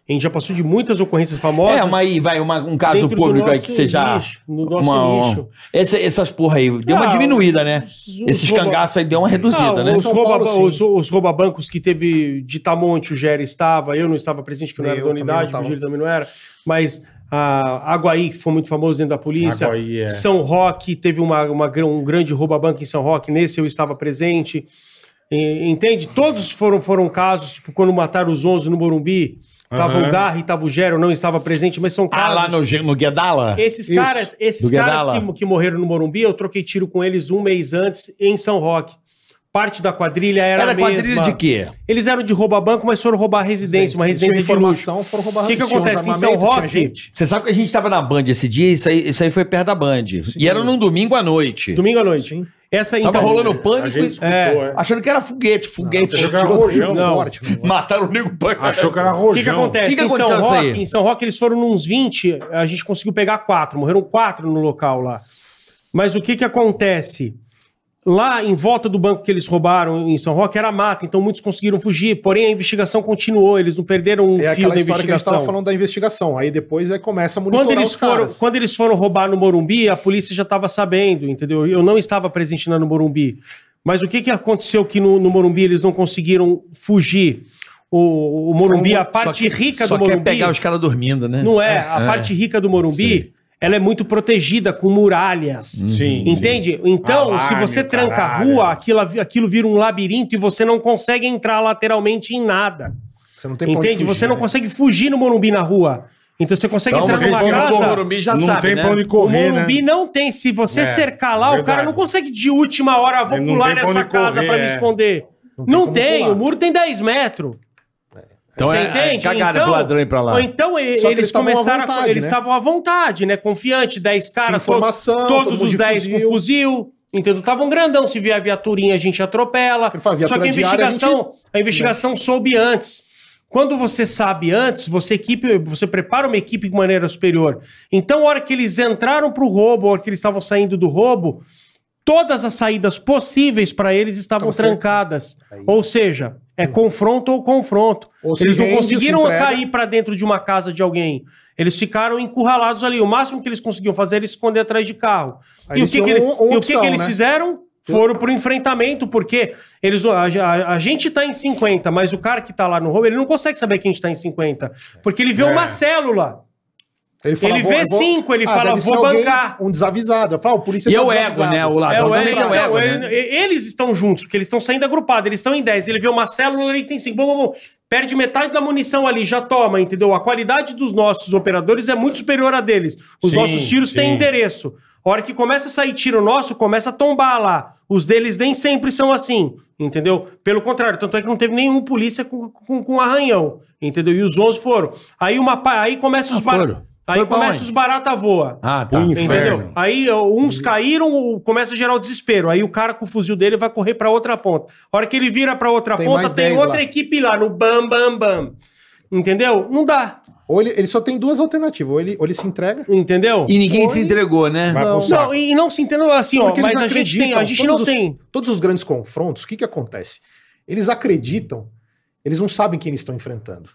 E: A gente já passou de muitas ocorrências famosas.
C: É, mas aí vai uma- um caso
E: dentro do
C: público aí
E: nosso
C: que você já.
E: nicho, no nosso
C: uma-
E: nicho.
C: Essa- essas porra aí deu uma
E: Ah,
C: diminuída, né?
E: Os-
C: Esses
E: os rouba-
C: cangaços aí deu uma reduzida,
E: Ah,
C: né?
E: Os,
A: São Paulo,
E: rouba,
A: sim.
E: os, os roubabancos que teve de Tamonte, o Gera estava, eu não estava presente, que eu não
A: Nem
E: era
A: eu
E: da
A: também não
E: unidade, o
A: tava.
E: Vigílio também não era, mas a Aguaí, que foi muito famoso dentro da polícia,
D: Aguaí, é.
E: São Roque, teve uma, uma gr- um grande roubabanco em São Roque, nesse eu estava presente, E- entende? Todos foram, foram casos, tipo, quando mataram os 11 no Morumbi, tava
D: Aham.
E: o Garra e tava o Gera, eu não estava presente, mas são
C: Ah,
E: casos...
C: lá no, Ge- no Guedala?
E: Esses
A: Isso.
E: caras, esses
C: Do
E: caras
C: Guedala.
E: que, que morreram no Morumbi, eu troquei tiro com eles um mês antes em São Roque. Parte da quadrilha era,
C: Era,
E: a mesma.
C: quadrilha de quê?
E: Eles eram de roubar banco, mas foram roubar residência, uma
A: Tinha
E: residência de luxo.
A: informação, foram roubar
E: O que que
A: tinha uns
E: acontece? Em São
A: armamentos, tinha
E: Roque,
A: gente.
C: Você sabe que a gente tava na Band esse dia, isso aí, isso aí foi perto da Band. E era num domingo à noite.
E: Domingo à noite.
A: Sim.
E: Essa
C: Tava
E: então,
C: rolando
D: A
C: pânico
D: gente
C: e...
D: escutou,
E: É.
D: é.
C: achando que era foguete, foguete.
D: Achou que
C: foguete.
D: era rojão.
A: Não.
D: Forte.
C: Mataram o nego pra
D: Achou que era
E: O que, que
D: rojão.
E: acontece?
C: O que que
E: em, São
C: aconteceu isso
E: Roque,
C: aí?
E: em São Roque, eles foram uns 20, a gente conseguiu pegar quatro, morreram quatro no local lá. Mas o que, que acontece? Lá em volta do banco que eles roubaram em São Roque era mata, então muitos conseguiram fugir, porém a investigação continuou, eles não perderam um
A: É
E: fio da
A: aquela história que a gente
E: investigação.
A: estava falando da investigação. Aí depois aí começa a monitorar
E: quando eles
A: os
E: foram
A: caras.
E: quando eles foram roubar no Morumbi a polícia já estava sabendo entendeu eu não estava presente lá no Morumbi mas o que que aconteceu que no, no Morumbi eles não conseguiram fugir o, o Morumbi a parte rica
C: só
E: do
C: quer
E: Morumbi
C: pegar os caras dormindo, né?
E: não é a parte rica do Morumbi ela é muito protegida com muralhas
D: Uhum. Sim.
E: Entende? Então,
D: Alarme,
E: se você
D: o
E: tranca a
D: caralho.
E: rua, aquilo, aquilo vira um labirinto e você não consegue entrar lateralmente em nada.
A: Você não tem pra onde
E: Entende?
A: fugir,
E: Você não
A: né?
E: consegue fugir no Morumbi na rua. Então você consegue
C: Então,
E: entrar
C: você
E: numa
C: que
E: casa.
C: jogou no Morumbi já
D: não
C: sabe,
D: tem
C: né?
D: pra onde
E: o
D: correr,
E: Morumbi
D: né?
E: não tem. Se você
D: É,
E: cercar lá, o
D: verdade.
E: cara não consegue de última hora, "Ah, vou
D: Ele não
E: pular
D: tem pra
E: nessa
D: onde
E: casa
D: correr,
E: pra me
D: é.
E: esconder.
A: Não tem
E: Não
A: como
E: tem,
A: pular.
E: o muro tem 10 metros.
C: Então é, é cagada pro ladrão ir pra lá.
E: Ou então e-
A: Só
E: eles,
A: que eles estavam à
E: começaram, a-
A: vontade,
E: eles
A: né?
E: estavam à vontade, né? Confiante, 10 caras,
A: Tinha
E: to-
A: informação, todo
E: todos
A: mundo
E: os
A: de
E: 10
A: fuzil.
E: com fuzil. Entendeu? Estavam grandão, se vier a viaturinha a gente atropela.
A: Ele fala,
E: Só
A: viatura
E: que a
A: diária, a né?
E: investigação, a, investigação soube antes. Quando você sabe antes, você equipe, você prepara uma equipe de maneira superior. Então, a hora que eles entraram pro roubo, a hora que eles estavam saindo do roubo, todas as saídas possíveis para eles estavam
A: Estavam
E: trancadas. Ou seja, é
A: Hum.
E: confronto ou confronto.
A: Ou se
E: eles não
A: rende, se
E: conseguiram
A: entrega.
E: cair para dentro de uma casa de alguém. Eles ficaram encurralados ali. O máximo que eles conseguiam fazer era esconder atrás de carro.
A: Aí
E: e o
A: eles
E: que, que
A: tinham
E: eles,
A: uma- uma
E: e o que que
A: opção,
E: eles
A: né?
E: fizeram? Foram pro enfrentamento, porque eles, a, a- a gente tá em 50, mas o cara que tá lá no roubo, ele não consegue saber que a gente tá em 50. Porque ele vê
D: É.
E: uma célula.
A: Ele,
E: Ele vê
A: eu
E: cinco, ele fala,
A: Ah, deve ser
E: vou
A: alguém,
E: bancar.
A: Um desavisado. Eu falo, ah, o polícia
C: E
A: tá
C: é o ego,
A: desavisado.
C: né? O
E: É,
C: ladrão
E: o
C: também
E: ele,
C: tem o
E: não,
C: ego,
E: ele-
C: né?
E: e- eles estão juntos, porque eles estão saindo agrupados, eles estão em 10. Ele vê uma célula, ele tem 5. Bom, bom, bom. Perde metade da munição ali, já toma, entendeu? A qualidade dos nossos operadores é muito superior à deles. Os
D: Sim,
E: nossos tiros
D: sim.
E: têm endereço. A hora que começa a sair tiro nosso, começa a tombar lá. Os deles nem sempre são assim, entendeu? Pelo contrário, tanto é que não teve nenhum polícia com, com, com arranhão, entendeu? E os 11 foram. Aí, uma, pa- aí começa os
C: Ah,
E: bar-
C: foram.
E: Aí
C: Foi pra
E: começa
C: onde?
E: os barata voa.
C: Ah, tá.
D: Ui,
E: Entendeu?
D: Inferno.
E: Aí ó,
A: Uhum.
E: uns caíram, o- começa a gerar o desespero. Aí o cara com o fuzil dele vai correr pra outra ponta. A hora que ele vira pra outra
A: Tem
E: ponta,
A: mais
E: tem
A: 10
E: outra
A: lá.
E: equipe lá no bam bam bam. Entendeu? Não dá.
A: Ou ele, ele só tem duas alternativas. Ou ele, ou ele se entrega.
E: Entendeu?
C: E ninguém
E: Então,
C: se
A: Foi.
C: entregou, né?
D: Vai pro
A: Não.
D: saco.
E: Não, e e não se entendeu assim, ó,
A: Porque eles
E: mas a gente tem,
A: acreditam.
E: a gente
A: Todos
E: não
A: os-
E: tem.
A: Todos os grandes confrontos, o que, que acontece? Eles acreditam, eles não sabem quem eles estão enfrentando.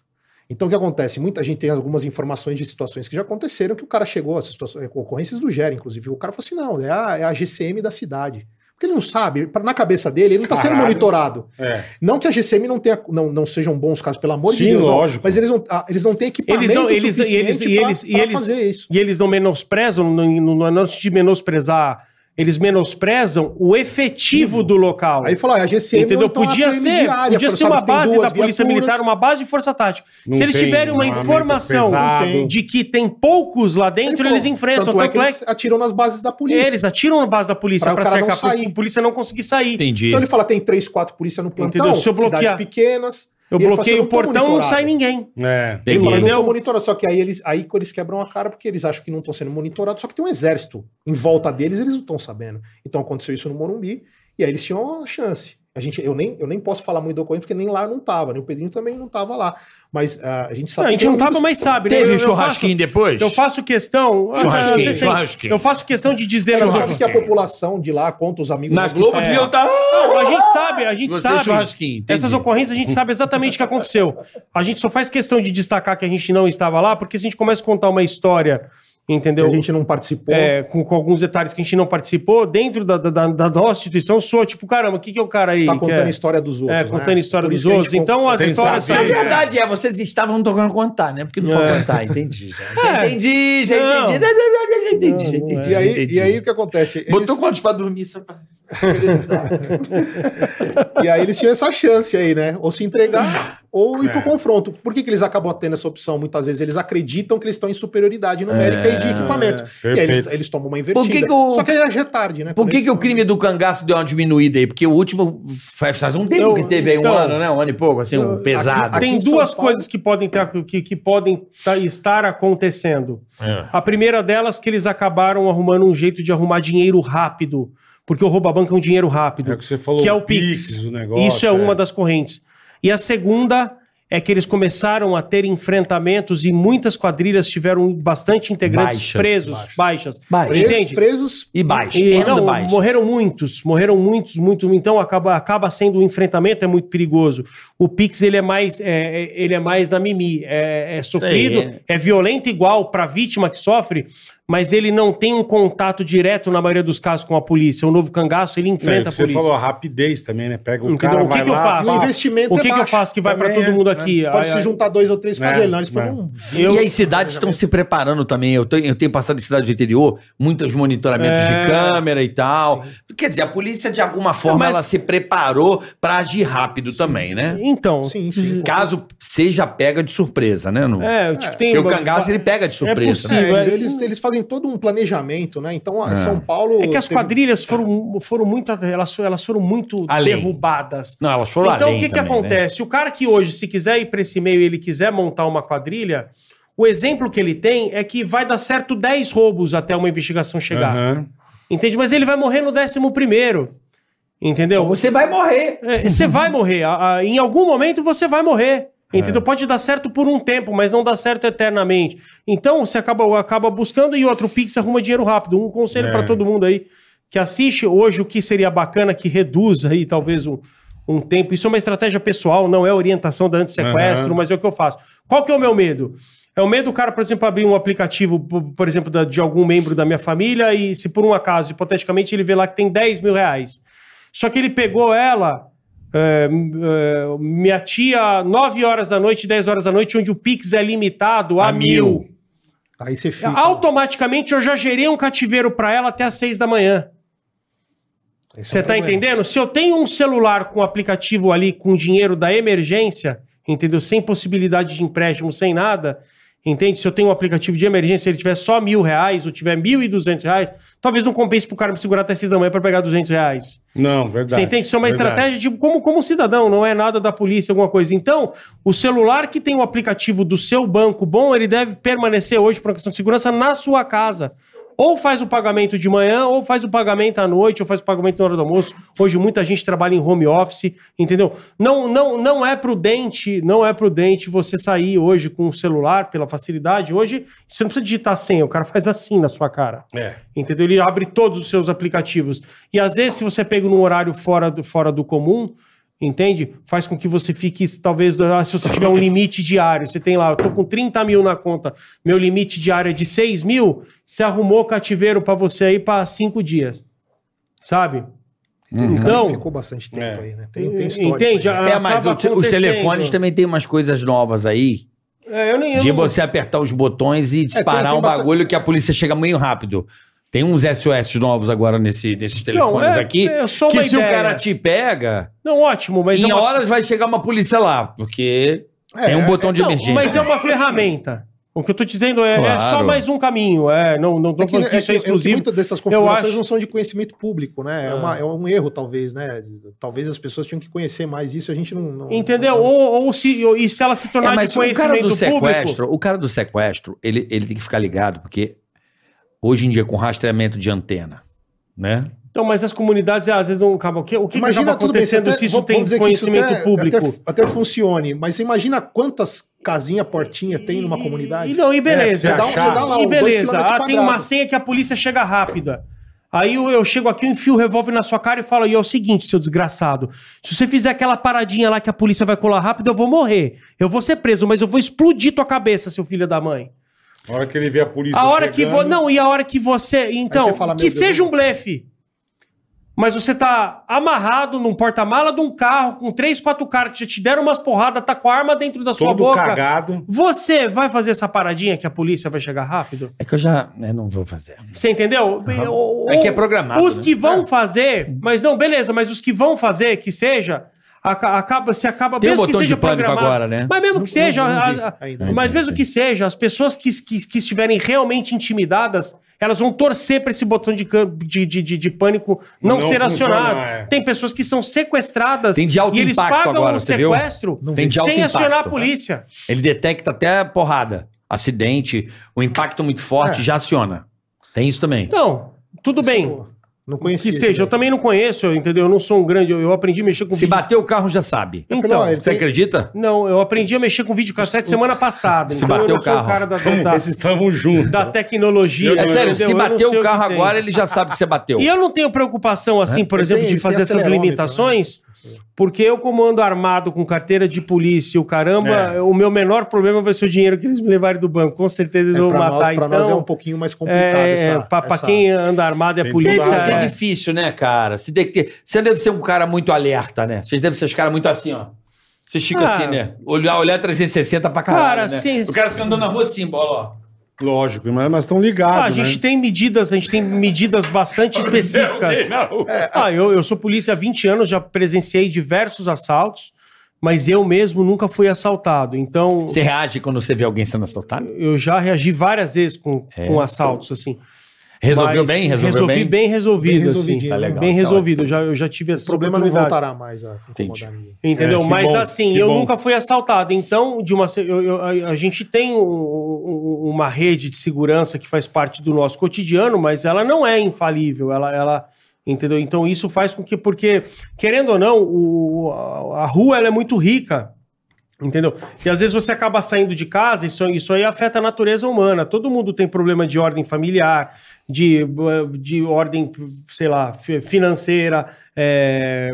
A: Então, o que acontece? Muita gente tem algumas informações de situações que já aconteceram, que o cara chegou, essas situações, é, ocorrências do Gera, inclusive. O cara falou assim: não, é a, é a GCM da cidade. Porque ele não sabe, pra- na cabeça dele, ele não está sendo
D: Caralho.
A: monitorado.
D: É.
A: Não que a GCM não, tenha, não, não sejam bons casos, pelo amor
D: Sim,
A: de Deus. não.
D: lógico.
A: Mas eles não, ah, eles não têm equipamento
E: Eles não- eles- e
A: suficiente
E: eles- e
A: pra-
E: eles- e
A: pra
E: eles-
A: fazer isso.
E: E eles não menosprezam, não, não, é não, não de menosprezar, eles menosprezam o efetivo do local.
A: Aí falou, ah, a GCM
E: Entendeu?
A: ou então a
E: podia
A: PM
E: ser,
A: diária,
E: podia ser
A: sabe
E: uma
A: que tem
E: base da
A: duas
E: Polícia
A: viaturas.
E: Militar, uma base de força tática.
D: Não
E: Se eles
D: tem
E: tiverem uma
D: armamento
E: informação
D: pesado.
A: Não tem.
E: de que tem poucos lá
A: Ele
E: dentro,
A: falou,
E: eles enfrentam.
A: Tanto, é que eles atiram nas bases da polícia.
E: eles atiram na base da polícia
A: Pra o
E: para
A: cara não
E: cercar, porque
A: sair.
E: a polícia não conseguir sair.
C: Entendi.
A: Então ele fala, tem três, quatro polícia no plantão,
E: Entendeu? Se eu
A: cidades
E: bloquear-
A: pequenas.
E: Eu
A: E ele
E: bloqueei
A: fala,
E: o
A: "Você não tá
E: portão, não
A: monitorado."
E: sai ninguém.
D: É.
A: Ele fala, não
E: Entendeu?
A: tô monitorado. Só que aí eles, aí quando eles quebram a cara, porque eles acham que não estão sendo monitorados, só que tem um exército em volta deles, eles não estão sabendo. Então aconteceu isso no Morumbi, e aí eles tinham a chance. A gente, eu, nem, eu nem posso falar muito do Corinthians, porque nem lá eu não tava, nem o Pedrinho também não tava lá. Mas ah, a
E: Não,
A: gente sabe
E: a gente
A: que
E: não
A: tem
E: tava,
A: muitos-
E: mas sabe, né?
C: Teve um
E: Eu- eu
C: churrasquinho depois?
E: faço- Eu faço questão. Ah,
C: Churrasquinho,
E: vocês têm-
C: churrasquinho.
E: Eu faço questão de dizer nas
A: Mas
E: outras-
A: sabe que a população de lá conta os amigos
C: Na
A: nossos que
C: Globo
A: estão-
C: devia estar.
E: Não, a gente sabe, a gente
C: Você é
E: é. sabe.
C: churrasquinho, entendi.
E: Essas ocorrências a gente sabe exatamente o que aconteceu. A gente só faz questão de destacar que a gente não estava lá, porque se a gente começa a contar uma história,
A: que
E: entendeu?
A: a gente não participou.
E: É, com, com alguns detalhes que a gente não participou, dentro da, da, da- da nossa instituição, sou tipo, caramba, o que, que é o cara aí?
A: tá
E: que
A: contando
E: é?
A: a história dos outros.
E: É,
A: né?
E: contando a história
A: Por
E: dos
A: isso que a gente
E: outros. Então as
A: conta-
E: histórias
D: Sem
E: são.
D: saber.
C: Na verdade, é, vocês estavam não tocando contar, né? Porque não pode contar, entendi. Já, já
E: É.
C: entendi, já
E: Não.
C: entendi. Já entendi, já
E: Não, é. não
C: entendi.
A: E
C: já
A: aí,
C: entendi.
A: e aí o que acontece? Eles-
F: Botou quantos pra dormir? Só pra...
A: E aí eles tinham essa chance aí, né? Ou
E: [LAUGHS]
A: se entregar ou ir
E: É.
A: pro confronto. Por que, que eles acabam tendo essa opção? Muitas vezes eles acreditam que eles estão em superioridade numérica e de
E: É,
A: equipamento. e aí eles,
D: perfeito.
A: eles tomam uma invertida.
C: que que o-
A: Só que aí já é tarde, né?
C: Por
A: Quando
C: que,
A: eles
C: que o
A: estão-
C: crime do cangaço deu uma diminuída aí? Porque o último faz, faz um tempo
E: Eu-
C: que teve aí um
E: então,
C: ano, né? Um ano e pouco, assim, um pesado.
A: aqui
E: Tem
A: em São
E: duas
A: Paulo-
E: coisas que podem, ter, que, que podem tá- estar acontecendo. A primeira delas que eles acabaram arrumando um jeito de arrumar dinheiro rápido, porque o rouba-banco é um dinheiro rápido.
D: É o que você falou,
E: que é o
D: o Pix,
E: Pix.
D: o negócio,
E: Isso é,
D: é.
E: uma das correntes. E a segunda é que eles começaram a ter enfrentamentos e muitas quadrilhas tiveram bastante integrantes
C: Baixas.
E: presos, baixas.
C: Baixas.
E: Entende?
A: Presos, presos
C: E baixo,
E: E,
C: e,
E: não,
C: baixo.
E: morreram muitos, morreram muitos, muito. Então acaba, acaba sendo um enfrentamento é muito perigoso. O Pix ele é mais é, é- ele é mais na mimi, é, é sofrido,
C: Sei,
E: é violento igual para a vítima que sofre, mas ele não tem um contato direto na maioria dos casos com a polícia. O novo cangaço ele
D: É, o
E: enfrenta
D: que
E: a
D: você
E: polícia.
D: falou, a rapidez também, né? Pega o
E: Entendeu?
D: cara,
E: O que
D: vai
E: que eu
D: lá,
E: faço?
A: o
D: pá.
A: investimento
E: Ah, o que,
A: é
E: que eu
A: baixo.
E: faço que vai para
D: Também
E: todo
D: é,
E: mundo
D: né?
E: aqui?
A: Pode
E: Ai, né?
A: se
E: ai,
A: juntar dois ou três e fazer.
D: É,
A: ele. Não, eles
D: é.
A: foram um-
E: eu-
C: E as cidades estão se preparando também. Eu tenho, eu tenho passado em cidades do interior, muitos monitoramentos
E: É.
C: de câmera e tal. Quer dizer, a polícia, de alguma forma,
E: Mas-
C: ela se preparou pra agir rápido também, né?
E: Então,
A: Sim, sim.
C: Caso seja pega de surpresa, né? No...
E: é, tipo, tem
C: Porque o cangaço, ele pega de surpresa. né?
E: possível.
A: É, eles,
E: velho.
A: eles, eles fazem todo um planejamento, né? Então, a São Paulo.
E: É que as
A: teve-
E: quadrilhas foram, foram muito elas, elas foram muito
C: Além.
E: derrubadas.
C: Não, elas foram
E: então,
C: além
E: o que, que
C: também, né?
E: acontece? O cara que hoje, se quiser ir para esse meio e ele quiser montar uma quadrilha, o exemplo que ele tem é que vai dar certo 10 roubos até uma investigação chegar.
D: Aham.
E: Entende? Mas ele vai morrer no 11. Entendeu?
C: Então Você vai morrer.
E: É, Você vai morrer. a- a- em algum momento você vai morrer. Entendeu? Pode dar certo por um tempo, mas não dá certo eternamente. Então você acaba, acaba buscando e outro Pix arruma dinheiro rápido. Um conselho
D: É.
E: pra todo mundo aí que assiste hoje o que seria bacana que reduza aí talvez um, um tempo. Isso é uma estratégia pessoal, não é orientação da antissequestro,
D: Aham.
E: mas é o que eu faço. Qual que é o meu medo? É o medo do cara, por exemplo, abrir um aplicativo, por- por exemplo, da- de algum membro da minha família e se por um acaso, hipoteticamente, ele vê lá que tem 10 mil reais. Só que ele pegou ela, é, m- é, minha tia, 9 horas da noite, 10 horas da noite, onde o Pix é limitado a,
C: A
E: mil.
C: mil.
A: Aí
E: É
A: você fica.
E: Automaticamente eu já gerei um cativeiro para ela até às 6 da manhã.
A: Esse
E: Você
A: é o
E: tá
A: problema.
E: entendendo? Se eu tenho um celular com aplicativo ali com dinheiro da emergência, entendeu? Sem possibilidade de empréstimo, sem nada, entende? Se eu tenho um aplicativo de emergência, ele tiver só mil reais ou tiver mil e duzentos reais, talvez não compense pro cara me segurar até seis da manhã pra pegar duzentos reais.
D: Não, verdade.
E: Você entende? Isso é uma
D: verdade.
E: estratégia de como, como cidadão, não é nada da polícia, alguma coisa. Então, o celular que tem o aplicativo do seu banco bom, ele deve permanecer hoje, por uma questão de segurança, na sua casa. Ou faz o pagamento de manhã, ou faz o pagamento à noite, ou faz o pagamento na hora do almoço. Hoje muita gente trabalha em home office, entendeu? Não, não, não é prudente, não é prudente você sair hoje com o celular pela facilidade. Hoje você não precisa digitar senha, o cara faz assim na sua cara.
D: É.
E: Entendeu? Ele abre todos os seus aplicativos. E às vezes, se você pega num horário fora do, fora do comum, entende? Faz com que você fique, talvez, do- ah, se você
C: [LAUGHS]
E: tiver um limite diário, você tem lá, eu tô com 30 mil na conta, meu limite diário é de 6 mil, você arrumou cativeiro pra você aí pra cinco dias. Sabe?
A: Tudo bem,
E: Então-
A: ficou bastante tempo
D: É.
A: aí, né? Tem, tem história.
E: Hum, Entende? Ah,
A: Aí.
C: Uhum. É, mas
E: Acaba
C: o te- os
E: acontecendo.
C: telefones também tem umas coisas novas aí.
E: É, eu nem, eu
C: De
E: não- É,
C: você apertar os botões e disparar
A: tem- tem
C: um
A: bastante-
C: bagulho que a polícia chega meio rápido. Tem uns SOS novos agora nesse, nesses
E: Então,
C: telefones
E: é-
C: aqui.
E: é só
C: que
E: uma
C: se o
E: ideia.
C: cara te pega,
E: Não, ótimo, mas
C: em
E: é uma
C: horas vai chegar uma polícia lá, porque
A: É,
C: tem um botão de
E: Não,
C: emergência.
E: Mas é uma ferramenta. O que eu tô dizendo é, é
C: Claro.
E: só mais um caminho. É, não, não tô
A: É que,
E: falando que,
A: é
E: isso
A: que,
E: é
A: é que
E: exclusivo.
A: muitas dessas configurações
E: acho-
A: não são de conhecimento público, né? É,
E: Ah.
A: uma- é um erro, talvez, né? Talvez as pessoas tinham que conhecer mais isso, a gente não. não-
E: Entendeu?
A: não-
E: Ou, ou se, ou- e se ela se
C: É,
E: tornar de
C: mas
A: um
C: o cara
E: conhecimento
C: do sequestro,
E: público.
C: o cara do sequestro, ele, ele tem que ficar ligado, porque hoje em dia, com rastreamento de antena, né?
E: Então, mas as comunidades às vezes não acabam. O que, o que, que acaba
A: tudo bem,
E: acontecendo
A: até-
E: se isso
A: vamos-
E: tem
A: vamos dizer que isso
E: conhecimento
A: até-
E: público?
A: Até, até funcione, mas você imagina quantas casinhas, portinha tem numa comunidade?
E: E não, e beleza.
D: É, você dá um- você dá lá
E: e
A: um, dois
E: beleza.
A: quilômetros
E: Ah, tem uma
A: quadrados.
E: senha que a polícia chega rápida. Aí eu, eu chego aqui, eu enfio o revólver na sua cara e falo: e é o seguinte, seu desgraçado. Se você fizer aquela paradinha lá que a polícia vai colar rápido, eu vou morrer. Eu vou ser preso, mas eu vou explodir tua cabeça, seu filho da mãe.
D: A hora que ele vê a polícia.
E: A hora que
D: chegando-
E: vo... Não, e a hora que você. Então,
A: você fala,
E: que
A: meu Deus,
E: seja
A: eu-
E: um blefe. Mas você tá amarrado num porta-mala de um carro com três, quatro caras que já te deram umas porradas, tá com a arma dentro da sua
D: todo
E: boca.
D: cagado.
E: Você vai fazer essa paradinha que a polícia vai chegar rápido?
C: É que eu já. eu não vou fazer.
E: Você entendeu? O- o-
C: É que é programado,
E: Os
C: né?
E: que vão fazer, mas não, beleza, mas os que vão fazer, que seja, aca- acaba, se acaba
C: Tem um
E: que
C: botão de pânico agora, né?
E: Mas mesmo que seja,
A: não vi
E: a- a-
A: ainda.
E: mas mesmo que seja, as pessoas que, que, que estiverem realmente intimidadas, elas vão torcer para esse botão de, cam- de, de, de- de pânico não,
D: Não
E: ser
D: funcionar,
E: acionado.
D: é.
E: Tem pessoas que são sequestradas
C: Tem de alto
E: e eles
C: impacto
E: pagam
C: agora,
E: o
C: você viu?
E: sequestro
C: Tem de alto
E: sem acionar a
C: impacto, né?
E: polícia.
C: Ele detecta até porrada, acidente, o impacto muito forte
A: É.
C: já aciona. Tem isso também.
E: Então, tudo bem.
A: Pô, Não conhecia.
E: Que seja, eu também não conheço, entendeu? Eu não sou um grande. Eu, eu aprendi a mexer com
C: Se
E: vídeo-
C: bater o carro, já sabe.
E: Então,
A: ele
C: Você
A: tem,
C: acredita?
E: não, eu aprendi a mexer com videocassete semana passada.
C: Se
E: então
C: bater
E: eu não
C: o
E: sou
C: carro.
E: cara da,
D: [LAUGHS]
E: da,
D: Esses estavam juntos.
E: da tecnologia.
C: É sério,
E: entendeu?
C: se
E: Eu não
C: bater
E: sei
C: o
E: que
C: carro
E: tem.
C: agora, ele já sabe que você bateu.
E: E eu não tenho preocupação, assim, por
A: Ele
E: exemplo,
A: tem-
E: de
A: ele tem
E: fazer essas
A: acelerômetro,
E: limitações, porque eu, como ando armado com carteira de polícia, e o caramba,
D: É.
E: o meu menor problema vai ser o dinheiro que eles me levarem do banco. Com certeza eles
A: é,
E: vão
A: pra
E: matar.
A: nós, pra
E: então,
A: nós é um pouquinho mais complicado
E: é,
A: essa.
E: pra, pra
A: essa-
E: quem anda armado é
D: Tem
E: polícia.
D: tudo
C: Deve
D: a
C: ser
E: é-
C: difícil, né, cara? Você deve, ter- você deve ser um cara muito alerta, né? Vocês devem ser os caras muito assim, ó. Vocês ficam
E: Ah.
C: assim, né? Olhar, olhar 360 pra caralho,
E: Cara,
C: né?
E: sim,
C: O cara
E: sim.
C: fica andando na rua assim, bola, ó.
D: Lógico, mas mas estão
E: Ah,
D: ligados.
E: a gente
D: né?
E: tem medidas, a gente tem medidas bastante específicas.
A: É.
E: Ah, eu, eu sou polícia há 20 anos, já presenciei diversos assaltos, mas eu mesmo nunca fui assaltado. Então,
C: Você reage quando você vê alguém sendo assaltado?
E: eu já reagi várias vezes com, com assaltos, assim.
C: É. Resolveu
E: Mas
C: bem? Resolveu
E: resolvi
C: bem?
E: resolvido,
A: Bem
E: assim.
A: resolvidinho, Tá
C: legal,
E: bem
C: tá
E: resolvido, eu já, eu já tive essa
A: O problema não
E: oportunidade.
A: voltará mais a incomodar ninguém.
E: Entendeu?
D: É, que
E: Mas
D: bom,
E: assim,
D: que
E: eu
D: bom.
E: nunca fui assaltado. Então, de uma, se- eu- eu- a, a gente tem um- um- uma rede de segurança que faz parte do nosso cotidiano, mas ela não é infalível. Ela, ela entendeu? Então isso faz com que, porque querendo ou não, o- a, a rua ela é muito rica. Entendeu? E às vezes você acaba saindo de casa, isso, isso aí afeta a natureza humana. Todo mundo tem problema de ordem familiar, de, de ordem, sei lá, fi- financeira, é,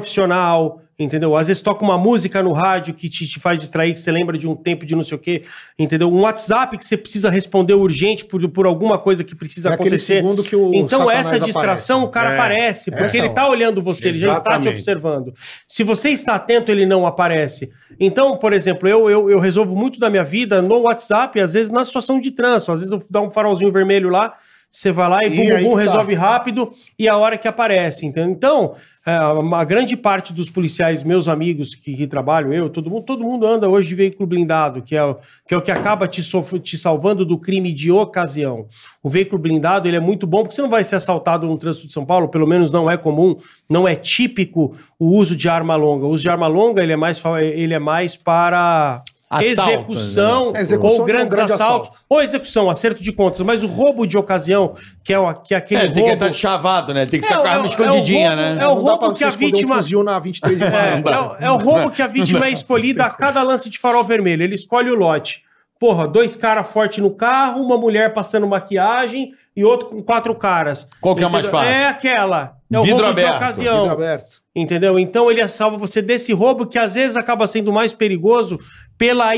E: profissional, entendeu? Às vezes toca uma música no rádio que te, te faz distrair, que você lembra de um tempo de não sei o quê, entendeu? Um WhatsApp que você precisa responder urgente por, por alguma coisa que precisa
A: É aquele
E: acontecer.
A: segundo que o
E: Então
A: Satanás
E: essa distração o cara
D: É,
E: aparece, porque
A: essa
E: ele
A: hora.
E: tá olhando você, ele já está te
D: Exatamente.
E: observando. Se você está atento, ele não aparece. Então, por exemplo, eu, eu, eu resolvo muito da minha vida no WhatsApp, às vezes na situação de trânsito, às vezes eu dou um farolzinho vermelho lá, você vai lá e,
A: E
E: bum, bum,
A: aí
E: bum,
A: que tá.
E: resolve rápido e é a hora que aparece, entendeu? Então, é, uma grande parte dos policiais, meus amigos que, que trabalham, eu, todo mundo, todo mundo anda hoje de veículo blindado, que é, o- que é o que acaba te, sof- te salvando do crime de ocasião. O veículo blindado, ele é muito bom, porque você não vai ser assaltado no trânsito de São Paulo, pelo menos não é comum, não é típico o uso de arma longa. O uso de arma longa, ele é mais, fa- ele é mais para...
C: Assalto,
E: execução,
A: É, execução
E: ou
A: de um
E: grandes
A: grande
E: assaltos,
A: assalto.
E: ou execução, acerto de contas, mas o roubo de ocasião, que é, o, que é aquele
C: É, ele tem que
E: roubo...
C: estar deschavado, né? Ele tem que ficar
E: É,
C: com a
E: é
C: arma
E: o- é o
C: escondidinha,
E: roubo-
C: né?
E: é o
A: Não dá pra
E: roubo que
A: você
E: a
A: esconder
E: vítima-
A: Um fuzil na 23 e um
E: É,
A: vai.
E: é o- é o roubo que a vítima
C: [LAUGHS]
E: é escolhida a cada lance de farol vermelho. Ele escolhe o lote. Porra, dois caras fortes no carro, uma mulher passando maquiagem e outro com quatro caras.
C: Qual que é a mais
E: Entendeu?
C: fácil?
E: É aquela. É o
C: Vidro
E: roubo de
C: aberto.
E: ocasião.
A: Vidro aberto.
E: Entendeu? Então ele salva você desse roubo que às vezes acaba sendo mais perigoso pela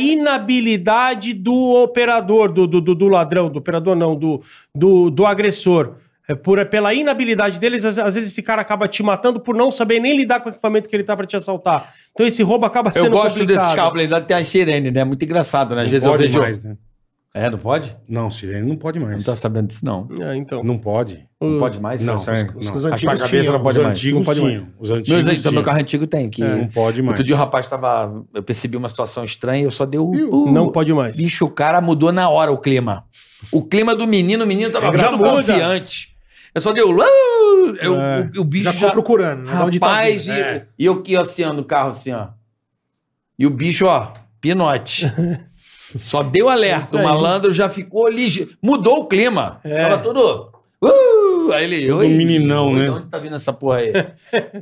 E: inabilidade do operador, do, do, do- do ladrão, do operador não, do, do, do agressor. É por, pela inabilidade deles, às, às vezes esse cara acaba te matando por não saber nem lidar com o equipamento que ele tá para te assaltar. Então esse roubo acaba sendo
C: Eu gosto desses
E: complicado.
C: carros blindados, tem as sirene, né? Muito engraçado, né? Às
D: Não
C: vezes eu
D: pode
C: vejo.
D: mais, né?
C: É, não pode?
D: Não, Sirene não pode
C: Não
D: mais.
C: tá sabendo disso, não.
E: É, então.
D: Não pode.
C: Não pode mais?
D: Não,
C: Só-
D: é,
C: só-
A: os
D: não.
A: dos
D: Acho que a
A: antigos
D: cabeça
A: tinham,
D: não pode
C: os
D: mais.
C: antigos
D: Não pode
C: tinham.
D: mais. Os antigos
C: Meus então,
D: tinham.
C: meu carro antigo tem que.
E: É,
D: Não pode mais.
C: Outro dia o rapaz tava. Eu percebi uma situação estranha, eu só dei o.
E: Não pode mais.
C: Bicho, o cara mudou na hora o clima. O clima do menino, o menino tava
E: Já
C: muito
E: muda.
C: confiante. Eu só dei o. eu-
E: É.
C: o, o bicho
A: Já
C: já.
A: ficou procurando. né? De onde tá
C: rapaz,
A: vindo,
C: e,
A: né?
C: e eu que assim, ó, no carro assim, ó. E o bicho, ó,
A: [LAUGHS]
C: pinote.
A: É
C: Só deu alerta. O malandro já ficou ligeiro. Mudou o clima.
E: É.
C: Tava tudo. Uh! Aí ele.
D: Todo meninão,
C: oi,
D: né?
C: De onde tá vindo essa porra
A: [LAUGHS]
C: aí?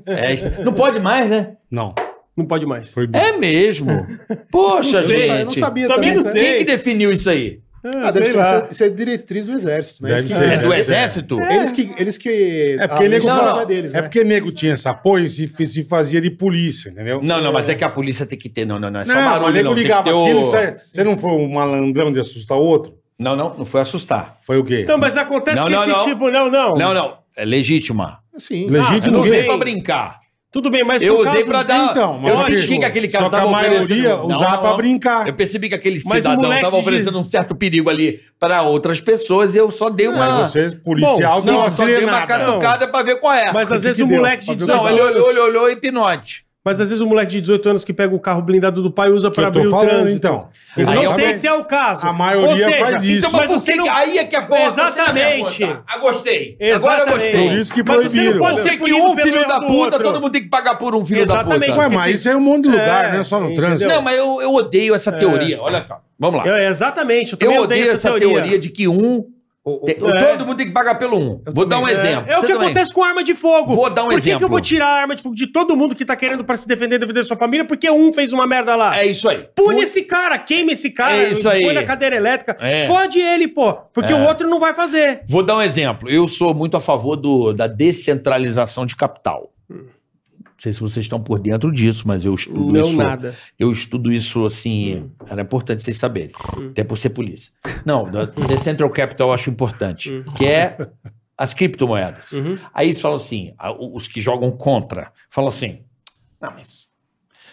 C: É, isso- não pode mais, né?
D: Não,
E: Não pode mais.
D: proibido.
C: É mesmo.
A: [LAUGHS]
C: Poxa,
A: Não sei,
C: gente.
A: eu não sabia
E: Também
A: também.
E: não
A: né?
E: Tá sei.
C: Quem que definiu isso aí?
A: Ah, deve ser, isso é diretriz do exército, né?
D: Deve
A: Eles que-
D: ser,
C: É
A: eles-
C: do
D: é.
C: exército?
A: Eles que. Eles que
D: É porque
A: a
D: ele é
A: legislação
D: não,
A: é
D: É
A: deles, né?
D: porque nego tinha essa porra e se, se fazia de polícia, entendeu?
C: Não, não, mas é que a polícia tem que ter. Não, não, não. É só
D: Não, o
C: barulho,
D: nego
C: não. Tem que
D: ligava
C: ter o-
D: aquilo, você,
A: é-
D: você não foi um malandrão de assustar o outro?
C: Não, não, não foi assustar.
D: Foi o quê?
E: Não, Então, mas acontece
C: Não,
E: que
C: não,
E: esse
C: não.
E: tipo. Não, não.
C: Não, não. É legítima.
A: Sim.
C: Ah, Eu
D: Legítimo
C: não
E: Tudo
C: usei
E: bem.
C: pra brincar.
E: Tudo bem, mas
C: eu
E: por
C: usei
E: causa
C: pra
E: do-
C: dar.
D: Então, mas
C: eu senti
D: lógico.
C: que aquele cara
D: Só que a
C: tava oferecendo.
D: maioria
C: Não,
D: usava
C: não,
D: pra
C: não.
D: brincar.
C: Eu percebi que aquele
E: Mas o
C: cidadão
E: moleque
C: estava
E: de-
C: oferecendo um certo perigo ali para outras pessoas e eu só dei uma.
D: Mas você, é policial,
E: Bom,
D: não
E: sim,
C: eu só
D: auxilia
C: dei uma
D: nada.
C: catucada pra ver qual é.
E: Mas às
A: que
E: vezes
A: que
E: o
A: deu?
E: moleque de
A: Pra ver
E: 18
A: o
C: Não, ele olhou, olhou, olhou e pinote.
E: Mas às vezes o moleque de 18 anos que pega o carro blindado do pai usa
D: Que
E: pra
D: eu
E: abrir
D: tô
E: o
D: falando,
E: trânsito.
D: então.
E: Eu não sei
D: Exatamente.
E: se é o caso.
D: A maioria
E: Ou seja,
D: faz isso.
E: Então,
C: Então,
E: mas
C: mas por
E: você
C: que
E: não...
C: que- aí é que é porra.
E: Exatamente.
C: você não é porra. Ah, gostei. Agora eu
E: Exatamente.
D: Por
C: gostei.
D: isso que
E: Mas você não
D: proibiram.
E: pode
C: Pode
E: ser
C: ser que
E: punido
C: um
E: pelo
C: filho
E: erro
C: da
E: do
C: puta,
E: outro.
C: todo mundo tem que pagar por um filho
E: Exatamente.
C: da
D: Ué,
C: puta.
D: mas isso é em um monte de lugar,
E: É,
D: né? Só no
E: entendeu?
D: trânsito.
C: Não, mas eu, eu odeio essa teoria. Olha cá. Vamos lá.
E: É, exatamente. Eu,
C: Eu
E: também
C: odeio essa teoria. de que um.
A: O- o-
C: tem- Todo mundo tem que pagar pelo um. Vou dar um
E: É,
C: exemplo.
E: É, o
C: Você
E: que
C: também.
E: acontece com arma de fogo.
C: Vou dar um
E: Por que que eu
C: exemplo.
E: vou tirar a arma de fogo de todo mundo que tá querendo pra se defender, defender sua família, porque um fez uma merda lá?
C: É isso aí.
E: Pune esse cara, queime esse cara,
C: É isso
E: põe
C: aí.
E: na cadeira elétrica,
C: É.
E: fode ele, pô, porque o outro não vai fazer.
C: Vou dar um exemplo. Eu sou muito a favor do- da descentralização de capital. Não sei se vocês estão por dentro disso, mas eu estudo isso. Eu estudo isso
E: Hum.
C: assim. Era importante vocês saberem. Até por ser polícia. Não, da- Decentral Capital eu acho importante.
E: Hum.
C: Que é as criptomoedas.
E: Uhum.
C: Aí eles falam assim: a- o- os que jogam contra, falam assim: não, mas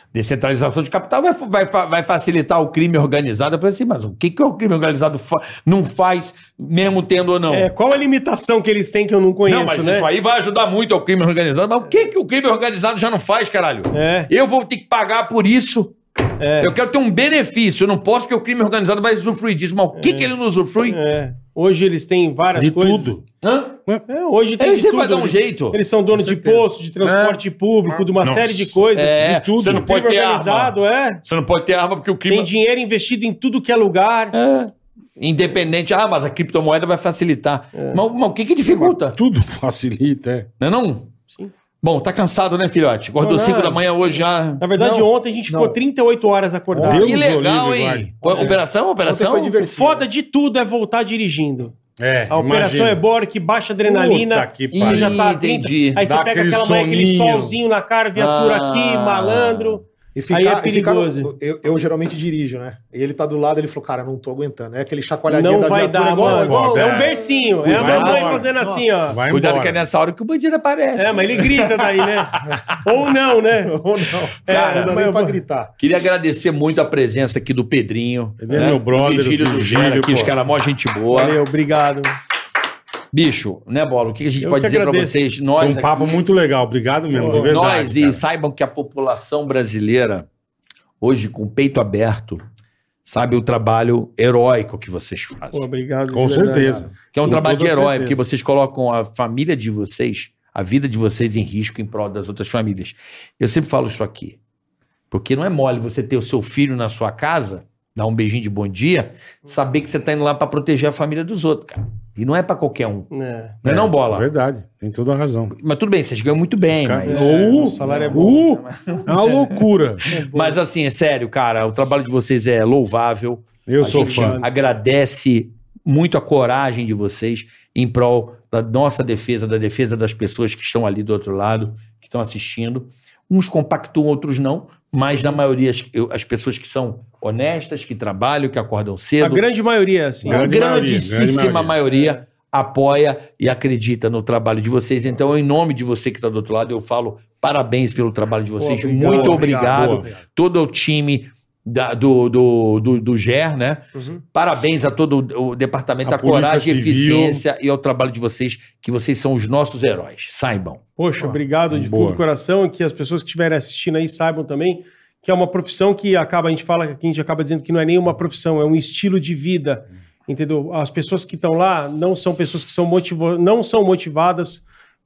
C: descentralização de capital vai, fa- vai, fa- vai facilitar o crime organizado. Eu falei assim: mas o que, que o crime organizado fa- não faz, mesmo tendo ou não?
E: É, qual a limitação que eles têm que eu não conheço,
C: não, mas
E: né?
C: isso aí vai ajudar muito ao crime organizado. Mas o que, que o crime organizado já não faz, caralho?
E: É,
C: Eu vou ter que pagar por isso.
E: É.
C: Eu quero ter um benefício. Eu não posso, porque o crime organizado vai usufruir disso. Mas o que, que ele não usufrui?
E: é. Hoje eles têm várias
D: De
E: coisas.
D: tudo.
C: Hã?
E: É, hoje tem
C: Ele
E: de
C: sempre vai
E: tudo.
C: dar um
E: Eles-
C: jeito.
E: Eles são donos de posto, de transporte público, de uma
D: Nossa.
E: série de coisas.
C: É,
E: de tudo.
C: você não pode
E: Crime
C: ter
E: organizado, é.
C: Você não pode ter arma porque o crime.
E: Tem dinheiro investido em tudo que é lugar.
C: Independente, ah, mas a criptomoeda vai facilitar. Mas, mas o que que dificulta?
D: Tudo facilita, é.
C: Não é não?
E: Sim.
C: Bom, tá cansado, né, filhote? Acordou
E: Não, não.
C: 5 da manhã hoje já.
E: Na verdade, ontem a gente
A: não.
E: ficou 38 horas acordado.
D: Deus
C: que
D: nos
C: legal,
D: livre,
C: hein? Operação, operação?
A: Ontem foi divertido.
E: O foda de tudo é voltar dirigindo.
D: É,
E: A operação
D: imagina.
E: é boa, que baixa adrenalina.
D: Puta que
E: e já
C: pariu.
E: tá
C: Ih, entendi.
E: entendi. Aí
D: Dá
E: você pega
D: aquele
E: aquela manhã, aquele
D: soninho.
E: solzinho na cara, viatura
C: Ah.
E: aqui, malandro.
A: E ficar,
E: Aí é
A: e ficar no-
E: perigoso.
A: eu, eu geralmente dirijo, né? E ele tá do lado, ele falou, cara, não tô aguentando. É aquele chacoalhadinho
E: Não
A: da
E: vai
A: viatura
E: dar,
A: igual,
E: mano.
A: igual- né?
D: Foda,
E: É
A: igual-
E: um bercinho. É a
D: Vai
E: mamãe
D: embora.
E: fazendo assim, ó.
D: Vai
C: Cuidado
D: embora.
C: que é nessa hora que o bandido aparece.
E: É, mas ele grita daí,
A: [LAUGHS]
E: né? Ou não, né?
A: Ou não. É,
E: Cara,
A: não dá
E: mas-
A: nem pra gritar.
C: Queria agradecer muito a presença aqui do Pedrinho.
D: Pedrinho é meu
C: Do
D: brother,
C: Vigílio
D: do
C: do
D: Vigílio,
C: Gera aqui,
D: pô.
C: os caras mó gente boa.
E: Valeu, obrigado.
C: Bicho, né, Bola? O que a gente
E: Eu
C: pode
E: que
C: dizer pra
E: agradeço.
C: vocês?
D: Foi
C: Nós,
D: um papo
C: aqui,
D: muito legal. Obrigado mesmo, de verdade.
C: nós e saibam que a população brasileira, hoje, com o peito aberto, sabe o trabalho heróico que vocês
E: Pô,
C: fazem.
E: obrigado.
D: Com
E: de verdade.
D: certeza.
C: Que é um
D: com
C: trabalho de
D: toda
C: herói,
D: certeza.
C: porque vocês colocam a família de vocês, a vida de vocês em risco em prol das outras famílias. Eu sempre falo isso aqui. Porque não é mole você ter o seu filho na sua casa, dar um beijinho de bom dia, saber que você tá indo lá pra proteger a família dos outros, cara. E não é pra qualquer um.
E: É.
C: Não é, não,
D: É
C: bola?
D: Verdade, tem toda a razão.
C: Mas tudo bem, vocês ganham muito bem,
D: Os caras-
C: mas...
D: Uh,
E: o salário é
D: uh, é uma loucura.
C: Mas assim, é sério, cara, o trabalho de vocês é louvável.
D: Eu
C: a
D: sou
C: gente
D: fã.
C: agradece muito a coragem de vocês em prol da nossa defesa, da defesa das pessoas que estão ali do outro lado, que estão assistindo. Uns compactuam, outros não, mas na maioria as, eu- as pessoas que são honestas, que trabalham, que acordam
E: A
C: cedo,
E: grande É. maioria, assim.
C: a
D: grande maioria,
C: grandíssima
D: grande
C: maioria, apoia e acredita no trabalho de vocês. Então, em nome de você que está do outro lado, eu falo parabéns pelo trabalho de vocês.
E: Pô, obrigado,
C: Muito
D: obrigado.
C: obrigado. Todo o time da- do, do, do, do GER, né?
E: Uhum.
C: Parabéns a todo o departamento,
D: A
C: a, coragem,
D: Polícia
C: a
D: Civil.
C: eficiência e ao trabalho de vocês, que vocês são os nossos heróis. Saibam.
E: Poxa, obrigado de
D: boa.
E: fundo do coração e que as pessoas que estiverem assistindo aí saibam também que é uma profissão que acaba, a gente fala que a gente acaba dizendo que não é nenhuma profissão, é um estilo de vida. Entendeu? As pessoas que estão lá não são pessoas que são motivo, não são motivadas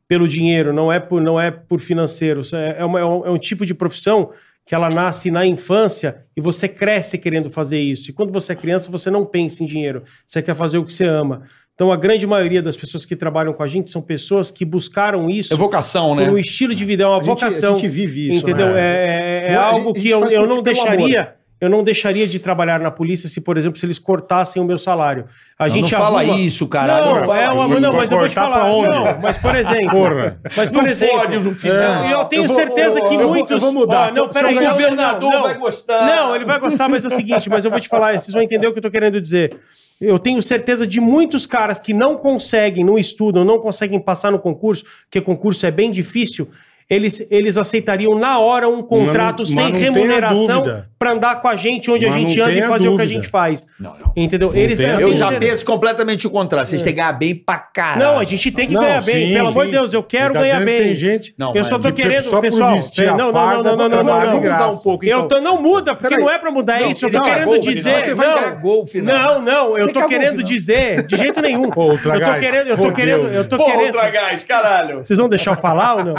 E: pelo dinheiro, não é por, não é por financeiro. Isso É, é uma- é um, é um tipo de profissão que ela nasce na infância e você cresce querendo fazer isso. E quando você é criança, você não pensa em dinheiro, você quer fazer o que você ama. Então, a grande maioria das pessoas que trabalham com a gente são pessoas que buscaram isso
C: É vocação, né?
E: por um estilo de vida, é uma
A: A gente-
E: vocação.
A: a gente vive isso,
E: entendeu?
A: né?
E: É, é- é
A: Não, a gente-
E: algo
A: a
E: que
A: gente
E: eu,
A: faz
E: eu
A: por-
E: não
A: pelo amor.
E: deixaria. Eu não deixaria de trabalhar na polícia se, por exemplo, se eles cortassem o meu salário. A
C: Não,
E: gente
C: não fala
E: arruma-
C: isso, caralho.
E: Não,
C: Não fala
E: é uma-
D: isso.
E: não, mas eu vou te
D: Cortar pra
E: falar.
D: onde?
E: Não, mas por exemplo.
D: Porra.
E: Mas por exemplo. é,
F: final.
E: Eu tenho
F: Eu vou-
E: certeza
F: eu
E: que
F: vou- eu
E: muitos.
A: vou mudar.
E: Ó, não,
A: Seu-
E: peraí,
F: seu
E: não,
F: governador
E: não, não.
F: vai gostar.
E: Não, ele vai gostar, mas é o seguinte, mas eu vou te falar, vocês vão entender o que eu tô querendo dizer. Eu tenho certeza de muitos caras que não conseguem, não estudam, não conseguem passar no concurso, porque concurso é bem difícil, eles, eles aceitariam na hora um contrato
D: mas
E: sem
D: não tenha
E: remuneração
D: dúvida.
E: pra andar com a gente onde a
D: Mas
E: gente
D: não
E: anda e
D: tenha
E: fazer o que a
D: dúvida.
E: gente faz.
C: Não, não.
E: Entendeu? eles
D: tenha
E: eu
C: Eu
E: tenho
C: já
E: certeza-
C: penso completamente o contrário. Vocês têm que ganhar bem pra caralho.
E: É. Não, a gente tem que
D: Não,
E: ganhar bem.
D: sim,
E: Pelo amor de
D: sim.
E: Deus, eu quero
D: Ele tá
E: ganhar
D: dizendo que
E: bem.
D: Tem gente
C: Não,
E: eu
C: mas
E: só tô
D: de-
E: querendo,
D: só por
E: pessoal.
D: vestir a
E: não, não,
D: farda,
E: não,
D: vou
E: não, não,
D: trabalhar
E: não,
A: Vamos
D: de
E: não.
A: mudar
D: graça.
A: um pouco, então.
E: Eu tô, não muda, porque
A: Peraí.
E: não é pra mudar
C: Não,
E: isso. Eu
C: ele
E: tô
C: cagou
E: querendo
C: o final.
E: dizer.
C: Você vai cagar
E: não,
C: gol, final.
E: não, não, eu
C: Você
E: tô
C: cagou o
E: querendo
C: final.
E: dizer, de jeito nenhum.
D: Pô,
E: eu tô
D: Ultragás,
E: querendo, eu tô
D: fodeu,
E: querendo, eu tô
F: Porra,
E: querendo.
F: Ultragás, caralho.
E: Vocês vão deixar eu falar ou não?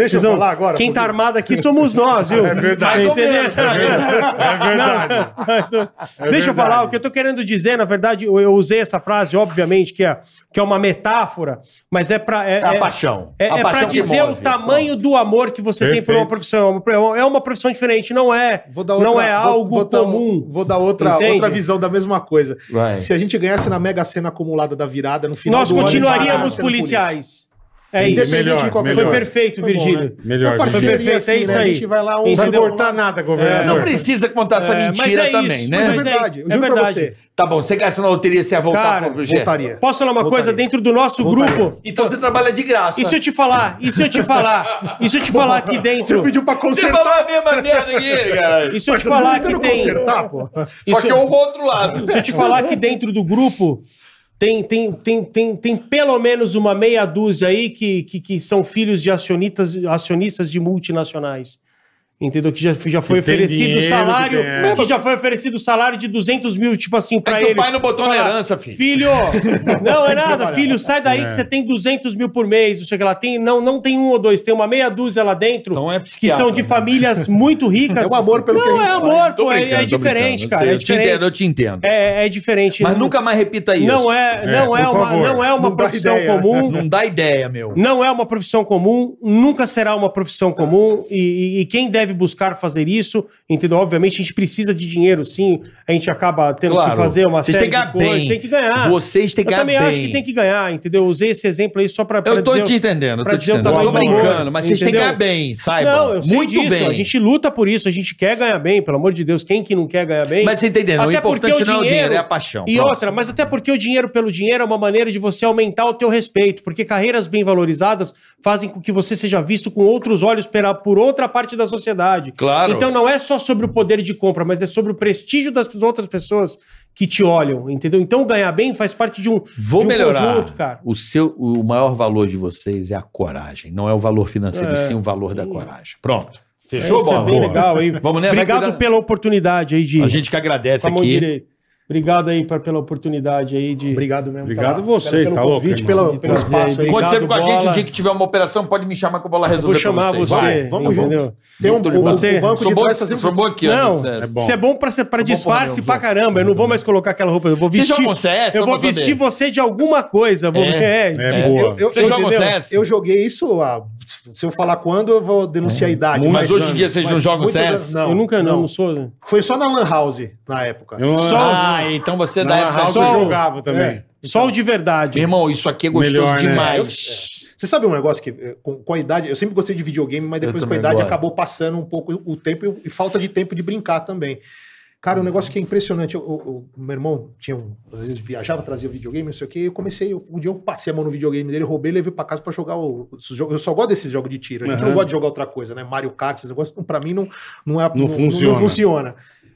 A: Deixa eu
E: Vocês vão-
A: falar agora.
E: Quem tá
A: porque-
E: armado aqui somos nós, viu?
D: É verdade.
E: Tá entendendo? [LAUGHS]
D: É verdade. É verdade.
E: Mas eu- Deixa eu
D: verdade.
E: falar, o que eu tô querendo dizer, na verdade, eu eu usei essa frase, obviamente, que é, que é uma metáfora, mas é pra. É,
C: A
E: é-
C: paixão.
E: É,
C: A
E: é pra
C: paixão que
E: dizer
C: move.
E: o tamanho do amor que você tem por uma profissão. É uma profissão diferente, não é,
A: Vou dar outra,
E: não é
A: vou-
E: algo
A: vou dar- um-
E: comum.
A: vou dar outra,
E: Entende?
A: outra visão da mesma coisa.
F: Vai.
A: Se a gente ganhasse na Mega Sena acumulada da virada no final
E: Nós
A: do ano, ele
E: continuaríamos
A: parava sendo polícia.
E: policiais. É isso.
A: Independente
D: Melhor,
A: de qualquer
D: melhor.
E: Foi
A: coisa.
E: perfeito,
A: Foi bom,
E: Virgílio.
A: né?
D: Melhor.
A: Uma
E: Foi
A: parceria
E: perfeito,
A: assim,
E: é isso
A: né?
E: aí.
A: A gente vai lá um...
D: Não precisa
E: Entendeu?
D: cortar nada,
A: É.
D: governador.
C: Não precisa contar essa
E: É, mas
C: mentira
E: é
C: também,
E: isso,
C: né?
A: Mas é
E: Mas é
A: verdade,
E: isso,
A: eu
E: é
A: juro pra
E: verdade.
A: você.
C: Tá bom, você gasta na loteria, você ia voltar
E: Cara,
C: pro G?
A: Voltaria.
E: Posso falar uma coisa?
A: Voltaria.
E: Dentro do nosso
A: Voltaria.
E: grupo.
C: Então você trabalha de graça.
E: E se eu te falar? E se eu te falar? E se eu te falar aqui
A: [LAUGHS] Você
E: dentro?
A: pediu pra
F: Você
A: consertar.
F: falou a mesma merda que ele, caralho.
E: E se eu te
A: Você tá
E: falar que
A: tentando
E: tem.
A: consertar, pô?
F: Só
E: Isso-
F: que é o outro lado.
E: Se eu te falar que dentro do grupo tem, tem, tem, tem, tem pelo menos uma meia dúzia aí que, que, que são filhos de acionistas, acionistas de multinacionais. Entendeu? Que já, já foi
D: Que tem
E: oferecido
D: dinheiro,
E: salário.
D: que tem-
E: Que, já foi oferecido salário de 200 mil, tipo assim, pra
C: É que o
E: ele.
C: pai não botou na
E: Fala,
C: herança, filho.
E: Filho,
C: [LAUGHS]
E: não é nada, filho, sai daí que você tem 200 mil por mês, não sei o que lá. Tem, não, não tem um ou dois, tem uma meia dúzia lá dentro
C: Então é
E: que
C: psiquiatra,
E: são de
C: né?
E: famílias muito ricas.
A: É o amor pelo
E: não,
A: que a gente
E: é
A: faz.
E: amor,
F: Tô
E: pô, é,
F: brincando,
E: é
F: tô
E: diferente,
F: brincando,
E: cara.
C: eu
E: é
C: te
E: diferente.
C: entendo, eu te entendo.
E: É, é diferente.
C: Mas
E: não,
C: nunca mais repita isso.
E: não é, não
D: É,
E: é,
D: por
E: uma,
D: favor.
E: não é uma
A: Não dá
E: profissão
A: ideia.
E: comum.
C: Não dá ideia, meu.
E: Não é uma profissão comum, nunca será uma profissão comum, e, e- e quem deve buscar fazer isso, entendeu? Obviamente, a gente precisa de dinheiro, sim, a gente acaba tendo que fazer uma
C: Vocês têm
E: série
C: que ganhar
E: de coisas,
C: bem.
E: tem que ganhar.
C: Vocês têm que
E: eu
C: ganhar
E: também
C: bem.
E: acho que tem que ganhar, entendeu? Eu Usei esse exemplo aí só pra, pra
C: Eu tô
E: dizer-
C: te entendendo, eu
E: pra
C: tô te
E: dizer o
C: entendendo. Eu
E: tamanho
C: tô
E: do amor,
C: brincando, mas vocês têm que
E: entendeu?
C: ganhar bem, saiba.
E: Não, eu sei
C: Muito
E: disso,
C: bem.
E: a gente luta por isso, a gente quer ganhar bem, pelo amor de Deus, quem que não quer ganhar bem?
C: Mas você tá entendendo, o
E: Até porque
C: importante não é o dinheiro, é a paixão.
E: E
C: Pronto.
E: outra, mas até porque o dinheiro pelo dinheiro é uma maneira de você aumentar o teu respeito, porque carreiras bem valorizadas fazem com que você seja visto com outros olhos pela- por outra parte da sociedade.
C: Claro.
E: Então não é só sobre o poder de compra, mas é sobre o prestígio das outras pessoas que te olham, entendeu? Então ganhar bem faz parte de um,
C: Vou
E: de um
C: melhorar.
E: cara.
C: O seu, o maior valor de vocês é a coragem. Não é o valor financeiro,
E: É.
C: sim o valor da coragem. Pronto.
E: Show,
C: Fechou,
E: Isso é
C: bola?
E: bem legal aí.
C: Vamos, né? Vai
E: Obrigado
C: cuidar-
E: pela oportunidade aí de
C: A gente que agradece
E: com a mão
C: aqui.
E: direita. Obrigado aí pra- pela oportunidade aí de
A: Obrigado mesmo.
D: Obrigado
A: pela-
D: vocês,
A: pelo-
D: tá
A: pelo
D: louco,
A: convite,
D: irmão?
A: pelo,
E: De
A: pelo
E: trazer
A: espaço aí.
E: aí.
C: Quando
E: Obrigado,
C: sempre com a gente,
E: Bola.
C: o dia que tiver uma operação, pode me chamar que eu vou lá resolver
E: Vou
C: pra
E: chamar
C: vocês.
E: você,
C: Vai.
A: Vamos
E: entendeu?
A: junto. Tem um,
C: Muito legal.
A: o,
E: Você-
A: o banco
C: Sou
A: de
C: bom,
A: trás tá sempre...
C: sou bom aqui,
E: Não,
C: ó.
E: é
D: bom.
E: bom. isso é bom pra, ser- pra
C: Sou bom
E: disfarce
C: porra,
E: pra caramba. Eu não vou mais colocar aquela roupa. Eu vou
C: Vocês É,
E: vestir.
C: jogam CS?
E: Eu vou
C: pra saber.
E: vestir você de alguma coisa.
C: É.
E: Vou, [LAUGHS] é.
D: É
A: Eu,
D: boa.
A: eu,
C: Vocês
A: eu,
C: jogam
E: entendeu?
C: CS?
A: eu joguei isso, há- se eu falar quando, eu vou denunciar
D: É,
A: a idade.
C: Mas
D: Mas
C: hoje em dia vocês não
A: mas
C: jogam
A: muitos
C: CS?
A: anos- não,
E: eu nunca não,
A: não.
E: não
C: Então,
E: sou.
A: Foi só na Lan House, na época.
D: Eu,
E: Só-
C: Ah, então você é da
D: na
C: época.
D: House
E: só- É.
D: eu jogava também.
E: Sol de verdade.
C: Meu irmão, isso aqui é gostoso
D: Melhor, né?
C: demais.
A: Você sabe um negócio que, eh, com, com a idade, eu sempre gostei de videogame, mas
C: Eu
A: depois com a
C: também
A: idade
C: gosto.
A: acabou passando um pouco o tempo e, e falta de tempo de brincar também. Cara, um negócio que é impressionante. eu- eu- O meu irmão tinha, um- às vezes viajava, trazia o videogame, não sei o quê. Eu comecei, eu- um dia eu passei a mão no videogame dele, roubei, levei pra casa pra jogar o, os jogos. Eu só gosto desses jogos de tiro. A gente não
D: Aham.
A: gosta de jogar outra coisa, né? Mario Kart, esses negócios, não- pra mim não, não é.
D: Não funciona.
A: funciona.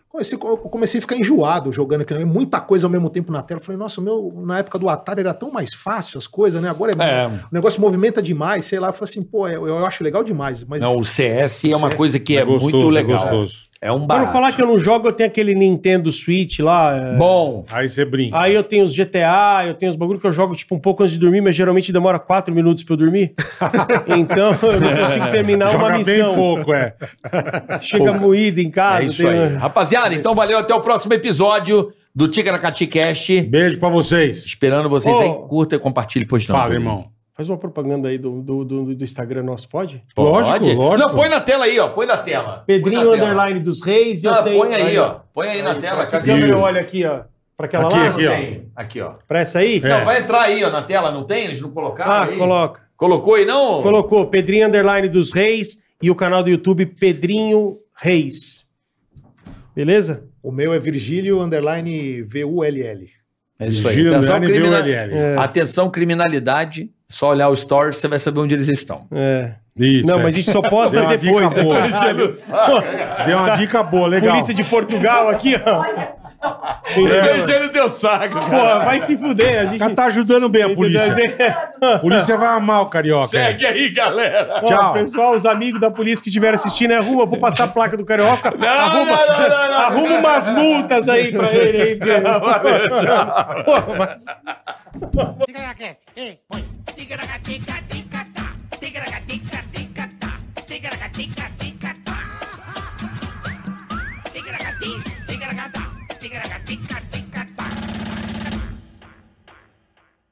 A: Comecei, eu comecei a ficar enjoado jogando aquilo, é muita coisa ao mesmo tempo na tela. Eu falei, nossa, o meu, na época do Atari era tão mais fácil as coisas, né? Agora é,
C: É.
A: o negócio movimenta demais, sei lá. Eu falo assim, pô, eu, eu acho é, legal demais, mas
C: Não, o CS é uma
A: CS
C: coisa que é
D: gostoso,
C: muito
D: é
C: legal.
D: gostoso.
C: É um
E: Pra
C: barato.
E: não falar que eu não jogo, eu tenho aquele Nintendo Switch lá. é,
C: Bom,
D: Aí você brinca.
E: Aí eu tenho os GTA, eu tenho os bagulho que eu jogo tipo um pouco antes de dormir, mas geralmente demora quatro minutos pra eu dormir. então eu não consigo terminar
D: Joga
E: uma
D: bem
E: missão.
D: pouco, é.
E: Chega moído em casa.
C: é isso
E: tem-
C: aí. Rapaziada, então valeu. Até o próximo episódio do Ticaracati Cast.
D: Beijo pra vocês.
C: Esperando vocês
E: Ô.
C: aí. Curta e compartilhe, pois não.
D: Fala, irmão.
E: Faz uma propaganda aí do, do, do, do Instagram nosso, pode?
C: Pode?
D: Lógico, lógico.
C: Não, põe na tela aí, ó. Põe na tela.
E: Pedrinho
C: Põe na tela.
E: Underline dos Reis. e eu
C: Ah,
E: tenho-
C: põe aí, ó. Põe aí na tela.
E: Que
C: Aqui,
E: câmera
D: Isso.
E: eu olho aqui, ó? Pra aquela
D: tá Aqui,
E: lá?
D: aqui, ó.
C: aqui, ó.
E: Pra essa aí?
D: É.
C: Não, vai entrar aí, ó, na tela, não tem? Eles não colocaram
E: Ah,
C: aí?
E: coloca.
C: Colocou aí, não?
E: Colocou Pedrinho Underline dos Reis e o canal do YouTube Pedrinho Reis. Beleza?
A: O meu é Virgílio Underline VULL.
C: É isso aí.
D: Giro
C: Atenção,
D: Andrade viu
C: crimina-
D: LL.
E: É.
C: Atenção, criminalidade. Só olhar o stories, você vai saber onde eles estão.
E: É.
D: Isso,
E: Não,
D: é.
E: mas a gente só posta
D: Deu uma
E: depois.
D: dica
E: né?
D: boa.
E: Caralho.
D: Deu uma dica boa, legal.
E: Polícia de Portugal aqui, ó.
D: É.
C: no teu saco.
E: Porra, vai se fuder. A
D: O cara
E: gente...
D: tá ajudando bem a polícia. A polícia vai amar o carioca.
C: aí, galera.
E: Ó,
D: Tchau.
E: pessoal, os amigos da polícia que estiveram assistindo é rua, vou passar a placa do Carioca. arruma,
C: não, não, não, não.
E: arruma um umas multas aí pra ele aí. porque- Porra, mas-
B: Tigaracast, ei, põe. Tigaracati, cati, catá. Tigaracati, cati, catá. Tigaracati, cati,